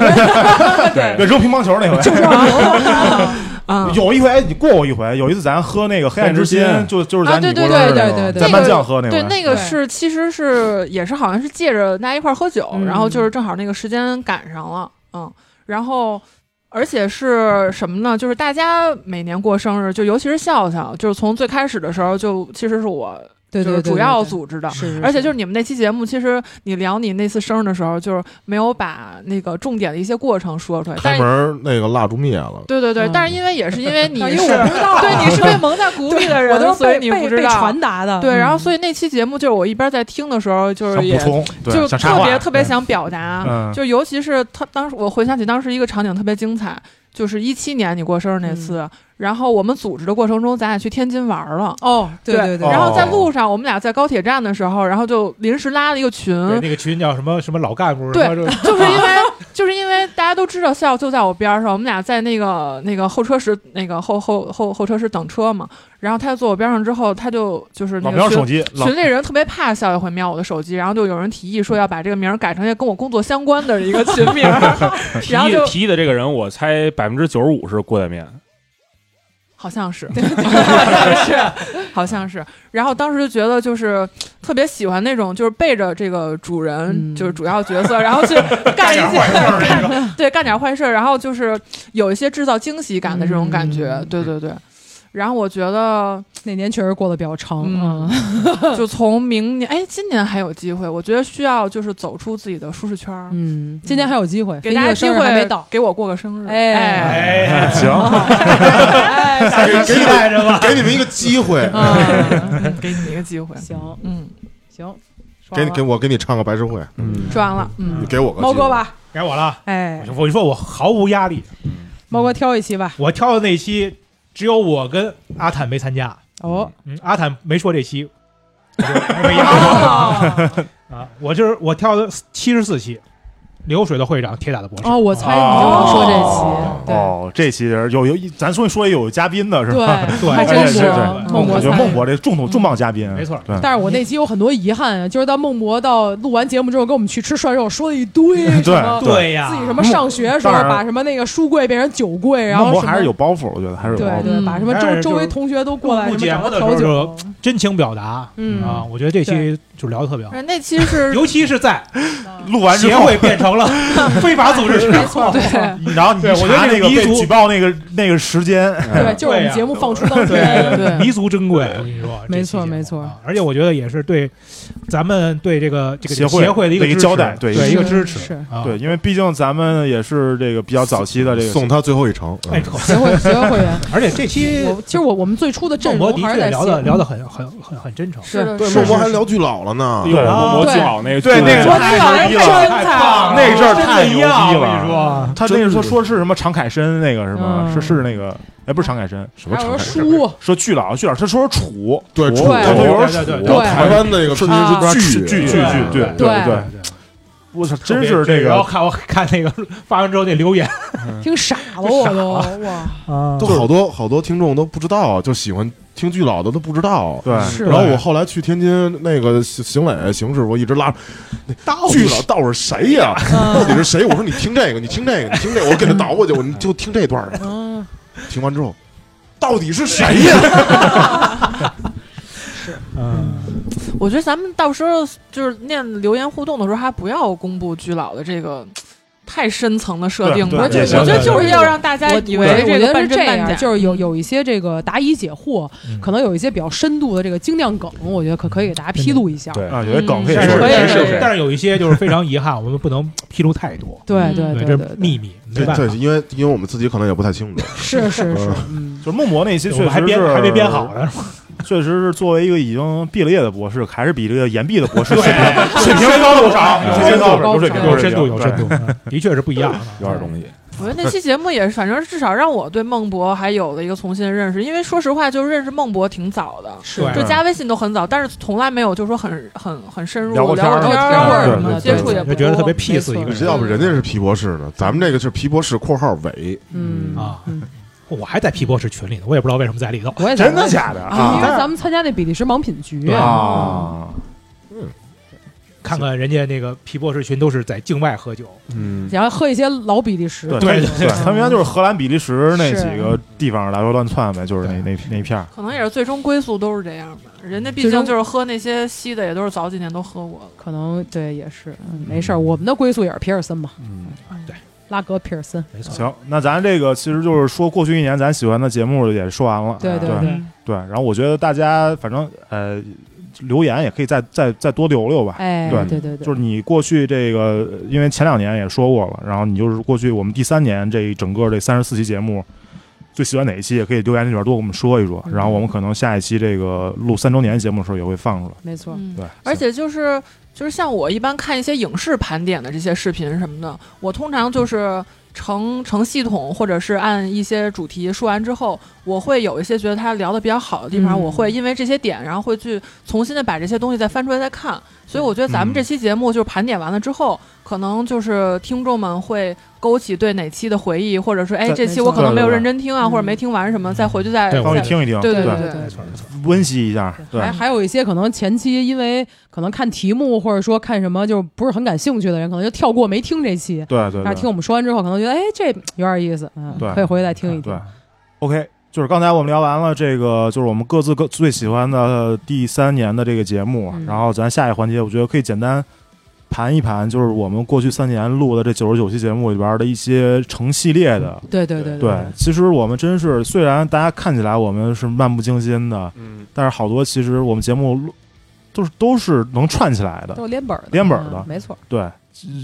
Speaker 3: 对扔乒乓球那回，
Speaker 2: 就是要赢，
Speaker 7: 啊。
Speaker 3: 有一回，哎，你过我一回，有一次咱喝那个黑暗之心
Speaker 4: 黑暗之，心
Speaker 3: 就就是
Speaker 7: 啊
Speaker 3: 咱你
Speaker 7: 对
Speaker 3: 过
Speaker 7: 对
Speaker 3: 生日
Speaker 2: 对
Speaker 3: 那
Speaker 2: 对
Speaker 3: 个
Speaker 2: 对
Speaker 3: 在
Speaker 7: 对
Speaker 3: 漫酱喝那
Speaker 7: 对，
Speaker 8: 啊
Speaker 3: 回，
Speaker 7: 那个
Speaker 2: 对
Speaker 7: 是其实是也是好像是借着大家一块儿喝酒，
Speaker 2: 嗯
Speaker 7: 然后就是正好那个时间赶上了，嗯，然后而且是什么呢？就是大家每年过生日，就尤其是笑笑，就是从最开始的时候就其实是我
Speaker 2: 对
Speaker 7: 就
Speaker 2: 对，
Speaker 7: 是主要组织的。
Speaker 2: 是，
Speaker 7: 而且就是你们那期节目，其实你聊你那次生日的时候，就是没有把那个重点的一些过程说出来。但
Speaker 8: 开
Speaker 7: 是，
Speaker 8: 门那个蜡烛灭了，
Speaker 7: 对对对，
Speaker 2: 嗯
Speaker 7: 但是因为也是因为你
Speaker 2: 啊因为
Speaker 7: 是
Speaker 2: 我不知道，
Speaker 7: 对你是被蒙在鼓里的人，
Speaker 2: 我都是
Speaker 7: 所以
Speaker 2: 被
Speaker 7: 你
Speaker 2: 被
Speaker 7: 不知
Speaker 2: 被
Speaker 7: 道。
Speaker 2: 传达的，嗯
Speaker 7: 对，然后所
Speaker 2: 以
Speaker 7: 以那期节目就是我一边在听的时候，就
Speaker 3: 嗯想补
Speaker 7: 是也
Speaker 3: 充，
Speaker 7: 就
Speaker 3: 对，想插
Speaker 7: 特
Speaker 3: 话，
Speaker 7: 别特别想表达，
Speaker 3: 嗯，
Speaker 7: 就尤其是他当时我回想起当时一个场景特别精彩，就是一七年你过生日那次，然后我们组织的过程中，咱俩去天津玩了。
Speaker 2: 嗯哦，对对对，
Speaker 3: 哦
Speaker 7: 然后在路上，我们俩在高铁站的时候，然后就临时拉了一个群，
Speaker 6: 对那个群叫什么什么老干部，
Speaker 7: 对
Speaker 6: 什么
Speaker 7: 就是因 为就是因为大家都知道笑笑就在我边上，我们俩在那个那个候车室那个后后后后车室等车嘛，然后他就坐我边上之后，他就就是那
Speaker 3: 老
Speaker 7: 个
Speaker 3: 瞄
Speaker 7: 群
Speaker 3: 手机，老
Speaker 7: 群里人特别怕笑笑会瞄我的手机，然后就有人提议说要把这个名儿改成一个跟我工作相关的一个群名儿，
Speaker 4: 提
Speaker 7: 然后
Speaker 4: 议
Speaker 7: 就
Speaker 4: 提议的这个人，我猜百分之九十五是郭仔面。
Speaker 7: 好 像是，是，好像是。然后当时就觉得就是特别喜欢那种就是背着这个主人、
Speaker 2: 嗯
Speaker 7: 就是主要角色，然后去干一些干对干点坏事儿，然后就是有一些制造惊喜感的这种感觉，
Speaker 2: 嗯
Speaker 7: 对对对。然后我觉得，
Speaker 2: 那年确实过得比较长
Speaker 7: 嗯
Speaker 2: 啊，
Speaker 7: 就从明年，哎，今年还有机会，我觉得需要就是走出自己的舒适圈儿，
Speaker 2: 嗯，今年还有机会，
Speaker 7: 给大家机
Speaker 2: 飞机的生日还
Speaker 7: 会，
Speaker 2: 没到，
Speaker 7: 给我过个生日，
Speaker 2: 哎
Speaker 7: 哎，
Speaker 6: 哎，
Speaker 3: 行，
Speaker 7: 哎
Speaker 8: 给
Speaker 6: 大家
Speaker 8: 给
Speaker 6: 期
Speaker 8: 你
Speaker 6: 待着吧。
Speaker 8: 给你们一个机会，
Speaker 7: 嗯给你一个机会，
Speaker 2: 行
Speaker 7: 嗯，
Speaker 2: 行，说
Speaker 8: 给
Speaker 2: 完
Speaker 8: 你
Speaker 2: 了
Speaker 8: 给我给你唱个白事会，
Speaker 7: 说完了，嗯
Speaker 8: 你，给我个
Speaker 2: 猫
Speaker 8: 机会
Speaker 2: 哥，吧，
Speaker 6: 该我了，
Speaker 2: 哎，
Speaker 6: 我就说我毫无压力，
Speaker 2: 猫哥挑一期吧，
Speaker 6: 我挑的那期只有我跟阿坦没参加，
Speaker 2: 哦，
Speaker 6: 嗯，阿坦没说这期，我就没压力
Speaker 7: 哦
Speaker 6: 啊，我就是我挑的七十四期，流水的会长，铁打的博士。
Speaker 2: 哦，我猜你就要说这期，对
Speaker 3: 哦，这期人有有，咱说一说有嘉宾的是
Speaker 2: 对
Speaker 3: 吧？，哎
Speaker 2: 还
Speaker 3: 对
Speaker 2: 真是
Speaker 3: 对
Speaker 2: 孟博
Speaker 3: 我觉
Speaker 2: 参与
Speaker 3: 得孟博这重头重磅嘉宾，啊
Speaker 6: 没错
Speaker 3: 对，
Speaker 2: 但是我那期有很多遗憾啊，就是到孟博到录完节目之后，跟我们去吃涮肉，说了一堆什么
Speaker 3: 对
Speaker 6: 呀
Speaker 2: 自己什么上学的时候
Speaker 3: 当然
Speaker 2: 把什么那个书柜变成酒柜，然
Speaker 3: 孟
Speaker 2: 后
Speaker 3: 博
Speaker 2: 什么
Speaker 3: 还是有包袱，我觉得还是有
Speaker 2: 对
Speaker 3: 包袱。
Speaker 2: 对，
Speaker 7: 嗯
Speaker 2: 把什么
Speaker 6: 但
Speaker 2: 周
Speaker 6: 是就是
Speaker 2: 周围同学都过来
Speaker 6: 录
Speaker 2: 什么
Speaker 6: 节目
Speaker 2: 找他
Speaker 6: 的时候
Speaker 2: 调
Speaker 6: 就
Speaker 2: 酒，
Speaker 6: 真情表达、
Speaker 2: 嗯
Speaker 6: 啊，我觉得这期就聊的特别好，
Speaker 7: 而那期 是
Speaker 6: 尤其是在
Speaker 3: 录完之
Speaker 6: 协
Speaker 3: 后，
Speaker 6: 会变成了 非法组织时，
Speaker 2: 没错，对
Speaker 3: 然后你
Speaker 6: 对我觉得
Speaker 3: 查
Speaker 6: 这
Speaker 3: 那
Speaker 6: 个
Speaker 3: 个
Speaker 6: 彝
Speaker 3: 被
Speaker 6: 族
Speaker 3: 举报那个那个时间，
Speaker 2: 对，就是我
Speaker 6: 嗯对
Speaker 2: 们
Speaker 6: 呀
Speaker 2: 节目放出当
Speaker 6: 对
Speaker 2: 天，对
Speaker 6: 弥足珍贵，我跟你说，
Speaker 2: 没错
Speaker 6: 这期节目
Speaker 2: 没错
Speaker 6: 啊而且我觉得也是对咱们对这个这个
Speaker 3: 协
Speaker 6: 协
Speaker 3: 会
Speaker 6: 会的一
Speaker 3: 的一个
Speaker 6: 支
Speaker 3: 交
Speaker 6: 持
Speaker 3: 代对
Speaker 6: 对一个
Speaker 2: 是
Speaker 6: 支持
Speaker 2: 是
Speaker 6: 啊，
Speaker 3: 对，因为毕竟咱们也是这个比较早期的这个
Speaker 8: 送他最后一程。嗯
Speaker 6: 哎，可
Speaker 2: 协会协会会 员。
Speaker 6: 而且这期
Speaker 2: 我其实我我们最初的阵
Speaker 6: 孟博
Speaker 2: 容
Speaker 6: 的
Speaker 2: 还
Speaker 6: 确
Speaker 2: 是在
Speaker 6: 聊
Speaker 2: 协
Speaker 6: 的
Speaker 2: 会
Speaker 6: 聊的很很很很真诚，
Speaker 7: 是的
Speaker 8: 对，
Speaker 7: 是
Speaker 8: 孟博
Speaker 7: 的
Speaker 8: 还聊巨老了
Speaker 3: 哎
Speaker 8: 呢。
Speaker 4: 有
Speaker 6: 啊
Speaker 4: 摩
Speaker 2: 对
Speaker 4: 巨佬那个
Speaker 3: 对那个
Speaker 2: 我
Speaker 3: 太
Speaker 2: 那个
Speaker 3: 牛逼了
Speaker 2: 真
Speaker 6: 太
Speaker 2: 才
Speaker 6: 棒了，
Speaker 3: 那阵儿
Speaker 6: 真的
Speaker 3: 太牛
Speaker 6: 一样
Speaker 3: 逼
Speaker 6: 哎我跟
Speaker 3: 了
Speaker 6: 你说，啊
Speaker 3: 他那个说说是什么常凯申那个是吗？
Speaker 2: 嗯
Speaker 3: 是是那个，哎，不是常凯申，
Speaker 8: 什么
Speaker 2: 还有
Speaker 8: 程？
Speaker 2: 书，
Speaker 3: 说巨老巨老，他说楚，
Speaker 8: 对
Speaker 3: 楚
Speaker 8: 楚
Speaker 3: 他说有点
Speaker 6: 对对
Speaker 3: 楚，
Speaker 6: 对
Speaker 8: 然后
Speaker 2: 对
Speaker 8: 台湾的那个瞬嗯间
Speaker 2: 啊
Speaker 8: 是巨
Speaker 3: 巨巨巨
Speaker 8: 巨
Speaker 3: 对
Speaker 8: 对
Speaker 2: 对
Speaker 6: 哎
Speaker 3: 对，我操，真是这
Speaker 6: 然后
Speaker 3: 个，
Speaker 6: 看我看那个 发完之后那留言
Speaker 2: 听傻了我都哇，
Speaker 6: 啊
Speaker 8: 都好多好多听众都不知道，就喜欢听巨老的都不知道。
Speaker 3: 对，
Speaker 2: 是
Speaker 8: 然后我后来去天津那个邢邢磊邢师傅一直拉着
Speaker 6: 到
Speaker 8: 巨老道士谁呀？到底是谁？我说你听这个，你听这个，你听这个，我给他倒过去，我说你就听这段儿。
Speaker 2: 嗯，
Speaker 8: 听完之后，到底是谁呀？
Speaker 6: 嗯，
Speaker 7: 我觉得咱们到时候就是念留言互动的时候，还不要公布居老的这个太深层的设定吧。我
Speaker 3: 对对
Speaker 7: 觉得
Speaker 3: 也行
Speaker 7: 我觉得就是要让大家
Speaker 2: 我
Speaker 7: 以为
Speaker 2: 我觉
Speaker 7: 这个
Speaker 2: 得
Speaker 7: 半
Speaker 2: 是
Speaker 7: 真
Speaker 2: 这
Speaker 7: 半假，嗯
Speaker 2: 样，就是有有一些这个答疑解惑，可能有一些比较深度的这个精酿梗，我觉得可可以给大家披露一下。
Speaker 4: 对
Speaker 3: 啊，有些梗可以
Speaker 6: 嗯但
Speaker 3: 说
Speaker 6: 是
Speaker 7: 可以
Speaker 6: 但
Speaker 7: 可以
Speaker 6: 是但是有一些就是非常遗憾，我们不能披露太多，
Speaker 2: 对
Speaker 7: 嗯
Speaker 2: 对
Speaker 6: 对，
Speaker 2: 对
Speaker 6: 这
Speaker 2: 对
Speaker 6: 是
Speaker 2: 对，
Speaker 6: 秘密，没办法
Speaker 8: 对，，因为因为我们自己可能也不太清 楚。
Speaker 2: 是是是，嗯，
Speaker 3: 就是孟博那期
Speaker 6: 我
Speaker 3: 确
Speaker 6: 们还
Speaker 3: 实
Speaker 6: 编
Speaker 3: 是
Speaker 6: 还没编好，呢，
Speaker 3: 确实是作为一个已经毕了业的博士，还是比这个延毕的博士水平
Speaker 6: 对
Speaker 3: 水平高不少，水平高啊不少，有水平
Speaker 6: 有深度有
Speaker 3: 水
Speaker 6: 深
Speaker 3: 平
Speaker 6: 度，嗯的确是不一样 的，
Speaker 4: 有点东西，
Speaker 7: 我觉得那期节目也是，反正至少让我对孟博还有了一个重新的认识。因为说实话，就认识孟博挺早的，
Speaker 2: 是
Speaker 6: 对啊
Speaker 7: 就加微信都很早，但是从来没有就说很 很很深入
Speaker 3: 聊过
Speaker 7: 过
Speaker 3: 天儿
Speaker 7: 天
Speaker 2: 聊过
Speaker 7: 儿
Speaker 2: 天儿
Speaker 7: 什么的，
Speaker 3: 对对
Speaker 7: 接触也不
Speaker 6: 就觉得特别
Speaker 7: 多
Speaker 6: peace 一个
Speaker 2: 没
Speaker 6: 人
Speaker 2: 错
Speaker 8: 要不人家是皮博士呢，咱们这个是皮博士（括号伪
Speaker 2: 嗯
Speaker 6: 啊
Speaker 2: 嗯
Speaker 6: 我还在皮博士群里呢，我也不知道为什么在里头。
Speaker 2: 我也
Speaker 3: 真的假的
Speaker 2: 啊？因为
Speaker 3: 啊
Speaker 2: 咱们参加那比利时盲品局
Speaker 6: 对
Speaker 3: 啊？
Speaker 6: 看看人家那个皮博士群都是在境外喝酒，
Speaker 4: 嗯，
Speaker 2: 然后喝一些老比利时，
Speaker 3: 对
Speaker 6: 对
Speaker 3: 他
Speaker 6: 对
Speaker 3: 他们原来就是荷兰、比利时那
Speaker 2: 是
Speaker 3: 几个地方来回乱窜呗，就是那那那片儿。
Speaker 7: 可能也是最终归宿都是这样吧。人家毕
Speaker 2: 最终
Speaker 7: 竟就是喝那些稀的，也都是早几年都喝过的。
Speaker 2: 可能对也是，嗯没事儿，我们的归宿也是皮尔森嘛，
Speaker 7: 嗯
Speaker 6: 对，
Speaker 2: 拉格皮尔森，
Speaker 6: 没错。
Speaker 3: 行，那咱这个其实就是说过去一年咱喜欢的节目也说完了，
Speaker 2: 对
Speaker 3: 对
Speaker 2: 对
Speaker 7: 嗯
Speaker 3: 对然后我觉得大家反正呃留言也可以再再再多留留吧。
Speaker 2: 哎，
Speaker 3: 对
Speaker 2: 对对对，
Speaker 3: 就是你过去这个，呃因为前两年也说过了，然后你就是过去我们第三年这一整个这三十四期节目，最喜欢哪一期也可以留言里边多跟我们说一说，然后我们可能下一期这个录三周年节目的时候也会放出来。
Speaker 2: 没错，
Speaker 7: 嗯，
Speaker 3: 对，
Speaker 7: 而且就是就是像我一般看一些影视盘点的这些视频什么的，我通常就是成成系统或者是按一些主题说完之后，我会有一些觉得他聊的比较好的地方，
Speaker 2: 嗯
Speaker 7: 我会因为这些点，然后会去重新的把这些东西再翻出来再看。所以我觉得咱们这期节目就是盘点完了之后，可能就是听众们会勾起对哪期的回忆，或者说哎
Speaker 3: 对
Speaker 7: 这
Speaker 2: 没
Speaker 7: 期
Speaker 2: 错
Speaker 7: 我可能没有
Speaker 3: 对对对
Speaker 7: 认真听啊，
Speaker 2: 嗯
Speaker 7: 或者没听完什么，再回去再
Speaker 6: 对
Speaker 3: 放
Speaker 6: 我
Speaker 3: 去
Speaker 6: 也
Speaker 7: 再
Speaker 3: 听一听，
Speaker 7: 对
Speaker 3: 对
Speaker 7: 对
Speaker 2: 对
Speaker 6: 没错没错，
Speaker 3: 温习一下。对
Speaker 2: 还，还有一些可能前期因为可能看题目或者说看什么就不是很感兴趣的人，可能就跳过没听这期，
Speaker 3: 对对
Speaker 2: 但是
Speaker 3: 对
Speaker 2: 听我们说完之后，可能觉得哎这有点意思，嗯
Speaker 3: 对，
Speaker 2: 可以回去再听一听
Speaker 3: 啊对。，OK，就是刚才我们聊完了这个，就是我们各自各最喜欢的第三年的这个节目，
Speaker 2: 嗯
Speaker 3: 然后咱下一环节，我觉得可以简单盘一盘，就是我们过去三年录的这九十九期节目里边的一些成系列的。
Speaker 2: 对对对
Speaker 3: 对，其实我们真是，虽然大家看起来我们是漫不经心的，
Speaker 8: 嗯，
Speaker 3: 但是好多其实我们节目录都是都是能串起来的
Speaker 2: 都。是连本儿的，
Speaker 3: 连本儿的
Speaker 2: 嗯没错，
Speaker 3: 对，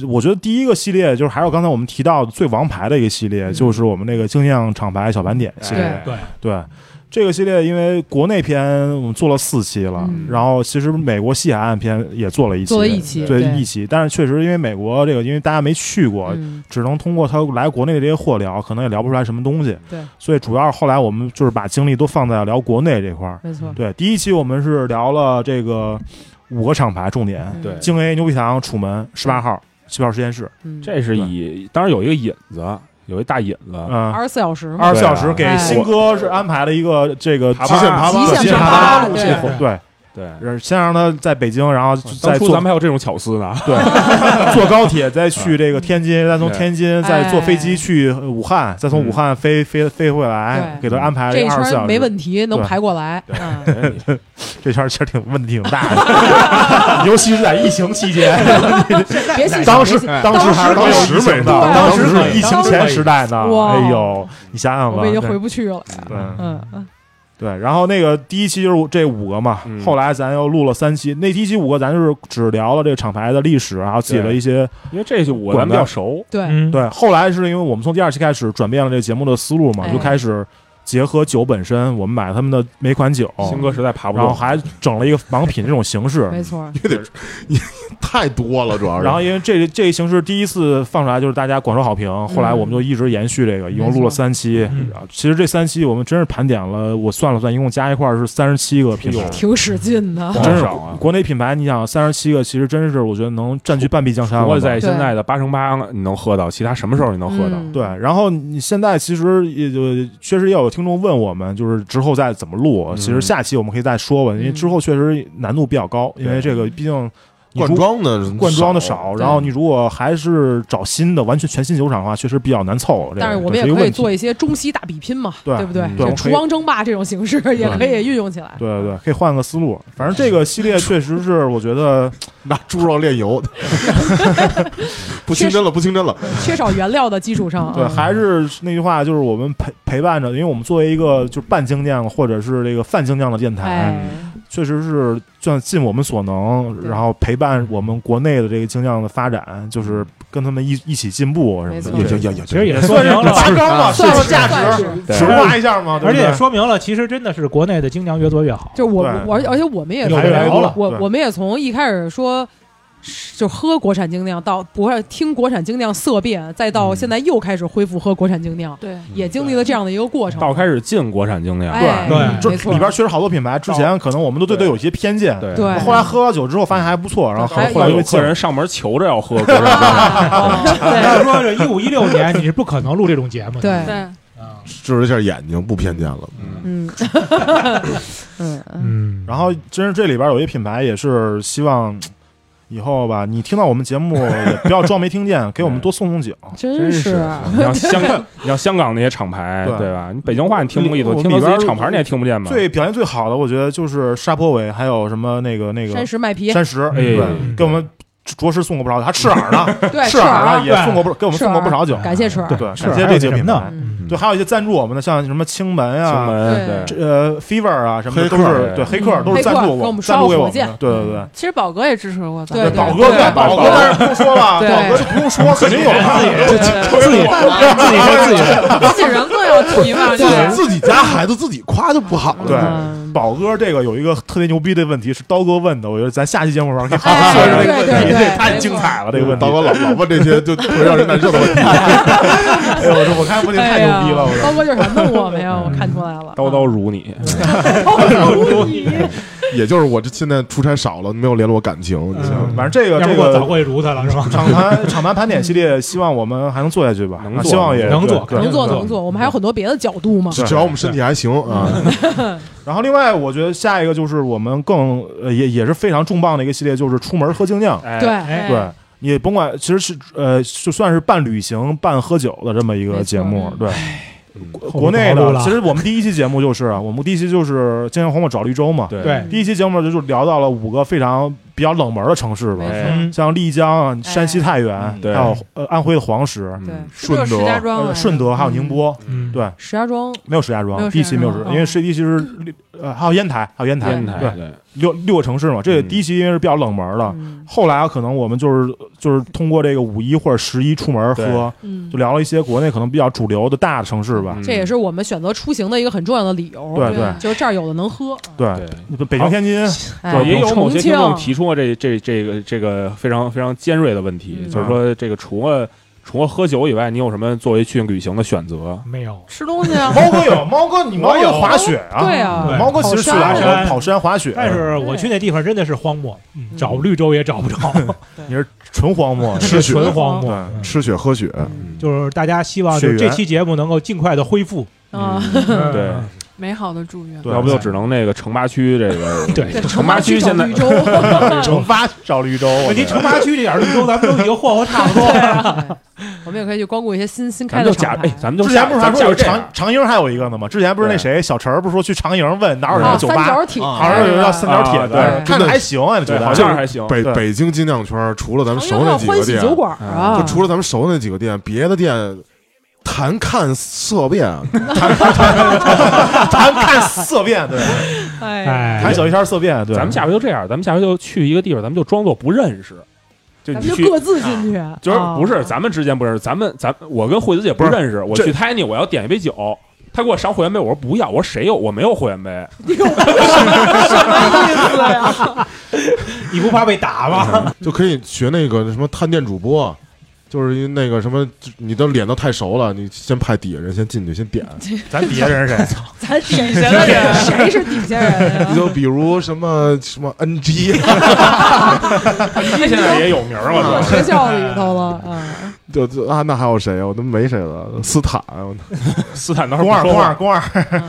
Speaker 3: 我觉得第一个系列就是还有刚才我们提到的最王牌的一个系列，
Speaker 2: 嗯
Speaker 3: 就是我们那个精酿厂牌小盘点系列。
Speaker 2: 对
Speaker 6: 对，
Speaker 3: 对，这个系列因为国内篇我们做了四期了，
Speaker 2: 嗯
Speaker 3: 然后其实美国西海岸篇也做了一期，
Speaker 2: 做了一期，
Speaker 3: 对
Speaker 2: 对
Speaker 3: 一期，但是确实因为美国这个，因为大家没去过。
Speaker 2: 嗯
Speaker 3: 只能通过他来国内的这些货聊，可能也聊不出来什么东西。
Speaker 2: 对，
Speaker 3: 所以主要是后来我们就是把精力都放在聊国内这块儿。
Speaker 2: 没错，
Speaker 3: 对，第一期我们是聊了这个五个厂牌重点，
Speaker 2: 嗯
Speaker 4: 对
Speaker 3: 京 A 牛皮糖、楚门、十八号、气泡实验室，
Speaker 2: 嗯，
Speaker 4: 这是以当时有一个引子，啊有一大引子，啊
Speaker 3: 嗯，
Speaker 2: 二十四小时嘛，
Speaker 3: 二十四小时
Speaker 4: 对
Speaker 3: 给
Speaker 2: 啊
Speaker 3: 新哥是安排了一个这个
Speaker 4: 爬
Speaker 3: 极限爬
Speaker 2: 极限
Speaker 3: 极限
Speaker 2: 爬
Speaker 3: 爬
Speaker 2: 爬
Speaker 3: 路
Speaker 2: 对
Speaker 3: 线活，对，
Speaker 4: 对。
Speaker 3: 然后先让他在北京，然后
Speaker 4: 当
Speaker 3: 再
Speaker 4: 初
Speaker 3: 坐
Speaker 4: 咱们还有这种巧思呢，
Speaker 3: 对坐高铁，再去这个天津，再从
Speaker 4: 对
Speaker 3: 天
Speaker 2: 哎
Speaker 3: 津再坐飞机去呃武汉，再从武汉飞飞飞回来，
Speaker 2: 对
Speaker 3: 给他安排
Speaker 2: 这一
Speaker 3: 二十四小
Speaker 2: 圈
Speaker 3: 时，
Speaker 2: 没问题，能排过来。嗯，
Speaker 4: 哎
Speaker 3: 这圈儿其实挺问题挺大的，尤其是在疫情期间，
Speaker 2: 别信
Speaker 3: 当时
Speaker 2: 别信
Speaker 3: 当时还是
Speaker 8: 当
Speaker 3: 没有
Speaker 8: 时
Speaker 3: 疫情的，
Speaker 8: 没
Speaker 2: 对
Speaker 3: 当时
Speaker 4: 当时
Speaker 3: 是疫情前时代呢。
Speaker 2: 哇
Speaker 3: 哎呦，你想想
Speaker 2: 我
Speaker 3: 吧，
Speaker 2: 们已经
Speaker 3: 对
Speaker 2: 回不去了。
Speaker 3: 对
Speaker 2: 嗯嗯，
Speaker 3: 对。然后那个第一期就是这五个嘛
Speaker 4: 嗯，
Speaker 3: 后来咱又录了三期，那第一期五个咱就是只聊了这个厂牌的历史，然后自己的一些
Speaker 4: 因为这就我咱们比较熟，
Speaker 2: 对，
Speaker 6: 嗯，
Speaker 3: 对。后来是因为我们从第二期开始转变了这个节目的思路嘛，
Speaker 2: 哎
Speaker 3: 就开始结合酒本身，我们买他们的每款酒，
Speaker 4: 新哥实在爬不
Speaker 3: 然后
Speaker 4: 动，
Speaker 3: 还整了一个盲品这种形式，
Speaker 2: 没错。
Speaker 8: 太多了，主要是。
Speaker 3: 然后因为这这一形式第一次放出来就是大家广受好评，后来我们就一直延续这个，一共录了三期。啊其实这三期我们真是盘点了，我算了算，一共加一块儿是三十七个品牌。
Speaker 2: 挺使劲的，
Speaker 3: 真是
Speaker 4: 少啊
Speaker 3: 国内品牌，你想三十七个，其实真是我觉得能占据半壁江山
Speaker 4: 除
Speaker 3: 了
Speaker 4: 了
Speaker 3: 吧。
Speaker 4: 在现在的八乘八你能喝到，其他什么时候你能喝到？
Speaker 2: 嗯
Speaker 3: 对，然后你现在其实也就确实也有听众问我们，就是之后再怎么
Speaker 2: 嗯
Speaker 3: 录。其实下期我们可以再说吧，因为之后确实难度比较高，因为这个毕竟你
Speaker 8: 灌
Speaker 3: 如
Speaker 8: 装的
Speaker 3: 灌装的少，然后你如果还是找新的，完全全新酒厂的话，确实比较难凑。这个
Speaker 2: 但是我们
Speaker 3: 这
Speaker 2: 也
Speaker 3: 一个
Speaker 2: 可以
Speaker 3: 问题
Speaker 2: 做一些中西大比拼嘛，
Speaker 3: 对
Speaker 2: 不对
Speaker 4: 嗯？
Speaker 2: 就
Speaker 3: 对我们可
Speaker 2: 厨
Speaker 3: 以
Speaker 2: 王争霸这种形式也可以运用起来。
Speaker 3: 对对对，可以换个思路。反正这个系列确实是，我觉得
Speaker 8: 拿猪肉炼油， 不清真了，不清真了。
Speaker 2: 缺少原料的基础上，
Speaker 3: 对，
Speaker 2: 嗯
Speaker 3: 还是那句话，就是我们陪陪伴着，因为我们作为一个就是半精酿或者是这个泛精酿的电台，
Speaker 2: 哎，
Speaker 3: 确实是尽尽我们所能，
Speaker 2: 对
Speaker 3: 然后陪伴我们国内的这个精酿的发展，就是跟他们一一起进步什么
Speaker 2: 嗯没
Speaker 3: 的。
Speaker 2: 错
Speaker 3: 这
Speaker 8: 也也
Speaker 6: 其实也
Speaker 8: 是
Speaker 6: 说明了，
Speaker 8: 拔高嘛，
Speaker 2: 算
Speaker 8: 是
Speaker 2: 是
Speaker 8: 价
Speaker 2: 算是
Speaker 8: 值，
Speaker 4: 对
Speaker 8: 实话一下嘛，对
Speaker 6: 而
Speaker 8: 不
Speaker 6: 且
Speaker 8: 对
Speaker 6: 也说明了，其实真的是国内的精酿越做越好。
Speaker 2: 就是我
Speaker 3: 对
Speaker 2: 我而且我们也
Speaker 3: 越
Speaker 6: 来越多
Speaker 3: 了
Speaker 2: 我
Speaker 3: 对
Speaker 2: 我们也从一开始说。就喝国产精酿，到不是听国产精酿色变，再
Speaker 3: 嗯
Speaker 2: 到现在又开始恢复喝国产精酿，
Speaker 7: 对，
Speaker 2: 也经历了这样的一个过程。
Speaker 4: 到开始进国产精酿，
Speaker 2: 哎
Speaker 6: 对
Speaker 3: 这
Speaker 2: 没错
Speaker 3: 里边确实好多品牌，之前可能我们都对它有一些偏见，
Speaker 4: 对
Speaker 2: 对
Speaker 3: 后来喝了酒之后发现还不错，然后后
Speaker 2: 还
Speaker 3: 后来
Speaker 4: 有
Speaker 3: 就
Speaker 4: 客人上门求着要喝国产精酿，
Speaker 2: 啊
Speaker 6: 要是说这一五一六年，你是不可能录这种节目的。
Speaker 2: 对
Speaker 7: 对，
Speaker 6: 啊，
Speaker 8: 治一下眼睛，不偏见了。
Speaker 2: 嗯嗯嗯，
Speaker 6: 嗯，
Speaker 3: 然后，真是这里边有一品牌也是希望以后吧，你听到我们节目也不要装没听见，给我们多送送酒。
Speaker 2: 真
Speaker 4: 是
Speaker 2: 是啊
Speaker 4: 你像香港，你像香港那些厂牌，
Speaker 3: 对
Speaker 4: 对吧？你北京话你听不一
Speaker 3: 我
Speaker 4: 头，
Speaker 3: 们
Speaker 4: 听到
Speaker 3: 里
Speaker 4: 自
Speaker 3: 边
Speaker 4: 己厂牌你也听不见嘛。
Speaker 3: 最表现最好的，我觉得就是沙坡尾，还有什么那个那个
Speaker 2: 山石麦皮，
Speaker 3: 山石，
Speaker 4: 哎
Speaker 3: 对，给我们着实送过不少，还赤耳呢，
Speaker 2: 对，
Speaker 3: 赤
Speaker 2: 是
Speaker 3: 耳呢
Speaker 2: 啊，
Speaker 3: 也送过不给我们送过不少酒。
Speaker 2: 感谢春儿
Speaker 3: 对，，
Speaker 6: 是
Speaker 3: 感谢
Speaker 6: 还有
Speaker 3: 这几个
Speaker 6: 什么
Speaker 3: 品
Speaker 6: 呢
Speaker 3: 牌。
Speaker 2: 嗯
Speaker 3: 对，还有一些赞助我们的，像什么青门
Speaker 4: 青
Speaker 3: 啊。
Speaker 4: 门
Speaker 2: 对
Speaker 3: 这呃，Fever 啊，什么的
Speaker 8: 黑
Speaker 3: 都
Speaker 8: 客
Speaker 3: 是对黑客
Speaker 2: 嗯
Speaker 3: 都是赞
Speaker 2: 黑客
Speaker 3: 助
Speaker 2: 给我们
Speaker 3: 赞助
Speaker 2: 烧
Speaker 3: 给
Speaker 2: 火
Speaker 3: 我们
Speaker 2: 箭嗯
Speaker 3: 的，对对对。
Speaker 7: 其实宝哥也支持过咱
Speaker 2: 对
Speaker 7: 们，
Speaker 2: 对
Speaker 3: 宝哥，
Speaker 2: 对
Speaker 3: 宝哥当然不用说了，
Speaker 7: 对
Speaker 3: 宝哥就不用说，肯定有啊了。
Speaker 7: 对对
Speaker 6: 自己自己说自己的，
Speaker 7: 对，自己人更有提 嘛，
Speaker 8: 自
Speaker 7: 对
Speaker 8: 己自己家孩子自己夸就不好了。
Speaker 3: 对
Speaker 2: 嗯
Speaker 3: 宝哥这个有一个特别牛逼的问题是刀哥问的，我觉得咱下期节目上可以好好
Speaker 2: 哎
Speaker 3: 说说这个
Speaker 2: 对
Speaker 3: 问
Speaker 2: 对
Speaker 3: 题，
Speaker 2: 对
Speaker 3: 这太精彩了这个问题。
Speaker 8: 刀哥老老问这些就会让人难受的 问题。
Speaker 3: 哎呦，我说我看不定太
Speaker 2: 哎
Speaker 3: 牛
Speaker 2: 呀
Speaker 3: 逼了，我嗯说。
Speaker 2: 刀哥就是想弄我们呀，我看出来了，嗯
Speaker 4: 刀刀如你，
Speaker 2: 刀你，
Speaker 8: 也就是我这现在出差少了，没有联络感情。
Speaker 3: 嗯
Speaker 8: 你想，
Speaker 3: 反正这个
Speaker 6: 要
Speaker 3: 这
Speaker 6: 不我早
Speaker 3: 个
Speaker 6: 过去如他啊了，是吧？
Speaker 3: 厂盘厂盘盘点系列，希望我们还能做下去吧，
Speaker 4: 能
Speaker 3: 啊
Speaker 4: 做
Speaker 3: 希望也
Speaker 6: 能做
Speaker 3: 对
Speaker 2: 能做
Speaker 6: 对
Speaker 2: 能做，我们还有很多别的角度嘛。
Speaker 8: 只只要我们身体还行
Speaker 3: 嗯
Speaker 8: 啊，
Speaker 3: 然后另外，我觉得下一个就是我们更呃也也是非常重磅的一个系列，就是出门喝精酿。
Speaker 4: 哎
Speaker 2: 对，，
Speaker 6: 哎
Speaker 3: 对，你甭管，其实是呃，就算是半旅行半喝酒的这么一
Speaker 2: 没
Speaker 3: 个
Speaker 2: 错哎
Speaker 3: 节目
Speaker 7: 嗯，
Speaker 3: 对。
Speaker 6: 后
Speaker 3: 国
Speaker 6: 面
Speaker 3: 内
Speaker 6: 不好录
Speaker 3: 的，
Speaker 6: 了
Speaker 3: 其实我们第一期节目就是啊，我们第一期就是《金阳黄我找绿洲》嘛。
Speaker 4: 对
Speaker 6: 对
Speaker 3: 第一期节目就就聊到了五个非常比较冷门的城市吧
Speaker 2: 没，错
Speaker 4: 哎
Speaker 3: 像丽江啊、山西太原，
Speaker 4: 嗯对
Speaker 3: 还有呃安徽的黄石、
Speaker 2: 对，是
Speaker 8: 顺
Speaker 7: 不
Speaker 8: 德
Speaker 7: 是有石家
Speaker 2: 嗯
Speaker 7: 庄
Speaker 3: 呃
Speaker 7: 来着，
Speaker 3: 顺德还有宁波，
Speaker 6: 嗯，
Speaker 3: 对，
Speaker 2: 石家庄
Speaker 3: 没有石家
Speaker 7: 没有
Speaker 3: 庄，
Speaker 7: 石家
Speaker 3: 第一期没有石，
Speaker 7: 庄
Speaker 3: 因为是第一期是绿呃还有烟台，还有烟台，
Speaker 4: 烟台
Speaker 3: 对，嗯
Speaker 4: 对，
Speaker 3: 六六个城市嘛，这个
Speaker 4: 嗯
Speaker 3: 第一期因为是比较冷门的。
Speaker 2: 嗯
Speaker 3: 后来啊，可能我们就是就是通过这个五一或者十一出门喝，
Speaker 7: 嗯
Speaker 3: 就，聊了一些国内可能比较主流的大的城市吧。
Speaker 4: 嗯
Speaker 2: 这也是我们选择出行的一个很重要的理由。嗯
Speaker 3: 对
Speaker 7: 对
Speaker 2: 就是这儿有的能喝，
Speaker 3: 对，
Speaker 4: 嗯对。
Speaker 3: 北京、天津，
Speaker 2: 哎，
Speaker 4: 也有某
Speaker 2: 重
Speaker 4: 些
Speaker 2: 庆
Speaker 4: 听众提出过这这这个这个非常非常尖锐的问题，
Speaker 2: 嗯
Speaker 4: 就是说这个除了除了喝酒以外，你有什么作为去旅行的选择？
Speaker 6: 没有，
Speaker 7: 吃东西啊，
Speaker 3: 猫哥有猫哥，你猫有滑雪啊？
Speaker 2: 对啊，
Speaker 3: 猫哥其实去
Speaker 2: 跑山
Speaker 3: 爬山、
Speaker 6: 啊
Speaker 3: 跑山、滑雪，
Speaker 6: 但是我去那地方真的是荒漠，嗯找绿洲也找不着，
Speaker 3: 你 是纯荒漠，
Speaker 8: 吃雪
Speaker 6: 纯荒漠。
Speaker 3: 对
Speaker 8: 吃雪喝雪，
Speaker 6: 就是大家希望就
Speaker 3: 血
Speaker 6: 是
Speaker 3: 缘
Speaker 6: 这期节目能够尽快的恢复，
Speaker 2: 嗯
Speaker 7: 啊，
Speaker 4: 对，
Speaker 7: 美好的祝愿。
Speaker 3: 嗯对
Speaker 4: 要不就只能那个城八区这个
Speaker 6: 对
Speaker 7: 在
Speaker 4: 城八区
Speaker 7: 找
Speaker 4: 现在
Speaker 7: 绿洲，
Speaker 3: 惩罚赵绿洲，我
Speaker 6: 问题
Speaker 3: 觉
Speaker 6: 城
Speaker 3: 得
Speaker 6: 八区这点儿绿洲，咱们都已经霍霍差不多了。
Speaker 2: 啊我们也可以去光顾一些新新
Speaker 4: 咱
Speaker 2: 开
Speaker 4: 们
Speaker 2: 的
Speaker 4: 就假
Speaker 2: 厂
Speaker 4: 哎
Speaker 2: 牌，。
Speaker 4: 咱们就
Speaker 3: 之前不是
Speaker 4: 咱
Speaker 3: 还
Speaker 4: 们
Speaker 3: 说有
Speaker 4: 就这
Speaker 3: 长
Speaker 4: 样
Speaker 3: 长营还有一个呢吗？之前不是那
Speaker 4: 对
Speaker 3: 谁小陈儿不是说去长营问哪有什么
Speaker 2: 啊，
Speaker 3: 酒
Speaker 2: 三
Speaker 3: 吧，
Speaker 2: 角体，
Speaker 3: 好像有一道三角铁的，
Speaker 4: 啊
Speaker 2: 对
Speaker 3: 看着还行啊，觉
Speaker 4: 对，
Speaker 3: 得
Speaker 4: 好 像还行。
Speaker 8: 北
Speaker 3: 对
Speaker 8: 北京精酿圈除了咱们
Speaker 2: 长
Speaker 8: 熟
Speaker 2: 阳
Speaker 8: 那
Speaker 2: 叫啊
Speaker 8: 几个
Speaker 2: 哎欢喜
Speaker 8: 店，
Speaker 2: 酒馆啊，
Speaker 8: 就除了咱们熟那几个店，别的店谈看色变，
Speaker 3: 咱看色变，对，
Speaker 2: 哎，
Speaker 3: 谈
Speaker 6: 哎，
Speaker 3: 小一天色变，对，
Speaker 4: 咱们下回就这样，咱们下回就去一个地方，咱们就装作不认识，就
Speaker 2: 咱
Speaker 4: 你
Speaker 2: 们
Speaker 4: 去
Speaker 2: 就。各自进去，
Speaker 4: 就是
Speaker 2: 啊
Speaker 4: 不是咱们之间不认识，咱们咱我跟惠子姐不
Speaker 3: 不是
Speaker 4: 认识，我
Speaker 3: 这
Speaker 4: 去 Tiny 我要点一杯酒，他给我上会员杯，我说不要，我说谁有我没有会员杯，
Speaker 6: 你不怕被打吗？
Speaker 8: 就可以学那个什么探店主播，就是那个什么，你的脸都太熟了，你先派底下人先进去先 点，
Speaker 3: 咱底下人是谁？
Speaker 2: 咱底下的人，谁是底下人啊呀？
Speaker 8: 你 就比如什么什么 NG，
Speaker 4: 他现在也有名儿了，
Speaker 2: 学校里头了，嗯，
Speaker 8: 就就啊，那还有谁啊？我都没谁了，斯坦，我
Speaker 4: 斯坦 当时
Speaker 3: 宫
Speaker 4: 不
Speaker 3: 二宫
Speaker 4: 说话
Speaker 3: 二宫二，
Speaker 2: 嗯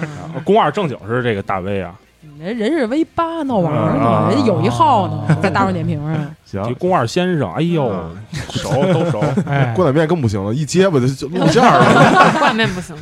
Speaker 4: 宫二正经是这个大 V 啊，
Speaker 2: 人人是 V 八闹玩儿呢，
Speaker 3: 啊
Speaker 2: 人家有一号呢，在大众点评上。
Speaker 4: 这
Speaker 3: 行，
Speaker 4: 宫二先生，哎呦，
Speaker 3: 嗯
Speaker 4: 熟都 熟，
Speaker 6: 哎，
Speaker 8: 锅仔面更不行了，一结巴就就露馅儿了。
Speaker 7: 挂面不行，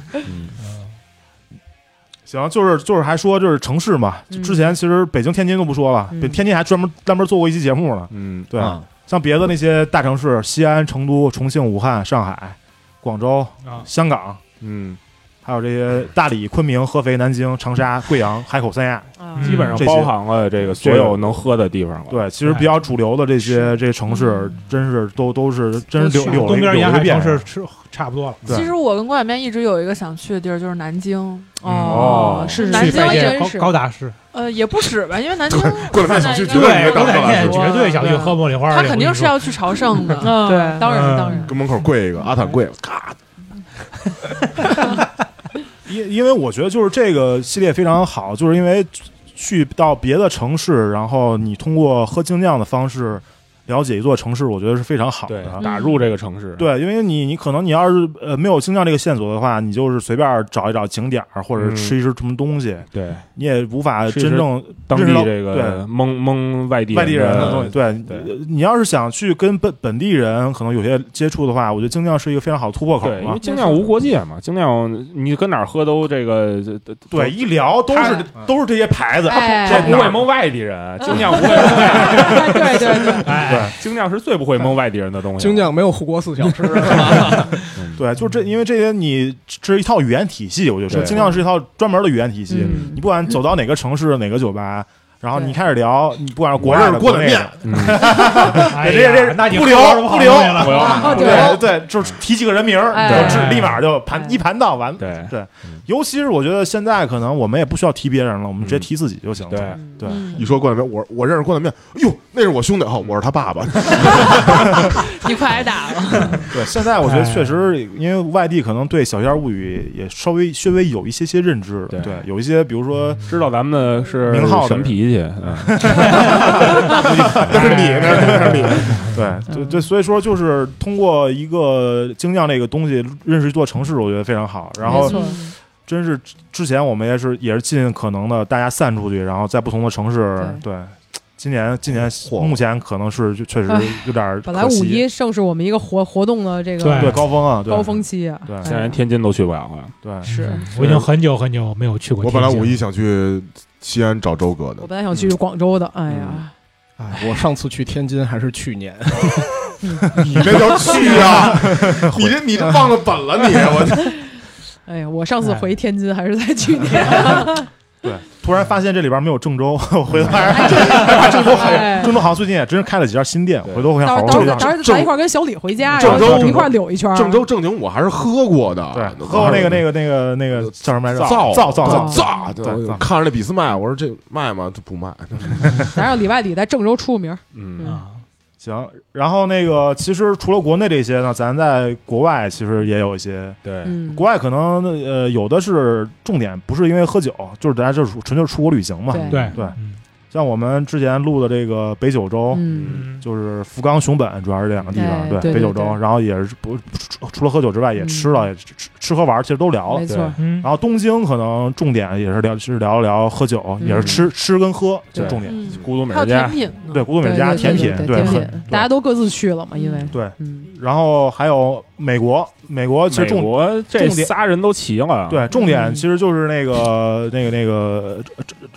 Speaker 3: 行，就是就是还说就是城市嘛，
Speaker 2: 嗯
Speaker 3: 之前其实北京、天津都不说了，
Speaker 2: 嗯
Speaker 3: 北天津还专门专门做过一期节目呢。
Speaker 4: 嗯，
Speaker 3: 对，
Speaker 4: 啊
Speaker 3: 像别的那些大城市，西安、成都、重庆、武汉、上海、广州、
Speaker 6: 啊
Speaker 3: 香港，
Speaker 4: 嗯，
Speaker 3: 还有这些大理、昆明、合肥、南京、长沙、贵阳、海口三亚。
Speaker 2: 啊
Speaker 4: 基本上
Speaker 3: 这些
Speaker 4: 包含了这个所有能喝的地方了，
Speaker 3: 对，其实比较主流的这些这些城市，真是都都是真是
Speaker 6: 去
Speaker 3: 柳柳
Speaker 6: 嗯东边沿
Speaker 3: 柳
Speaker 6: 海
Speaker 3: 了一遍啊
Speaker 6: 城。市吃差不多了。
Speaker 3: 对
Speaker 7: 其实我跟关小面一直有一个想去的地儿，就是南京。
Speaker 2: 哦
Speaker 4: 哦，
Speaker 2: 是是
Speaker 7: 南
Speaker 6: 去
Speaker 7: 京
Speaker 6: 北
Speaker 7: 也
Speaker 6: 界
Speaker 2: 是
Speaker 6: 高高大师，
Speaker 7: 呃，也不止吧，因为南京
Speaker 8: 过两天想去
Speaker 7: 现在应该
Speaker 8: 对绝
Speaker 6: 狗
Speaker 8: 对
Speaker 6: 仔
Speaker 7: 是
Speaker 6: 面
Speaker 7: 吧
Speaker 6: 绝对想去喝茉莉花儿去。
Speaker 7: 他肯定是
Speaker 6: 我
Speaker 7: 要去朝圣的，
Speaker 2: 嗯
Speaker 7: 对，
Speaker 2: 当然
Speaker 6: 嗯
Speaker 2: 当然，
Speaker 8: 跟门口跪一个阿坦跪，咔，
Speaker 3: 因因为我觉得就是这个系列非常好，就是因为去到别的城市，然后你通过喝精酿的方式了解一座城市，我觉得是非常好
Speaker 4: 对
Speaker 3: 的，。
Speaker 4: 打入这个城市，
Speaker 3: 啊对，因为你你可能你要是呃没有精酿这个线索的话，你就是随便找一找景点儿或者
Speaker 4: 嗯
Speaker 3: 吃一吃什么东西，
Speaker 4: 对，
Speaker 3: 你也无法
Speaker 4: 吃一吃
Speaker 3: 真正
Speaker 4: 当
Speaker 3: 认识
Speaker 4: 地
Speaker 3: 到
Speaker 4: 这
Speaker 3: 对
Speaker 4: 个蒙蒙外地
Speaker 3: 外地人的东西。
Speaker 4: 的
Speaker 3: 对，
Speaker 4: 对
Speaker 3: 呃你要是想去跟本本地人可能有些接触的话，我觉得精酿是一个非常好的啊突破口
Speaker 4: 对，因
Speaker 3: 嘛
Speaker 4: 为。精酿无国界嘛，精酿你跟哪儿喝都这个，这
Speaker 3: 对，，一聊都是都是这些牌子，
Speaker 7: 哎
Speaker 4: 他
Speaker 3: 这
Speaker 4: 不
Speaker 3: 哪
Speaker 4: 会
Speaker 3: 儿
Speaker 4: 蒙外地人，啊精酿不会蒙外，
Speaker 2: 嗯 对对对，
Speaker 4: 哎，精酿是最不会蒙外地人的东西。
Speaker 5: 精酿没有护国四小 时，
Speaker 3: 对，就是这，因为这些你这是一套语言体系，我就说
Speaker 4: 对
Speaker 3: 精酿是一套专门的语言体系。
Speaker 2: 嗯
Speaker 3: 你不管走到哪个城市、哪个酒吧，然后
Speaker 2: 对
Speaker 3: 你开始聊，你不管是国
Speaker 8: 我
Speaker 3: 外
Speaker 8: 这
Speaker 3: 的
Speaker 8: 是锅
Speaker 3: 国
Speaker 8: 仔
Speaker 3: 内
Speaker 8: 面
Speaker 3: 的，，
Speaker 6: 哎
Speaker 3: 这
Speaker 6: 呀
Speaker 3: 这
Speaker 6: 那你
Speaker 3: 不留
Speaker 6: 喝着好
Speaker 3: 不留
Speaker 6: 东西了
Speaker 4: 我要
Speaker 2: 啊
Speaker 3: 对对，就是提几个人名儿，
Speaker 7: 哎
Speaker 3: 就
Speaker 6: 哎
Speaker 3: 立马就
Speaker 2: 哎
Speaker 3: 盘一盘道完。
Speaker 4: 对
Speaker 3: 尤其是我觉得现在可能我们也不需要提别人了，我们
Speaker 6: 嗯
Speaker 3: 直接提自己就行了。
Speaker 4: 对，
Speaker 2: 嗯
Speaker 3: 对
Speaker 8: 一说锅仔面，我我认识锅仔面，哎呦，那是我兄弟哈，我是他爸爸，
Speaker 7: 你快挨打了，
Speaker 3: 对，现在我觉得
Speaker 6: 哎
Speaker 3: 确实，因为外地可能对《小仙儿物语》也稍微稍微有一些些认知了，
Speaker 4: 对
Speaker 3: 对，有一些比如说
Speaker 6: 嗯
Speaker 4: 知道咱们的是
Speaker 3: 名号的
Speaker 4: 神
Speaker 3: 人
Speaker 4: 脾气， 嗯
Speaker 3: 那是你，
Speaker 6: 哎
Speaker 3: 那是你。 对，对对，所以说就是通过一个精酿这个东西认识一座城市，我觉得非常好。然后
Speaker 2: 没错
Speaker 3: 真是之前我们也是也是尽可能的大家散出去，然后在不同的城市，对。今年今年
Speaker 8: 嚯
Speaker 3: 目前可能是就确实
Speaker 2: 哎
Speaker 3: 有点儿
Speaker 2: 本来
Speaker 3: 可惜
Speaker 2: 五一正是我们一个活活动的这个
Speaker 6: 对
Speaker 3: 对高峰啊，对
Speaker 2: 高峰期啊，
Speaker 3: 对
Speaker 2: 哎
Speaker 4: 现在连天津都去不了啊了。
Speaker 3: 对
Speaker 2: 是
Speaker 6: 嗯我已经很久很久没有去过
Speaker 8: 我
Speaker 6: 天
Speaker 8: 本
Speaker 6: 津
Speaker 8: 来
Speaker 6: 了。
Speaker 8: 五一想去西安找周哥的
Speaker 2: 我，本来想去广州的，哎
Speaker 3: 嗯
Speaker 2: 呀，
Speaker 5: 哎，我上次去天津还是去 年，
Speaker 8: 你这叫去 呀、你这你这忘了本了你，我
Speaker 2: 哎呀，我上次回天津还是在去年，哎
Speaker 3: 对，突然发现这里边没有郑州， 我回头还是还怕郑州好
Speaker 2: 哎，
Speaker 3: 郑州好像最近也真是开了几家新店，
Speaker 4: 对
Speaker 3: 回头我想
Speaker 2: 到
Speaker 3: 好
Speaker 2: 时候
Speaker 3: 好
Speaker 2: 到
Speaker 3: 逛
Speaker 2: 时候
Speaker 3: 逛。
Speaker 2: 到时候咱一块儿跟小李回家，
Speaker 8: 郑
Speaker 2: 然
Speaker 8: 州
Speaker 2: 后一块儿溜一圈儿。
Speaker 8: 郑州正经我还是喝过的，
Speaker 3: 对，喝过那个那个那个那个叫什么来着？
Speaker 8: 造
Speaker 3: 造造
Speaker 2: 灶
Speaker 3: 造
Speaker 8: 造
Speaker 3: 对
Speaker 8: 对
Speaker 3: 灶，
Speaker 8: 看着那比斯麦，我说这卖吗？这不卖，
Speaker 2: 咱让里外里在郑州出名儿，
Speaker 4: 嗯
Speaker 2: 嗯
Speaker 6: 啊，
Speaker 3: 行，然后那个其实除了国内这些呢，咱在国外其实也有一些，
Speaker 4: 对，
Speaker 2: 嗯，
Speaker 3: 国外可能呃有的是重点不是因为喝酒，就是大家就是纯粹出国旅行嘛。
Speaker 2: 对
Speaker 6: 对嗯
Speaker 3: 对像我们之前录的这个北九州，
Speaker 2: 嗯，
Speaker 3: 就是福冈、熊本，主要是这两个地方，
Speaker 2: 哎对
Speaker 3: 北九
Speaker 2: 对
Speaker 3: 州，
Speaker 2: 对嗯
Speaker 3: 然后也是不除除了喝酒之外也吃了，也吃吃吃喝玩，其实都聊了
Speaker 2: 没。错，
Speaker 6: 嗯，
Speaker 3: 然后东京可能重点也是聊，是聊一聊喝酒，
Speaker 2: 嗯
Speaker 3: 也是吃吃跟喝，这
Speaker 4: 对
Speaker 3: 重点。
Speaker 7: 嗯，
Speaker 4: 孤独美
Speaker 7: 还有
Speaker 4: 人
Speaker 7: 甜
Speaker 4: 家，
Speaker 7: 品呢，
Speaker 3: 对，古董
Speaker 2: 对
Speaker 3: 美
Speaker 2: 对
Speaker 3: 人家
Speaker 2: 对
Speaker 3: 甜品，
Speaker 2: 对甜
Speaker 3: 很
Speaker 2: 品，大家都各自去了嘛，因为
Speaker 3: 对。
Speaker 2: 嗯，
Speaker 3: 然后还有美国，美国其实
Speaker 4: 美
Speaker 3: 重
Speaker 4: 国这
Speaker 3: 重点
Speaker 4: 仨人都齐了，，
Speaker 3: 对重点
Speaker 2: 嗯
Speaker 3: 其实就是那个那个那个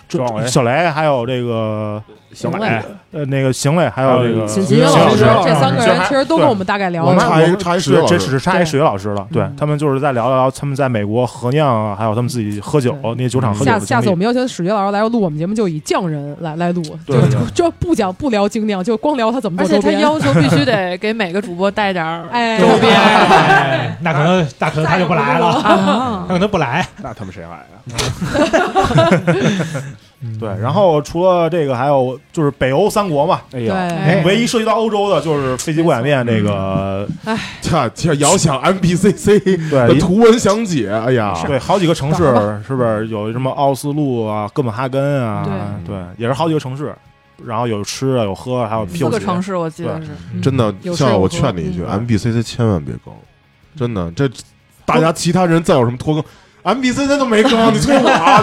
Speaker 3: 这
Speaker 4: 庄伟
Speaker 3: 这小雷，还有这个
Speaker 4: 小
Speaker 2: 行
Speaker 4: 美
Speaker 2: 嘞，
Speaker 3: 呃那个邢磊，还
Speaker 4: 还
Speaker 3: 有
Speaker 4: 有
Speaker 3: 这个
Speaker 4: 秦
Speaker 2: 秦
Speaker 3: 秦
Speaker 2: 云
Speaker 3: 老
Speaker 2: 老师
Speaker 3: 师
Speaker 2: 这三个
Speaker 3: 其实
Speaker 2: 人
Speaker 3: 还
Speaker 2: 其实都跟我们大概聊
Speaker 3: 我
Speaker 2: 了
Speaker 3: 们
Speaker 2: 差不
Speaker 3: 还
Speaker 2: 多，
Speaker 8: 插一插一数学
Speaker 3: 对
Speaker 8: 老
Speaker 3: 这
Speaker 8: 师，
Speaker 3: 只差一
Speaker 2: 对
Speaker 3: 数学老师了。对
Speaker 2: 嗯
Speaker 3: 他们就是在聊聊他们在美国合酿啊，还有他们自己喝酒
Speaker 2: 对
Speaker 3: 那酒厂喝酒
Speaker 2: 下
Speaker 3: 的
Speaker 2: 次下次我
Speaker 3: 经历。
Speaker 2: 们邀请史学老师来录我们节目，就以匠人来来录，
Speaker 3: 对
Speaker 2: 就
Speaker 3: 对
Speaker 2: 就就不讲不聊精酿，就光聊他怎么
Speaker 7: 而
Speaker 2: 做周
Speaker 7: 且他
Speaker 2: 边。
Speaker 7: 要求必须得给每个主播带点儿
Speaker 2: 哎
Speaker 7: 周边，
Speaker 6: 哎那可能那可能他就不来了，
Speaker 2: 啊
Speaker 6: 他，可能不来。
Speaker 4: 那他们谁来啊？
Speaker 3: 对，然后除了这个，还有就是北欧三国嘛，
Speaker 4: 哎
Speaker 2: 对，
Speaker 4: 呀，
Speaker 3: 唯一涉及到欧洲的就是飞机过海面这个，
Speaker 4: 嗯
Speaker 8: 恰恰遥想 MPCC 的
Speaker 3: 对
Speaker 8: 图文详解，哎呀，
Speaker 3: 对，好几个城市是不是有什么奥斯陆啊、哥本哈根啊？对，也是好几个城市，然后有吃的，有喝的，还有啤
Speaker 7: 四
Speaker 3: 酒
Speaker 7: 个
Speaker 3: 节
Speaker 7: 城市我记得是，
Speaker 8: 真的
Speaker 2: 有，事
Speaker 8: 像
Speaker 2: 有
Speaker 8: 我
Speaker 2: 辙
Speaker 8: 劝你一句
Speaker 3: 嗯
Speaker 8: ，MBCC 千万别更，真的，这大家其他人再有什么拖更，MBCC 都没更，你催我啊！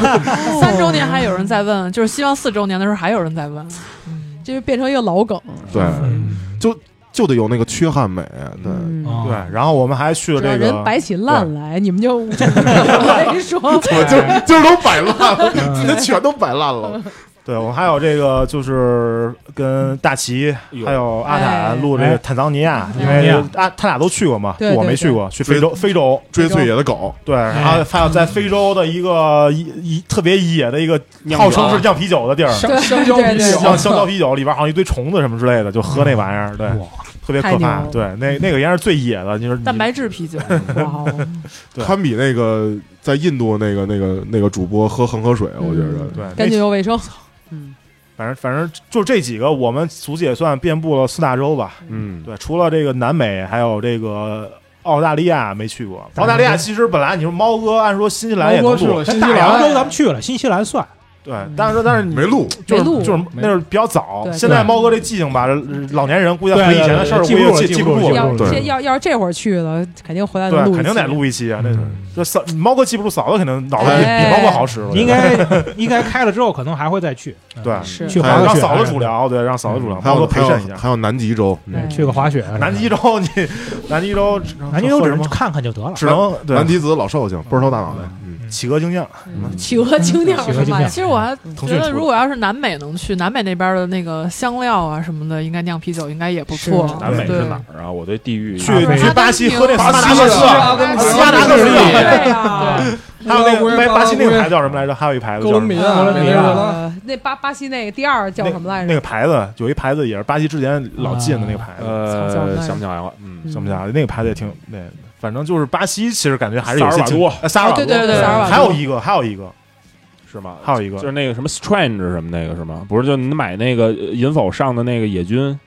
Speaker 7: 三周年还有人在问，就是希望四周年的时候还有人在问，
Speaker 2: 这就变成一个老梗。
Speaker 8: 对，
Speaker 6: 嗯
Speaker 8: 就得有那个缺憾美，对，
Speaker 2: 嗯
Speaker 6: 哦
Speaker 3: 对，，然后我们还去了
Speaker 2: 只要
Speaker 3: 这
Speaker 2: 人
Speaker 3: 个，
Speaker 2: 摆起烂来，你们就我跟你说，
Speaker 8: 我今
Speaker 6: 哎
Speaker 8: 儿今儿都摆烂了，今天全都摆烂了。
Speaker 3: 对我们还有这个就是跟大齐还有哎阿坦录这个坦桑尼亚，因为啊他俩都去过嘛，我没去过，去非洲非洲
Speaker 8: 追最野的狗，
Speaker 3: 对，然后还有在非洲的一个一一特别野的一个号称是酿啤酒的啊地儿，
Speaker 2: 对
Speaker 5: 香蕉
Speaker 2: 对
Speaker 5: 啤
Speaker 2: 对
Speaker 5: 酒
Speaker 3: 像香蕉啤酒里边好像一堆虫子什么之类的，就喝那玩意儿，对
Speaker 6: 哇，
Speaker 3: 特别
Speaker 2: 太
Speaker 3: 可
Speaker 2: 牛
Speaker 3: 怕
Speaker 2: 了。
Speaker 3: 对，那那个应该是最野的，就是你
Speaker 7: 蛋白质啤酒，
Speaker 2: 哇哦，
Speaker 3: 对
Speaker 8: 堪比那个在印度那个那个那个主播喝恒河水，我觉得
Speaker 2: 嗯
Speaker 3: 对
Speaker 2: 干
Speaker 3: 那
Speaker 2: 净又卫生。嗯，
Speaker 3: 反正反正就这几个，我们足迹也算遍布了四大洲吧。
Speaker 8: 嗯，
Speaker 3: 对，除了这个南美，还有这个澳大利亚没去过。澳大利亚其实本来你说猫哥，按说新西兰也
Speaker 5: 毛
Speaker 3: 能
Speaker 5: 哥去
Speaker 3: 录
Speaker 5: 了，新西
Speaker 6: 大洋
Speaker 5: 兰，
Speaker 6: 洲咱们去了，新西兰算
Speaker 3: 对，但是但是你
Speaker 8: 没录，
Speaker 3: 就是
Speaker 2: 没录
Speaker 3: 就是那是比较早
Speaker 2: 对，
Speaker 3: 现在猫哥这记性吧，老年人估计
Speaker 6: 对
Speaker 3: 回以前的事儿，估
Speaker 6: 对记不住
Speaker 3: 计
Speaker 6: 了
Speaker 3: 记不
Speaker 6: 记
Speaker 3: 住
Speaker 6: 不住了
Speaker 3: 了。
Speaker 2: 要
Speaker 8: 对
Speaker 2: 这要要是这会儿去了，肯定回来
Speaker 3: 对
Speaker 2: 能，录，
Speaker 3: 肯定得。录一期啊！这
Speaker 6: 嗯
Speaker 3: 这嫂猫哥记不住，嫂子肯定脑子比比
Speaker 2: 哎
Speaker 3: 猫哥好使。我觉得
Speaker 6: 应该应该开了之后，可能还会再去。嗯
Speaker 3: 对
Speaker 2: 是
Speaker 6: 去滑
Speaker 8: 还
Speaker 6: 个
Speaker 8: 有
Speaker 3: 让
Speaker 6: 雪，
Speaker 3: 嫂子主聊，对，让嫂子主聊，
Speaker 8: 还
Speaker 3: 猫哥
Speaker 8: 有
Speaker 3: 嗯陪
Speaker 8: 还
Speaker 3: 衬一
Speaker 8: 有
Speaker 3: 下。
Speaker 8: 还有南极洲，嗯
Speaker 2: 对
Speaker 6: 去个滑雪。
Speaker 3: 南极洲，你南极洲，
Speaker 6: 南极洲只
Speaker 3: 什么
Speaker 6: 能？看看就得了。
Speaker 3: 只能对
Speaker 8: 南极子老寿星，倍儿头大脑袋，嗯，
Speaker 3: 企鹅精酿，
Speaker 2: 嗯企鹅精酿
Speaker 6: 企鹅
Speaker 2: 是
Speaker 6: 精
Speaker 2: 吧
Speaker 6: 酿？
Speaker 7: 其实我还
Speaker 3: 腾
Speaker 7: 觉
Speaker 3: 讯
Speaker 7: 得，
Speaker 3: 出
Speaker 7: 如
Speaker 3: 的
Speaker 7: 果要是南美能去，南美那边的那个香料啊什么的，应该酿啤酒应该也不错。
Speaker 2: 是
Speaker 4: 南美是
Speaker 7: 对
Speaker 4: 哪儿啊？我对地域
Speaker 3: 去
Speaker 6: 非
Speaker 3: 去巴西喝那
Speaker 8: 巴
Speaker 3: 斯巴达
Speaker 8: 西
Speaker 3: 克
Speaker 8: 的
Speaker 3: 斯，
Speaker 7: 啊
Speaker 2: 啊
Speaker 5: 阿根廷
Speaker 3: 斯巴达克斯，
Speaker 5: 智利
Speaker 3: 还
Speaker 2: 对呀，
Speaker 6: 嗯
Speaker 3: 有那个
Speaker 5: 乌拉圭
Speaker 3: 巴巴西那个
Speaker 5: 巴拉圭
Speaker 3: 牌子叫什么来着？还有一牌子
Speaker 5: 哥
Speaker 3: 叫什
Speaker 5: 伦
Speaker 3: 么
Speaker 5: 比？亚，
Speaker 6: 哥伦比亚
Speaker 2: 呃，那巴巴西那个第二叫什么来
Speaker 3: 那
Speaker 2: 着？
Speaker 3: 个牌子有一牌子也是巴西之前老进的那个牌子，
Speaker 4: 呃，想不起来了，嗯，
Speaker 3: 想不起来了。那个牌子也挺那，反正就是巴西，其实感觉还是有
Speaker 4: 萨尔
Speaker 3: 些
Speaker 4: 瓦
Speaker 3: 景
Speaker 4: 多
Speaker 3: 呃萨尔瓦多，
Speaker 7: 对对对萨尔瓦多
Speaker 3: 还有一个，还有一个，
Speaker 4: 是吗？
Speaker 3: 还有一
Speaker 4: 就
Speaker 3: 个
Speaker 4: 是，那个什么 Strange 什么那个是吗？不是，就你买那个呃银否上的那个野菌，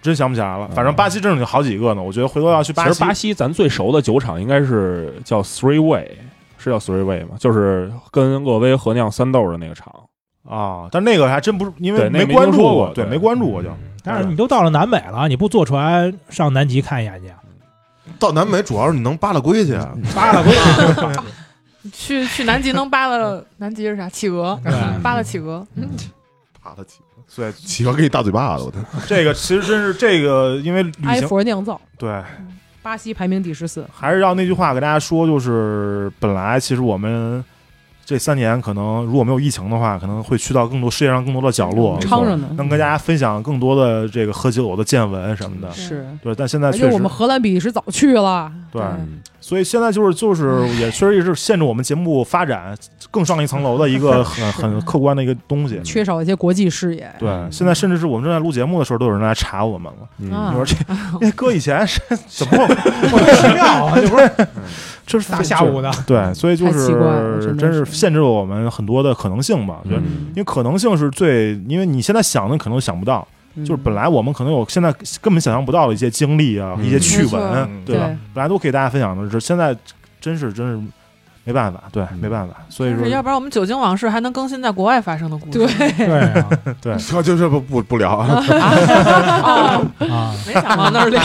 Speaker 3: 真想不起来了。反正巴西这种有好几个呢，我觉得回头要去
Speaker 4: 其
Speaker 3: 巴
Speaker 4: 实
Speaker 3: 西
Speaker 4: 巴，西咱最熟的酒厂应该是叫 Three Way，是叫 Three Way 吗？就是跟鄂威合酿三豆的那个厂，
Speaker 3: 啊，但那个还真不是，因为
Speaker 4: 对那个没
Speaker 3: 关
Speaker 4: 听
Speaker 3: 注
Speaker 4: 说
Speaker 3: 过，
Speaker 4: 过
Speaker 3: 对，
Speaker 4: 对嗯
Speaker 3: 没关注过就。
Speaker 6: 但是你都到了南美了，你不坐船上南极看一眼去？啊
Speaker 8: 到南美主要是你能扒拉龟去，啊
Speaker 6: 巴拉圭，
Speaker 7: 去去南极能扒拉南极是啥？企鹅，
Speaker 6: 对
Speaker 7: 扒拉企鹅。
Speaker 8: 扒拉企鹅，
Speaker 3: 所以
Speaker 8: 企鹅给你大嘴巴子，我天！
Speaker 3: 这个其实真是这个，因为旅
Speaker 2: 埃
Speaker 3: 行
Speaker 2: 佛酿造，
Speaker 3: 对，
Speaker 2: 巴西排名第十四。
Speaker 3: 还是要那句话跟大家说，就是本来其实我们这三年可能如果没有疫情的话，可能会去到更多世界上更多的角落，
Speaker 2: 撑着呢
Speaker 3: 能跟大家分享更多的这个喝酒的见闻什么的。
Speaker 2: 是，
Speaker 3: 对，但现在
Speaker 2: 而且
Speaker 3: 确
Speaker 2: 我
Speaker 3: 实
Speaker 2: 们荷兰比利时早去了，哎
Speaker 3: 对，
Speaker 4: 嗯
Speaker 3: 所以现在就是就是也确实也是限制我们节目发展更上一层楼的一个很很客观的一个东西。
Speaker 2: 缺少一些国际视野。
Speaker 3: 对，现在甚至是我们正在录节目的时候，都有人来查我们了。
Speaker 4: 嗯
Speaker 2: 啊
Speaker 3: 你说这 那哥以前是怎么会？
Speaker 6: 奇妙啊，这不是
Speaker 3: 这是
Speaker 6: 大下午 的，
Speaker 3: 对，所以就
Speaker 2: 太奇怪了
Speaker 3: 是
Speaker 2: 真的
Speaker 3: 真是
Speaker 2: 是
Speaker 3: 限制了我们很多的可能性吧。我觉得，
Speaker 4: 嗯
Speaker 3: 因为可能性是最，因为你现在想的可能想不到，
Speaker 2: 嗯
Speaker 3: 就是本来我们可能有现在根本想象不到的一些经历啊，
Speaker 8: 嗯
Speaker 3: 一些趣闻
Speaker 8: 没，错
Speaker 3: 对吧
Speaker 2: 对？
Speaker 3: 本来都可以大家分享的，这现在真是真是没办法，对，没办法。
Speaker 4: 嗯
Speaker 3: 所以
Speaker 7: 就是要
Speaker 3: 说，
Speaker 7: 不然我们酒精往事还能更新在国外发生的故事。
Speaker 2: 对，
Speaker 6: 对啊
Speaker 3: 对，
Speaker 8: 这 就是不不不聊啊，
Speaker 7: 哦，
Speaker 6: 啊，
Speaker 7: 没想往那儿聊。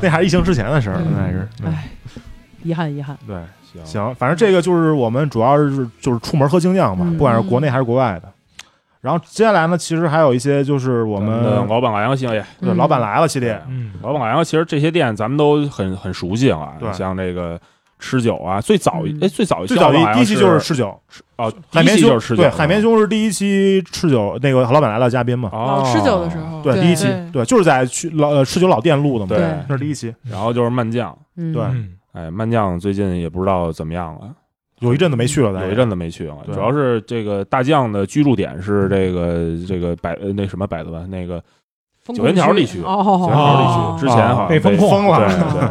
Speaker 3: 那还是疫情之前的事儿，那还是嗯
Speaker 2: 哎，遗憾遗憾，
Speaker 3: 对。
Speaker 8: 行
Speaker 3: 行，反正这个就是我们主要是就是出门喝精酿嘛，
Speaker 2: 嗯
Speaker 3: 不管是国内还是国外的。然后接下来呢，其实还有一些就是我
Speaker 4: 我
Speaker 3: 们
Speaker 4: 们老板老杨系列，
Speaker 3: 对
Speaker 2: 嗯
Speaker 3: 老板来了系列，
Speaker 6: 嗯，
Speaker 4: 老板老杨其实这些店咱们都很很熟悉了
Speaker 3: 对，
Speaker 4: 像这个吃酒啊，最早
Speaker 2: 嗯
Speaker 4: 哎最早
Speaker 3: 最早
Speaker 4: 的
Speaker 3: 的第一期就是
Speaker 4: 是
Speaker 3: 吃酒，
Speaker 4: 哦，
Speaker 3: 海
Speaker 4: 第一
Speaker 3: 绵
Speaker 4: 期
Speaker 3: 兄
Speaker 4: 就是吃酒，
Speaker 3: 对，海绵兄是第一期吃酒那个老板来了嘉宾嘛，
Speaker 4: 哦
Speaker 7: 老吃酒的时，候，
Speaker 3: 对，
Speaker 2: 对
Speaker 3: 第一期
Speaker 7: 对
Speaker 3: 对，就是在去老呃吃酒老店录的嘛，
Speaker 4: 对
Speaker 3: 那是第一期，
Speaker 4: 然后就是慢酱，
Speaker 2: 嗯
Speaker 3: 对
Speaker 6: 嗯
Speaker 4: 哎，慢酱最近也不知道怎么样了，
Speaker 3: 有一阵子没去了，大家
Speaker 4: 有一阵子没去了，
Speaker 3: 对
Speaker 4: 主要是这个大酱的居住点是这个这个百呃那什么百子湾那个
Speaker 2: 风
Speaker 4: 九
Speaker 2: 控
Speaker 4: 元桥
Speaker 2: 区
Speaker 4: 地区，
Speaker 2: 哦
Speaker 4: 九
Speaker 2: 哦
Speaker 4: 元桥
Speaker 7: 哦
Speaker 4: 地区之前好像
Speaker 6: 被封控
Speaker 3: 封了
Speaker 4: 对对。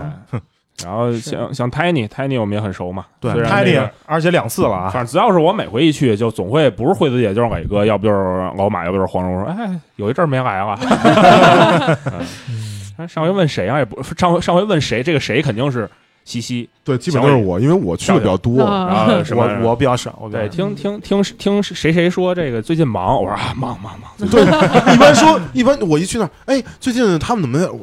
Speaker 4: 然后像像 Tiny Tiny 我们也很熟嘛，
Speaker 3: 对
Speaker 4: 虽然
Speaker 3: 拍
Speaker 4: 那个
Speaker 3: 的，而且两次了
Speaker 4: 反
Speaker 3: 啊，
Speaker 4: 正只要是我每回一去，就总会不是惠子姐就是伟哥，要不就是老马，要不就是黄蓉。说，哎，有一阵儿没来 了。嗯上回问谁啊？也不上回上回问谁？这个谁肯定是西西。
Speaker 8: 对，基本都是我，因为我去的比较多，
Speaker 2: 啊
Speaker 4: 然 后什么
Speaker 3: 我我比较少，我比较
Speaker 4: 对，
Speaker 3: 少
Speaker 4: 听听听听谁谁说这个最近忙，我说啊忙忙 忙，
Speaker 8: 对， 一般说一般我一去那儿，哎，最近他们怎么我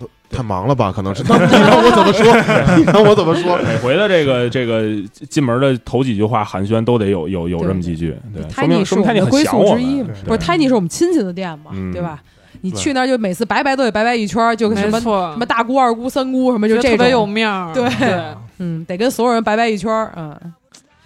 Speaker 8: 我哎太忙了吧？可能是，那你让我怎么说？你让我怎么说？
Speaker 4: 每回的这个这个进门的头几句话寒暄都得有有有这么几句，对，说
Speaker 2: Tiny
Speaker 4: 明
Speaker 2: 是我们
Speaker 4: 说明 Tiny
Speaker 2: 的
Speaker 4: 很
Speaker 2: 归
Speaker 4: 想
Speaker 2: 宿
Speaker 4: 我
Speaker 2: 之一嘛
Speaker 4: 们，，
Speaker 2: 不是 Tiny 是我们亲戚的店嘛，
Speaker 4: 嗯
Speaker 2: 对吧？你
Speaker 3: 对
Speaker 2: 去那儿就每次拜拜都得拜拜一圈儿，就跟什
Speaker 7: 没
Speaker 2: 么什
Speaker 7: 错，
Speaker 2: 么大姑、二姑、三姑什么，
Speaker 7: 觉
Speaker 2: 就
Speaker 7: 得
Speaker 2: 这
Speaker 7: 特
Speaker 2: 种
Speaker 7: 别有面儿。
Speaker 2: 对
Speaker 7: 对，
Speaker 2: 嗯，得跟所有人拜拜一圈儿，嗯，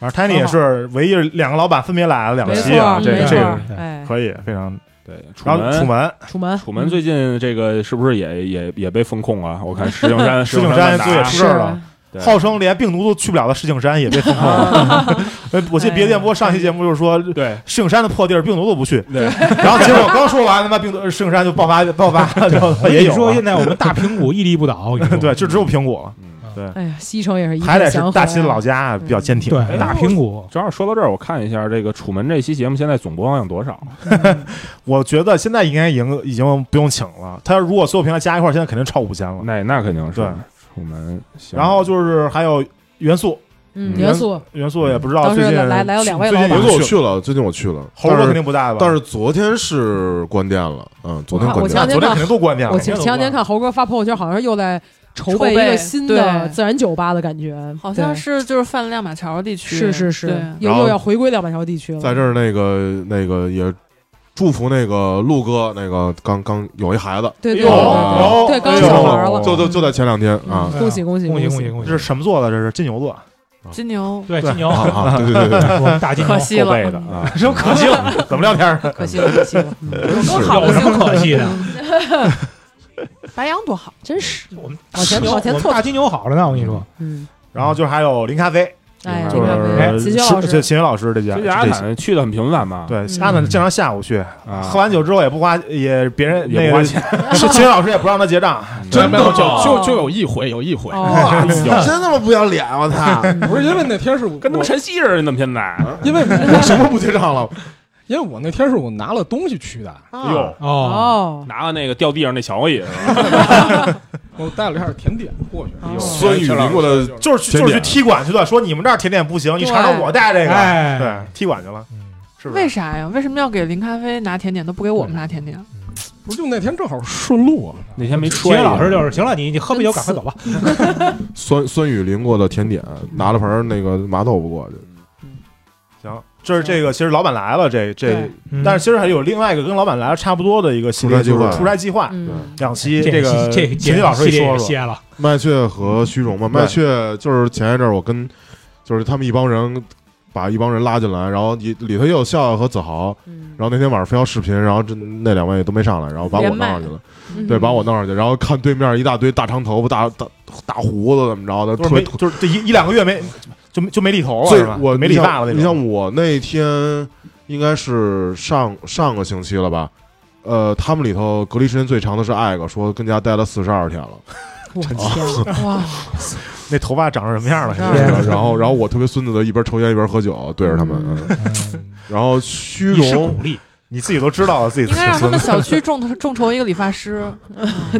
Speaker 3: 反正 Tiny 也是唯一两个老板分别来了两
Speaker 2: 没
Speaker 3: 期啊，
Speaker 2: 错，
Speaker 4: 这个
Speaker 2: 没
Speaker 4: 这
Speaker 2: 错
Speaker 4: 个，
Speaker 2: 哎，
Speaker 3: 可以非常，
Speaker 4: 对，楚
Speaker 3: 然后楚
Speaker 4: 门。
Speaker 3: 门
Speaker 2: 楚门，嗯
Speaker 4: 楚门最近这个是不是也也也被封控啊？我看石景 山，
Speaker 3: 石景山
Speaker 4: 万
Speaker 3: 最
Speaker 4: 达
Speaker 3: 出事儿了。
Speaker 4: 对
Speaker 3: 号称连病毒都去不了的石景山也被封控了。呃我记得别的电波上一期节目就是说，
Speaker 4: 对
Speaker 3: 石景山的破地儿病毒都不去，
Speaker 4: 对，
Speaker 3: 然后结果刚说完，他妈病毒石景山就爆发爆发了，然后也
Speaker 6: 你
Speaker 3: 有
Speaker 6: 说
Speaker 3: 了
Speaker 6: 现在我们大平谷屹立不倒，我跟你说
Speaker 3: 对，就只有苹果，
Speaker 4: 嗯
Speaker 2: 哎呀，西城也是一
Speaker 3: 还得
Speaker 2: 片
Speaker 3: 是
Speaker 2: 祥和
Speaker 3: 大秦
Speaker 2: 啊
Speaker 3: 老家比较坚挺。
Speaker 6: 对大平谷，
Speaker 4: 正好说到这儿，我看一下这个楚门这期节目现在总播放量多少？
Speaker 3: 我觉得现在应该已经已经不用请了，他如果所有平台加一块儿，现在肯定超五千了。
Speaker 4: 那那肯定是
Speaker 3: 嗯对
Speaker 4: 楚门。行
Speaker 3: 然后就是还有元素，
Speaker 2: 嗯，
Speaker 4: 嗯
Speaker 2: 元素
Speaker 3: 元素也不知道
Speaker 2: 当时
Speaker 3: 最近
Speaker 2: 来来了两位
Speaker 3: 最近
Speaker 2: 老
Speaker 8: 有
Speaker 2: 板
Speaker 8: 个 我
Speaker 3: 有去
Speaker 8: 去了，最近我去了，
Speaker 3: 猴
Speaker 8: 但
Speaker 3: 哥肯
Speaker 8: 是
Speaker 3: 定不在吧？
Speaker 8: 但是昨天是关店了，嗯，昨天
Speaker 2: 啊
Speaker 8: 关
Speaker 2: 我前
Speaker 8: 店
Speaker 2: 两
Speaker 3: 昨
Speaker 8: 了，
Speaker 3: 天肯定都关店了。
Speaker 2: 我前前两天看猴哥发朋友圈，好像是又在筹备一
Speaker 7: 筹
Speaker 2: 个
Speaker 7: 备
Speaker 2: 新的
Speaker 7: 对
Speaker 2: 自然酒吧的感觉，
Speaker 7: 好像
Speaker 2: 对
Speaker 7: 是就是泛亮马桥地区，
Speaker 2: 是是是
Speaker 7: 对，
Speaker 2: 又
Speaker 8: 然后
Speaker 2: 又要回归两百条地区了，
Speaker 8: 在这儿那个那个也祝福那个陆哥，那个刚刚有一孩子，
Speaker 2: 对对
Speaker 3: 有
Speaker 2: 对
Speaker 3: 有
Speaker 2: 对，刚
Speaker 3: 哎呦
Speaker 2: 生孩了，
Speaker 8: 就就就在前两天 啊
Speaker 2: 嗯，恭喜恭喜
Speaker 6: 恭喜
Speaker 2: 恭
Speaker 6: 恭
Speaker 2: 喜
Speaker 6: 喜恭喜！
Speaker 3: 这是什么座的？这是金牛座，
Speaker 7: 金牛，
Speaker 6: 对金牛，
Speaker 8: 啊啊，对对对对，
Speaker 6: 我们大金牛
Speaker 7: 可，惜
Speaker 4: 后背
Speaker 7: 了
Speaker 4: 的，啊，
Speaker 3: 这不可惜了，怎么聊天儿？
Speaker 2: 可惜了可惜 了，嗯
Speaker 7: 多好啊
Speaker 6: 有什
Speaker 7: 的性
Speaker 6: 么
Speaker 7: 格，
Speaker 6: 可惜的？
Speaker 7: 白羊多好，
Speaker 2: 真是，
Speaker 6: 我们
Speaker 2: 往前
Speaker 6: 金牛
Speaker 2: 往前
Speaker 6: 我们
Speaker 2: 凑
Speaker 6: 大金牛好着呢，我跟你说，
Speaker 2: 嗯，
Speaker 3: 然后就还有林咖啡，
Speaker 2: 哎呀，
Speaker 3: 就
Speaker 2: 林
Speaker 7: 咖
Speaker 2: 啡
Speaker 3: 是
Speaker 2: 齐老
Speaker 3: 是这
Speaker 2: 师，
Speaker 3: 秦宇老师这家
Speaker 4: 这个阿
Speaker 3: 这家
Speaker 4: 坦去的很频繁嘛，
Speaker 3: 对
Speaker 2: 嗯
Speaker 3: 阿坦经常下午去，
Speaker 4: 啊，
Speaker 3: 喝完酒之后也不花，也别人那
Speaker 4: 也不花
Speaker 3: 个
Speaker 4: 钱，
Speaker 3: 是秦宇老师也不让他结账，
Speaker 9: 真的
Speaker 2: 哦
Speaker 9: 就就就有一回，有一回，
Speaker 2: 哦，
Speaker 8: 真他妈不要脸，我操！
Speaker 5: 不是因为那天是我
Speaker 4: 跟他们晨曦似的，你怎么现在？
Speaker 5: 因为
Speaker 8: 我 什么不结账了？
Speaker 5: 因为我那天是我拿了东西去的，
Speaker 4: 哟，
Speaker 6: 哦，
Speaker 2: 哦，
Speaker 4: 拿了那个掉地上那小椅子，
Speaker 5: 我带了点甜点过去。
Speaker 3: 哎
Speaker 9: 啊
Speaker 2: 哦
Speaker 8: 孙雨林，我的
Speaker 3: 就是去
Speaker 8: 甜
Speaker 3: 就是去
Speaker 8: 点
Speaker 3: 踢馆去了，说你们这儿甜点不行，你尝尝我带这个，
Speaker 6: 哎，
Speaker 3: 对，踢馆去了，是不
Speaker 7: 为
Speaker 3: 是？
Speaker 7: 啥呀？为什么要给林咖啡拿甜点，都不给我们拿甜点？
Speaker 5: 不是就那天正好顺路啊，
Speaker 4: 那天没
Speaker 6: 金
Speaker 4: 摔。
Speaker 6: 牛老师就是行了，你你喝杯酒，赶快走吧。
Speaker 8: 酸酸雨淋过的甜点，拿了盆那个麻豆腐过去，
Speaker 3: 行，这是这个，其实老板来了，这这
Speaker 2: 对，
Speaker 6: 嗯
Speaker 3: 但是其实还有另外一个跟老板来了差不多的一个系列，
Speaker 8: 出差计
Speaker 3: 就
Speaker 8: 划
Speaker 3: 是出差计划
Speaker 2: 嗯，
Speaker 3: 两期，
Speaker 6: 这
Speaker 3: 个
Speaker 6: 这
Speaker 3: 秦宇老师也说说
Speaker 6: 歇，了，
Speaker 8: 麦雀和虚荣嘛。
Speaker 3: 对
Speaker 8: 麦雀就是前一阵儿我跟，就是他们一帮人把一帮人拉进来，然后里里头也有笑笑和子豪，
Speaker 2: 嗯
Speaker 8: 然后那天晚上非要视频，然后这那两位都没上来，然后把我
Speaker 7: 连
Speaker 8: 弄
Speaker 7: 麦嗯
Speaker 8: 上去了，对，把我弄上去，然后看对面一大堆大长头发、大大大胡子怎么着的，
Speaker 3: 就是
Speaker 8: 特
Speaker 3: 没
Speaker 8: 别
Speaker 3: 就是这一一两个月没就就没理头了，
Speaker 8: 最
Speaker 3: 是吧
Speaker 8: 我
Speaker 3: 没
Speaker 8: 你
Speaker 3: 理
Speaker 8: 像
Speaker 3: 发了那种。
Speaker 8: 你像我那天应该是上上个星期了吧？呃，他们里头隔离时间最长的是艾哥，说跟家待了四十二天了。
Speaker 2: 我天，
Speaker 7: 哇，
Speaker 3: 那头发长成什么样了？
Speaker 2: 是
Speaker 8: 然后 然后，然后我特别孙子的，一边抽烟一边喝酒，对着他们。嗯然后虚
Speaker 6: 以示
Speaker 8: 荣
Speaker 6: 鼓励，
Speaker 3: 你自己都知道自己
Speaker 7: 应该让他们小区众众筹一个理发 师，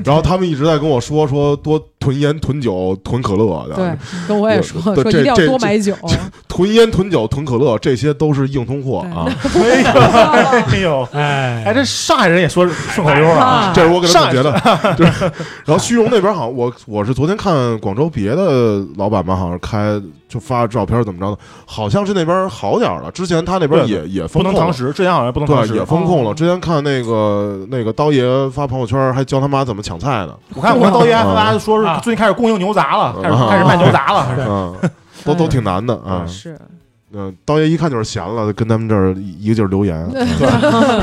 Speaker 8: 然后他们一直在跟我说说多囤烟、囤酒、囤可乐
Speaker 3: 哎
Speaker 8: 的，
Speaker 2: 对，跟我也说说
Speaker 8: 对
Speaker 2: 一
Speaker 8: 这
Speaker 2: 定要
Speaker 8: 这
Speaker 2: 多买酒，
Speaker 8: 囤烟、囤酒、囤可乐，这些都是硬通货啊。
Speaker 3: 哎呦，
Speaker 6: 哎，
Speaker 3: 哎，这上海人也说顺口溜了啊，
Speaker 8: 这是我给他总结的。 就是，然后虚荣那边好像我我是昨天看广州别的老板们好像开就发照片怎么着的，好像是那边好点儿了。之前他那边
Speaker 3: 对
Speaker 8: 也也
Speaker 3: 不
Speaker 8: 封
Speaker 3: 能
Speaker 8: 控
Speaker 3: 堂
Speaker 8: 了，
Speaker 3: 食，之前好像不能堂
Speaker 8: 对，
Speaker 3: 食哦
Speaker 8: 也。封控了。之前看那个那个刀爷发朋友圈还教他妈怎么抢菜呢，
Speaker 3: 我看我看刀爷还和
Speaker 8: 嗯
Speaker 3: 大家说
Speaker 6: 啊
Speaker 3: 是最近开始供应牛杂了，开始
Speaker 8: 嗯
Speaker 3: 开始卖牛杂了。
Speaker 8: 嗯，都
Speaker 3: 哎
Speaker 8: 都挺难的啊。
Speaker 2: 是
Speaker 8: 嗯，刀爷一看就是闲了，跟咱们这儿一个劲儿留言。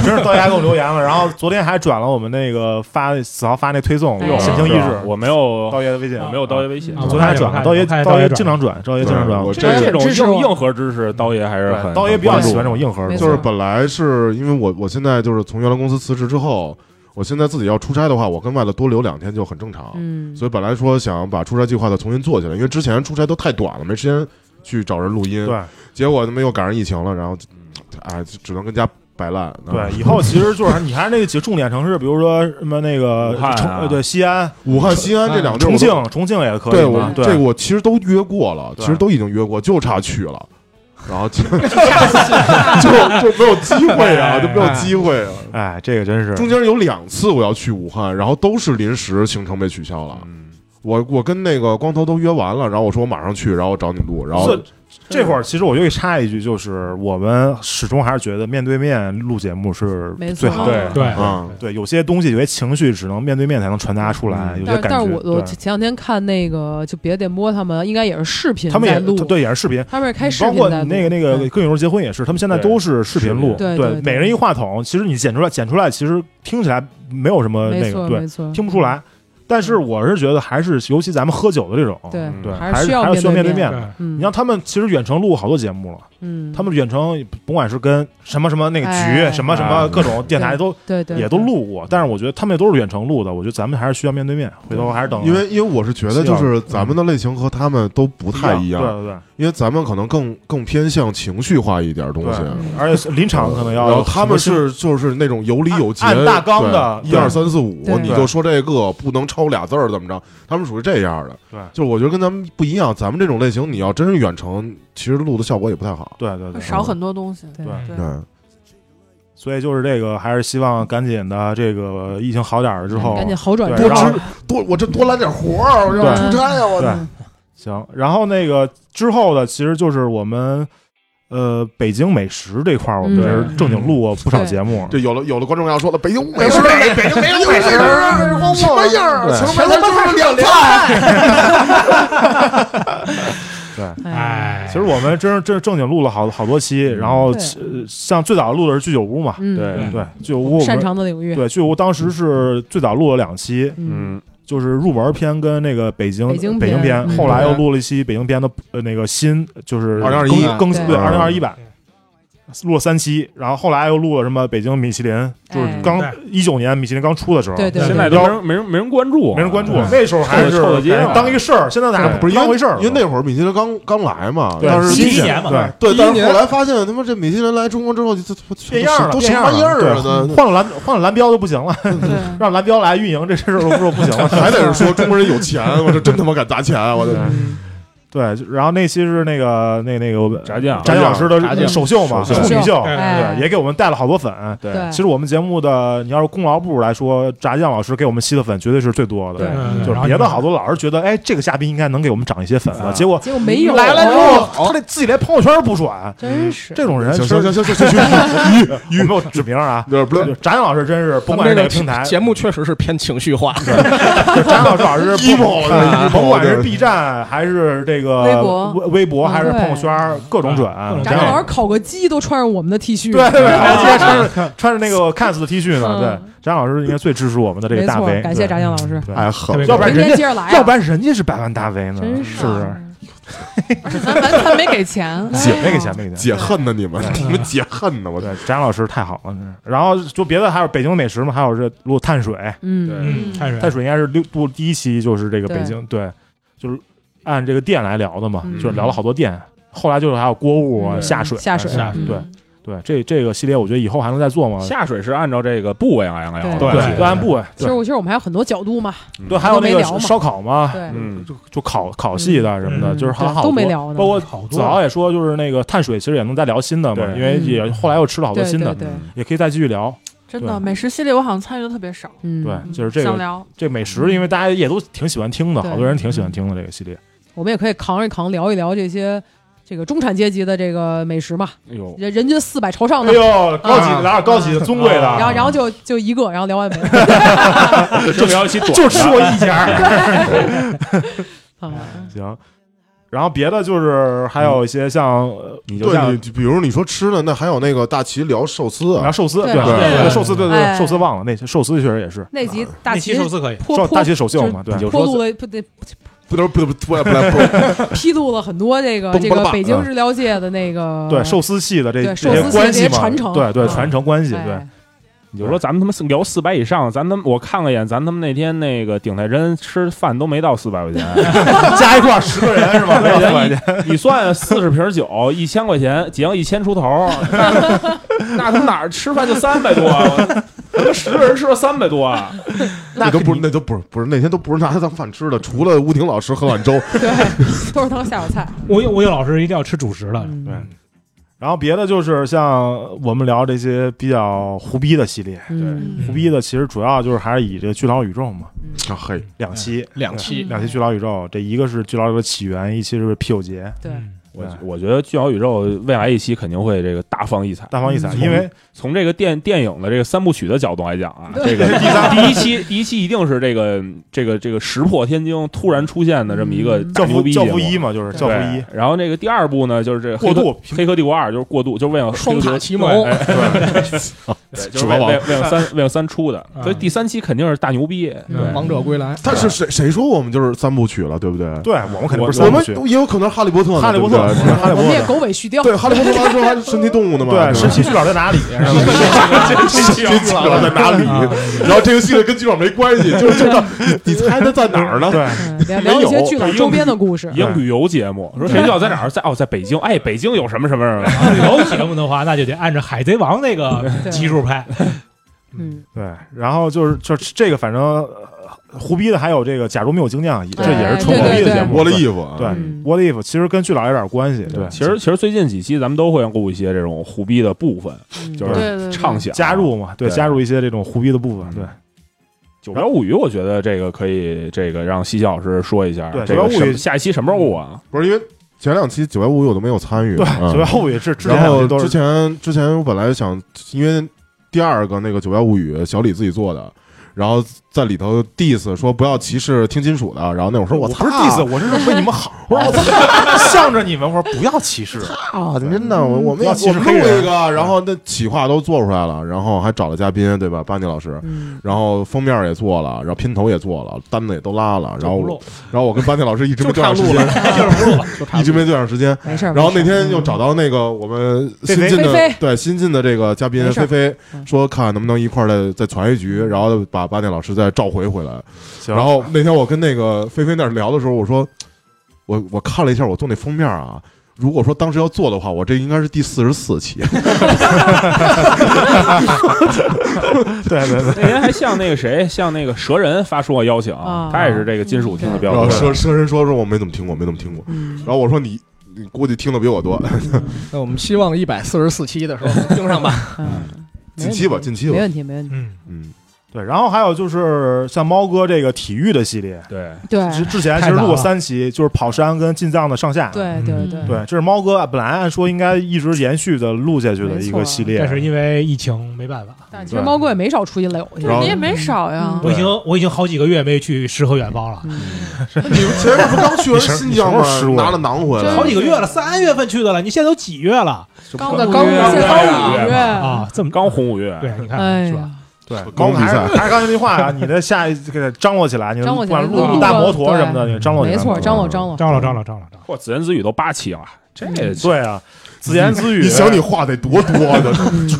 Speaker 3: 真是刀爷还给我留言了，然后昨天还转了我们那个发死豪发那推送，
Speaker 7: 哎
Speaker 3: 神经意志。
Speaker 4: 我没有，
Speaker 3: 刀爷的微信，
Speaker 4: 嗯我没有刀爷微信。
Speaker 6: 啊
Speaker 3: 昨天还转了，刀爷
Speaker 6: 我看见
Speaker 3: 刀
Speaker 6: 刀
Speaker 3: 爷
Speaker 6: 爷
Speaker 3: 经常转，刀爷经常转。
Speaker 8: 我
Speaker 3: 我
Speaker 8: 这个
Speaker 4: 这种
Speaker 2: 支持
Speaker 4: 硬
Speaker 2: 我
Speaker 4: 硬核知识，刀爷还是很
Speaker 3: 刀爷比较喜欢这种硬核
Speaker 2: 没
Speaker 3: 的，
Speaker 2: 错
Speaker 8: 就是本来是因为我我现在就是从原来公司辞职之后，我现在自己要出差的话，我跟外头多留两天就很正常。
Speaker 2: 嗯，
Speaker 8: 所以本来说想把出差计划再重新做起来，因为之前出差都太短了，没时间去找人录音。
Speaker 3: 对，
Speaker 8: 结果他妈又赶上疫情了，然后就哎，就只能跟家摆烂。
Speaker 3: 对，
Speaker 8: 嗯
Speaker 3: 以后其实就是你看那几个重点城市，比如说什么那个
Speaker 4: 武汉啊
Speaker 3: 重呃对西安、
Speaker 8: 武汉、西安这两个地儿
Speaker 3: 重
Speaker 8: 我都，
Speaker 3: 庆，重庆也可以。
Speaker 8: 对我
Speaker 3: 对
Speaker 8: 这个我其实都约过了，
Speaker 3: 对
Speaker 8: 其实都已经约过，就差去了。然后 就就就没有机会啊，就没有机会啊。
Speaker 3: 哎，这个真是
Speaker 8: 中间有两次我要去武汉，然后都是临时行程被取消了。
Speaker 4: 嗯，
Speaker 8: 我我跟那个光头都约完了，然后我说我马上去，然后我找你录，然后
Speaker 3: 这这会儿，其实我又给插一句，就是我们始终还是觉得面对面录节目是
Speaker 2: 没错
Speaker 3: 最好的。
Speaker 6: 对，
Speaker 8: 啊，
Speaker 3: 对，有些东西，有些情绪只能面对面才能传达出来，
Speaker 8: 嗯
Speaker 3: 嗯有
Speaker 2: 但是
Speaker 3: 些感
Speaker 2: 但是
Speaker 3: 觉。
Speaker 2: 我我
Speaker 3: 对
Speaker 2: 前两天看那个就别的电波他们应该也是视频
Speaker 3: 他们也
Speaker 2: 在录，
Speaker 3: 对也是视频，
Speaker 2: 他们是开视
Speaker 3: 包
Speaker 2: 频
Speaker 3: 括
Speaker 2: 在录
Speaker 3: 那个那个跟有人结婚也是，他们现在
Speaker 4: 对
Speaker 3: 都是视频录，
Speaker 4: 视频
Speaker 2: 对对对
Speaker 3: 每人一话筒，其实你剪出来剪出来，其实听起来没有什么
Speaker 2: 没
Speaker 3: 呃那
Speaker 2: 错
Speaker 3: 个，对
Speaker 2: 没，错，
Speaker 3: 听不出来。但是我是觉得还是，尤其咱们喝酒的这种，
Speaker 2: 嗯对
Speaker 8: 嗯
Speaker 3: 对，
Speaker 2: 还
Speaker 3: 还
Speaker 2: 是需
Speaker 3: 是
Speaker 2: 要
Speaker 3: 还是需要
Speaker 2: 面
Speaker 3: 面
Speaker 2: 对
Speaker 3: 对
Speaker 2: 面
Speaker 3: 面
Speaker 6: 对
Speaker 3: 的。
Speaker 2: 嗯，
Speaker 3: 你像他们其实远程录好多节目了，
Speaker 2: 嗯，
Speaker 3: 他们远程甭管是跟什么什么那个局、
Speaker 2: 哎
Speaker 3: 什么什
Speaker 4: 哎
Speaker 8: 啊
Speaker 3: 么各种电台都
Speaker 2: 对对
Speaker 3: 也都
Speaker 2: 对
Speaker 3: 录过，但是我觉得他们也都是远程录的，我觉得咱们还是需要面对面，回头还是等
Speaker 8: 因为因为我是觉得就是咱们的类型和他们都
Speaker 3: 不
Speaker 8: 不太一样，
Speaker 3: 嗯对对
Speaker 8: 因为咱们可能更更偏向情绪化一点东西
Speaker 3: 对，，
Speaker 2: 嗯
Speaker 3: 而且临场可能
Speaker 8: 然后
Speaker 3: 要
Speaker 8: 他们是就是那种有理有节，
Speaker 3: 按按大纲的
Speaker 8: 对一
Speaker 3: 对
Speaker 8: 二三四五
Speaker 2: 对，
Speaker 8: 你就说这个不能超俩字儿，怎么着？他们属于这样的，
Speaker 3: 对
Speaker 8: 就是我觉得跟咱们不一样，咱们这种类型你要真是远程，其实录的效果也不太好，
Speaker 3: 对对对，
Speaker 7: 少很多东西。
Speaker 2: 对
Speaker 3: 对
Speaker 7: 对
Speaker 8: 对。
Speaker 3: 所以就是这个还是希望赶紧的这个疫情好点儿了之后
Speaker 2: 赶，紧好转
Speaker 3: 对
Speaker 8: 多
Speaker 2: 之后
Speaker 3: 然后
Speaker 8: 支多，我这多揽点活儿，啊我要
Speaker 3: 对
Speaker 8: 出差呀，我
Speaker 3: 对行，然后那个之后的其实就是我们。呃，北京美食这块儿，我们
Speaker 2: 嗯
Speaker 3: 这是正经录过不少
Speaker 2: 对
Speaker 3: 节目，
Speaker 8: 这有了有了观众要说了，北京美 食，北京没有美食，啊什么样儿？全他妈是两菜。
Speaker 6: 哎，
Speaker 3: 其实我们真是正正经录了好好多期，然后
Speaker 2: 对
Speaker 3: 呃像最早录的是居酒屋嘛，
Speaker 2: 嗯
Speaker 4: 对
Speaker 3: 对，居酒屋我
Speaker 2: 擅
Speaker 3: 们
Speaker 2: 长的领域，
Speaker 3: 对居酒屋当时是最早录了两期，
Speaker 2: 嗯，
Speaker 3: 就是入门篇跟那个北京
Speaker 2: 北
Speaker 3: 北
Speaker 2: 京篇
Speaker 3: 篇，
Speaker 2: 嗯
Speaker 3: 后来又录了一期北京篇的呃那个新就是
Speaker 8: 2021
Speaker 3: 更更新
Speaker 2: 对
Speaker 3: 对二零二一版。录了三期，然后后来又录了什么北京米其林，就是刚
Speaker 6: 哎
Speaker 3: 一九年米其林刚出的时候，
Speaker 2: 对对对
Speaker 4: 现在都没人没人没人关注啊，
Speaker 3: 没人关注
Speaker 4: 对，
Speaker 3: 那时候还是
Speaker 4: 臭的街啊
Speaker 3: 当一个事儿，现在大家
Speaker 4: 对
Speaker 8: 不是因
Speaker 3: 当
Speaker 8: 为
Speaker 3: 回事儿了，
Speaker 8: 因为那会儿米啊其林刚刚来嘛，
Speaker 3: 对
Speaker 8: 但是
Speaker 3: 新
Speaker 6: 一
Speaker 3: 鲜
Speaker 6: 年嘛
Speaker 3: 对
Speaker 8: 对，
Speaker 5: 第一
Speaker 8: 但是
Speaker 5: 年
Speaker 8: 后来发现他妈这米其林来中国之后，这这这
Speaker 3: 变样儿了，
Speaker 8: 都什
Speaker 3: 变
Speaker 8: 么
Speaker 3: 样儿
Speaker 8: 玩意
Speaker 3: 了
Speaker 8: 儿啊？那
Speaker 3: 对换了蓝换了蓝标都不行了，
Speaker 7: 对，
Speaker 3: 让蓝标来运营这事儿都都不行了，
Speaker 8: 还得是说中国人有钱，我这真他妈敢砸钱，啊我 这
Speaker 3: 对，就然后那期是那个那那个
Speaker 4: 炸酱
Speaker 3: 炸酱老师
Speaker 9: 炸
Speaker 3: 的
Speaker 9: 酱
Speaker 3: 首秀嘛，
Speaker 4: 首
Speaker 3: 处
Speaker 4: 秀
Speaker 3: 女秀，
Speaker 2: 哎
Speaker 3: 对，也给我们带了好多粉。
Speaker 4: 对
Speaker 2: 对
Speaker 3: 其实我们节目的，你要是功劳部来说，炸酱老师给我们吸的粉绝对是最多的。
Speaker 6: 嗯
Speaker 3: 就是别的好，多老师觉得，哎，这个嘉宾应该能给我们涨一些粉啊，
Speaker 4: 啊
Speaker 3: 结果
Speaker 2: 结果没有
Speaker 3: 来了之后，他得自己连朋友圈不转，
Speaker 2: 真是
Speaker 3: 这种人
Speaker 8: 行
Speaker 3: 是，
Speaker 8: 行行行行行行，
Speaker 3: 我没有指名啊。
Speaker 8: 有点不
Speaker 3: 就炸酱老师真是，
Speaker 9: 咱
Speaker 3: 甭
Speaker 9: 们
Speaker 3: 管是
Speaker 9: 这
Speaker 3: 哪个平台，
Speaker 9: 节目确实是偏情绪化，
Speaker 3: 就张老师老师
Speaker 8: emo 了
Speaker 3: 啊
Speaker 8: emo
Speaker 3: 甭管是
Speaker 8: 对
Speaker 3: B 站还是这个
Speaker 7: 微博
Speaker 3: 微微博还是
Speaker 2: 嗯对
Speaker 3: 朋友圈，各种转。
Speaker 2: 炸酱
Speaker 3: 张
Speaker 2: 老师烤个鸡都穿上我们的 T 恤，
Speaker 3: 对对对，
Speaker 2: 啊
Speaker 3: 今天 穿着穿着那个 Cans 的 T 恤呢。
Speaker 2: 嗯
Speaker 3: 对，张老师应该最支持我们的这
Speaker 2: 没
Speaker 3: 个大
Speaker 2: 错，
Speaker 3: V，
Speaker 2: 感谢炸酱老师，
Speaker 3: 对
Speaker 8: 太哎狠
Speaker 6: 了
Speaker 3: 要不然
Speaker 2: 明
Speaker 3: 人
Speaker 2: 天接
Speaker 3: 家，
Speaker 2: 着来啊，
Speaker 3: 要不然人家是百万大 V 呢，
Speaker 2: 真
Speaker 3: 是不是？
Speaker 7: 而且咱咱咱没 给钱，
Speaker 3: 姐没给钱，没给钱。
Speaker 8: 解恨呢你们，你们解恨呢我
Speaker 3: 对，张老师太好了，真是然后就别的还有北京美食嘛，还有这录碳水，
Speaker 2: 嗯，
Speaker 6: 嗯，太
Speaker 3: 碳
Speaker 6: 水，
Speaker 3: 水应该是六录第一期就是这个
Speaker 2: 对
Speaker 3: 北京，对，就是按这个店来聊的嘛，
Speaker 2: 嗯
Speaker 3: 就是聊了好多店，后来就是还有锅物啊、
Speaker 2: 嗯
Speaker 3: 下水啊、
Speaker 2: 下水
Speaker 6: 下水
Speaker 2: 嗯
Speaker 3: 对对，这这个系列我觉得以后还能再做吗？
Speaker 4: 下水是按照这个部位啊，杨洋
Speaker 2: 对
Speaker 4: 对
Speaker 3: 对，按部位，
Speaker 2: 其实
Speaker 3: 对
Speaker 2: 我其实我们还有很多角度嘛，
Speaker 3: 对，还有那
Speaker 2: 都没聊
Speaker 3: 个
Speaker 2: 嘛
Speaker 3: 烧烤嘛，
Speaker 2: 对，
Speaker 4: 嗯，
Speaker 3: 就就烤烤系的什么的，
Speaker 6: 嗯
Speaker 3: 就是还
Speaker 2: 对
Speaker 3: 好
Speaker 2: 都
Speaker 3: 多
Speaker 2: 没聊呢
Speaker 3: 包括
Speaker 6: 好
Speaker 3: 子
Speaker 6: 多
Speaker 3: 豪也说，就是那个碳水其实也能再聊新的嘛，
Speaker 4: 对
Speaker 3: 因为也后来又吃了好多
Speaker 2: 嗯对
Speaker 3: 新
Speaker 2: 对
Speaker 3: 的，
Speaker 2: 对，
Speaker 3: 也可以再继续聊。
Speaker 7: 真
Speaker 3: 对
Speaker 7: 的美食系列我好像参与的特别少，
Speaker 2: 嗯，
Speaker 3: 对，就是这
Speaker 7: 想
Speaker 3: 个
Speaker 7: 聊，
Speaker 3: 这美食，因为大家也都挺喜欢听的，
Speaker 2: 对嗯
Speaker 3: 好多人挺喜欢听的这个系列。
Speaker 2: 我们也可以扛一扛，聊一聊这些这个中产阶级的这个美食嘛，
Speaker 4: 哎呦，
Speaker 2: 人人均四百朝上的
Speaker 3: 哎，呦，高级
Speaker 2: 啊
Speaker 3: 的，啊高级的，尊贵的，
Speaker 2: 然后然后就就一个，然后聊完没 了。
Speaker 4: 就聊一期短
Speaker 3: 就吃过一家。
Speaker 2: 啊，
Speaker 3: 行，然后别的就是还有一些像，呃
Speaker 4: 嗯你就
Speaker 8: 对
Speaker 4: 像
Speaker 8: 你，比如你说吃的，那还有那个大齐聊寿司
Speaker 3: 然
Speaker 8: 啊
Speaker 3: 后，寿司，
Speaker 2: 对
Speaker 3: 对
Speaker 4: 对
Speaker 3: 对，寿司，对对对，
Speaker 2: 哎
Speaker 3: 寿司忘了，那些寿司确实也是，
Speaker 2: 那集大嗯
Speaker 6: 那期
Speaker 2: 齐
Speaker 6: 寿司可以，
Speaker 2: 破
Speaker 3: 寿
Speaker 2: 破
Speaker 3: 大齐首秀嘛，
Speaker 2: 就
Speaker 3: 对，
Speaker 4: 有时
Speaker 2: 破
Speaker 4: 候
Speaker 2: 露了不得
Speaker 8: 不得不得不不不不，
Speaker 2: 披露了很多这个
Speaker 8: 蹦
Speaker 2: 这
Speaker 8: 蹦
Speaker 2: 个
Speaker 8: 蹦
Speaker 2: 北京
Speaker 8: 嗯
Speaker 2: 日料界的那个
Speaker 3: 嗯对寿司系的这
Speaker 2: 嗯对
Speaker 3: 这
Speaker 2: 寿司系
Speaker 3: 些
Speaker 2: 的
Speaker 3: 关
Speaker 2: 这
Speaker 3: 系
Speaker 2: 些
Speaker 3: 嘛，
Speaker 2: 传承
Speaker 3: 对对
Speaker 2: 啊
Speaker 3: 传承关系，
Speaker 2: 哎
Speaker 3: 对，
Speaker 4: 你就说咱们他妈聊四百以上，咱他妈我看了一眼，咱他妈那天那个顶泰真吃饭都没到四百块钱，
Speaker 3: 加一块儿十个人是吧？
Speaker 4: 对
Speaker 3: 四百钱，
Speaker 4: 你算四十瓶酒一千块钱，结要一千出头， 那他妈哪儿吃饭就三百多啊，我他妈十个人吃了三百多 啊，
Speaker 8: 那都不是那都不是不是那天都不是拿它当饭吃的，除了吴婷老师喝碗粥，
Speaker 2: 对，都是当下酒菜。
Speaker 6: 我有我有老师一定要吃主食了，
Speaker 2: 嗯
Speaker 3: 对。然后别的就是像我们聊这些比较胡逼的系列，对，
Speaker 2: 嗯
Speaker 3: 胡逼的其实主要就是还是以这个《巨佬宇宙》嘛，
Speaker 8: 啊 嘿，
Speaker 3: 两期，
Speaker 5: 嗯
Speaker 9: 两期
Speaker 3: 对两期《巨佬宇宙》，这一个是《巨佬宇宙起源》，一期是《啤酒节》，
Speaker 2: 对，
Speaker 4: 我我觉得《巨小宇宙》未来一期肯定会这个大放异彩。
Speaker 3: 大放异彩，
Speaker 4: 嗯
Speaker 3: 因为
Speaker 4: 从这个电电影的这个三部曲的角度来讲 啊，这个第三第一期第一期一定是这个这个这个石破天惊突然出现的这么一个
Speaker 2: 嗯
Speaker 4: 大
Speaker 3: 教
Speaker 4: 牛
Speaker 3: 父
Speaker 4: 逼
Speaker 3: 教
Speaker 4: 节目
Speaker 3: 父一嘛，就是教父
Speaker 4: 对
Speaker 3: 一，
Speaker 4: 然后这个第二部呢，就是这
Speaker 3: 过渡
Speaker 4: 黑客黑客帝国二》就是过渡，就是为了
Speaker 9: 双塔奇谋，
Speaker 4: 对对就是为
Speaker 8: 指环王
Speaker 4: 为为了三为了三出的，所以第三期肯定是大牛逼。
Speaker 2: 嗯
Speaker 4: 对，
Speaker 5: 王者归来，
Speaker 8: 但是谁谁说我们就是三部曲了，对不对？
Speaker 3: 对我们肯定不是三
Speaker 8: 我
Speaker 3: 部
Speaker 8: 们
Speaker 3: 曲，
Speaker 8: 也有可能哈利波特呢，
Speaker 3: 哈利波特，
Speaker 8: 对不对
Speaker 3: 哈利
Speaker 2: 我
Speaker 3: 波
Speaker 2: 们也
Speaker 3: 特。
Speaker 2: 狗尾续貂。
Speaker 8: 对，哈利波特完了之后还是身体动物呢嘛，
Speaker 3: 对，神
Speaker 8: 是 吧
Speaker 3: 奇巨佬在哪里？是吧
Speaker 8: 这 这巨佬在哪里？然后这个系列跟巨佬没关系，就是就是你你猜他在哪儿呢？
Speaker 3: 对，
Speaker 2: 嗯聊聊一些巨佬周边的故事
Speaker 4: 一。个旅游节目，说谁知道在哪儿，在哦，在北京，哎，北京有什么什么什么，
Speaker 6: 旅游节目的话，那就得按照《海贼王》那个
Speaker 2: 对
Speaker 6: 基数拍。
Speaker 2: 嗯，
Speaker 3: 对，然后就是就是这个，反正呃胡逼的还有这个假如没有经验，这也是纯
Speaker 2: 哎
Speaker 3: 胡
Speaker 2: 对对
Speaker 3: 逼的
Speaker 2: 对
Speaker 3: 节目。
Speaker 8: 我的衣服啊，
Speaker 3: 对
Speaker 2: 嗯
Speaker 3: ，What if 其实跟巨佬有点关系，对，
Speaker 4: 其实其实最近几期咱们都会录一些这种胡逼的部分，
Speaker 2: 嗯
Speaker 4: 就
Speaker 7: 对对
Speaker 4: 是
Speaker 7: 对
Speaker 4: 畅想啊
Speaker 3: 加入嘛，对，
Speaker 4: 对
Speaker 3: 加入一些这种胡逼的部分，对
Speaker 4: 《九标物语》，我觉得这个可以，这个让西西老师说一下。
Speaker 3: 对
Speaker 4: 这个
Speaker 3: 九标物语
Speaker 4: 什么下一期什么时候录啊？
Speaker 8: 不是因为前两期九百五我都没有参与，
Speaker 3: 对，
Speaker 8: 嗯
Speaker 3: 九幺五也是之前
Speaker 8: 然
Speaker 3: 两
Speaker 8: 后
Speaker 3: 期都
Speaker 8: 之
Speaker 3: 是
Speaker 8: 前之前我本来想，因为第二个那个《九幺物语》小李自己做的，然后在里头 diss 说不要歧视听金属的，然后那会儿说
Speaker 3: 我
Speaker 8: 操，
Speaker 3: 不是 diss，我是为你们好，啊我说我操，向着你们，我说不要歧视，
Speaker 8: 啊，真的，我我们
Speaker 3: 嗯要
Speaker 8: 要
Speaker 3: 歧
Speaker 8: 我
Speaker 3: 视
Speaker 8: 们
Speaker 3: 黑人嗯
Speaker 8: 录一个，然后那企划都做出来了，然后还找了嘉宾，对吧？巴尼老师。
Speaker 2: 嗯，
Speaker 8: 然后封面也做了，然后片头也做了，单子也都拉了，然后
Speaker 6: 就不录
Speaker 8: 我然后我跟巴尼老师一直没对上时间， 一直没对上时间，
Speaker 2: 没事儿。
Speaker 8: 然后
Speaker 2: 没事
Speaker 8: 那
Speaker 2: 儿
Speaker 8: 天又找到那个我们
Speaker 3: 菲
Speaker 8: 新
Speaker 3: 菲
Speaker 8: 进的
Speaker 2: 菲菲
Speaker 8: 对新进的这个嘉宾
Speaker 2: 没事
Speaker 8: 菲
Speaker 2: 儿
Speaker 8: 菲
Speaker 2: 嗯，
Speaker 8: 说看能不能一块儿再再传一局，然后把八点老师再召回回
Speaker 2: 嗯
Speaker 8: 来。
Speaker 3: 行
Speaker 8: 然后那天我跟那个菲菲那儿聊的时候，我说我我看了一下我做那封面啊。如果说当时要做的话，我这应该是第四十四期，
Speaker 3: 对对对，
Speaker 4: 那天还向那个谁，向那个蛇人发出过邀请
Speaker 2: 啊，
Speaker 4: 他也是这个金属听的
Speaker 8: 然
Speaker 4: 标
Speaker 8: 后
Speaker 4: 准。
Speaker 8: 说生人说说我没怎么听过，没怎么听过。
Speaker 2: 嗯
Speaker 8: 然后我说你你估计听的比我多，
Speaker 9: 那我们希望一百四十四期的时候盯上吧。
Speaker 2: 嗯，没
Speaker 8: 近
Speaker 2: 问
Speaker 8: 期吧，
Speaker 2: 题
Speaker 8: 近期
Speaker 2: 没
Speaker 8: 吧，
Speaker 2: 问题，没问题。
Speaker 6: 嗯，
Speaker 8: 嗯，
Speaker 3: 对，然后还有就是像猫哥这个体育的系列，
Speaker 4: 对，
Speaker 2: 对
Speaker 3: 之之前其实录过三期，就是跑山跟进藏的上下，
Speaker 2: 对对对
Speaker 3: 嗯对，这是猫哥啊本来按说应该一直延续的录下去的一个系列，
Speaker 6: 但是因为疫情没办法，
Speaker 2: 但其实猫哥也没少出去溜去
Speaker 8: 然。后
Speaker 7: 你也没少呀
Speaker 2: 嗯，
Speaker 6: 我已经我已经好几个月没去诗和远方了，
Speaker 8: 你们前面不刚去完新疆
Speaker 3: 你什么时候失
Speaker 8: 吗？
Speaker 3: 误
Speaker 8: 拿了囊回
Speaker 2: 嗯
Speaker 8: 来
Speaker 6: 好，几个月了，三月份去的了，你现在都几月了
Speaker 2: 刚
Speaker 4: 的
Speaker 2: 的刚
Speaker 4: 刚
Speaker 2: 现在刚
Speaker 4: 五
Speaker 2: 五
Speaker 4: 月
Speaker 2: 月，
Speaker 6: 啊？这么
Speaker 4: 刚红五月，
Speaker 6: 对，你看啊
Speaker 2: 哎
Speaker 6: 是吧？
Speaker 2: 呀，
Speaker 3: 对，
Speaker 8: 高比赛
Speaker 3: 还是还是刚才那句话啊，你的下一给它张罗起来，你
Speaker 2: 张罗
Speaker 3: 不
Speaker 2: 起来
Speaker 3: 管
Speaker 2: 录
Speaker 3: 录
Speaker 2: 录
Speaker 3: 大
Speaker 2: 个
Speaker 3: 摩托
Speaker 2: 对
Speaker 3: 什么的，你张罗起来
Speaker 2: 没错，
Speaker 3: 嘛
Speaker 2: 张罗张罗，
Speaker 6: 张罗张罗张罗张
Speaker 2: 嗯
Speaker 4: 嚯，自言自语都八期了，这
Speaker 3: 对啊，
Speaker 4: 自言自语。
Speaker 8: 你想你话得多多啊 的，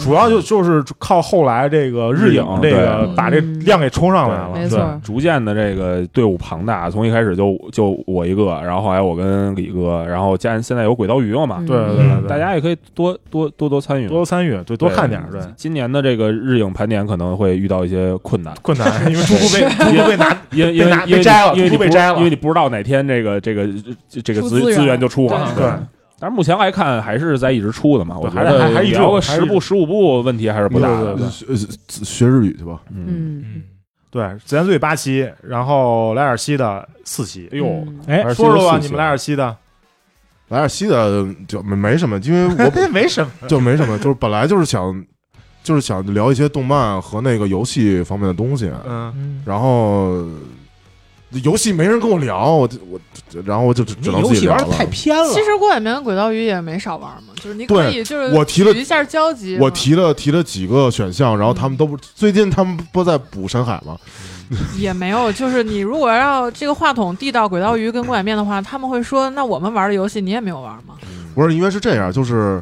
Speaker 3: 主要就就是靠后来这个日影
Speaker 4: 日影
Speaker 3: 这个
Speaker 2: 对
Speaker 3: 把这量给冲上来了，
Speaker 2: 没
Speaker 3: 对
Speaker 2: 错，
Speaker 4: 逐渐的这个队伍庞大，从一开始就就我一个，然后后来我跟李哥，然后加上现在有轨道娱乐嘛，
Speaker 3: 对对对
Speaker 4: 嗯
Speaker 3: 对，
Speaker 4: 大家也可以多多多多参与嘛，
Speaker 3: 多参与，对，多看点儿，对，
Speaker 4: 今年的这个日影盘点可能会遇到一些困 难，
Speaker 3: 困难，因为猪猪被猪猪被拿
Speaker 4: 因为因为
Speaker 3: 被拿
Speaker 4: 因为
Speaker 3: 被摘了
Speaker 4: 因为
Speaker 3: 猪
Speaker 4: 你
Speaker 3: 被
Speaker 4: 不
Speaker 3: 摘了
Speaker 4: 因为你不知道哪天这个这个这这个
Speaker 2: 出
Speaker 4: 资
Speaker 2: 资源
Speaker 4: 资源就出嘛，
Speaker 3: 对。
Speaker 4: 但是目前来看，还是在一直出的嘛，我觉
Speaker 3: 还是还
Speaker 4: 得
Speaker 3: 还一直有
Speaker 4: 聊个
Speaker 3: 还是
Speaker 4: 十
Speaker 3: 一直
Speaker 4: 步十五步问题还是不大的。
Speaker 3: 对
Speaker 8: 呃学学日语去吧。
Speaker 4: 嗯，
Speaker 2: 嗯，
Speaker 3: 对，自然醉八期，然后来点西的四期。
Speaker 4: 哎呦，
Speaker 2: 嗯
Speaker 6: 哎
Speaker 3: 说说吧，
Speaker 4: 四期
Speaker 3: 你们来点西的，
Speaker 8: 来点西的就没没什么，因为我
Speaker 3: 这没什么。
Speaker 8: 就没什么，就是本来就是想，就是想聊一些动漫和那个游戏方面的东西，
Speaker 3: 嗯，
Speaker 8: 然后游戏没人跟我聊，我就我然后我就只只
Speaker 6: 这
Speaker 8: 能
Speaker 6: 游
Speaker 8: 自己
Speaker 6: 戏
Speaker 8: 聊
Speaker 6: 玩的
Speaker 8: 了。
Speaker 6: 太偏了。
Speaker 7: 其实郭台铭跟轨道鱼也没少玩嘛，就是你可
Speaker 8: 对
Speaker 7: 以就是
Speaker 8: 我提了
Speaker 7: 取一下交
Speaker 4: 嗯
Speaker 7: 集嘛，
Speaker 8: 我提了提了几个选项，然后他们都不，最近他们不在补深海吗？
Speaker 7: 也没有，就是你如果要这个话筒递到轨道鱼跟锅仔面的话，他们会说，那我们玩的游戏你也没有玩吗？
Speaker 4: 嗯
Speaker 8: 不是，因为是这样，就是，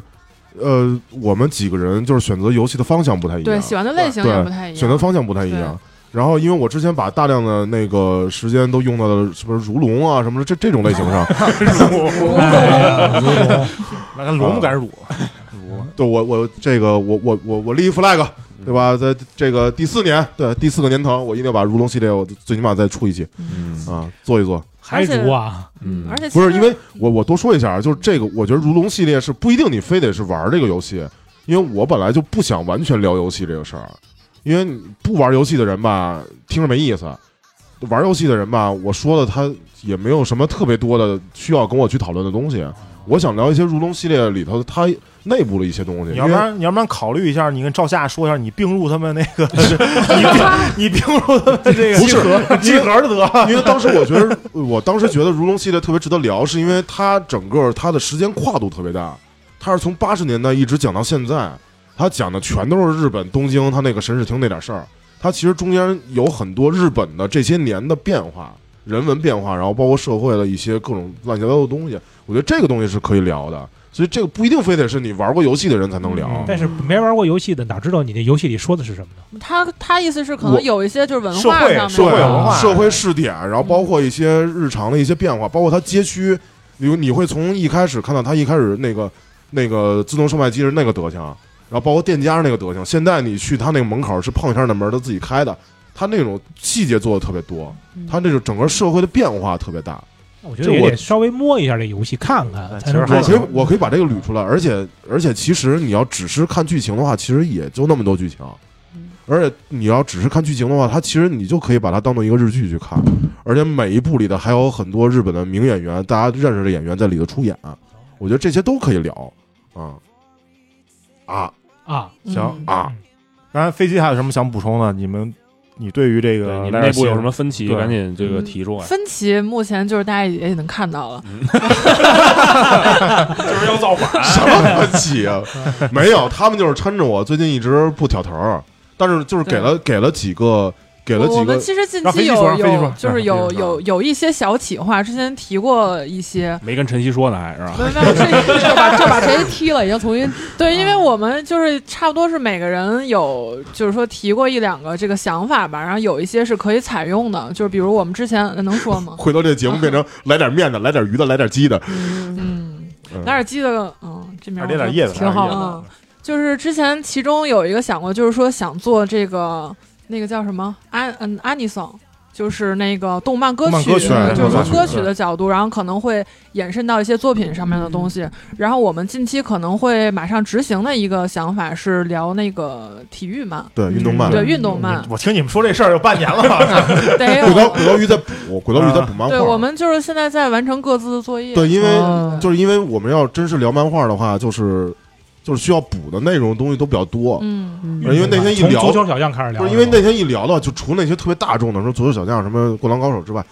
Speaker 8: 呃，我们几个人就是选择游戏的方向不太一样，
Speaker 7: 对，喜欢的类型
Speaker 8: 对
Speaker 7: 也不太一样。
Speaker 8: 选择方向不太一样。然后，因为我之前把大量的那个时间都用到了什么如龙啊什么的这这种类型 上，
Speaker 3: 那跟龙不敢辱，
Speaker 8: 对我我这个我我我我立一 flag，对
Speaker 7: 嗯
Speaker 8: 吧？在这个第四年，对第四个年头，我一定要把如龙系列，我最起码再出一期
Speaker 4: 嗯
Speaker 8: 啊，做一做。
Speaker 6: 还如啊，
Speaker 4: 嗯
Speaker 7: 而且
Speaker 8: 不是
Speaker 7: 其实
Speaker 8: 因为我我多说一下啊，就是这个，我觉得如龙系列是不一定你非得是玩这个游戏，因为我本来就不想完全聊游戏这个事儿，因为你不玩游戏的人吧，听着没意思；玩游戏的人吧，我说的他也没有什么特别多的需要跟我去讨论的东西。我想聊一些如龙系列里头它内部的一些东
Speaker 3: 你
Speaker 8: 西，因
Speaker 3: 要不
Speaker 8: 为
Speaker 3: 然你要不然考虑一下，你跟赵夏说一下，你并入他们那个， 你并你并入他们这个
Speaker 8: 不是
Speaker 3: 集合就得了。
Speaker 8: 因为当时我觉得，呃我当时觉得《如龙》系列特别值得聊，是因为它整个它的时间跨度特别大，它是从八十年代一直讲到现在，它讲的全都是日本东京它那个神使厅那点事儿，它其实中间有很多日本的这些年的变化、人文变化，然后包括社会的一些各种乱七八糟的东西，我觉得这个东西是可以聊的。所以这个不一定非得是你玩过游戏的人才能聊，
Speaker 6: 但是没玩过游戏的哪知道你那游戏里说的是什么呢？
Speaker 7: 他他意思是可能
Speaker 8: 我
Speaker 7: 有一些就是文
Speaker 3: 社
Speaker 7: 化
Speaker 3: 会
Speaker 7: 上面
Speaker 3: 社会
Speaker 8: 对
Speaker 3: 文化
Speaker 8: 社会试点，然后包括一些日常的一些变化，包括它街区，你你会从一开始看到它一开始那个那个自动售卖机是那个德行，然后包括店家是那个德行。现在你去他那个门口是碰一下那门，他自己开的，他那种细节做的特别多，
Speaker 3: 嗯
Speaker 8: 他这种整个社会的变化特别大。
Speaker 6: 我觉
Speaker 8: 这
Speaker 6: 得也
Speaker 8: 我哎
Speaker 6: 得稍微摸一下这游戏看看，才
Speaker 3: 其实
Speaker 6: 能
Speaker 3: 还
Speaker 8: 我
Speaker 6: 知
Speaker 8: 可以
Speaker 6: 道。
Speaker 8: 我可以把这个捋出来，而且而且其实你要只是看剧情的话，其实也就那么多剧情
Speaker 7: 嗯。
Speaker 8: 而且你要只是看剧情的话，它其实你就可以把它当做一个日剧去看，而且每一部里的还有很多日本的名演员，大家认识的演员在里头出演，我觉得这些都可以聊啊啊
Speaker 6: 啊，
Speaker 7: 嗯
Speaker 3: 行
Speaker 8: 啊！
Speaker 3: 刚才飞机还有什么想补充的？你们你对于这
Speaker 4: 对
Speaker 3: 个
Speaker 4: 你
Speaker 3: 来点
Speaker 4: 们内
Speaker 3: 西
Speaker 4: 部
Speaker 3: 的
Speaker 4: 有什么分歧，
Speaker 3: 对
Speaker 4: 赶紧这
Speaker 6: 嗯
Speaker 4: 个提出来。
Speaker 7: 分歧目前就是大家也也能看到了，
Speaker 4: 就是要造反，
Speaker 8: 什么关系啊？ 没有，他们就是抻着我，最近一直不挑头儿，但是就是给了给了几个给了
Speaker 7: 我
Speaker 8: 几
Speaker 7: 我们
Speaker 8: 个
Speaker 7: 其实近
Speaker 3: 让飞
Speaker 7: 期
Speaker 3: 机说
Speaker 7: 有
Speaker 3: 让飞机说啊
Speaker 7: 有就是
Speaker 8: 让
Speaker 7: 有
Speaker 8: 飞机说？
Speaker 7: 有有一些小企划，之前提过一些，
Speaker 4: 没跟晨曦说呢，还是吧？
Speaker 7: 没有没有，这
Speaker 2: 就把就把谁踢了，已经重新
Speaker 7: 对，因为
Speaker 3: 嗯
Speaker 7: 我们就是差不多是每个人有，就是说提过一两个这个想法吧，然后有一些是可以采用的，就是比如我们之前呃能说吗
Speaker 8: 回头这节目变成来点面的，来点鱼的，来点鸡的，
Speaker 7: 嗯，
Speaker 8: 嗯
Speaker 7: 来点鸡的，嗯，这名
Speaker 3: 还
Speaker 7: 儿
Speaker 3: 是得
Speaker 7: 我
Speaker 3: 点
Speaker 7: 说
Speaker 3: 叶子，
Speaker 2: 挺好的
Speaker 7: 嗯，就是之前其中有一个想过，就是说想做这个那个叫什么安嗯安妮颂，就是那个动漫歌
Speaker 8: 动漫
Speaker 7: 曲，
Speaker 8: 歌曲
Speaker 7: 嗯就是
Speaker 8: 动漫
Speaker 7: 从歌
Speaker 8: 歌曲
Speaker 7: 曲的角度，然后可能会延伸到一些作品上面的东西。然后我们近期可能会马上执行的一个想法是聊那个体育漫，
Speaker 8: 对，运动漫。
Speaker 7: 对运动漫
Speaker 3: 我听你们说这事儿有半年了，
Speaker 7: 得
Speaker 8: 轨道
Speaker 7: 有。
Speaker 8: 轨道鱼在补，轨道鱼在补漫画。
Speaker 7: 对，我们就是现在在完成各自的作业。
Speaker 8: 对因为
Speaker 7: 嗯
Speaker 8: 就是因为我们要真是聊漫画的话，就是就是需要补的内容东西都比较多。
Speaker 7: 嗯，
Speaker 2: 嗯
Speaker 6: 哎
Speaker 8: 因为那天一
Speaker 6: 从
Speaker 8: 聊
Speaker 6: 足球小将开始聊
Speaker 8: 不
Speaker 6: 的时
Speaker 8: 是因
Speaker 6: 候，
Speaker 8: 为那天一聊到，就除了那些特别大众的，说足球小将、什么灌篮高手之外，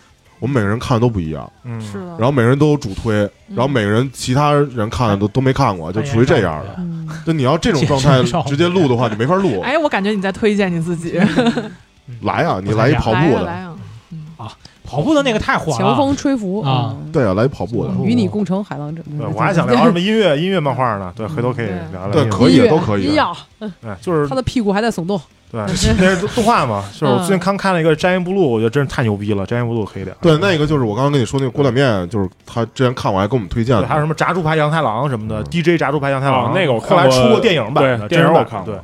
Speaker 8: 我们每个人看的都不一样，
Speaker 3: 嗯，
Speaker 7: 是的。
Speaker 8: 然后每个人都有主推，
Speaker 7: 嗯
Speaker 8: 然后每个人其他人看的都都没看过，就属于哎这样的。
Speaker 6: 的。
Speaker 2: 嗯
Speaker 8: 就你要这种状态
Speaker 6: 介绍
Speaker 8: 直接录的话，你
Speaker 7: 哎
Speaker 8: 没法录。
Speaker 7: 哎，我感觉你在推荐你自己。
Speaker 8: 来啊，你来一跑
Speaker 7: 来
Speaker 8: 步
Speaker 7: 呀
Speaker 8: 的，
Speaker 7: 来呀，嗯，
Speaker 6: 啊，跑步的那个太火
Speaker 2: 强
Speaker 6: 了。
Speaker 2: 风吹拂
Speaker 6: 啊，
Speaker 2: 嗯
Speaker 8: 对啊，来跑步的，
Speaker 2: 与你共乘海浪嗯枕。
Speaker 3: 对，哦我还想 聊什么音乐、音乐漫画呢？对，回头可以
Speaker 7: 嗯
Speaker 3: 聊聊。
Speaker 8: 对可以
Speaker 2: 音乐啊
Speaker 8: 都可以
Speaker 2: 音药，
Speaker 3: 对，就是
Speaker 2: 他的屁股还在耸动。
Speaker 3: 对，那是动画嘛。就是我最近刚看了一个《摘音不露》，我觉得真是太牛逼了，《摘音不露》可以聊。
Speaker 8: 对，那个就是我刚刚跟你说那个锅盖面，就是他之前看我还给我们推荐
Speaker 3: 对还有
Speaker 8: 的，
Speaker 3: 什么炸猪排羊太郎什么的，DJ 炸猪排羊太郎
Speaker 4: 嗯哦那个我看
Speaker 3: 后
Speaker 4: 过
Speaker 3: 来出过电影版的，
Speaker 4: 对电影我看过
Speaker 3: 对，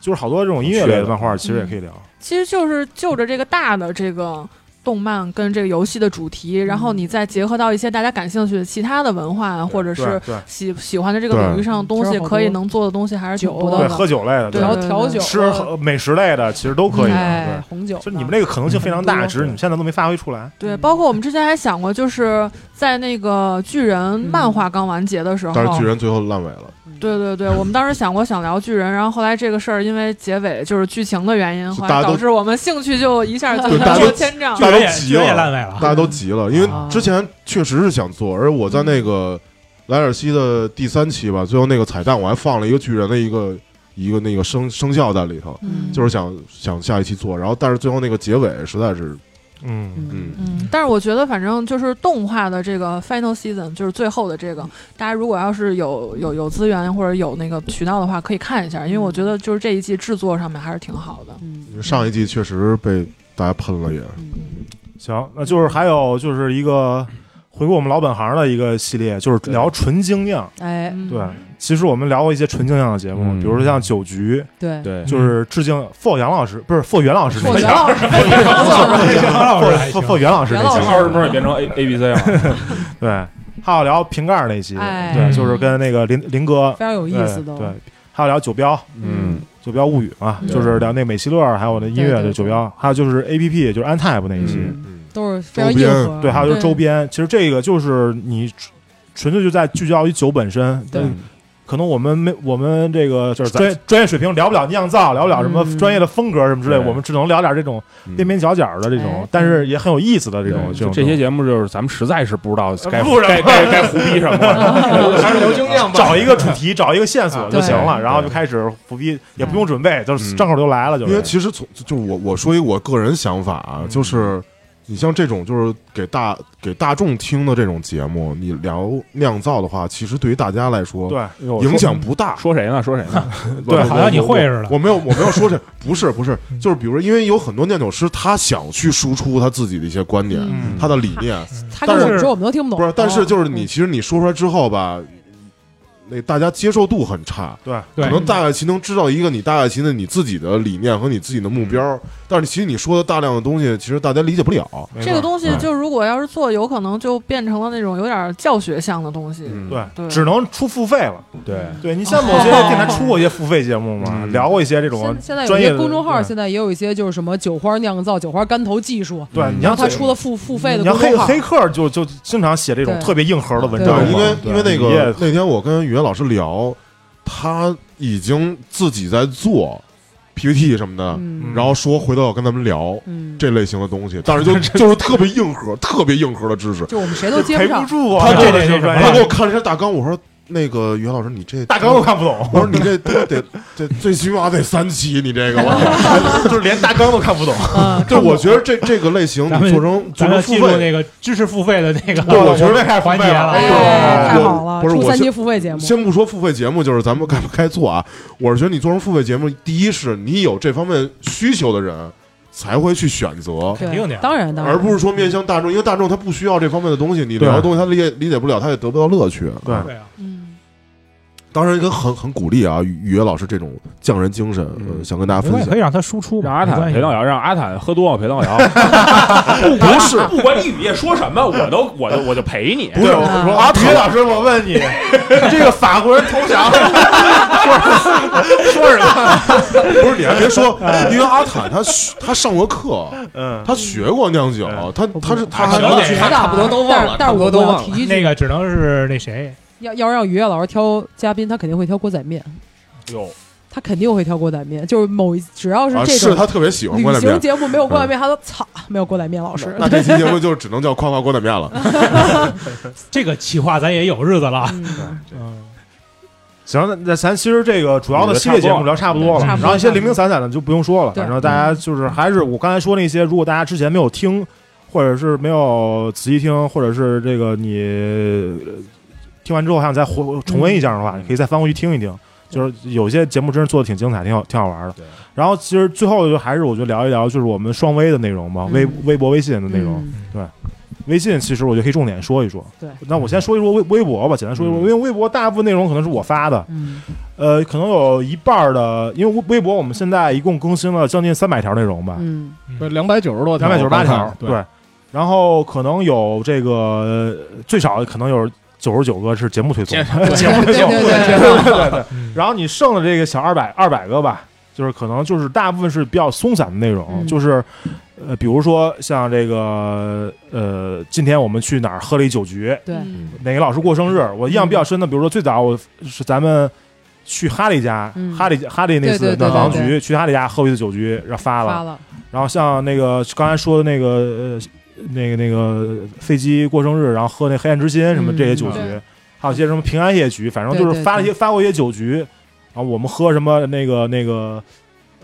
Speaker 3: 就是好多这种音乐类的漫画，其实也可以聊。
Speaker 7: 其实就是就着这个大的这个动漫跟这个游戏的主题，然
Speaker 2: 嗯
Speaker 7: 后你再结合到一些大家感兴趣的其他的文化啊或者
Speaker 3: 对
Speaker 7: 是
Speaker 3: 对
Speaker 7: 喜喜欢的这个领域上的东
Speaker 2: 其
Speaker 7: 西，
Speaker 2: 实好多啊
Speaker 7: 可以能做的东西还是挺多
Speaker 3: 对，
Speaker 7: 的。
Speaker 3: 喝酒类的，
Speaker 7: 对
Speaker 2: 然后
Speaker 3: 对，
Speaker 2: 调酒啊，
Speaker 3: 吃喝美食类的，其实都可以
Speaker 2: 哎
Speaker 3: 的。
Speaker 2: 红酒啊。
Speaker 3: 对，就你们这个可能性非常大，
Speaker 2: 嗯
Speaker 3: 只是你们现在都没发挥出来。
Speaker 7: 对，包括我们之前还想过，就是在那个巨人
Speaker 2: 嗯
Speaker 7: 漫画刚完结的时候，
Speaker 8: 但是巨人最后烂尾了，
Speaker 7: 对对对，我们当时想过想聊巨人，然后后来这个事儿因为结尾就是剧情的原因，
Speaker 8: 就
Speaker 7: 后
Speaker 8: 大
Speaker 7: 来
Speaker 8: 家都
Speaker 7: 导致我们兴趣就一下就
Speaker 8: 对大家都
Speaker 7: 受千丈。
Speaker 8: 大家都
Speaker 6: 巨
Speaker 8: 急
Speaker 6: 人也烂
Speaker 8: 了，
Speaker 6: 尾了
Speaker 8: 大，家都急了，因为之前确实是想做，而我在那个莱尔西的第三期吧，最后那个彩蛋我还放了一个巨人的一个一个那个声声效在里头，
Speaker 7: 嗯，
Speaker 8: 就是想想下一期做，然后但是最后那个结尾实在是，
Speaker 4: 嗯，
Speaker 8: 嗯，
Speaker 7: 嗯，但是我觉得反正就是动画的这个 final season，就是最后的这个，大家如果要是有有有资源或者有那个渠道的话，可以看一下，因为我觉得就是这一季制作上面还是挺好的。
Speaker 2: 嗯
Speaker 8: 上一季确实被大家喷了也，
Speaker 3: 行，那就是还有就是一个回归我们老本行的一个系列，就是聊纯精酿。
Speaker 2: 哎，
Speaker 7: 嗯
Speaker 3: 对，其实我们聊过一些纯精酿的节目，
Speaker 4: 嗯
Speaker 3: 比如说像酒局，
Speaker 6: 嗯
Speaker 2: 对，
Speaker 4: 对，
Speaker 3: 就是致敬傅杨老师，不是傅袁老师那
Speaker 2: 我
Speaker 3: 期
Speaker 2: 袁，老师，
Speaker 3: 傅傅袁老师那
Speaker 2: 袁
Speaker 3: 期
Speaker 2: 老，
Speaker 4: 二十分也变成 A A B C 了。
Speaker 3: 对，还有聊瓶盖儿那期，
Speaker 2: 哎
Speaker 3: 对，就是跟那个林林哥
Speaker 2: 非常有意
Speaker 3: 对
Speaker 2: 思的。
Speaker 3: 对，还有聊酒标，
Speaker 4: 嗯，
Speaker 3: 酒标物语嘛，
Speaker 2: 嗯
Speaker 3: 就是聊那美西乐，还有那音乐
Speaker 2: 对对
Speaker 3: 的
Speaker 2: 对
Speaker 3: 酒标，还有就是 A P P，就是 Untap 那一期，
Speaker 4: 嗯
Speaker 8: 嗯，
Speaker 2: 都是非常硬核。啊
Speaker 3: 对，还有就是
Speaker 7: 对
Speaker 3: 周边，其实这个就是你纯纯粹就在聚焦于酒本身，
Speaker 2: 对
Speaker 3: 嗯可能我们没我们这个就是
Speaker 4: 咱
Speaker 3: 专专业水平聊不了酿造，聊不了什么
Speaker 2: 嗯
Speaker 3: 专业的风格什么之类，
Speaker 4: 对
Speaker 3: 我们只能聊点这种
Speaker 8: 嗯
Speaker 3: 边边角角的这种
Speaker 2: 哎，
Speaker 3: 但是也很有意思的这种
Speaker 4: 对
Speaker 3: 这
Speaker 4: 就
Speaker 3: 种
Speaker 4: 这些节目就是咱们实在是不知道该
Speaker 3: 录上
Speaker 4: 该该该胡逼什么了。
Speaker 9: 还是聊经验吧。
Speaker 3: 找一个主题，找一个线索就行了，
Speaker 4: 对
Speaker 3: 然后就开始胡逼，也不用准备，就是张口就来了，就
Speaker 8: 因为
Speaker 3: 是。
Speaker 8: 其实从就我我说一我个人想法啊，就是你像这种就是给大给大众听的这种节目，你聊酿造的话，其实对于大家来说
Speaker 3: 对，
Speaker 8: 影响不 大。
Speaker 4: 说谁呢？说谁呢？
Speaker 8: 我
Speaker 3: 对
Speaker 6: 好像你会似的
Speaker 8: 我没有我没有说这 不是不是，就是比如因为有很多酿酒师他想去输出他自己的一些观点，
Speaker 2: 嗯
Speaker 8: 他的理念，
Speaker 2: 他跟我们说，我们都听不懂。
Speaker 8: 不是，但是就是你
Speaker 2: 嗯
Speaker 8: 其实你说出来之后吧。那大家接受度很差，
Speaker 6: 对
Speaker 8: 可能大概其能知道一个你大概其的你自己的理念和你自己的目
Speaker 2: 嗯
Speaker 8: 标，但是其实你说的大量的东西，其实大家理解不了。
Speaker 7: 这个东西
Speaker 8: 嗯
Speaker 7: 就如果要是做，有可能就变成了那种有点教学向的东西。
Speaker 8: 嗯，
Speaker 3: 对，
Speaker 7: 对
Speaker 3: 只能出付费了。
Speaker 4: 对，
Speaker 3: 对你像某些电台出过一些付费节目嘛，
Speaker 4: 嗯
Speaker 3: 聊过一些这种
Speaker 2: 现现在有
Speaker 3: 专
Speaker 2: 一
Speaker 3: 业
Speaker 2: 些
Speaker 3: 的
Speaker 2: 公众号，
Speaker 3: 对
Speaker 2: 现在也有一些就是什么酒花酿造、酒花干头技术，
Speaker 3: 对，
Speaker 4: 嗯
Speaker 2: 然
Speaker 3: 你
Speaker 2: 后
Speaker 3: 像
Speaker 2: 他
Speaker 3: 最
Speaker 2: 出了付付费的
Speaker 3: 你像
Speaker 2: 公
Speaker 3: 黑
Speaker 2: 众号。
Speaker 3: 黑客就就经常写这种
Speaker 2: 对
Speaker 3: 特别硬核的文章嘛，
Speaker 8: 对，因为因为那
Speaker 3: 你也
Speaker 8: 个那天我跟语言老师聊，他已经自己在做 PPT 什么的，
Speaker 2: 嗯
Speaker 8: 然后说回头要跟咱们聊
Speaker 2: 嗯，
Speaker 8: 这类型 的东西，但是就就是特别硬核、特别硬核的知识。
Speaker 2: 就我们谁都接
Speaker 3: 赔
Speaker 2: 上
Speaker 3: 不。住啊，
Speaker 8: 他
Speaker 3: 这
Speaker 8: 这
Speaker 3: 个就专
Speaker 8: 他给
Speaker 3: 业
Speaker 8: 我看了一下大纲，我说那个语言老师，你这
Speaker 3: 大纲都看不 懂，
Speaker 8: 我说你这得得得最起码得三期，你这个吧。
Speaker 3: 就是连大纲都看不懂。
Speaker 2: 嗯，
Speaker 8: 对，我觉觉得这这个类型
Speaker 6: 咱
Speaker 8: 你
Speaker 6: 们
Speaker 8: 做成
Speaker 6: 咱
Speaker 8: 做成
Speaker 6: 们
Speaker 8: 付
Speaker 6: 进入
Speaker 8: 费，
Speaker 6: 那个知识付费的那个
Speaker 8: 对我觉得
Speaker 6: 开始环节
Speaker 3: 啊
Speaker 6: 了。
Speaker 2: 哎
Speaker 8: 对我
Speaker 2: 太好了，
Speaker 8: 不是
Speaker 2: 出
Speaker 8: 我
Speaker 2: 三
Speaker 8: 先
Speaker 2: 期付费节目，
Speaker 8: 先不说付费节目，就是咱们该不该做啊？我是觉得你做成付费节目，第一是你有这方面需求的人才会去选择，
Speaker 2: 对
Speaker 6: 肯定的呀
Speaker 2: 当然当然，
Speaker 8: 而不是说面向大众，因为大众他不需要这方面的东西，你聊的东西他理解理解不了，他也得不到乐趣。
Speaker 3: 对
Speaker 6: 对啊，
Speaker 7: 嗯，
Speaker 8: 当然也很很鼓励啊，语语言老师这种匠人精神，呃
Speaker 4: 嗯
Speaker 8: 想跟大
Speaker 6: 我
Speaker 8: 家分
Speaker 6: 也
Speaker 8: 享
Speaker 6: 可。以让他输出
Speaker 4: 让
Speaker 6: 嘛，
Speaker 4: 阿
Speaker 6: 没
Speaker 4: 坦
Speaker 6: 关系
Speaker 4: 陪到瑶，让阿坦喝多了陪到瑶。不是，不管你语夜说什么，我都我都我就陪你。
Speaker 3: 不是，我说啊，陶老师，我问 你，这个法国人投降，说什么？
Speaker 8: 不是你还别 说，因为阿坦他学他上过课，
Speaker 3: 哎嗯，
Speaker 8: 他学过酿酒，他他是他
Speaker 6: 我
Speaker 8: 还
Speaker 6: 了解
Speaker 2: 他
Speaker 9: 差不多都忘了
Speaker 2: 但
Speaker 9: 差不
Speaker 2: 是
Speaker 9: 多
Speaker 2: 我
Speaker 9: 都
Speaker 2: 要
Speaker 9: 忘了
Speaker 2: 提一句，
Speaker 6: 那个只能是那谁，
Speaker 2: 要要让于越老师挑嘉宾，他肯定会挑锅仔面，
Speaker 4: 哟，
Speaker 2: 他肯定会挑锅仔面。就是某一只要是
Speaker 8: 啊，
Speaker 2: 这
Speaker 8: 是
Speaker 2: 种
Speaker 8: 他特别喜欢
Speaker 2: 旅
Speaker 8: 关仔
Speaker 2: 行
Speaker 8: 面。
Speaker 2: 节目没有锅仔面，他都操没有锅仔面老师。
Speaker 8: 那这期节目就只能叫夸夸关仔面了。
Speaker 6: 这个企划咱也有日子了。
Speaker 2: 嗯
Speaker 3: 行，那那咱其实这个主要的系列节目聊差不多了，
Speaker 2: 差不多
Speaker 3: 然后一些零零散散的就不用说了，
Speaker 2: 对
Speaker 3: 反正大家就是还是我刚才说那些，如果大家之前没有听。或者是没有仔细听，或者是这个你呃听完之后还想再回
Speaker 2: 嗯
Speaker 3: 重温一下的话，你可以再翻回去听一听。就是有些节目真是做的挺精彩，挺好，挺好玩的
Speaker 8: 对。
Speaker 3: 然后其实最后就还是我就聊一聊，就是我们双微的内容吧，微微博、微信的内容。
Speaker 2: 嗯
Speaker 3: 微信其实我就可以重点说一说。
Speaker 2: 对
Speaker 3: 那我先说一说微微博吧，简单说一说，
Speaker 4: 嗯
Speaker 3: 因为微博大部分内容可能是我发的，
Speaker 2: 嗯
Speaker 3: 呃，可能有一半儿的，因为微微博我们现在一共更新了将近三百条内容吧，
Speaker 2: 嗯
Speaker 5: 对，两百九十多条，
Speaker 3: 两百九十八条，
Speaker 5: 对，
Speaker 3: 然后可能有这个呃最少可能有九十九个是节目推送， 节目推送，对对对对。 然后你剩的这个小二百二百个吧，就是可能就是大部分是比较松散的内容，
Speaker 2: 嗯
Speaker 3: 就是呃，比如说像这个呃，今天我们去哪儿喝了一酒局，
Speaker 2: 对
Speaker 7: 嗯
Speaker 3: 哪个老师过生日，我印象比较深的，比如说最早我是咱们去哈利家，
Speaker 2: 嗯
Speaker 3: 哈利哈利那次
Speaker 2: 对对对
Speaker 3: 暖
Speaker 2: 对
Speaker 3: 房
Speaker 2: 对
Speaker 3: 局去哈利家喝一次酒局，然后发了
Speaker 2: 发，了，
Speaker 3: 然后像那个刚才说的那个呃那个那个飞机过生日，然后喝那黑暗之心什么
Speaker 2: 嗯
Speaker 3: 这些酒局
Speaker 7: 对，
Speaker 3: 还有一些什么平安夜局，反正
Speaker 2: 对
Speaker 3: 就是
Speaker 2: 对
Speaker 3: 发了一些
Speaker 2: 对
Speaker 3: 发过一些酒局，然后我们喝什么那个那个。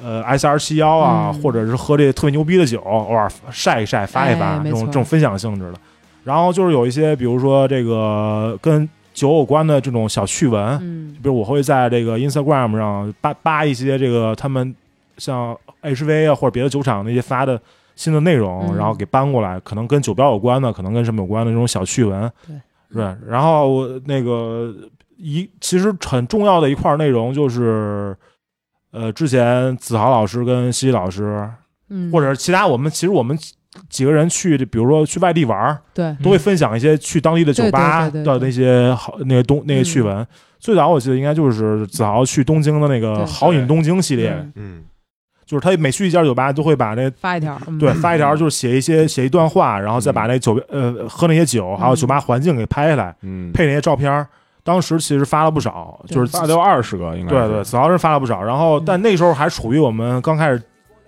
Speaker 3: 呃，S R 七幺啊，
Speaker 2: 嗯
Speaker 3: 或者是喝这特别牛逼的酒，偶尔晒一晒、发一发，
Speaker 2: 哎没
Speaker 3: 这种
Speaker 2: 错
Speaker 3: 这种分享性质的。然后就是有一些，比如说这个跟酒有关的这种小趣闻，
Speaker 2: 嗯
Speaker 3: 比如我会在这个 Instagram 上扒扒一些这个他们像 HV 啊或者别的酒厂那些发的新的内容，
Speaker 2: 嗯
Speaker 3: 然后给搬过来，可能跟酒标有关的，可能跟什么有关的那种小趣闻，
Speaker 2: 对
Speaker 3: 对。然后我那个一其实很重要的一块内容就是，呃，之前子豪老师跟西西老师，
Speaker 2: 嗯，
Speaker 3: 或者是其他我们其实我们几个人去，比如说去外地玩儿，
Speaker 2: 对
Speaker 3: 都会分享一些去当地的酒吧
Speaker 2: 对对对
Speaker 3: 的
Speaker 2: 对对嗯
Speaker 3: 那些好那个东那个趣闻。最早我记得应该就是子豪去东京的那个
Speaker 2: 对
Speaker 3: “好饮东京”系列，
Speaker 2: 嗯
Speaker 8: 嗯，
Speaker 3: 就是他每去一家酒吧都会把那
Speaker 2: 发一条，嗯
Speaker 3: 对发一条，就是写一些写一段话，然后再把那酒呃喝那些酒，还
Speaker 2: 嗯
Speaker 3: 有酒吧环境给拍下来，
Speaker 8: 嗯，
Speaker 3: 配那些照片儿。当时其实发了不少，
Speaker 2: 对
Speaker 3: 就是
Speaker 4: 发得有二十个应该
Speaker 3: 对
Speaker 4: 是。
Speaker 3: 对，子豪是发了不少。然后
Speaker 2: 嗯
Speaker 3: 但那时候还处于我们刚开始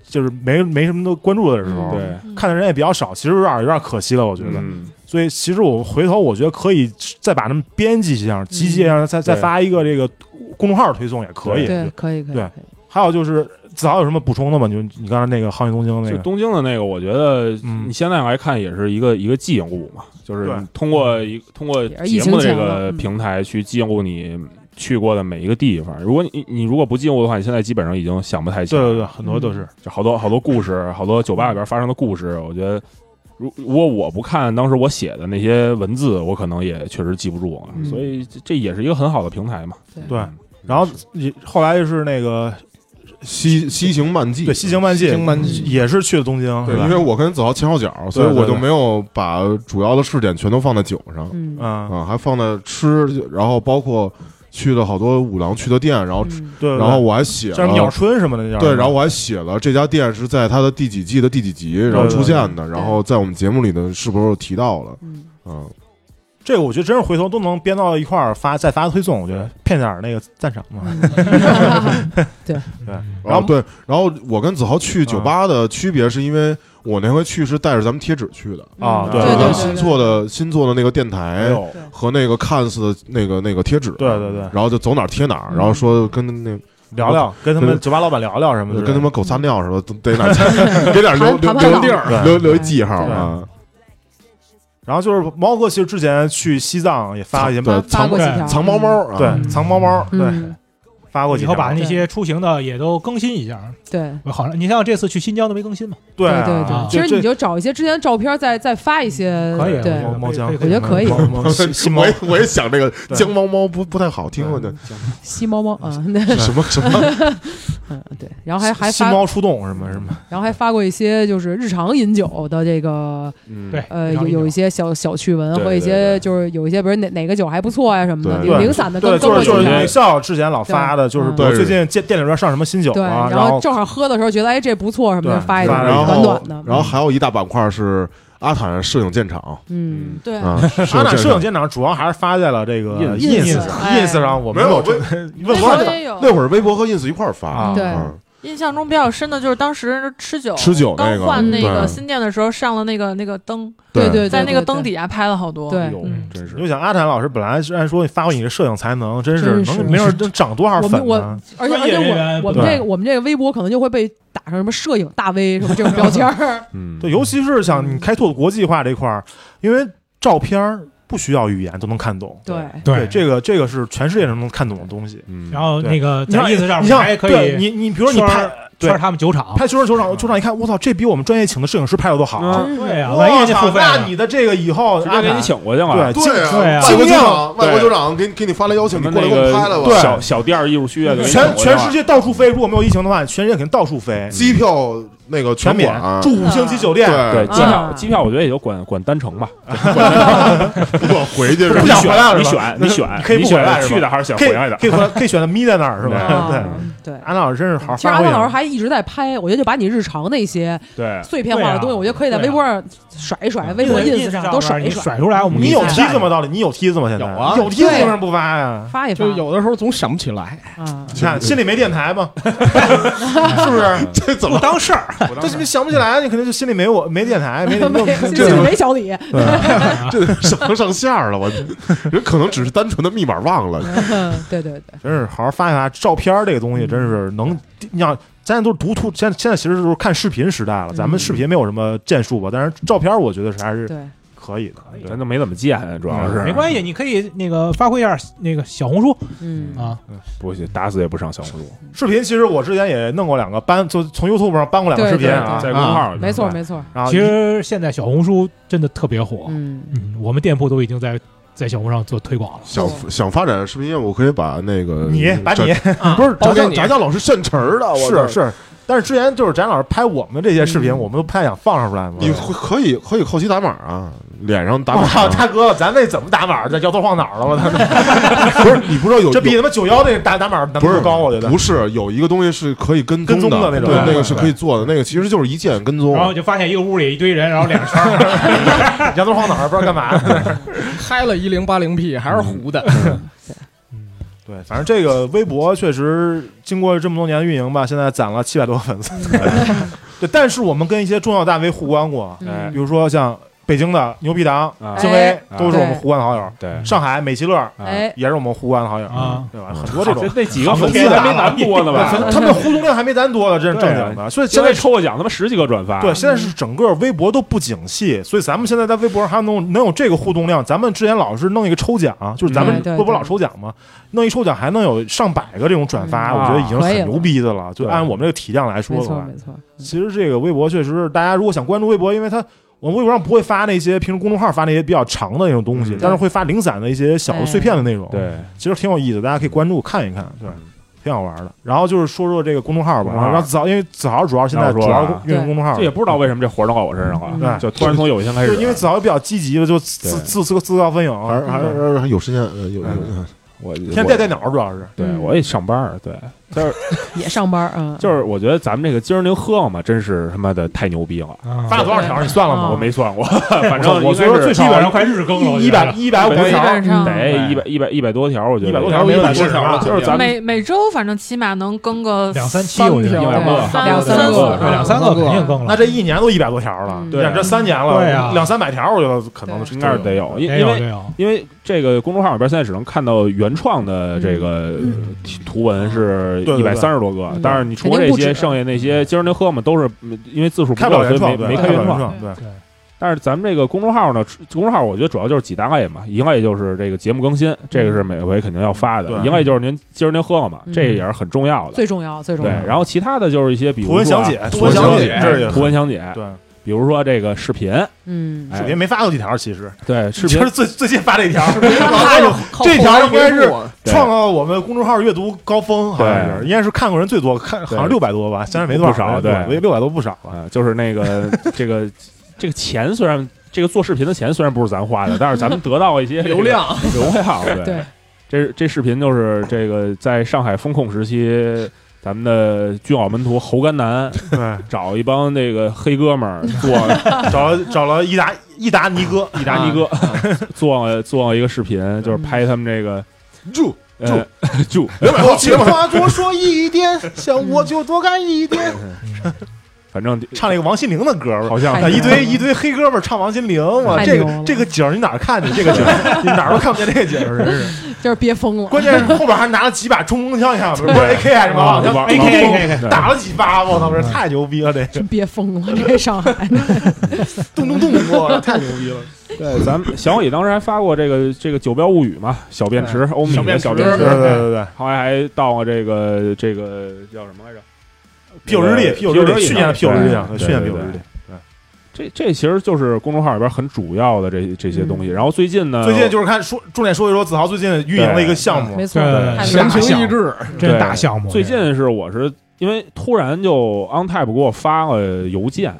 Speaker 3: 就是没没什么都关注的时
Speaker 2: 嗯
Speaker 3: 候，
Speaker 4: 对
Speaker 7: 嗯
Speaker 3: 看的人也比较少，其实有点有点可惜了，我觉得。
Speaker 4: 嗯
Speaker 3: 所以其实我回头我觉得可以再把他们编辑一下，集结一下，再再
Speaker 4: 对
Speaker 3: 发一个这个公众号推送也可以。
Speaker 2: 对，可以可以，
Speaker 3: 对
Speaker 2: 可以，
Speaker 3: 还有就是子豪有什么补充的吗？就你刚才那个《航运东京》那
Speaker 4: 就
Speaker 3: 个，
Speaker 4: 东京的那个，我觉得
Speaker 3: 嗯
Speaker 4: 你现在来看也是一个一个记忆物嘛，就是
Speaker 3: 对
Speaker 4: 你通过一通过
Speaker 2: 也是疫
Speaker 4: 节
Speaker 2: 情
Speaker 4: 目的这
Speaker 2: 前了
Speaker 4: 个
Speaker 2: 嗯
Speaker 4: 平台去记录你去过的每一个地方。如果你你如果不记录的话，你现在基本上已经想不太起
Speaker 3: 对
Speaker 4: 来。
Speaker 3: 对对，，很多都是。
Speaker 4: 就好多好多故事，好多酒吧里边发生的故事，我觉得。如如果我不看当时我写的那些文字，我可能也确实记不住了，
Speaker 2: 嗯
Speaker 4: 所以这这也是一个很好的平台嘛。
Speaker 3: 对然后你后来就是那个
Speaker 8: 西西行漫记，
Speaker 3: 对《西行漫记》，
Speaker 5: 漫
Speaker 2: 记
Speaker 3: 也是去的东京，
Speaker 8: 对，
Speaker 3: 是吧
Speaker 8: 因为我跟子豪前后脚，所以
Speaker 3: 对对
Speaker 8: 我就
Speaker 3: 对
Speaker 8: 没有把主要的试点全都放在酒上
Speaker 2: 嗯
Speaker 3: 嗯，
Speaker 8: 啊，还放在吃，然后包括去了好多五郎去的店，然后
Speaker 7: 嗯
Speaker 3: 对，对
Speaker 8: 然后我还写
Speaker 3: 对像什么鸟
Speaker 8: 了。
Speaker 3: 春什么的那叫
Speaker 8: 对，然后我还写了这家店是在它的第几季的第几集，然后出现的，然后在我们节目里呢是不是有提到了？
Speaker 2: 嗯，
Speaker 8: 嗯，
Speaker 3: 这个我觉得真是回头都能编到一块儿发，再发推送，我觉得骗点儿那个赞赏嘛。
Speaker 2: 嗯
Speaker 3: 然
Speaker 8: 然
Speaker 3: 后
Speaker 8: 后对，然后我跟子豪去酒吧的区别是因为我那回去是带着咱们贴纸去的，
Speaker 3: 啊
Speaker 2: 对
Speaker 3: 对
Speaker 2: 对
Speaker 8: 咱
Speaker 2: 对
Speaker 8: 们新做的新做的那个电台，
Speaker 3: 有，
Speaker 8: 和那个 Cans 的那个那个贴纸，
Speaker 3: 对对对
Speaker 8: 然后就走哪儿贴哪儿，
Speaker 2: 嗯
Speaker 8: 然后说跟那
Speaker 3: 聊聊跟他们酒吧老板聊聊什么之类的，
Speaker 8: 跟他们狗撒尿 似的，都得哪儿贴给点留留
Speaker 2: 谈判
Speaker 8: 留
Speaker 2: 好
Speaker 8: 地儿，留留一记号
Speaker 3: 对
Speaker 8: 啊，
Speaker 3: 然后就是猫哥，其实之前去西藏也发了一些
Speaker 8: 对
Speaker 2: 发发
Speaker 8: 藏
Speaker 2: 过几条，
Speaker 8: 藏猫猫啊，
Speaker 3: 对，藏猫猫，对，
Speaker 2: 嗯，
Speaker 3: 发过几
Speaker 6: 以后
Speaker 3: 条，
Speaker 6: 把那些出行的也都更新一下。
Speaker 2: 对。
Speaker 6: 我好像你像这次去新疆都没更新嘛？
Speaker 3: 对
Speaker 2: 对对
Speaker 3: 啊
Speaker 6: 啊
Speaker 2: 其
Speaker 3: 这
Speaker 2: 实你就找一些之前的照片，再再发一些，
Speaker 6: 可以啊，
Speaker 2: 对
Speaker 6: 我觉，得
Speaker 3: 猫江
Speaker 6: 可以
Speaker 2: 我觉得可以
Speaker 3: 猫猫西西猫
Speaker 8: 我也我也想这个
Speaker 3: 对
Speaker 8: 江猫猫不不太好听，我
Speaker 3: 对
Speaker 8: 这
Speaker 2: 吸猫猫啊，那
Speaker 8: 什么什 么，
Speaker 2: 嗯对，然后还还
Speaker 3: 西
Speaker 2: 发，
Speaker 3: 猫出动什么什么，
Speaker 2: 然后还发过一些就是日常饮酒的这个
Speaker 8: 嗯
Speaker 6: 对，
Speaker 2: 呃
Speaker 6: 非
Speaker 2: 有
Speaker 6: 常理解
Speaker 2: 有一些小小趣闻
Speaker 4: 对
Speaker 2: 和一
Speaker 4: 对
Speaker 2: 些
Speaker 4: 对
Speaker 2: 就是有一些比如哪哪个酒还不错呀什么的，
Speaker 8: 对
Speaker 2: 有
Speaker 3: 对
Speaker 2: 零散的跟
Speaker 3: 对，
Speaker 2: 跟
Speaker 3: 就
Speaker 2: 过
Speaker 3: 是
Speaker 2: 几
Speaker 3: 就是
Speaker 2: 条
Speaker 3: 学校之前老发的，
Speaker 2: 对
Speaker 3: 就是
Speaker 2: 嗯
Speaker 3: 比如最近店店里边上什么新酒
Speaker 2: 对，
Speaker 3: 啊，
Speaker 2: 后
Speaker 3: 后
Speaker 2: 正好喝的时候觉得哎这不错什么的，
Speaker 3: 对
Speaker 2: 发一
Speaker 3: 对
Speaker 2: 点
Speaker 3: 然后
Speaker 2: 短短的，
Speaker 8: 然后还有一大板块是阿坦摄影现场
Speaker 2: 嗯
Speaker 7: 对，
Speaker 8: 啊，
Speaker 3: 阿南摄影
Speaker 8: 场
Speaker 3: 现场主要还是发在了这个
Speaker 2: Ins
Speaker 3: ins 上
Speaker 7: 哎
Speaker 3: ins 上，我
Speaker 8: 没
Speaker 3: 们
Speaker 8: 有
Speaker 3: 这
Speaker 8: 微
Speaker 3: 问
Speaker 7: 那
Speaker 3: 过
Speaker 7: 会
Speaker 8: 我
Speaker 7: 儿
Speaker 8: 也
Speaker 7: 也有
Speaker 8: 那会儿微博和 ins 一块儿发
Speaker 3: 啊，
Speaker 2: 对
Speaker 8: 嗯
Speaker 7: 印象中比较深的就是当时吃酒，
Speaker 8: 吃酒那
Speaker 7: 刚
Speaker 8: 个
Speaker 7: 换那
Speaker 8: 对
Speaker 7: 个新店的时候上了那个那个灯，
Speaker 2: 对
Speaker 8: 对
Speaker 2: 对，
Speaker 7: 在那个灯
Speaker 2: 底，
Speaker 7: 底下拍了好多。
Speaker 2: 对
Speaker 8: 哎呦
Speaker 7: 嗯
Speaker 8: 真是
Speaker 3: 你就想阿坦老师本来是按说发挥你的摄影才能，真是
Speaker 2: 真是
Speaker 3: 能没准能长多少
Speaker 2: 我
Speaker 3: 粉
Speaker 2: 们我
Speaker 3: 呢？
Speaker 2: 而且而
Speaker 6: 专
Speaker 2: 且
Speaker 6: 业人
Speaker 2: 我
Speaker 6: 员
Speaker 2: 我们
Speaker 3: 对
Speaker 2: 这个我们这个微博可能就会被打上什么摄影大 V 什么这种标签儿，
Speaker 8: 嗯，
Speaker 3: 对，尤其是像你开拓国际化这块儿，因为照片儿不需要语言都能看懂。
Speaker 2: 对，
Speaker 3: 对，这个这个是全世界人都能看懂的东西。
Speaker 8: 嗯，
Speaker 6: 然后
Speaker 3: 对
Speaker 6: 那个
Speaker 3: 你像
Speaker 6: 在意思上
Speaker 3: 你像
Speaker 6: 还可
Speaker 3: 对
Speaker 6: 以
Speaker 3: 你你比如说你
Speaker 6: 圈儿嗯
Speaker 3: 拍对
Speaker 6: 圈他们酒厂，
Speaker 3: 拍球场球场球场，一看我操，这比我们专业请的摄影师拍的都好。
Speaker 4: 嗯
Speaker 6: 对呀，
Speaker 3: 我
Speaker 6: 万一人家
Speaker 3: 操
Speaker 6: 付费啊
Speaker 3: 那
Speaker 6: 呢，
Speaker 3: 你的这个以后
Speaker 4: 直接给
Speaker 3: 阿
Speaker 4: 你
Speaker 3: 坦
Speaker 4: 请过去了。
Speaker 3: 啊对尽
Speaker 8: 对
Speaker 6: 对啊
Speaker 8: 外国
Speaker 3: 尽
Speaker 8: 酒
Speaker 3: 量
Speaker 8: 厂，外国
Speaker 4: 对
Speaker 8: 酒厂给你给你发来邀请，
Speaker 4: 什
Speaker 8: 你
Speaker 4: 么
Speaker 8: 过来
Speaker 4: 那
Speaker 8: 给我们拍来
Speaker 4: 个
Speaker 8: 吧。
Speaker 4: 小小店儿艺术学院给你
Speaker 3: 全
Speaker 4: 请过去了
Speaker 3: 全世界到处飞，如果没有疫情的话，全世界肯定到处飞，
Speaker 8: 机票那个
Speaker 3: 全免
Speaker 8: 管，
Speaker 3: 住五星级酒店，
Speaker 4: 对
Speaker 8: 对，
Speaker 4: 机票
Speaker 2: 啊
Speaker 4: 机票，我觉得也就管管单程吧。
Speaker 8: 不管回去是
Speaker 3: 不
Speaker 8: 吧
Speaker 4: 你
Speaker 3: 想
Speaker 4: 选
Speaker 3: 回来了
Speaker 4: 你
Speaker 3: 是吧
Speaker 4: 选你选，
Speaker 3: 可以不
Speaker 4: 你选
Speaker 3: 回来是吧
Speaker 4: 去的还是想
Speaker 3: 可
Speaker 4: 回
Speaker 3: 以
Speaker 4: 来的？
Speaker 3: 可以回来可以选择眯在那儿是吧？对，
Speaker 2: 啊对。
Speaker 3: 安老师真是好好
Speaker 2: 其实
Speaker 3: 发
Speaker 2: 阿
Speaker 3: 挥
Speaker 2: 汤
Speaker 3: 啊。
Speaker 2: 老师还一直在拍，我觉得就把你日常那些
Speaker 4: 对，
Speaker 2: 碎片化的东西，
Speaker 6: 对啊啊
Speaker 2: 我觉得可以在微博上甩一甩，微博 ins 上都甩
Speaker 6: 甩
Speaker 2: 一
Speaker 6: 甩出来，我们
Speaker 3: 你有
Speaker 6: 给
Speaker 3: 梯
Speaker 6: 看
Speaker 3: 子吗？道理，你有梯子吗？现在
Speaker 9: 有啊
Speaker 3: 有梯子为什么不发呀？
Speaker 2: 发一发
Speaker 9: 就。有的时候总想不起来，
Speaker 2: 啊，
Speaker 3: 你看心里没电台吗？是不是？
Speaker 8: 这怎
Speaker 6: 不
Speaker 8: 么
Speaker 6: 当事儿，
Speaker 3: 这你想不起来，你肯定就心里没我没电 台，没没
Speaker 2: 没
Speaker 3: 有
Speaker 2: 这
Speaker 3: 这
Speaker 2: 没小李，
Speaker 8: 这上上线儿了？我人可能只是单纯的密码忘了。
Speaker 2: 嗯对对对，
Speaker 3: 真是好好发一发照片儿这个东西，真是能你想。咱现在都是读图，现在现在其实就是看视频时代了。咱们视频没有什么建树吧，但是照片儿我觉得是还是
Speaker 2: 对，
Speaker 3: 可以的。对
Speaker 4: 咱都没怎么见，主要
Speaker 3: 嗯
Speaker 4: 是
Speaker 6: 没关系，你可以那个发挥一下那个小红书
Speaker 2: 嗯，
Speaker 6: 啊，
Speaker 4: 不行，打死也不上小红书，
Speaker 3: 视频其实我之前也弄过两个，搬就从 YouTube 上搬过两个视频啊，
Speaker 4: 在公众号里面
Speaker 2: 没错
Speaker 4: 发
Speaker 2: 没错，
Speaker 3: 然后
Speaker 6: 其实现在小红书真的特别火，
Speaker 2: 嗯，
Speaker 6: 嗯，我们店铺都已经在在小红书上做推广了。
Speaker 8: 想想发展视频业务，可以嗯把那个
Speaker 3: 你把你
Speaker 9: 不是
Speaker 3: 找
Speaker 9: 啊包给
Speaker 3: 教
Speaker 9: 你
Speaker 3: 找教老师现成儿的，是是。但是之前就是翟老师拍我们这些视频，我们都不太想放上出来嘛。
Speaker 8: 嗯你会可以可以后期打码啊，脸上打码
Speaker 3: 我操，
Speaker 8: 啊。
Speaker 3: 大哥，咱那怎么打码？这摇头晃脑了，我操！
Speaker 8: 不是你不知道有
Speaker 3: 这比他妈九幺那打打码难度
Speaker 8: 不是
Speaker 3: 高，我觉得
Speaker 8: 不。是有一个东西是可以跟
Speaker 3: 跟踪的
Speaker 8: 的
Speaker 3: 那种
Speaker 8: 对，
Speaker 3: 对
Speaker 8: 那个是可以做的，那个其实就是一键跟踪
Speaker 6: 然。后就发现一个屋里一堆人，然后两圈儿，
Speaker 3: 摇头晃脑不知道干嘛。
Speaker 9: 开了一零八零 P 还是糊的，
Speaker 3: 嗯对，反正这个微博确实经过这么多年的运营吧，现在攒了七百多个粉丝。 对，但是我们跟一些重要大 V 互关过，
Speaker 4: 哎
Speaker 2: 嗯
Speaker 3: 比如说像北京的牛皮糖、
Speaker 4: 啊
Speaker 3: 金
Speaker 9: 哎
Speaker 3: 威都是我们互关的好友，
Speaker 8: 嗯
Speaker 4: 对
Speaker 3: 上海美其乐
Speaker 2: 哎，
Speaker 3: 也是我们互关的好友
Speaker 6: 啊，
Speaker 3: 对吧？很多这种
Speaker 4: 这那几个粉丝
Speaker 3: 啊
Speaker 4: 还没咱多呢吧？
Speaker 3: 他们互动量还没咱多呢，这是正经的。所以
Speaker 4: 现
Speaker 3: 现在
Speaker 4: 在抽个奖，他妈十几个转发，
Speaker 3: 对，现在是整个微博都不景气，所以咱们现在在微博上还能能有这个互动量。咱们之前老是弄一个抽奖，就是咱们
Speaker 2: 嗯对对
Speaker 3: 微博
Speaker 2: 对
Speaker 3: 老抽奖嘛，弄一抽奖还能有上百个这种转发，
Speaker 4: 嗯
Speaker 3: 我觉得已经
Speaker 2: 可以
Speaker 3: 很
Speaker 2: 了
Speaker 3: 牛逼的了。就
Speaker 4: 对
Speaker 3: 按我们这个体量来
Speaker 2: 嗯
Speaker 3: 说
Speaker 2: 没
Speaker 3: 的
Speaker 2: 错
Speaker 3: 话，
Speaker 2: 没错，
Speaker 3: 其实这个微博确实，大家如果想关注微博，因为它。我们微博上不会发那些平时公众号发那些比较长的那种东西，
Speaker 4: 嗯
Speaker 3: 但是会发零散的一些小的
Speaker 2: 哎
Speaker 3: 碎片的内容。，
Speaker 4: 对，
Speaker 3: 其实挺有意思，大家可以关注看一看，对，挺好玩的。然后就是说说这个公众号吧，
Speaker 4: 公众号
Speaker 3: 然后子豪，因为子豪主要现在
Speaker 4: 子豪
Speaker 3: 主
Speaker 4: 说
Speaker 3: 要
Speaker 4: 了啊
Speaker 3: 运营公众号，
Speaker 4: 这也不知道为什么这活儿都到我身上了，
Speaker 3: 对
Speaker 4: 就突然从有一天开
Speaker 3: 就
Speaker 4: 始，
Speaker 3: 因为子豪比较积极的，就自
Speaker 4: 对
Speaker 3: 自自自告奋勇，
Speaker 8: 还是还是还是有时间，呃有有有
Speaker 4: 我
Speaker 3: 天天带电脑，嗯主要是
Speaker 4: 对我也上班儿，对，
Speaker 2: 也上班啊，
Speaker 4: 就是我觉得咱们这个今儿您喝嘛，真是他妈的太牛逼了，
Speaker 3: 发了多少条？你算了吗？
Speaker 2: 啊
Speaker 4: 我没 算过，
Speaker 3: 我
Speaker 4: 反正
Speaker 3: 我觉得最
Speaker 4: 少
Speaker 3: 基本上
Speaker 6: 快日更了，我
Speaker 3: 一一
Speaker 6: 觉得
Speaker 3: 百一百五十
Speaker 4: 基
Speaker 3: 条嗯
Speaker 7: 本，上
Speaker 4: 得一百一百一百多条，我觉得
Speaker 3: 一百多条没问题
Speaker 8: 一百多条
Speaker 3: 啊
Speaker 8: 了
Speaker 4: 就是咱们
Speaker 7: 每每周反正起码能更个
Speaker 6: 两三期，我觉得
Speaker 4: 一百个
Speaker 7: 三
Speaker 2: 两
Speaker 7: 三
Speaker 4: 个
Speaker 6: 对两
Speaker 9: 三
Speaker 6: 三
Speaker 9: 个
Speaker 6: 个肯定更
Speaker 3: 那
Speaker 6: 了。
Speaker 3: 这一年都一百多条了，
Speaker 2: 嗯
Speaker 3: 你想这三年
Speaker 6: 对啊
Speaker 3: 了，两三百条，我觉得可能是
Speaker 4: 应该是得有，因因
Speaker 6: 有
Speaker 4: 为
Speaker 6: 得 有，
Speaker 4: 因为这个公众号里边现在只能看到原创的
Speaker 2: 嗯
Speaker 4: 这个图文是
Speaker 3: 对对
Speaker 4: 一
Speaker 3: 对
Speaker 4: 百三十多个
Speaker 2: 嗯，
Speaker 4: 当然你除了
Speaker 2: 肯定
Speaker 4: 这
Speaker 2: 不
Speaker 4: 些，
Speaker 2: 止
Speaker 4: 剩下那些今儿您喝嘛，都是嗯因为字数不
Speaker 3: 开不
Speaker 4: 够，
Speaker 3: 了
Speaker 4: 所
Speaker 3: 原
Speaker 4: 以没
Speaker 3: 创，对
Speaker 4: 没
Speaker 3: 开
Speaker 4: 开
Speaker 3: 不
Speaker 4: 原
Speaker 3: 了
Speaker 4: 创。
Speaker 3: 创，对，
Speaker 4: 但是咱们这个公众号呢，公众号我觉得主要就是几大类嘛，一类就是这个节目更新，这个是每回肯定要发的；
Speaker 3: 对
Speaker 4: 一类就是您今儿您喝了嘛，
Speaker 2: 嗯
Speaker 4: 这也是很重要的。
Speaker 2: 最重要最重
Speaker 4: 对
Speaker 2: 要，，
Speaker 4: 然后其他的就是一些比如
Speaker 3: 图文
Speaker 4: 说
Speaker 3: 详
Speaker 4: 啊
Speaker 3: 解，
Speaker 8: 图
Speaker 3: 文
Speaker 8: 文
Speaker 3: 详
Speaker 8: 详
Speaker 3: 解
Speaker 8: 解，
Speaker 3: 这也
Speaker 4: 图文详解，
Speaker 3: 对，
Speaker 4: 比如说这个视频，
Speaker 2: 嗯，
Speaker 4: 哎
Speaker 3: 视频没发过几条，其实
Speaker 4: 对视
Speaker 3: 其
Speaker 4: 频
Speaker 3: 实最最近发这一 条，哎呦这条应该是
Speaker 4: 对
Speaker 3: 创造我们公众号阅读高峰，好像是，
Speaker 4: 对
Speaker 3: 应该是看过人最多，看好像
Speaker 4: 对
Speaker 3: 六百多吧，现在没多少，
Speaker 4: 不少对
Speaker 3: 六百多不少了。
Speaker 4: 啊，就是 那个这个这个钱虽然这个做视频的钱虽然不是咱花 的，但是咱们得到一些
Speaker 9: 流量，
Speaker 4: 流量对。
Speaker 2: 对
Speaker 4: 这这视频就是这个在上海封控时期，咱们的军老门徒侯甘南
Speaker 3: 对，
Speaker 4: 找一帮那个黑哥们儿做
Speaker 3: 找 了找了伊达伊达尼哥，
Speaker 9: 啊
Speaker 4: 意大利哥，做了做了一个视频，就是拍他们这个
Speaker 8: 住
Speaker 4: 呃，住
Speaker 8: 两百后期嘛，
Speaker 9: 话多说一点，想我就多干一 点。
Speaker 4: 反正
Speaker 3: 唱那个王心凌的歌吧。
Speaker 4: 好像
Speaker 2: 太
Speaker 3: 啊，一
Speaker 2: 牛了
Speaker 3: 堆一堆黑哥们儿唱王心凌，哇，
Speaker 2: 太
Speaker 3: 这
Speaker 2: 牛
Speaker 3: 个
Speaker 2: 了
Speaker 3: 这个景儿你哪儿看去？这个景 儿你哪儿都看不见这个景儿，真 是。
Speaker 2: 就是憋疯了。
Speaker 3: 关键是后边还拿了几把冲锋枪，你看不是 AK 啊什么好像
Speaker 4: 往
Speaker 6: AK
Speaker 3: 咚咚打了几发，我操，这太牛逼了，这
Speaker 2: 真憋疯了，这上海
Speaker 3: 咚咚咚，我太牛逼了。
Speaker 4: 对，咱们小野当时还发过这个这个《九标物语》嘛，小便池，欧米的小
Speaker 6: 小
Speaker 4: 便
Speaker 6: 便
Speaker 4: 池，
Speaker 6: 池
Speaker 3: 对对对对对，
Speaker 4: 后来还到过这个这个叫什么来着？
Speaker 3: 啤酒日历，啤酒日
Speaker 4: 啤酒日
Speaker 3: 历，
Speaker 4: 历
Speaker 3: 去年的啤酒日历啊，
Speaker 4: 对
Speaker 3: 去年啤
Speaker 4: 对
Speaker 3: 酒
Speaker 4: 对
Speaker 3: 日历。
Speaker 4: 这这其实就是公众号里边很主要的这这些东西。然后最近呢，
Speaker 3: 最近就是看说，重点说一说子豪最近运营的一个项目
Speaker 2: 没，错，
Speaker 6: 对啊
Speaker 2: 太
Speaker 6: 神
Speaker 2: 厉害
Speaker 6: 奇
Speaker 2: 了。
Speaker 5: 情逸致，
Speaker 6: 这是大项目。
Speaker 4: 最近是我是因为突然就 OnTap 给我发了 邮件，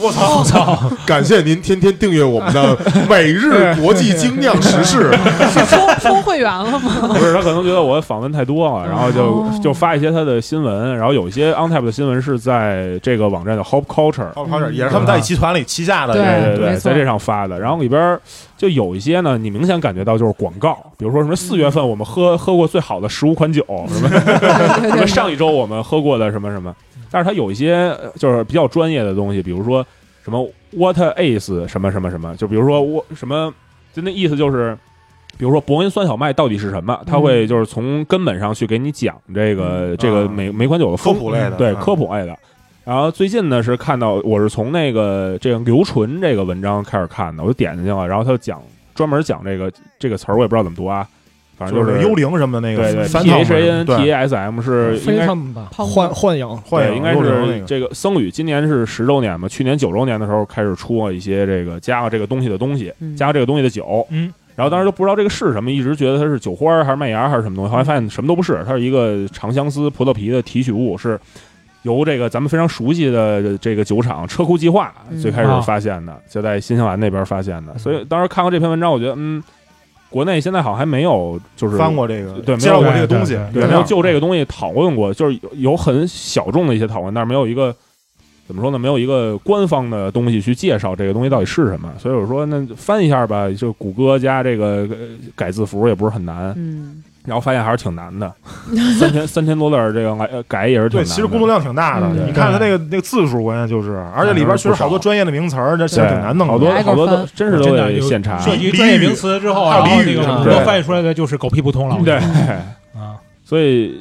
Speaker 8: 我操！感谢您天天订阅我们的每日国际精酿时事，
Speaker 7: 是收收会员了吗？
Speaker 4: 不是他可能觉得我访问太多了，然后就
Speaker 2: 哦
Speaker 4: 就发一些他的新闻，然后有一些 OnTap 的新闻是在这个网站的 Hop Culture。
Speaker 3: 好好点，也是他们在集团里旗下的
Speaker 2: 嗯对
Speaker 4: 对对
Speaker 2: 没
Speaker 4: 对，
Speaker 2: 错
Speaker 4: 在这上发的，然后里边儿就有一些呢，你明显感觉到就是广告，比如说什么四月份我们喝喝过最好的十五款酒，什么
Speaker 2: 对
Speaker 4: 什
Speaker 2: 对
Speaker 4: 么
Speaker 2: 对，
Speaker 4: 上一周我们喝过的什么什么，但是它有一些呃就是比较专业的东西，比如说什么 what is 什么什么什么，就比如说我什么，就那意思就是，比如说伯恩酸小麦到底是什
Speaker 3: 嗯
Speaker 4: 么，它会就是从根本上去给你讲这个这个
Speaker 3: 啊
Speaker 4: 每每款酒的
Speaker 3: 科
Speaker 4: 风
Speaker 3: 普类的，
Speaker 4: 对
Speaker 3: 啊
Speaker 4: 科普类的。然后最近呢是看到我是从那个这个刘纯这个文章开始看的，我就点进去了，然后他就讲专门讲这个这个词儿，我也不知道怎么读啊，反正
Speaker 3: 就
Speaker 4: 就是
Speaker 3: 幽灵什么的那个，
Speaker 4: 对对
Speaker 3: 三
Speaker 4: ，T
Speaker 3: 套
Speaker 4: H A N T
Speaker 3: 对
Speaker 4: A S M 是应
Speaker 9: 非
Speaker 4: 该
Speaker 9: 他们吧，幻幻影，
Speaker 3: 幻
Speaker 4: 对，
Speaker 3: 影
Speaker 4: 应该
Speaker 3: 幽灵那
Speaker 4: 是
Speaker 3: 个。
Speaker 4: 这个僧侣今年是十周年嘛，去年九周年的时候开始出了一些这个加了这个东西的东西，
Speaker 2: 嗯
Speaker 4: 加了这个东西的酒，
Speaker 6: 嗯，
Speaker 4: 然后当时都不知道这个是什么，一直觉得它是酒花儿还是麦芽儿还是什么东西，后来发现什么都不是，它是一个长相思葡萄皮的提取物，是由这个咱们非常熟悉的这个酒厂车库计划
Speaker 2: 嗯
Speaker 4: 最
Speaker 3: 啊
Speaker 4: 开始发现的，就在新西兰那边发现的，
Speaker 3: 嗯
Speaker 4: 所以当时看过这篇文章，我觉得嗯，国内现在好像还没有就是
Speaker 3: 翻过这个，
Speaker 4: 对没
Speaker 3: 介
Speaker 4: 有
Speaker 3: 绍过这个东西，
Speaker 4: 对，
Speaker 3: 原
Speaker 4: 没有
Speaker 3: 料
Speaker 4: 就这个东西讨论过，就是有有很小众的一些讨论，但是没有一个怎么说呢，没有一个官方的东西去介绍这个东西到底是什么。所以我说，那翻一下吧，就谷歌加这个呃改字符也不是很难，
Speaker 2: 嗯，
Speaker 4: 然后发现还是挺难 的，三千三千多字儿这个来呃改也是挺
Speaker 3: 对，
Speaker 4: 难的。
Speaker 3: 其实工作量挺大的。
Speaker 2: 嗯
Speaker 3: 你看它那个那个字数，关键就是，而且里边确实好多专业的名词儿，这
Speaker 4: 对
Speaker 3: 是挺难弄的。
Speaker 4: 好多
Speaker 2: 挨个
Speaker 4: 好多都
Speaker 2: 翻
Speaker 4: 真是都
Speaker 6: 真的
Speaker 4: 得
Speaker 6: 有
Speaker 4: 现查。
Speaker 6: 涉及专业名词之后，
Speaker 3: 还有
Speaker 6: 然后
Speaker 3: 俚
Speaker 6: 那
Speaker 3: 语
Speaker 6: 个
Speaker 3: 啊
Speaker 6: 谷
Speaker 4: 对
Speaker 6: 歌翻译出来的就是狗屁不通了。我觉得
Speaker 4: 对，
Speaker 2: 嗯
Speaker 6: 啊，
Speaker 4: 所以，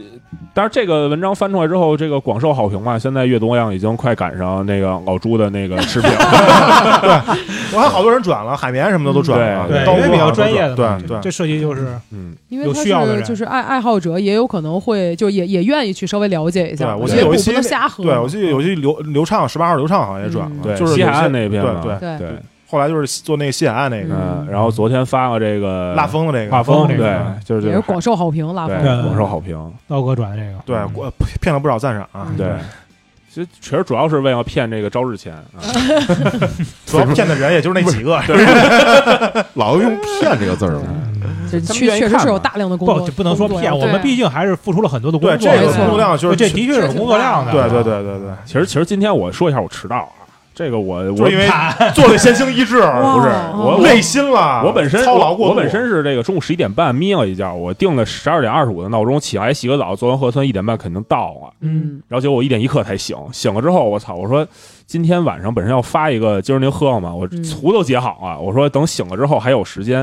Speaker 4: 但是这个文章翻出来之后，这个广受好评嘛，现在阅读量已经快赶上那个老朱的那个视频了。
Speaker 3: 我看好多人转了，海绵什么的都转了，啊
Speaker 4: 对对
Speaker 3: 刀
Speaker 4: 因
Speaker 3: 哥
Speaker 4: 为
Speaker 6: 比较专业的嘛
Speaker 3: 对对
Speaker 6: 这设计就是
Speaker 4: 嗯，
Speaker 2: 因为
Speaker 6: 有
Speaker 2: 他
Speaker 6: 需要的
Speaker 2: 是
Speaker 6: 人
Speaker 2: 就是爱爱好者，也有可能会就也也愿意去稍微了解一
Speaker 3: 对
Speaker 2: 下。
Speaker 3: 我
Speaker 4: 记
Speaker 2: 觉
Speaker 4: 得
Speaker 2: 得
Speaker 3: 有一
Speaker 2: 不
Speaker 3: 期
Speaker 2: 能瞎喝。
Speaker 3: 对，我记得有一刘刘畅，十八号刘畅好像也转了，
Speaker 2: 嗯
Speaker 4: 对，
Speaker 3: 就是
Speaker 4: 西
Speaker 3: 有
Speaker 4: 海
Speaker 3: 些
Speaker 4: 岸那边嘛，
Speaker 3: 对对，
Speaker 2: 对
Speaker 4: 对，
Speaker 3: 后来就是做那个西海岸那个
Speaker 4: 嗯
Speaker 2: 嗯，
Speaker 4: 然后昨天发了这个
Speaker 3: 蜡封的这个
Speaker 4: 蜡
Speaker 6: 蜡
Speaker 4: 封，
Speaker 6: 封这
Speaker 4: 对
Speaker 6: 个，
Speaker 4: 就是
Speaker 2: 也
Speaker 4: 这
Speaker 2: 是
Speaker 4: 个
Speaker 2: 广受好评，拉
Speaker 4: 对
Speaker 2: 风。
Speaker 6: 对
Speaker 4: 广受好评，
Speaker 6: 刀哥转的这个，
Speaker 3: 对，
Speaker 4: 嗯
Speaker 3: 我骗了不少赞赏
Speaker 2: 嗯
Speaker 3: 啊，
Speaker 4: 对。其实，其实主要是为了骗这个招日钱啊，
Speaker 3: 主要骗的人也就是那几个，
Speaker 8: 老要用“骗”这个字儿嘛。
Speaker 2: 这
Speaker 4: 他们
Speaker 2: 确
Speaker 4: 愿意
Speaker 2: 确实
Speaker 4: 看
Speaker 2: 是有
Speaker 4: 嘛
Speaker 2: 大量的工
Speaker 6: 不
Speaker 2: 作，
Speaker 6: 不能说
Speaker 2: 工作
Speaker 6: 骗，
Speaker 2: 量
Speaker 6: 我们毕竟还是付出了很多的工
Speaker 3: 对
Speaker 6: 作。
Speaker 3: 这个
Speaker 2: 没错
Speaker 3: 工作量就
Speaker 6: 对
Speaker 3: 是
Speaker 6: 这的确是有工作量的。
Speaker 3: 对对对对对，
Speaker 4: 其实其实今天我说一下我迟到啊，这个我
Speaker 3: 就
Speaker 4: 我
Speaker 3: 是因为 做了先行一致，不是
Speaker 4: 我
Speaker 3: 累心了，
Speaker 4: 我本身
Speaker 3: 操劳
Speaker 4: 我
Speaker 3: 过度
Speaker 4: 我本身是这个中午十一点半眯了一觉，我定的十二点二十五的闹钟，起来洗个澡，做完核酸一点半肯定到了，
Speaker 2: 嗯，
Speaker 4: 然后结果我一点一刻才醒，醒了之后我操，我说今天晚上本身要发一个，今儿您喝了吗？我
Speaker 2: 嗯
Speaker 4: 图都截好了、我说等醒了之后还有时间，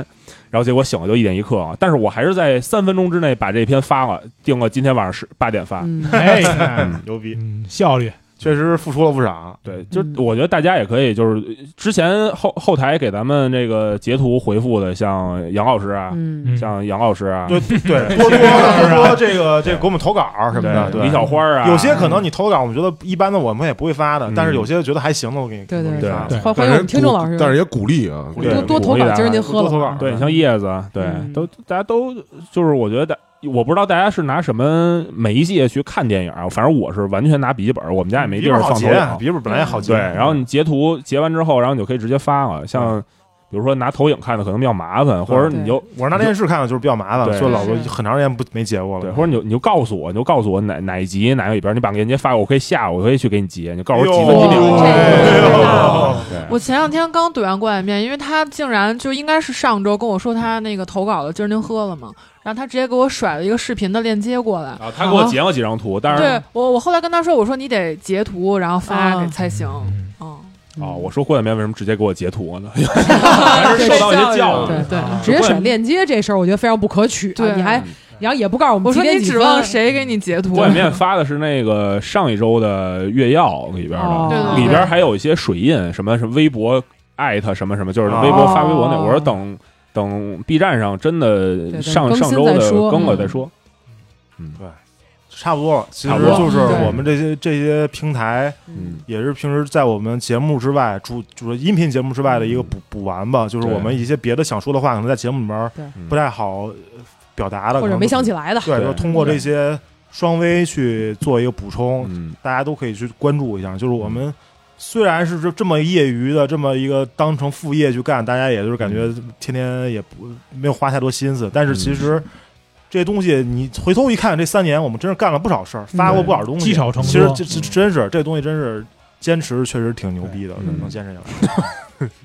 Speaker 4: 然后结果醒了就一点一刻了，但是我还是在三分钟之内把这篇发了，定了今天晚上十八点发。
Speaker 2: 嗯，
Speaker 6: 哎，
Speaker 3: 哎牛逼，
Speaker 6: 嗯，效率
Speaker 3: 确实付出了不少。
Speaker 4: 对，就
Speaker 2: 嗯
Speaker 4: 我觉得大家也可以，就是呃之前后后台给咱们这个截图回复的，像杨老师啊，
Speaker 2: 嗯，
Speaker 4: 像杨老师啊，
Speaker 3: 对 对，多多多多这个这个给我们投稿什么的，对
Speaker 4: 李小花啊，嗯
Speaker 3: 有些可能你投稿，我们觉得一般的我们也不会发的，但是有些觉得还行的，我给你
Speaker 2: 对
Speaker 3: 我给
Speaker 2: 对
Speaker 3: 你发
Speaker 4: 对
Speaker 2: 欢欢迎
Speaker 8: 但是
Speaker 2: 我
Speaker 8: 也
Speaker 2: 们听众老师
Speaker 8: 鼓但是也鼓励啊，
Speaker 3: 鼓励
Speaker 2: 多
Speaker 4: 对
Speaker 2: 多投
Speaker 4: 鼓励大
Speaker 2: 稿，
Speaker 4: 家
Speaker 2: 今儿您喝
Speaker 3: 多投
Speaker 2: 了
Speaker 3: 稿
Speaker 2: 吗，
Speaker 4: 对，像叶子啊，对，
Speaker 2: 嗯
Speaker 4: 都大家都就是我觉得大。我不知道大家是拿什么媒介去看电影啊，反正我是完全拿笔记本啊儿，我们家也没
Speaker 3: 笔
Speaker 4: 地
Speaker 3: 记
Speaker 4: 儿
Speaker 3: 本好
Speaker 4: 放投
Speaker 3: 截啊
Speaker 4: 影。
Speaker 2: 嗯
Speaker 4: 嗯
Speaker 3: 笔记本本来也好截，
Speaker 4: 对，然后你截图截完之后，然后你就可以直接发了。像比如说拿投影看的可能比较麻烦，或者你就
Speaker 3: 我是拿电视看的，就是比较麻烦，
Speaker 4: 对
Speaker 3: 所以老罗
Speaker 7: 是
Speaker 3: 很长时间不没截过
Speaker 4: 对，
Speaker 3: 了。
Speaker 4: 或者你就你就告诉我，你就告诉我哪哪一集哪有一边，你把链接发给我，我可以下，我可以去给你截，你就告诉我几分几秒。
Speaker 7: 哎这个
Speaker 3: 哎呦
Speaker 4: 对，
Speaker 7: 我前两天刚怼完挂脸面，因为他竟然就应该是上周跟我说他那个投稿的，今儿您喝了吗？然后他直接给我甩了一个视频的链接过来。
Speaker 4: 啊，他给我截了几张图，但是
Speaker 7: 对我，我后来跟他说，我说你得截图然后发
Speaker 2: 啊
Speaker 7: 给才行。嗯，
Speaker 4: 啊，我说郭小面为什么直接给我截图 呢？还是受到一些教育嗯
Speaker 2: 对。
Speaker 6: 嗯
Speaker 2: 对，你直接甩链接这事儿，我觉得非常不可取啊。
Speaker 7: 对
Speaker 2: 你还然后也不告诉我们
Speaker 7: 我
Speaker 2: 几
Speaker 7: 说
Speaker 2: 点
Speaker 7: 你
Speaker 2: 几
Speaker 7: 指
Speaker 2: 分，
Speaker 7: 望谁给 你截图
Speaker 4: 郭？小面发的是那个上一周的月曜里边
Speaker 2: 哦
Speaker 4: 的，
Speaker 7: 对对对
Speaker 4: 里边还有一些水印，什么什么微博艾特什么什么，就是
Speaker 3: 哦
Speaker 4: 微博发微博那。
Speaker 2: 哦
Speaker 4: 我说等等 B 站上真
Speaker 2: 对
Speaker 4: 的上
Speaker 2: 更新
Speaker 4: 上周的
Speaker 2: 再说
Speaker 4: 更了
Speaker 2: 嗯
Speaker 4: 再说。
Speaker 3: 差不多了，其实
Speaker 4: 差不多
Speaker 3: 就是
Speaker 2: 嗯对
Speaker 3: 我们这些这些平台，
Speaker 4: 嗯，
Speaker 3: 也是平时在我们节目之外，主主音频节目之外的一个补补完吧，就是
Speaker 4: 对
Speaker 3: 我们一些别的想说的话，可能在节目里面
Speaker 2: 对
Speaker 3: 不太好呃表达的，
Speaker 2: 或
Speaker 3: 可
Speaker 2: 者
Speaker 3: 能
Speaker 2: 没
Speaker 3: 就
Speaker 2: 想起嗯来的，
Speaker 3: 对，
Speaker 4: 对
Speaker 3: 就通过这些双微去做一个补充，
Speaker 4: 嗯，
Speaker 3: 大家都可以去关注一下。就是我
Speaker 6: 嗯
Speaker 3: 们虽然是这这么业余的这么一个当成副业去干，大家也就是感觉
Speaker 6: 嗯
Speaker 3: 天天也不没有花太多心思，但是其实。这东西你回头一看，这三年我们真是干了不少事儿，发过不少东西，
Speaker 6: 积少成多。嗯
Speaker 3: 其实这这真是这东西真是坚持确实挺牛逼的，
Speaker 4: 嗯
Speaker 3: 能坚持下来，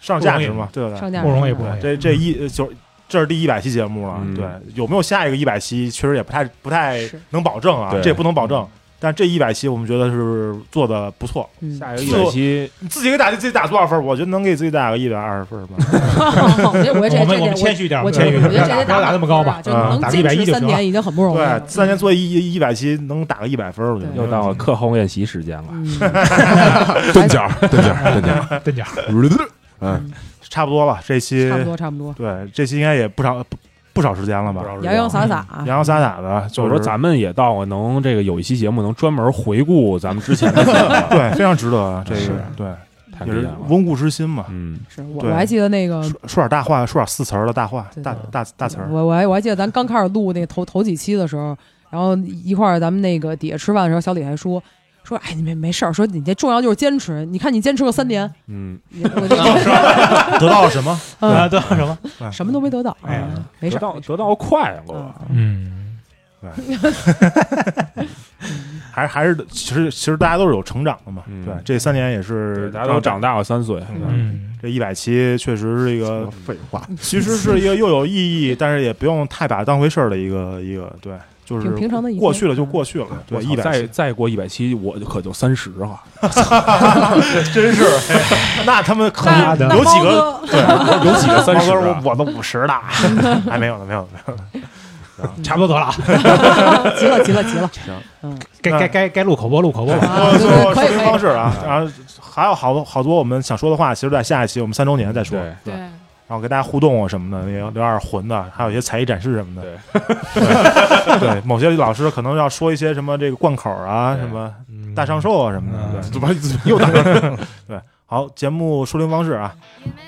Speaker 3: 上价值嘛，对不对？
Speaker 2: 上架
Speaker 6: 不容易不容易
Speaker 3: 对，这这一呃就是这是第一百期节目了，
Speaker 4: 嗯
Speaker 3: 对，有没有下一个一百期，确实也不太不太
Speaker 2: 是嗯
Speaker 3: 能保证啊，
Speaker 4: 对
Speaker 3: 这也不能保证。但这一百期我们觉得是做的不错，
Speaker 2: 嗯
Speaker 4: 下一个一百期
Speaker 3: 你自己给打自己打多少分？我觉得能给自己打个一百二十分 吧。
Speaker 2: 我觉得我这
Speaker 6: 我
Speaker 2: 这
Speaker 6: 们
Speaker 2: 这
Speaker 6: 我们谦虚一点，
Speaker 2: 我
Speaker 6: 我
Speaker 2: 觉得
Speaker 6: 谦虚一
Speaker 2: 我觉
Speaker 6: 点，
Speaker 2: 得这得
Speaker 6: 不要不要打那么高吧
Speaker 2: 满分，
Speaker 3: 啊
Speaker 2: 啊
Speaker 6: 打
Speaker 2: 就
Speaker 6: 个
Speaker 2: 是能
Speaker 6: 110
Speaker 2: 坚持
Speaker 6: 就
Speaker 2: 三
Speaker 6: 行
Speaker 2: 年已经很不容易了
Speaker 3: 对，。三年做一一百期能打个一百分，我觉
Speaker 2: 哦对
Speaker 3: 得
Speaker 4: 又到了课后练习时间了。
Speaker 2: 嗯，
Speaker 8: 蹬脚儿，蹬脚儿，蹬脚儿，
Speaker 6: 真假？
Speaker 8: 嗯，
Speaker 3: 差不多了。这期
Speaker 2: 差不多差不多，
Speaker 3: 对这期应该也不少不不少时间了吧？
Speaker 4: 嗯
Speaker 2: 洋洋洒洒啊，
Speaker 3: 洋洋洒洒的，就
Speaker 4: 就
Speaker 3: 是是
Speaker 4: 说，咱们也到了能这个有一期节目能专门回顾咱们之前的节目 了，
Speaker 3: 对非常值得啊，这
Speaker 4: 是
Speaker 3: 个对
Speaker 4: 太
Speaker 3: 也
Speaker 4: 厉
Speaker 3: 是
Speaker 4: 害了。
Speaker 3: 温故知新嘛，
Speaker 4: 嗯，
Speaker 2: 是我
Speaker 3: 对
Speaker 2: 我还记得那个，
Speaker 3: 说说点大话，说点四词儿的大话
Speaker 2: 对，
Speaker 3: 大大大词儿。
Speaker 2: 我我还我还记得咱刚开始录那头头几期的时候，然后一块儿咱们那个底下吃饭的时候，小李还说说，哎，你没没事儿，说你这重要就是坚持，你看你坚持了三年，
Speaker 4: 嗯，
Speaker 2: 你我这
Speaker 3: 得到了什么？
Speaker 6: 啊，对什么？
Speaker 2: 什么都没得到，
Speaker 6: 哎
Speaker 2: 啊没
Speaker 4: 得
Speaker 2: 事儿，
Speaker 4: 到得到快乐
Speaker 2: 嗯，
Speaker 6: 嗯，
Speaker 3: 还还是其实其实大家都是有成长的嘛。
Speaker 4: 嗯
Speaker 3: 对，这三年也是
Speaker 4: 对大家都长
Speaker 3: 大。
Speaker 4: 大了三岁，
Speaker 6: 嗯，
Speaker 3: 这一百期确实是一个，
Speaker 8: 废话，
Speaker 3: 其实是一个又有意义，但是也不用太把它当回事儿的一个一个，对，就是
Speaker 2: 挺平常的一天
Speaker 3: 过去了就过去了。对，
Speaker 4: 我
Speaker 3: 一百
Speaker 4: 操再再过一百期，我可就三十了。
Speaker 3: 真是，那他们可
Speaker 7: 那
Speaker 3: 能
Speaker 7: 那
Speaker 3: 有几
Speaker 7: 猫
Speaker 3: 个
Speaker 7: 哥
Speaker 3: 对，有几个三十，啊
Speaker 4: 猫哥
Speaker 3: 我我都五十 了，还没有了，没有了，没有了。
Speaker 6: 差不多得了啊，
Speaker 2: 急了急了急了，
Speaker 6: 该该该该录口播录口播吧。
Speaker 2: 啊
Speaker 3: 最后
Speaker 2: 对
Speaker 3: 收
Speaker 2: 可以
Speaker 3: 听
Speaker 2: 可
Speaker 3: 方
Speaker 2: 以，
Speaker 3: 式啊，然后还有好多好多我们想说的话，其实在下一期我们三周年再说。
Speaker 4: 对
Speaker 7: 对，
Speaker 3: 然后跟大家互动啊什么的，也有点混的，还有一些才艺展示什么的。对， 对，某些老师可能要说一些什么这个贯口啊，
Speaker 4: 对
Speaker 3: 什么
Speaker 6: 嗯
Speaker 3: 大长寿啊什么
Speaker 6: 嗯
Speaker 3: 的。对，
Speaker 8: 怎么又打？
Speaker 3: 好，节目收听方式啊，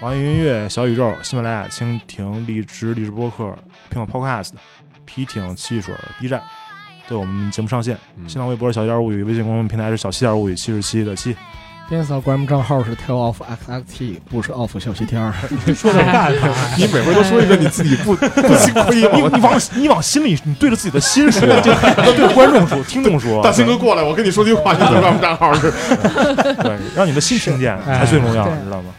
Speaker 3: 网易云音乐、小宇宙、喜马拉雅、蜻蜓、荔枝、荔枝播客、苹果 Podcast、皮艇、汽水、B 站，对我们节目上线。
Speaker 4: 嗯
Speaker 3: 新浪微博是小七点物语，微信公众平台是小七点物语七十七的七。
Speaker 9: Instagram 账号是 tail of xxt，不是 off 小西天儿。
Speaker 6: 说这干什么？
Speaker 8: 你每回都说一个，你自己不不心亏
Speaker 3: 你
Speaker 8: 吗？
Speaker 3: 你往你往心里，你对着自己的心说，对 对观众说、听众说，
Speaker 8: 大兴哥过来，我跟你说句话，你怎么办？账号是
Speaker 3: 对，让你的心听见才最重要，
Speaker 2: 对
Speaker 3: 知道吗？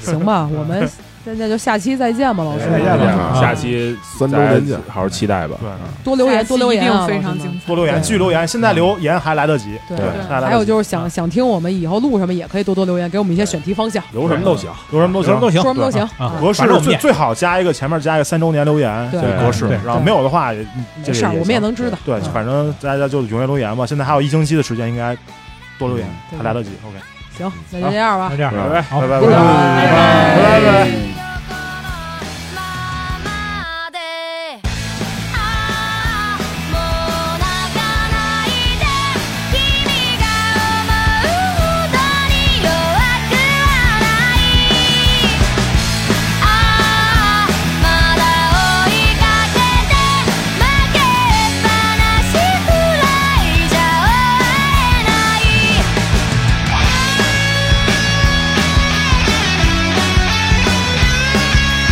Speaker 2: 行吧，我们现在就下期再见吧，老师，
Speaker 4: 再见啊
Speaker 2: 啊
Speaker 8: 吧
Speaker 4: 下期
Speaker 8: 三周年见
Speaker 4: 大家好好期待吧。
Speaker 3: 对，
Speaker 2: 多留言多留言
Speaker 7: 一
Speaker 2: 啊，
Speaker 7: 定非
Speaker 2: 老
Speaker 7: 常
Speaker 2: 师们
Speaker 7: 精彩。
Speaker 3: 多留言，继续留言，现在留言还来得及。
Speaker 2: 对
Speaker 4: 对
Speaker 3: 还来
Speaker 2: 还有
Speaker 3: 得及，
Speaker 2: 就是想想听我们以后录什么，也可以多多留言，给我们一些选题方向，
Speaker 4: 留什么都行，
Speaker 3: 留什么都
Speaker 6: 有什么都
Speaker 3: 行。
Speaker 6: 行，
Speaker 2: 说什么都行
Speaker 6: 啊，
Speaker 3: 合适
Speaker 6: 反正我们
Speaker 3: 最
Speaker 6: 也
Speaker 3: 最好加一个前面加一个三周年留言，
Speaker 2: 对
Speaker 3: 最合适。
Speaker 6: 对
Speaker 3: 然后没有的话，也
Speaker 2: 没事儿，我们也。能知道。嗯
Speaker 3: 这个对，反正大家就踊跃留言吧。现在还有一星期的时间，应该多留言，
Speaker 2: 嗯对
Speaker 3: 还来得及。OK，
Speaker 2: 行，那就这样吧
Speaker 6: 那。这样，啊
Speaker 8: 拜
Speaker 6: 好
Speaker 3: 拜拜
Speaker 2: 拜
Speaker 3: 拜。
Speaker 2: 拜
Speaker 3: 拜拜拜
Speaker 10: まで「ああもう泣かないで」「君が思うほどに弱くはない」「ああまだ追いかけて」「負けっぱなしくらいじゃ終われない」「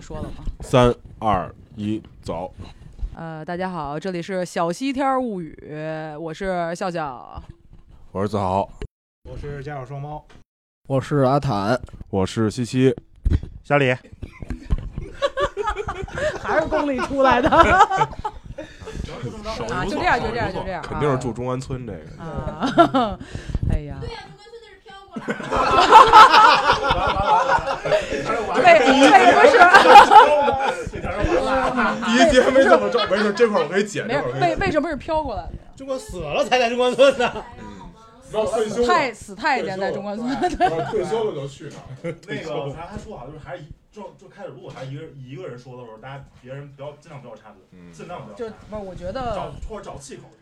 Speaker 2: 说了吗？
Speaker 8: 三二一，走！
Speaker 2: 呃，大家好，这里是小西天儿物语，我是笑笑。
Speaker 8: 我是子豪，
Speaker 11: 我是家有双猫，
Speaker 5: 我是阿坦，
Speaker 8: 我是西西，
Speaker 3: 小李，
Speaker 12: 还是宫里出来的。
Speaker 2: 啊，就这样，就这样，就这样。
Speaker 8: 肯定是住中关村这个。
Speaker 2: 啊，哎呀，为为不
Speaker 12: 啊
Speaker 2: 是？
Speaker 8: 第一节没怎么着，没事，这块儿我可以剪，
Speaker 12: 没
Speaker 8: 这
Speaker 12: 有
Speaker 8: 块儿我可以
Speaker 12: 为
Speaker 8: 剪。
Speaker 12: 为什么是飘过来的？
Speaker 11: 中国死了才在中关村呢。
Speaker 8: 要退休了，
Speaker 2: 太死太监在中关村。
Speaker 8: 要退休了就去那儿。
Speaker 3: 那个咱还说好，就是还是一就就开始如果还一个人一个人说的时候，大家别人不要尽量不要插嘴，
Speaker 8: 嗯
Speaker 3: 尽量不要插
Speaker 2: 就
Speaker 3: 嘴，
Speaker 2: 不是，我觉
Speaker 3: 找
Speaker 2: 得
Speaker 3: 或者找气口插。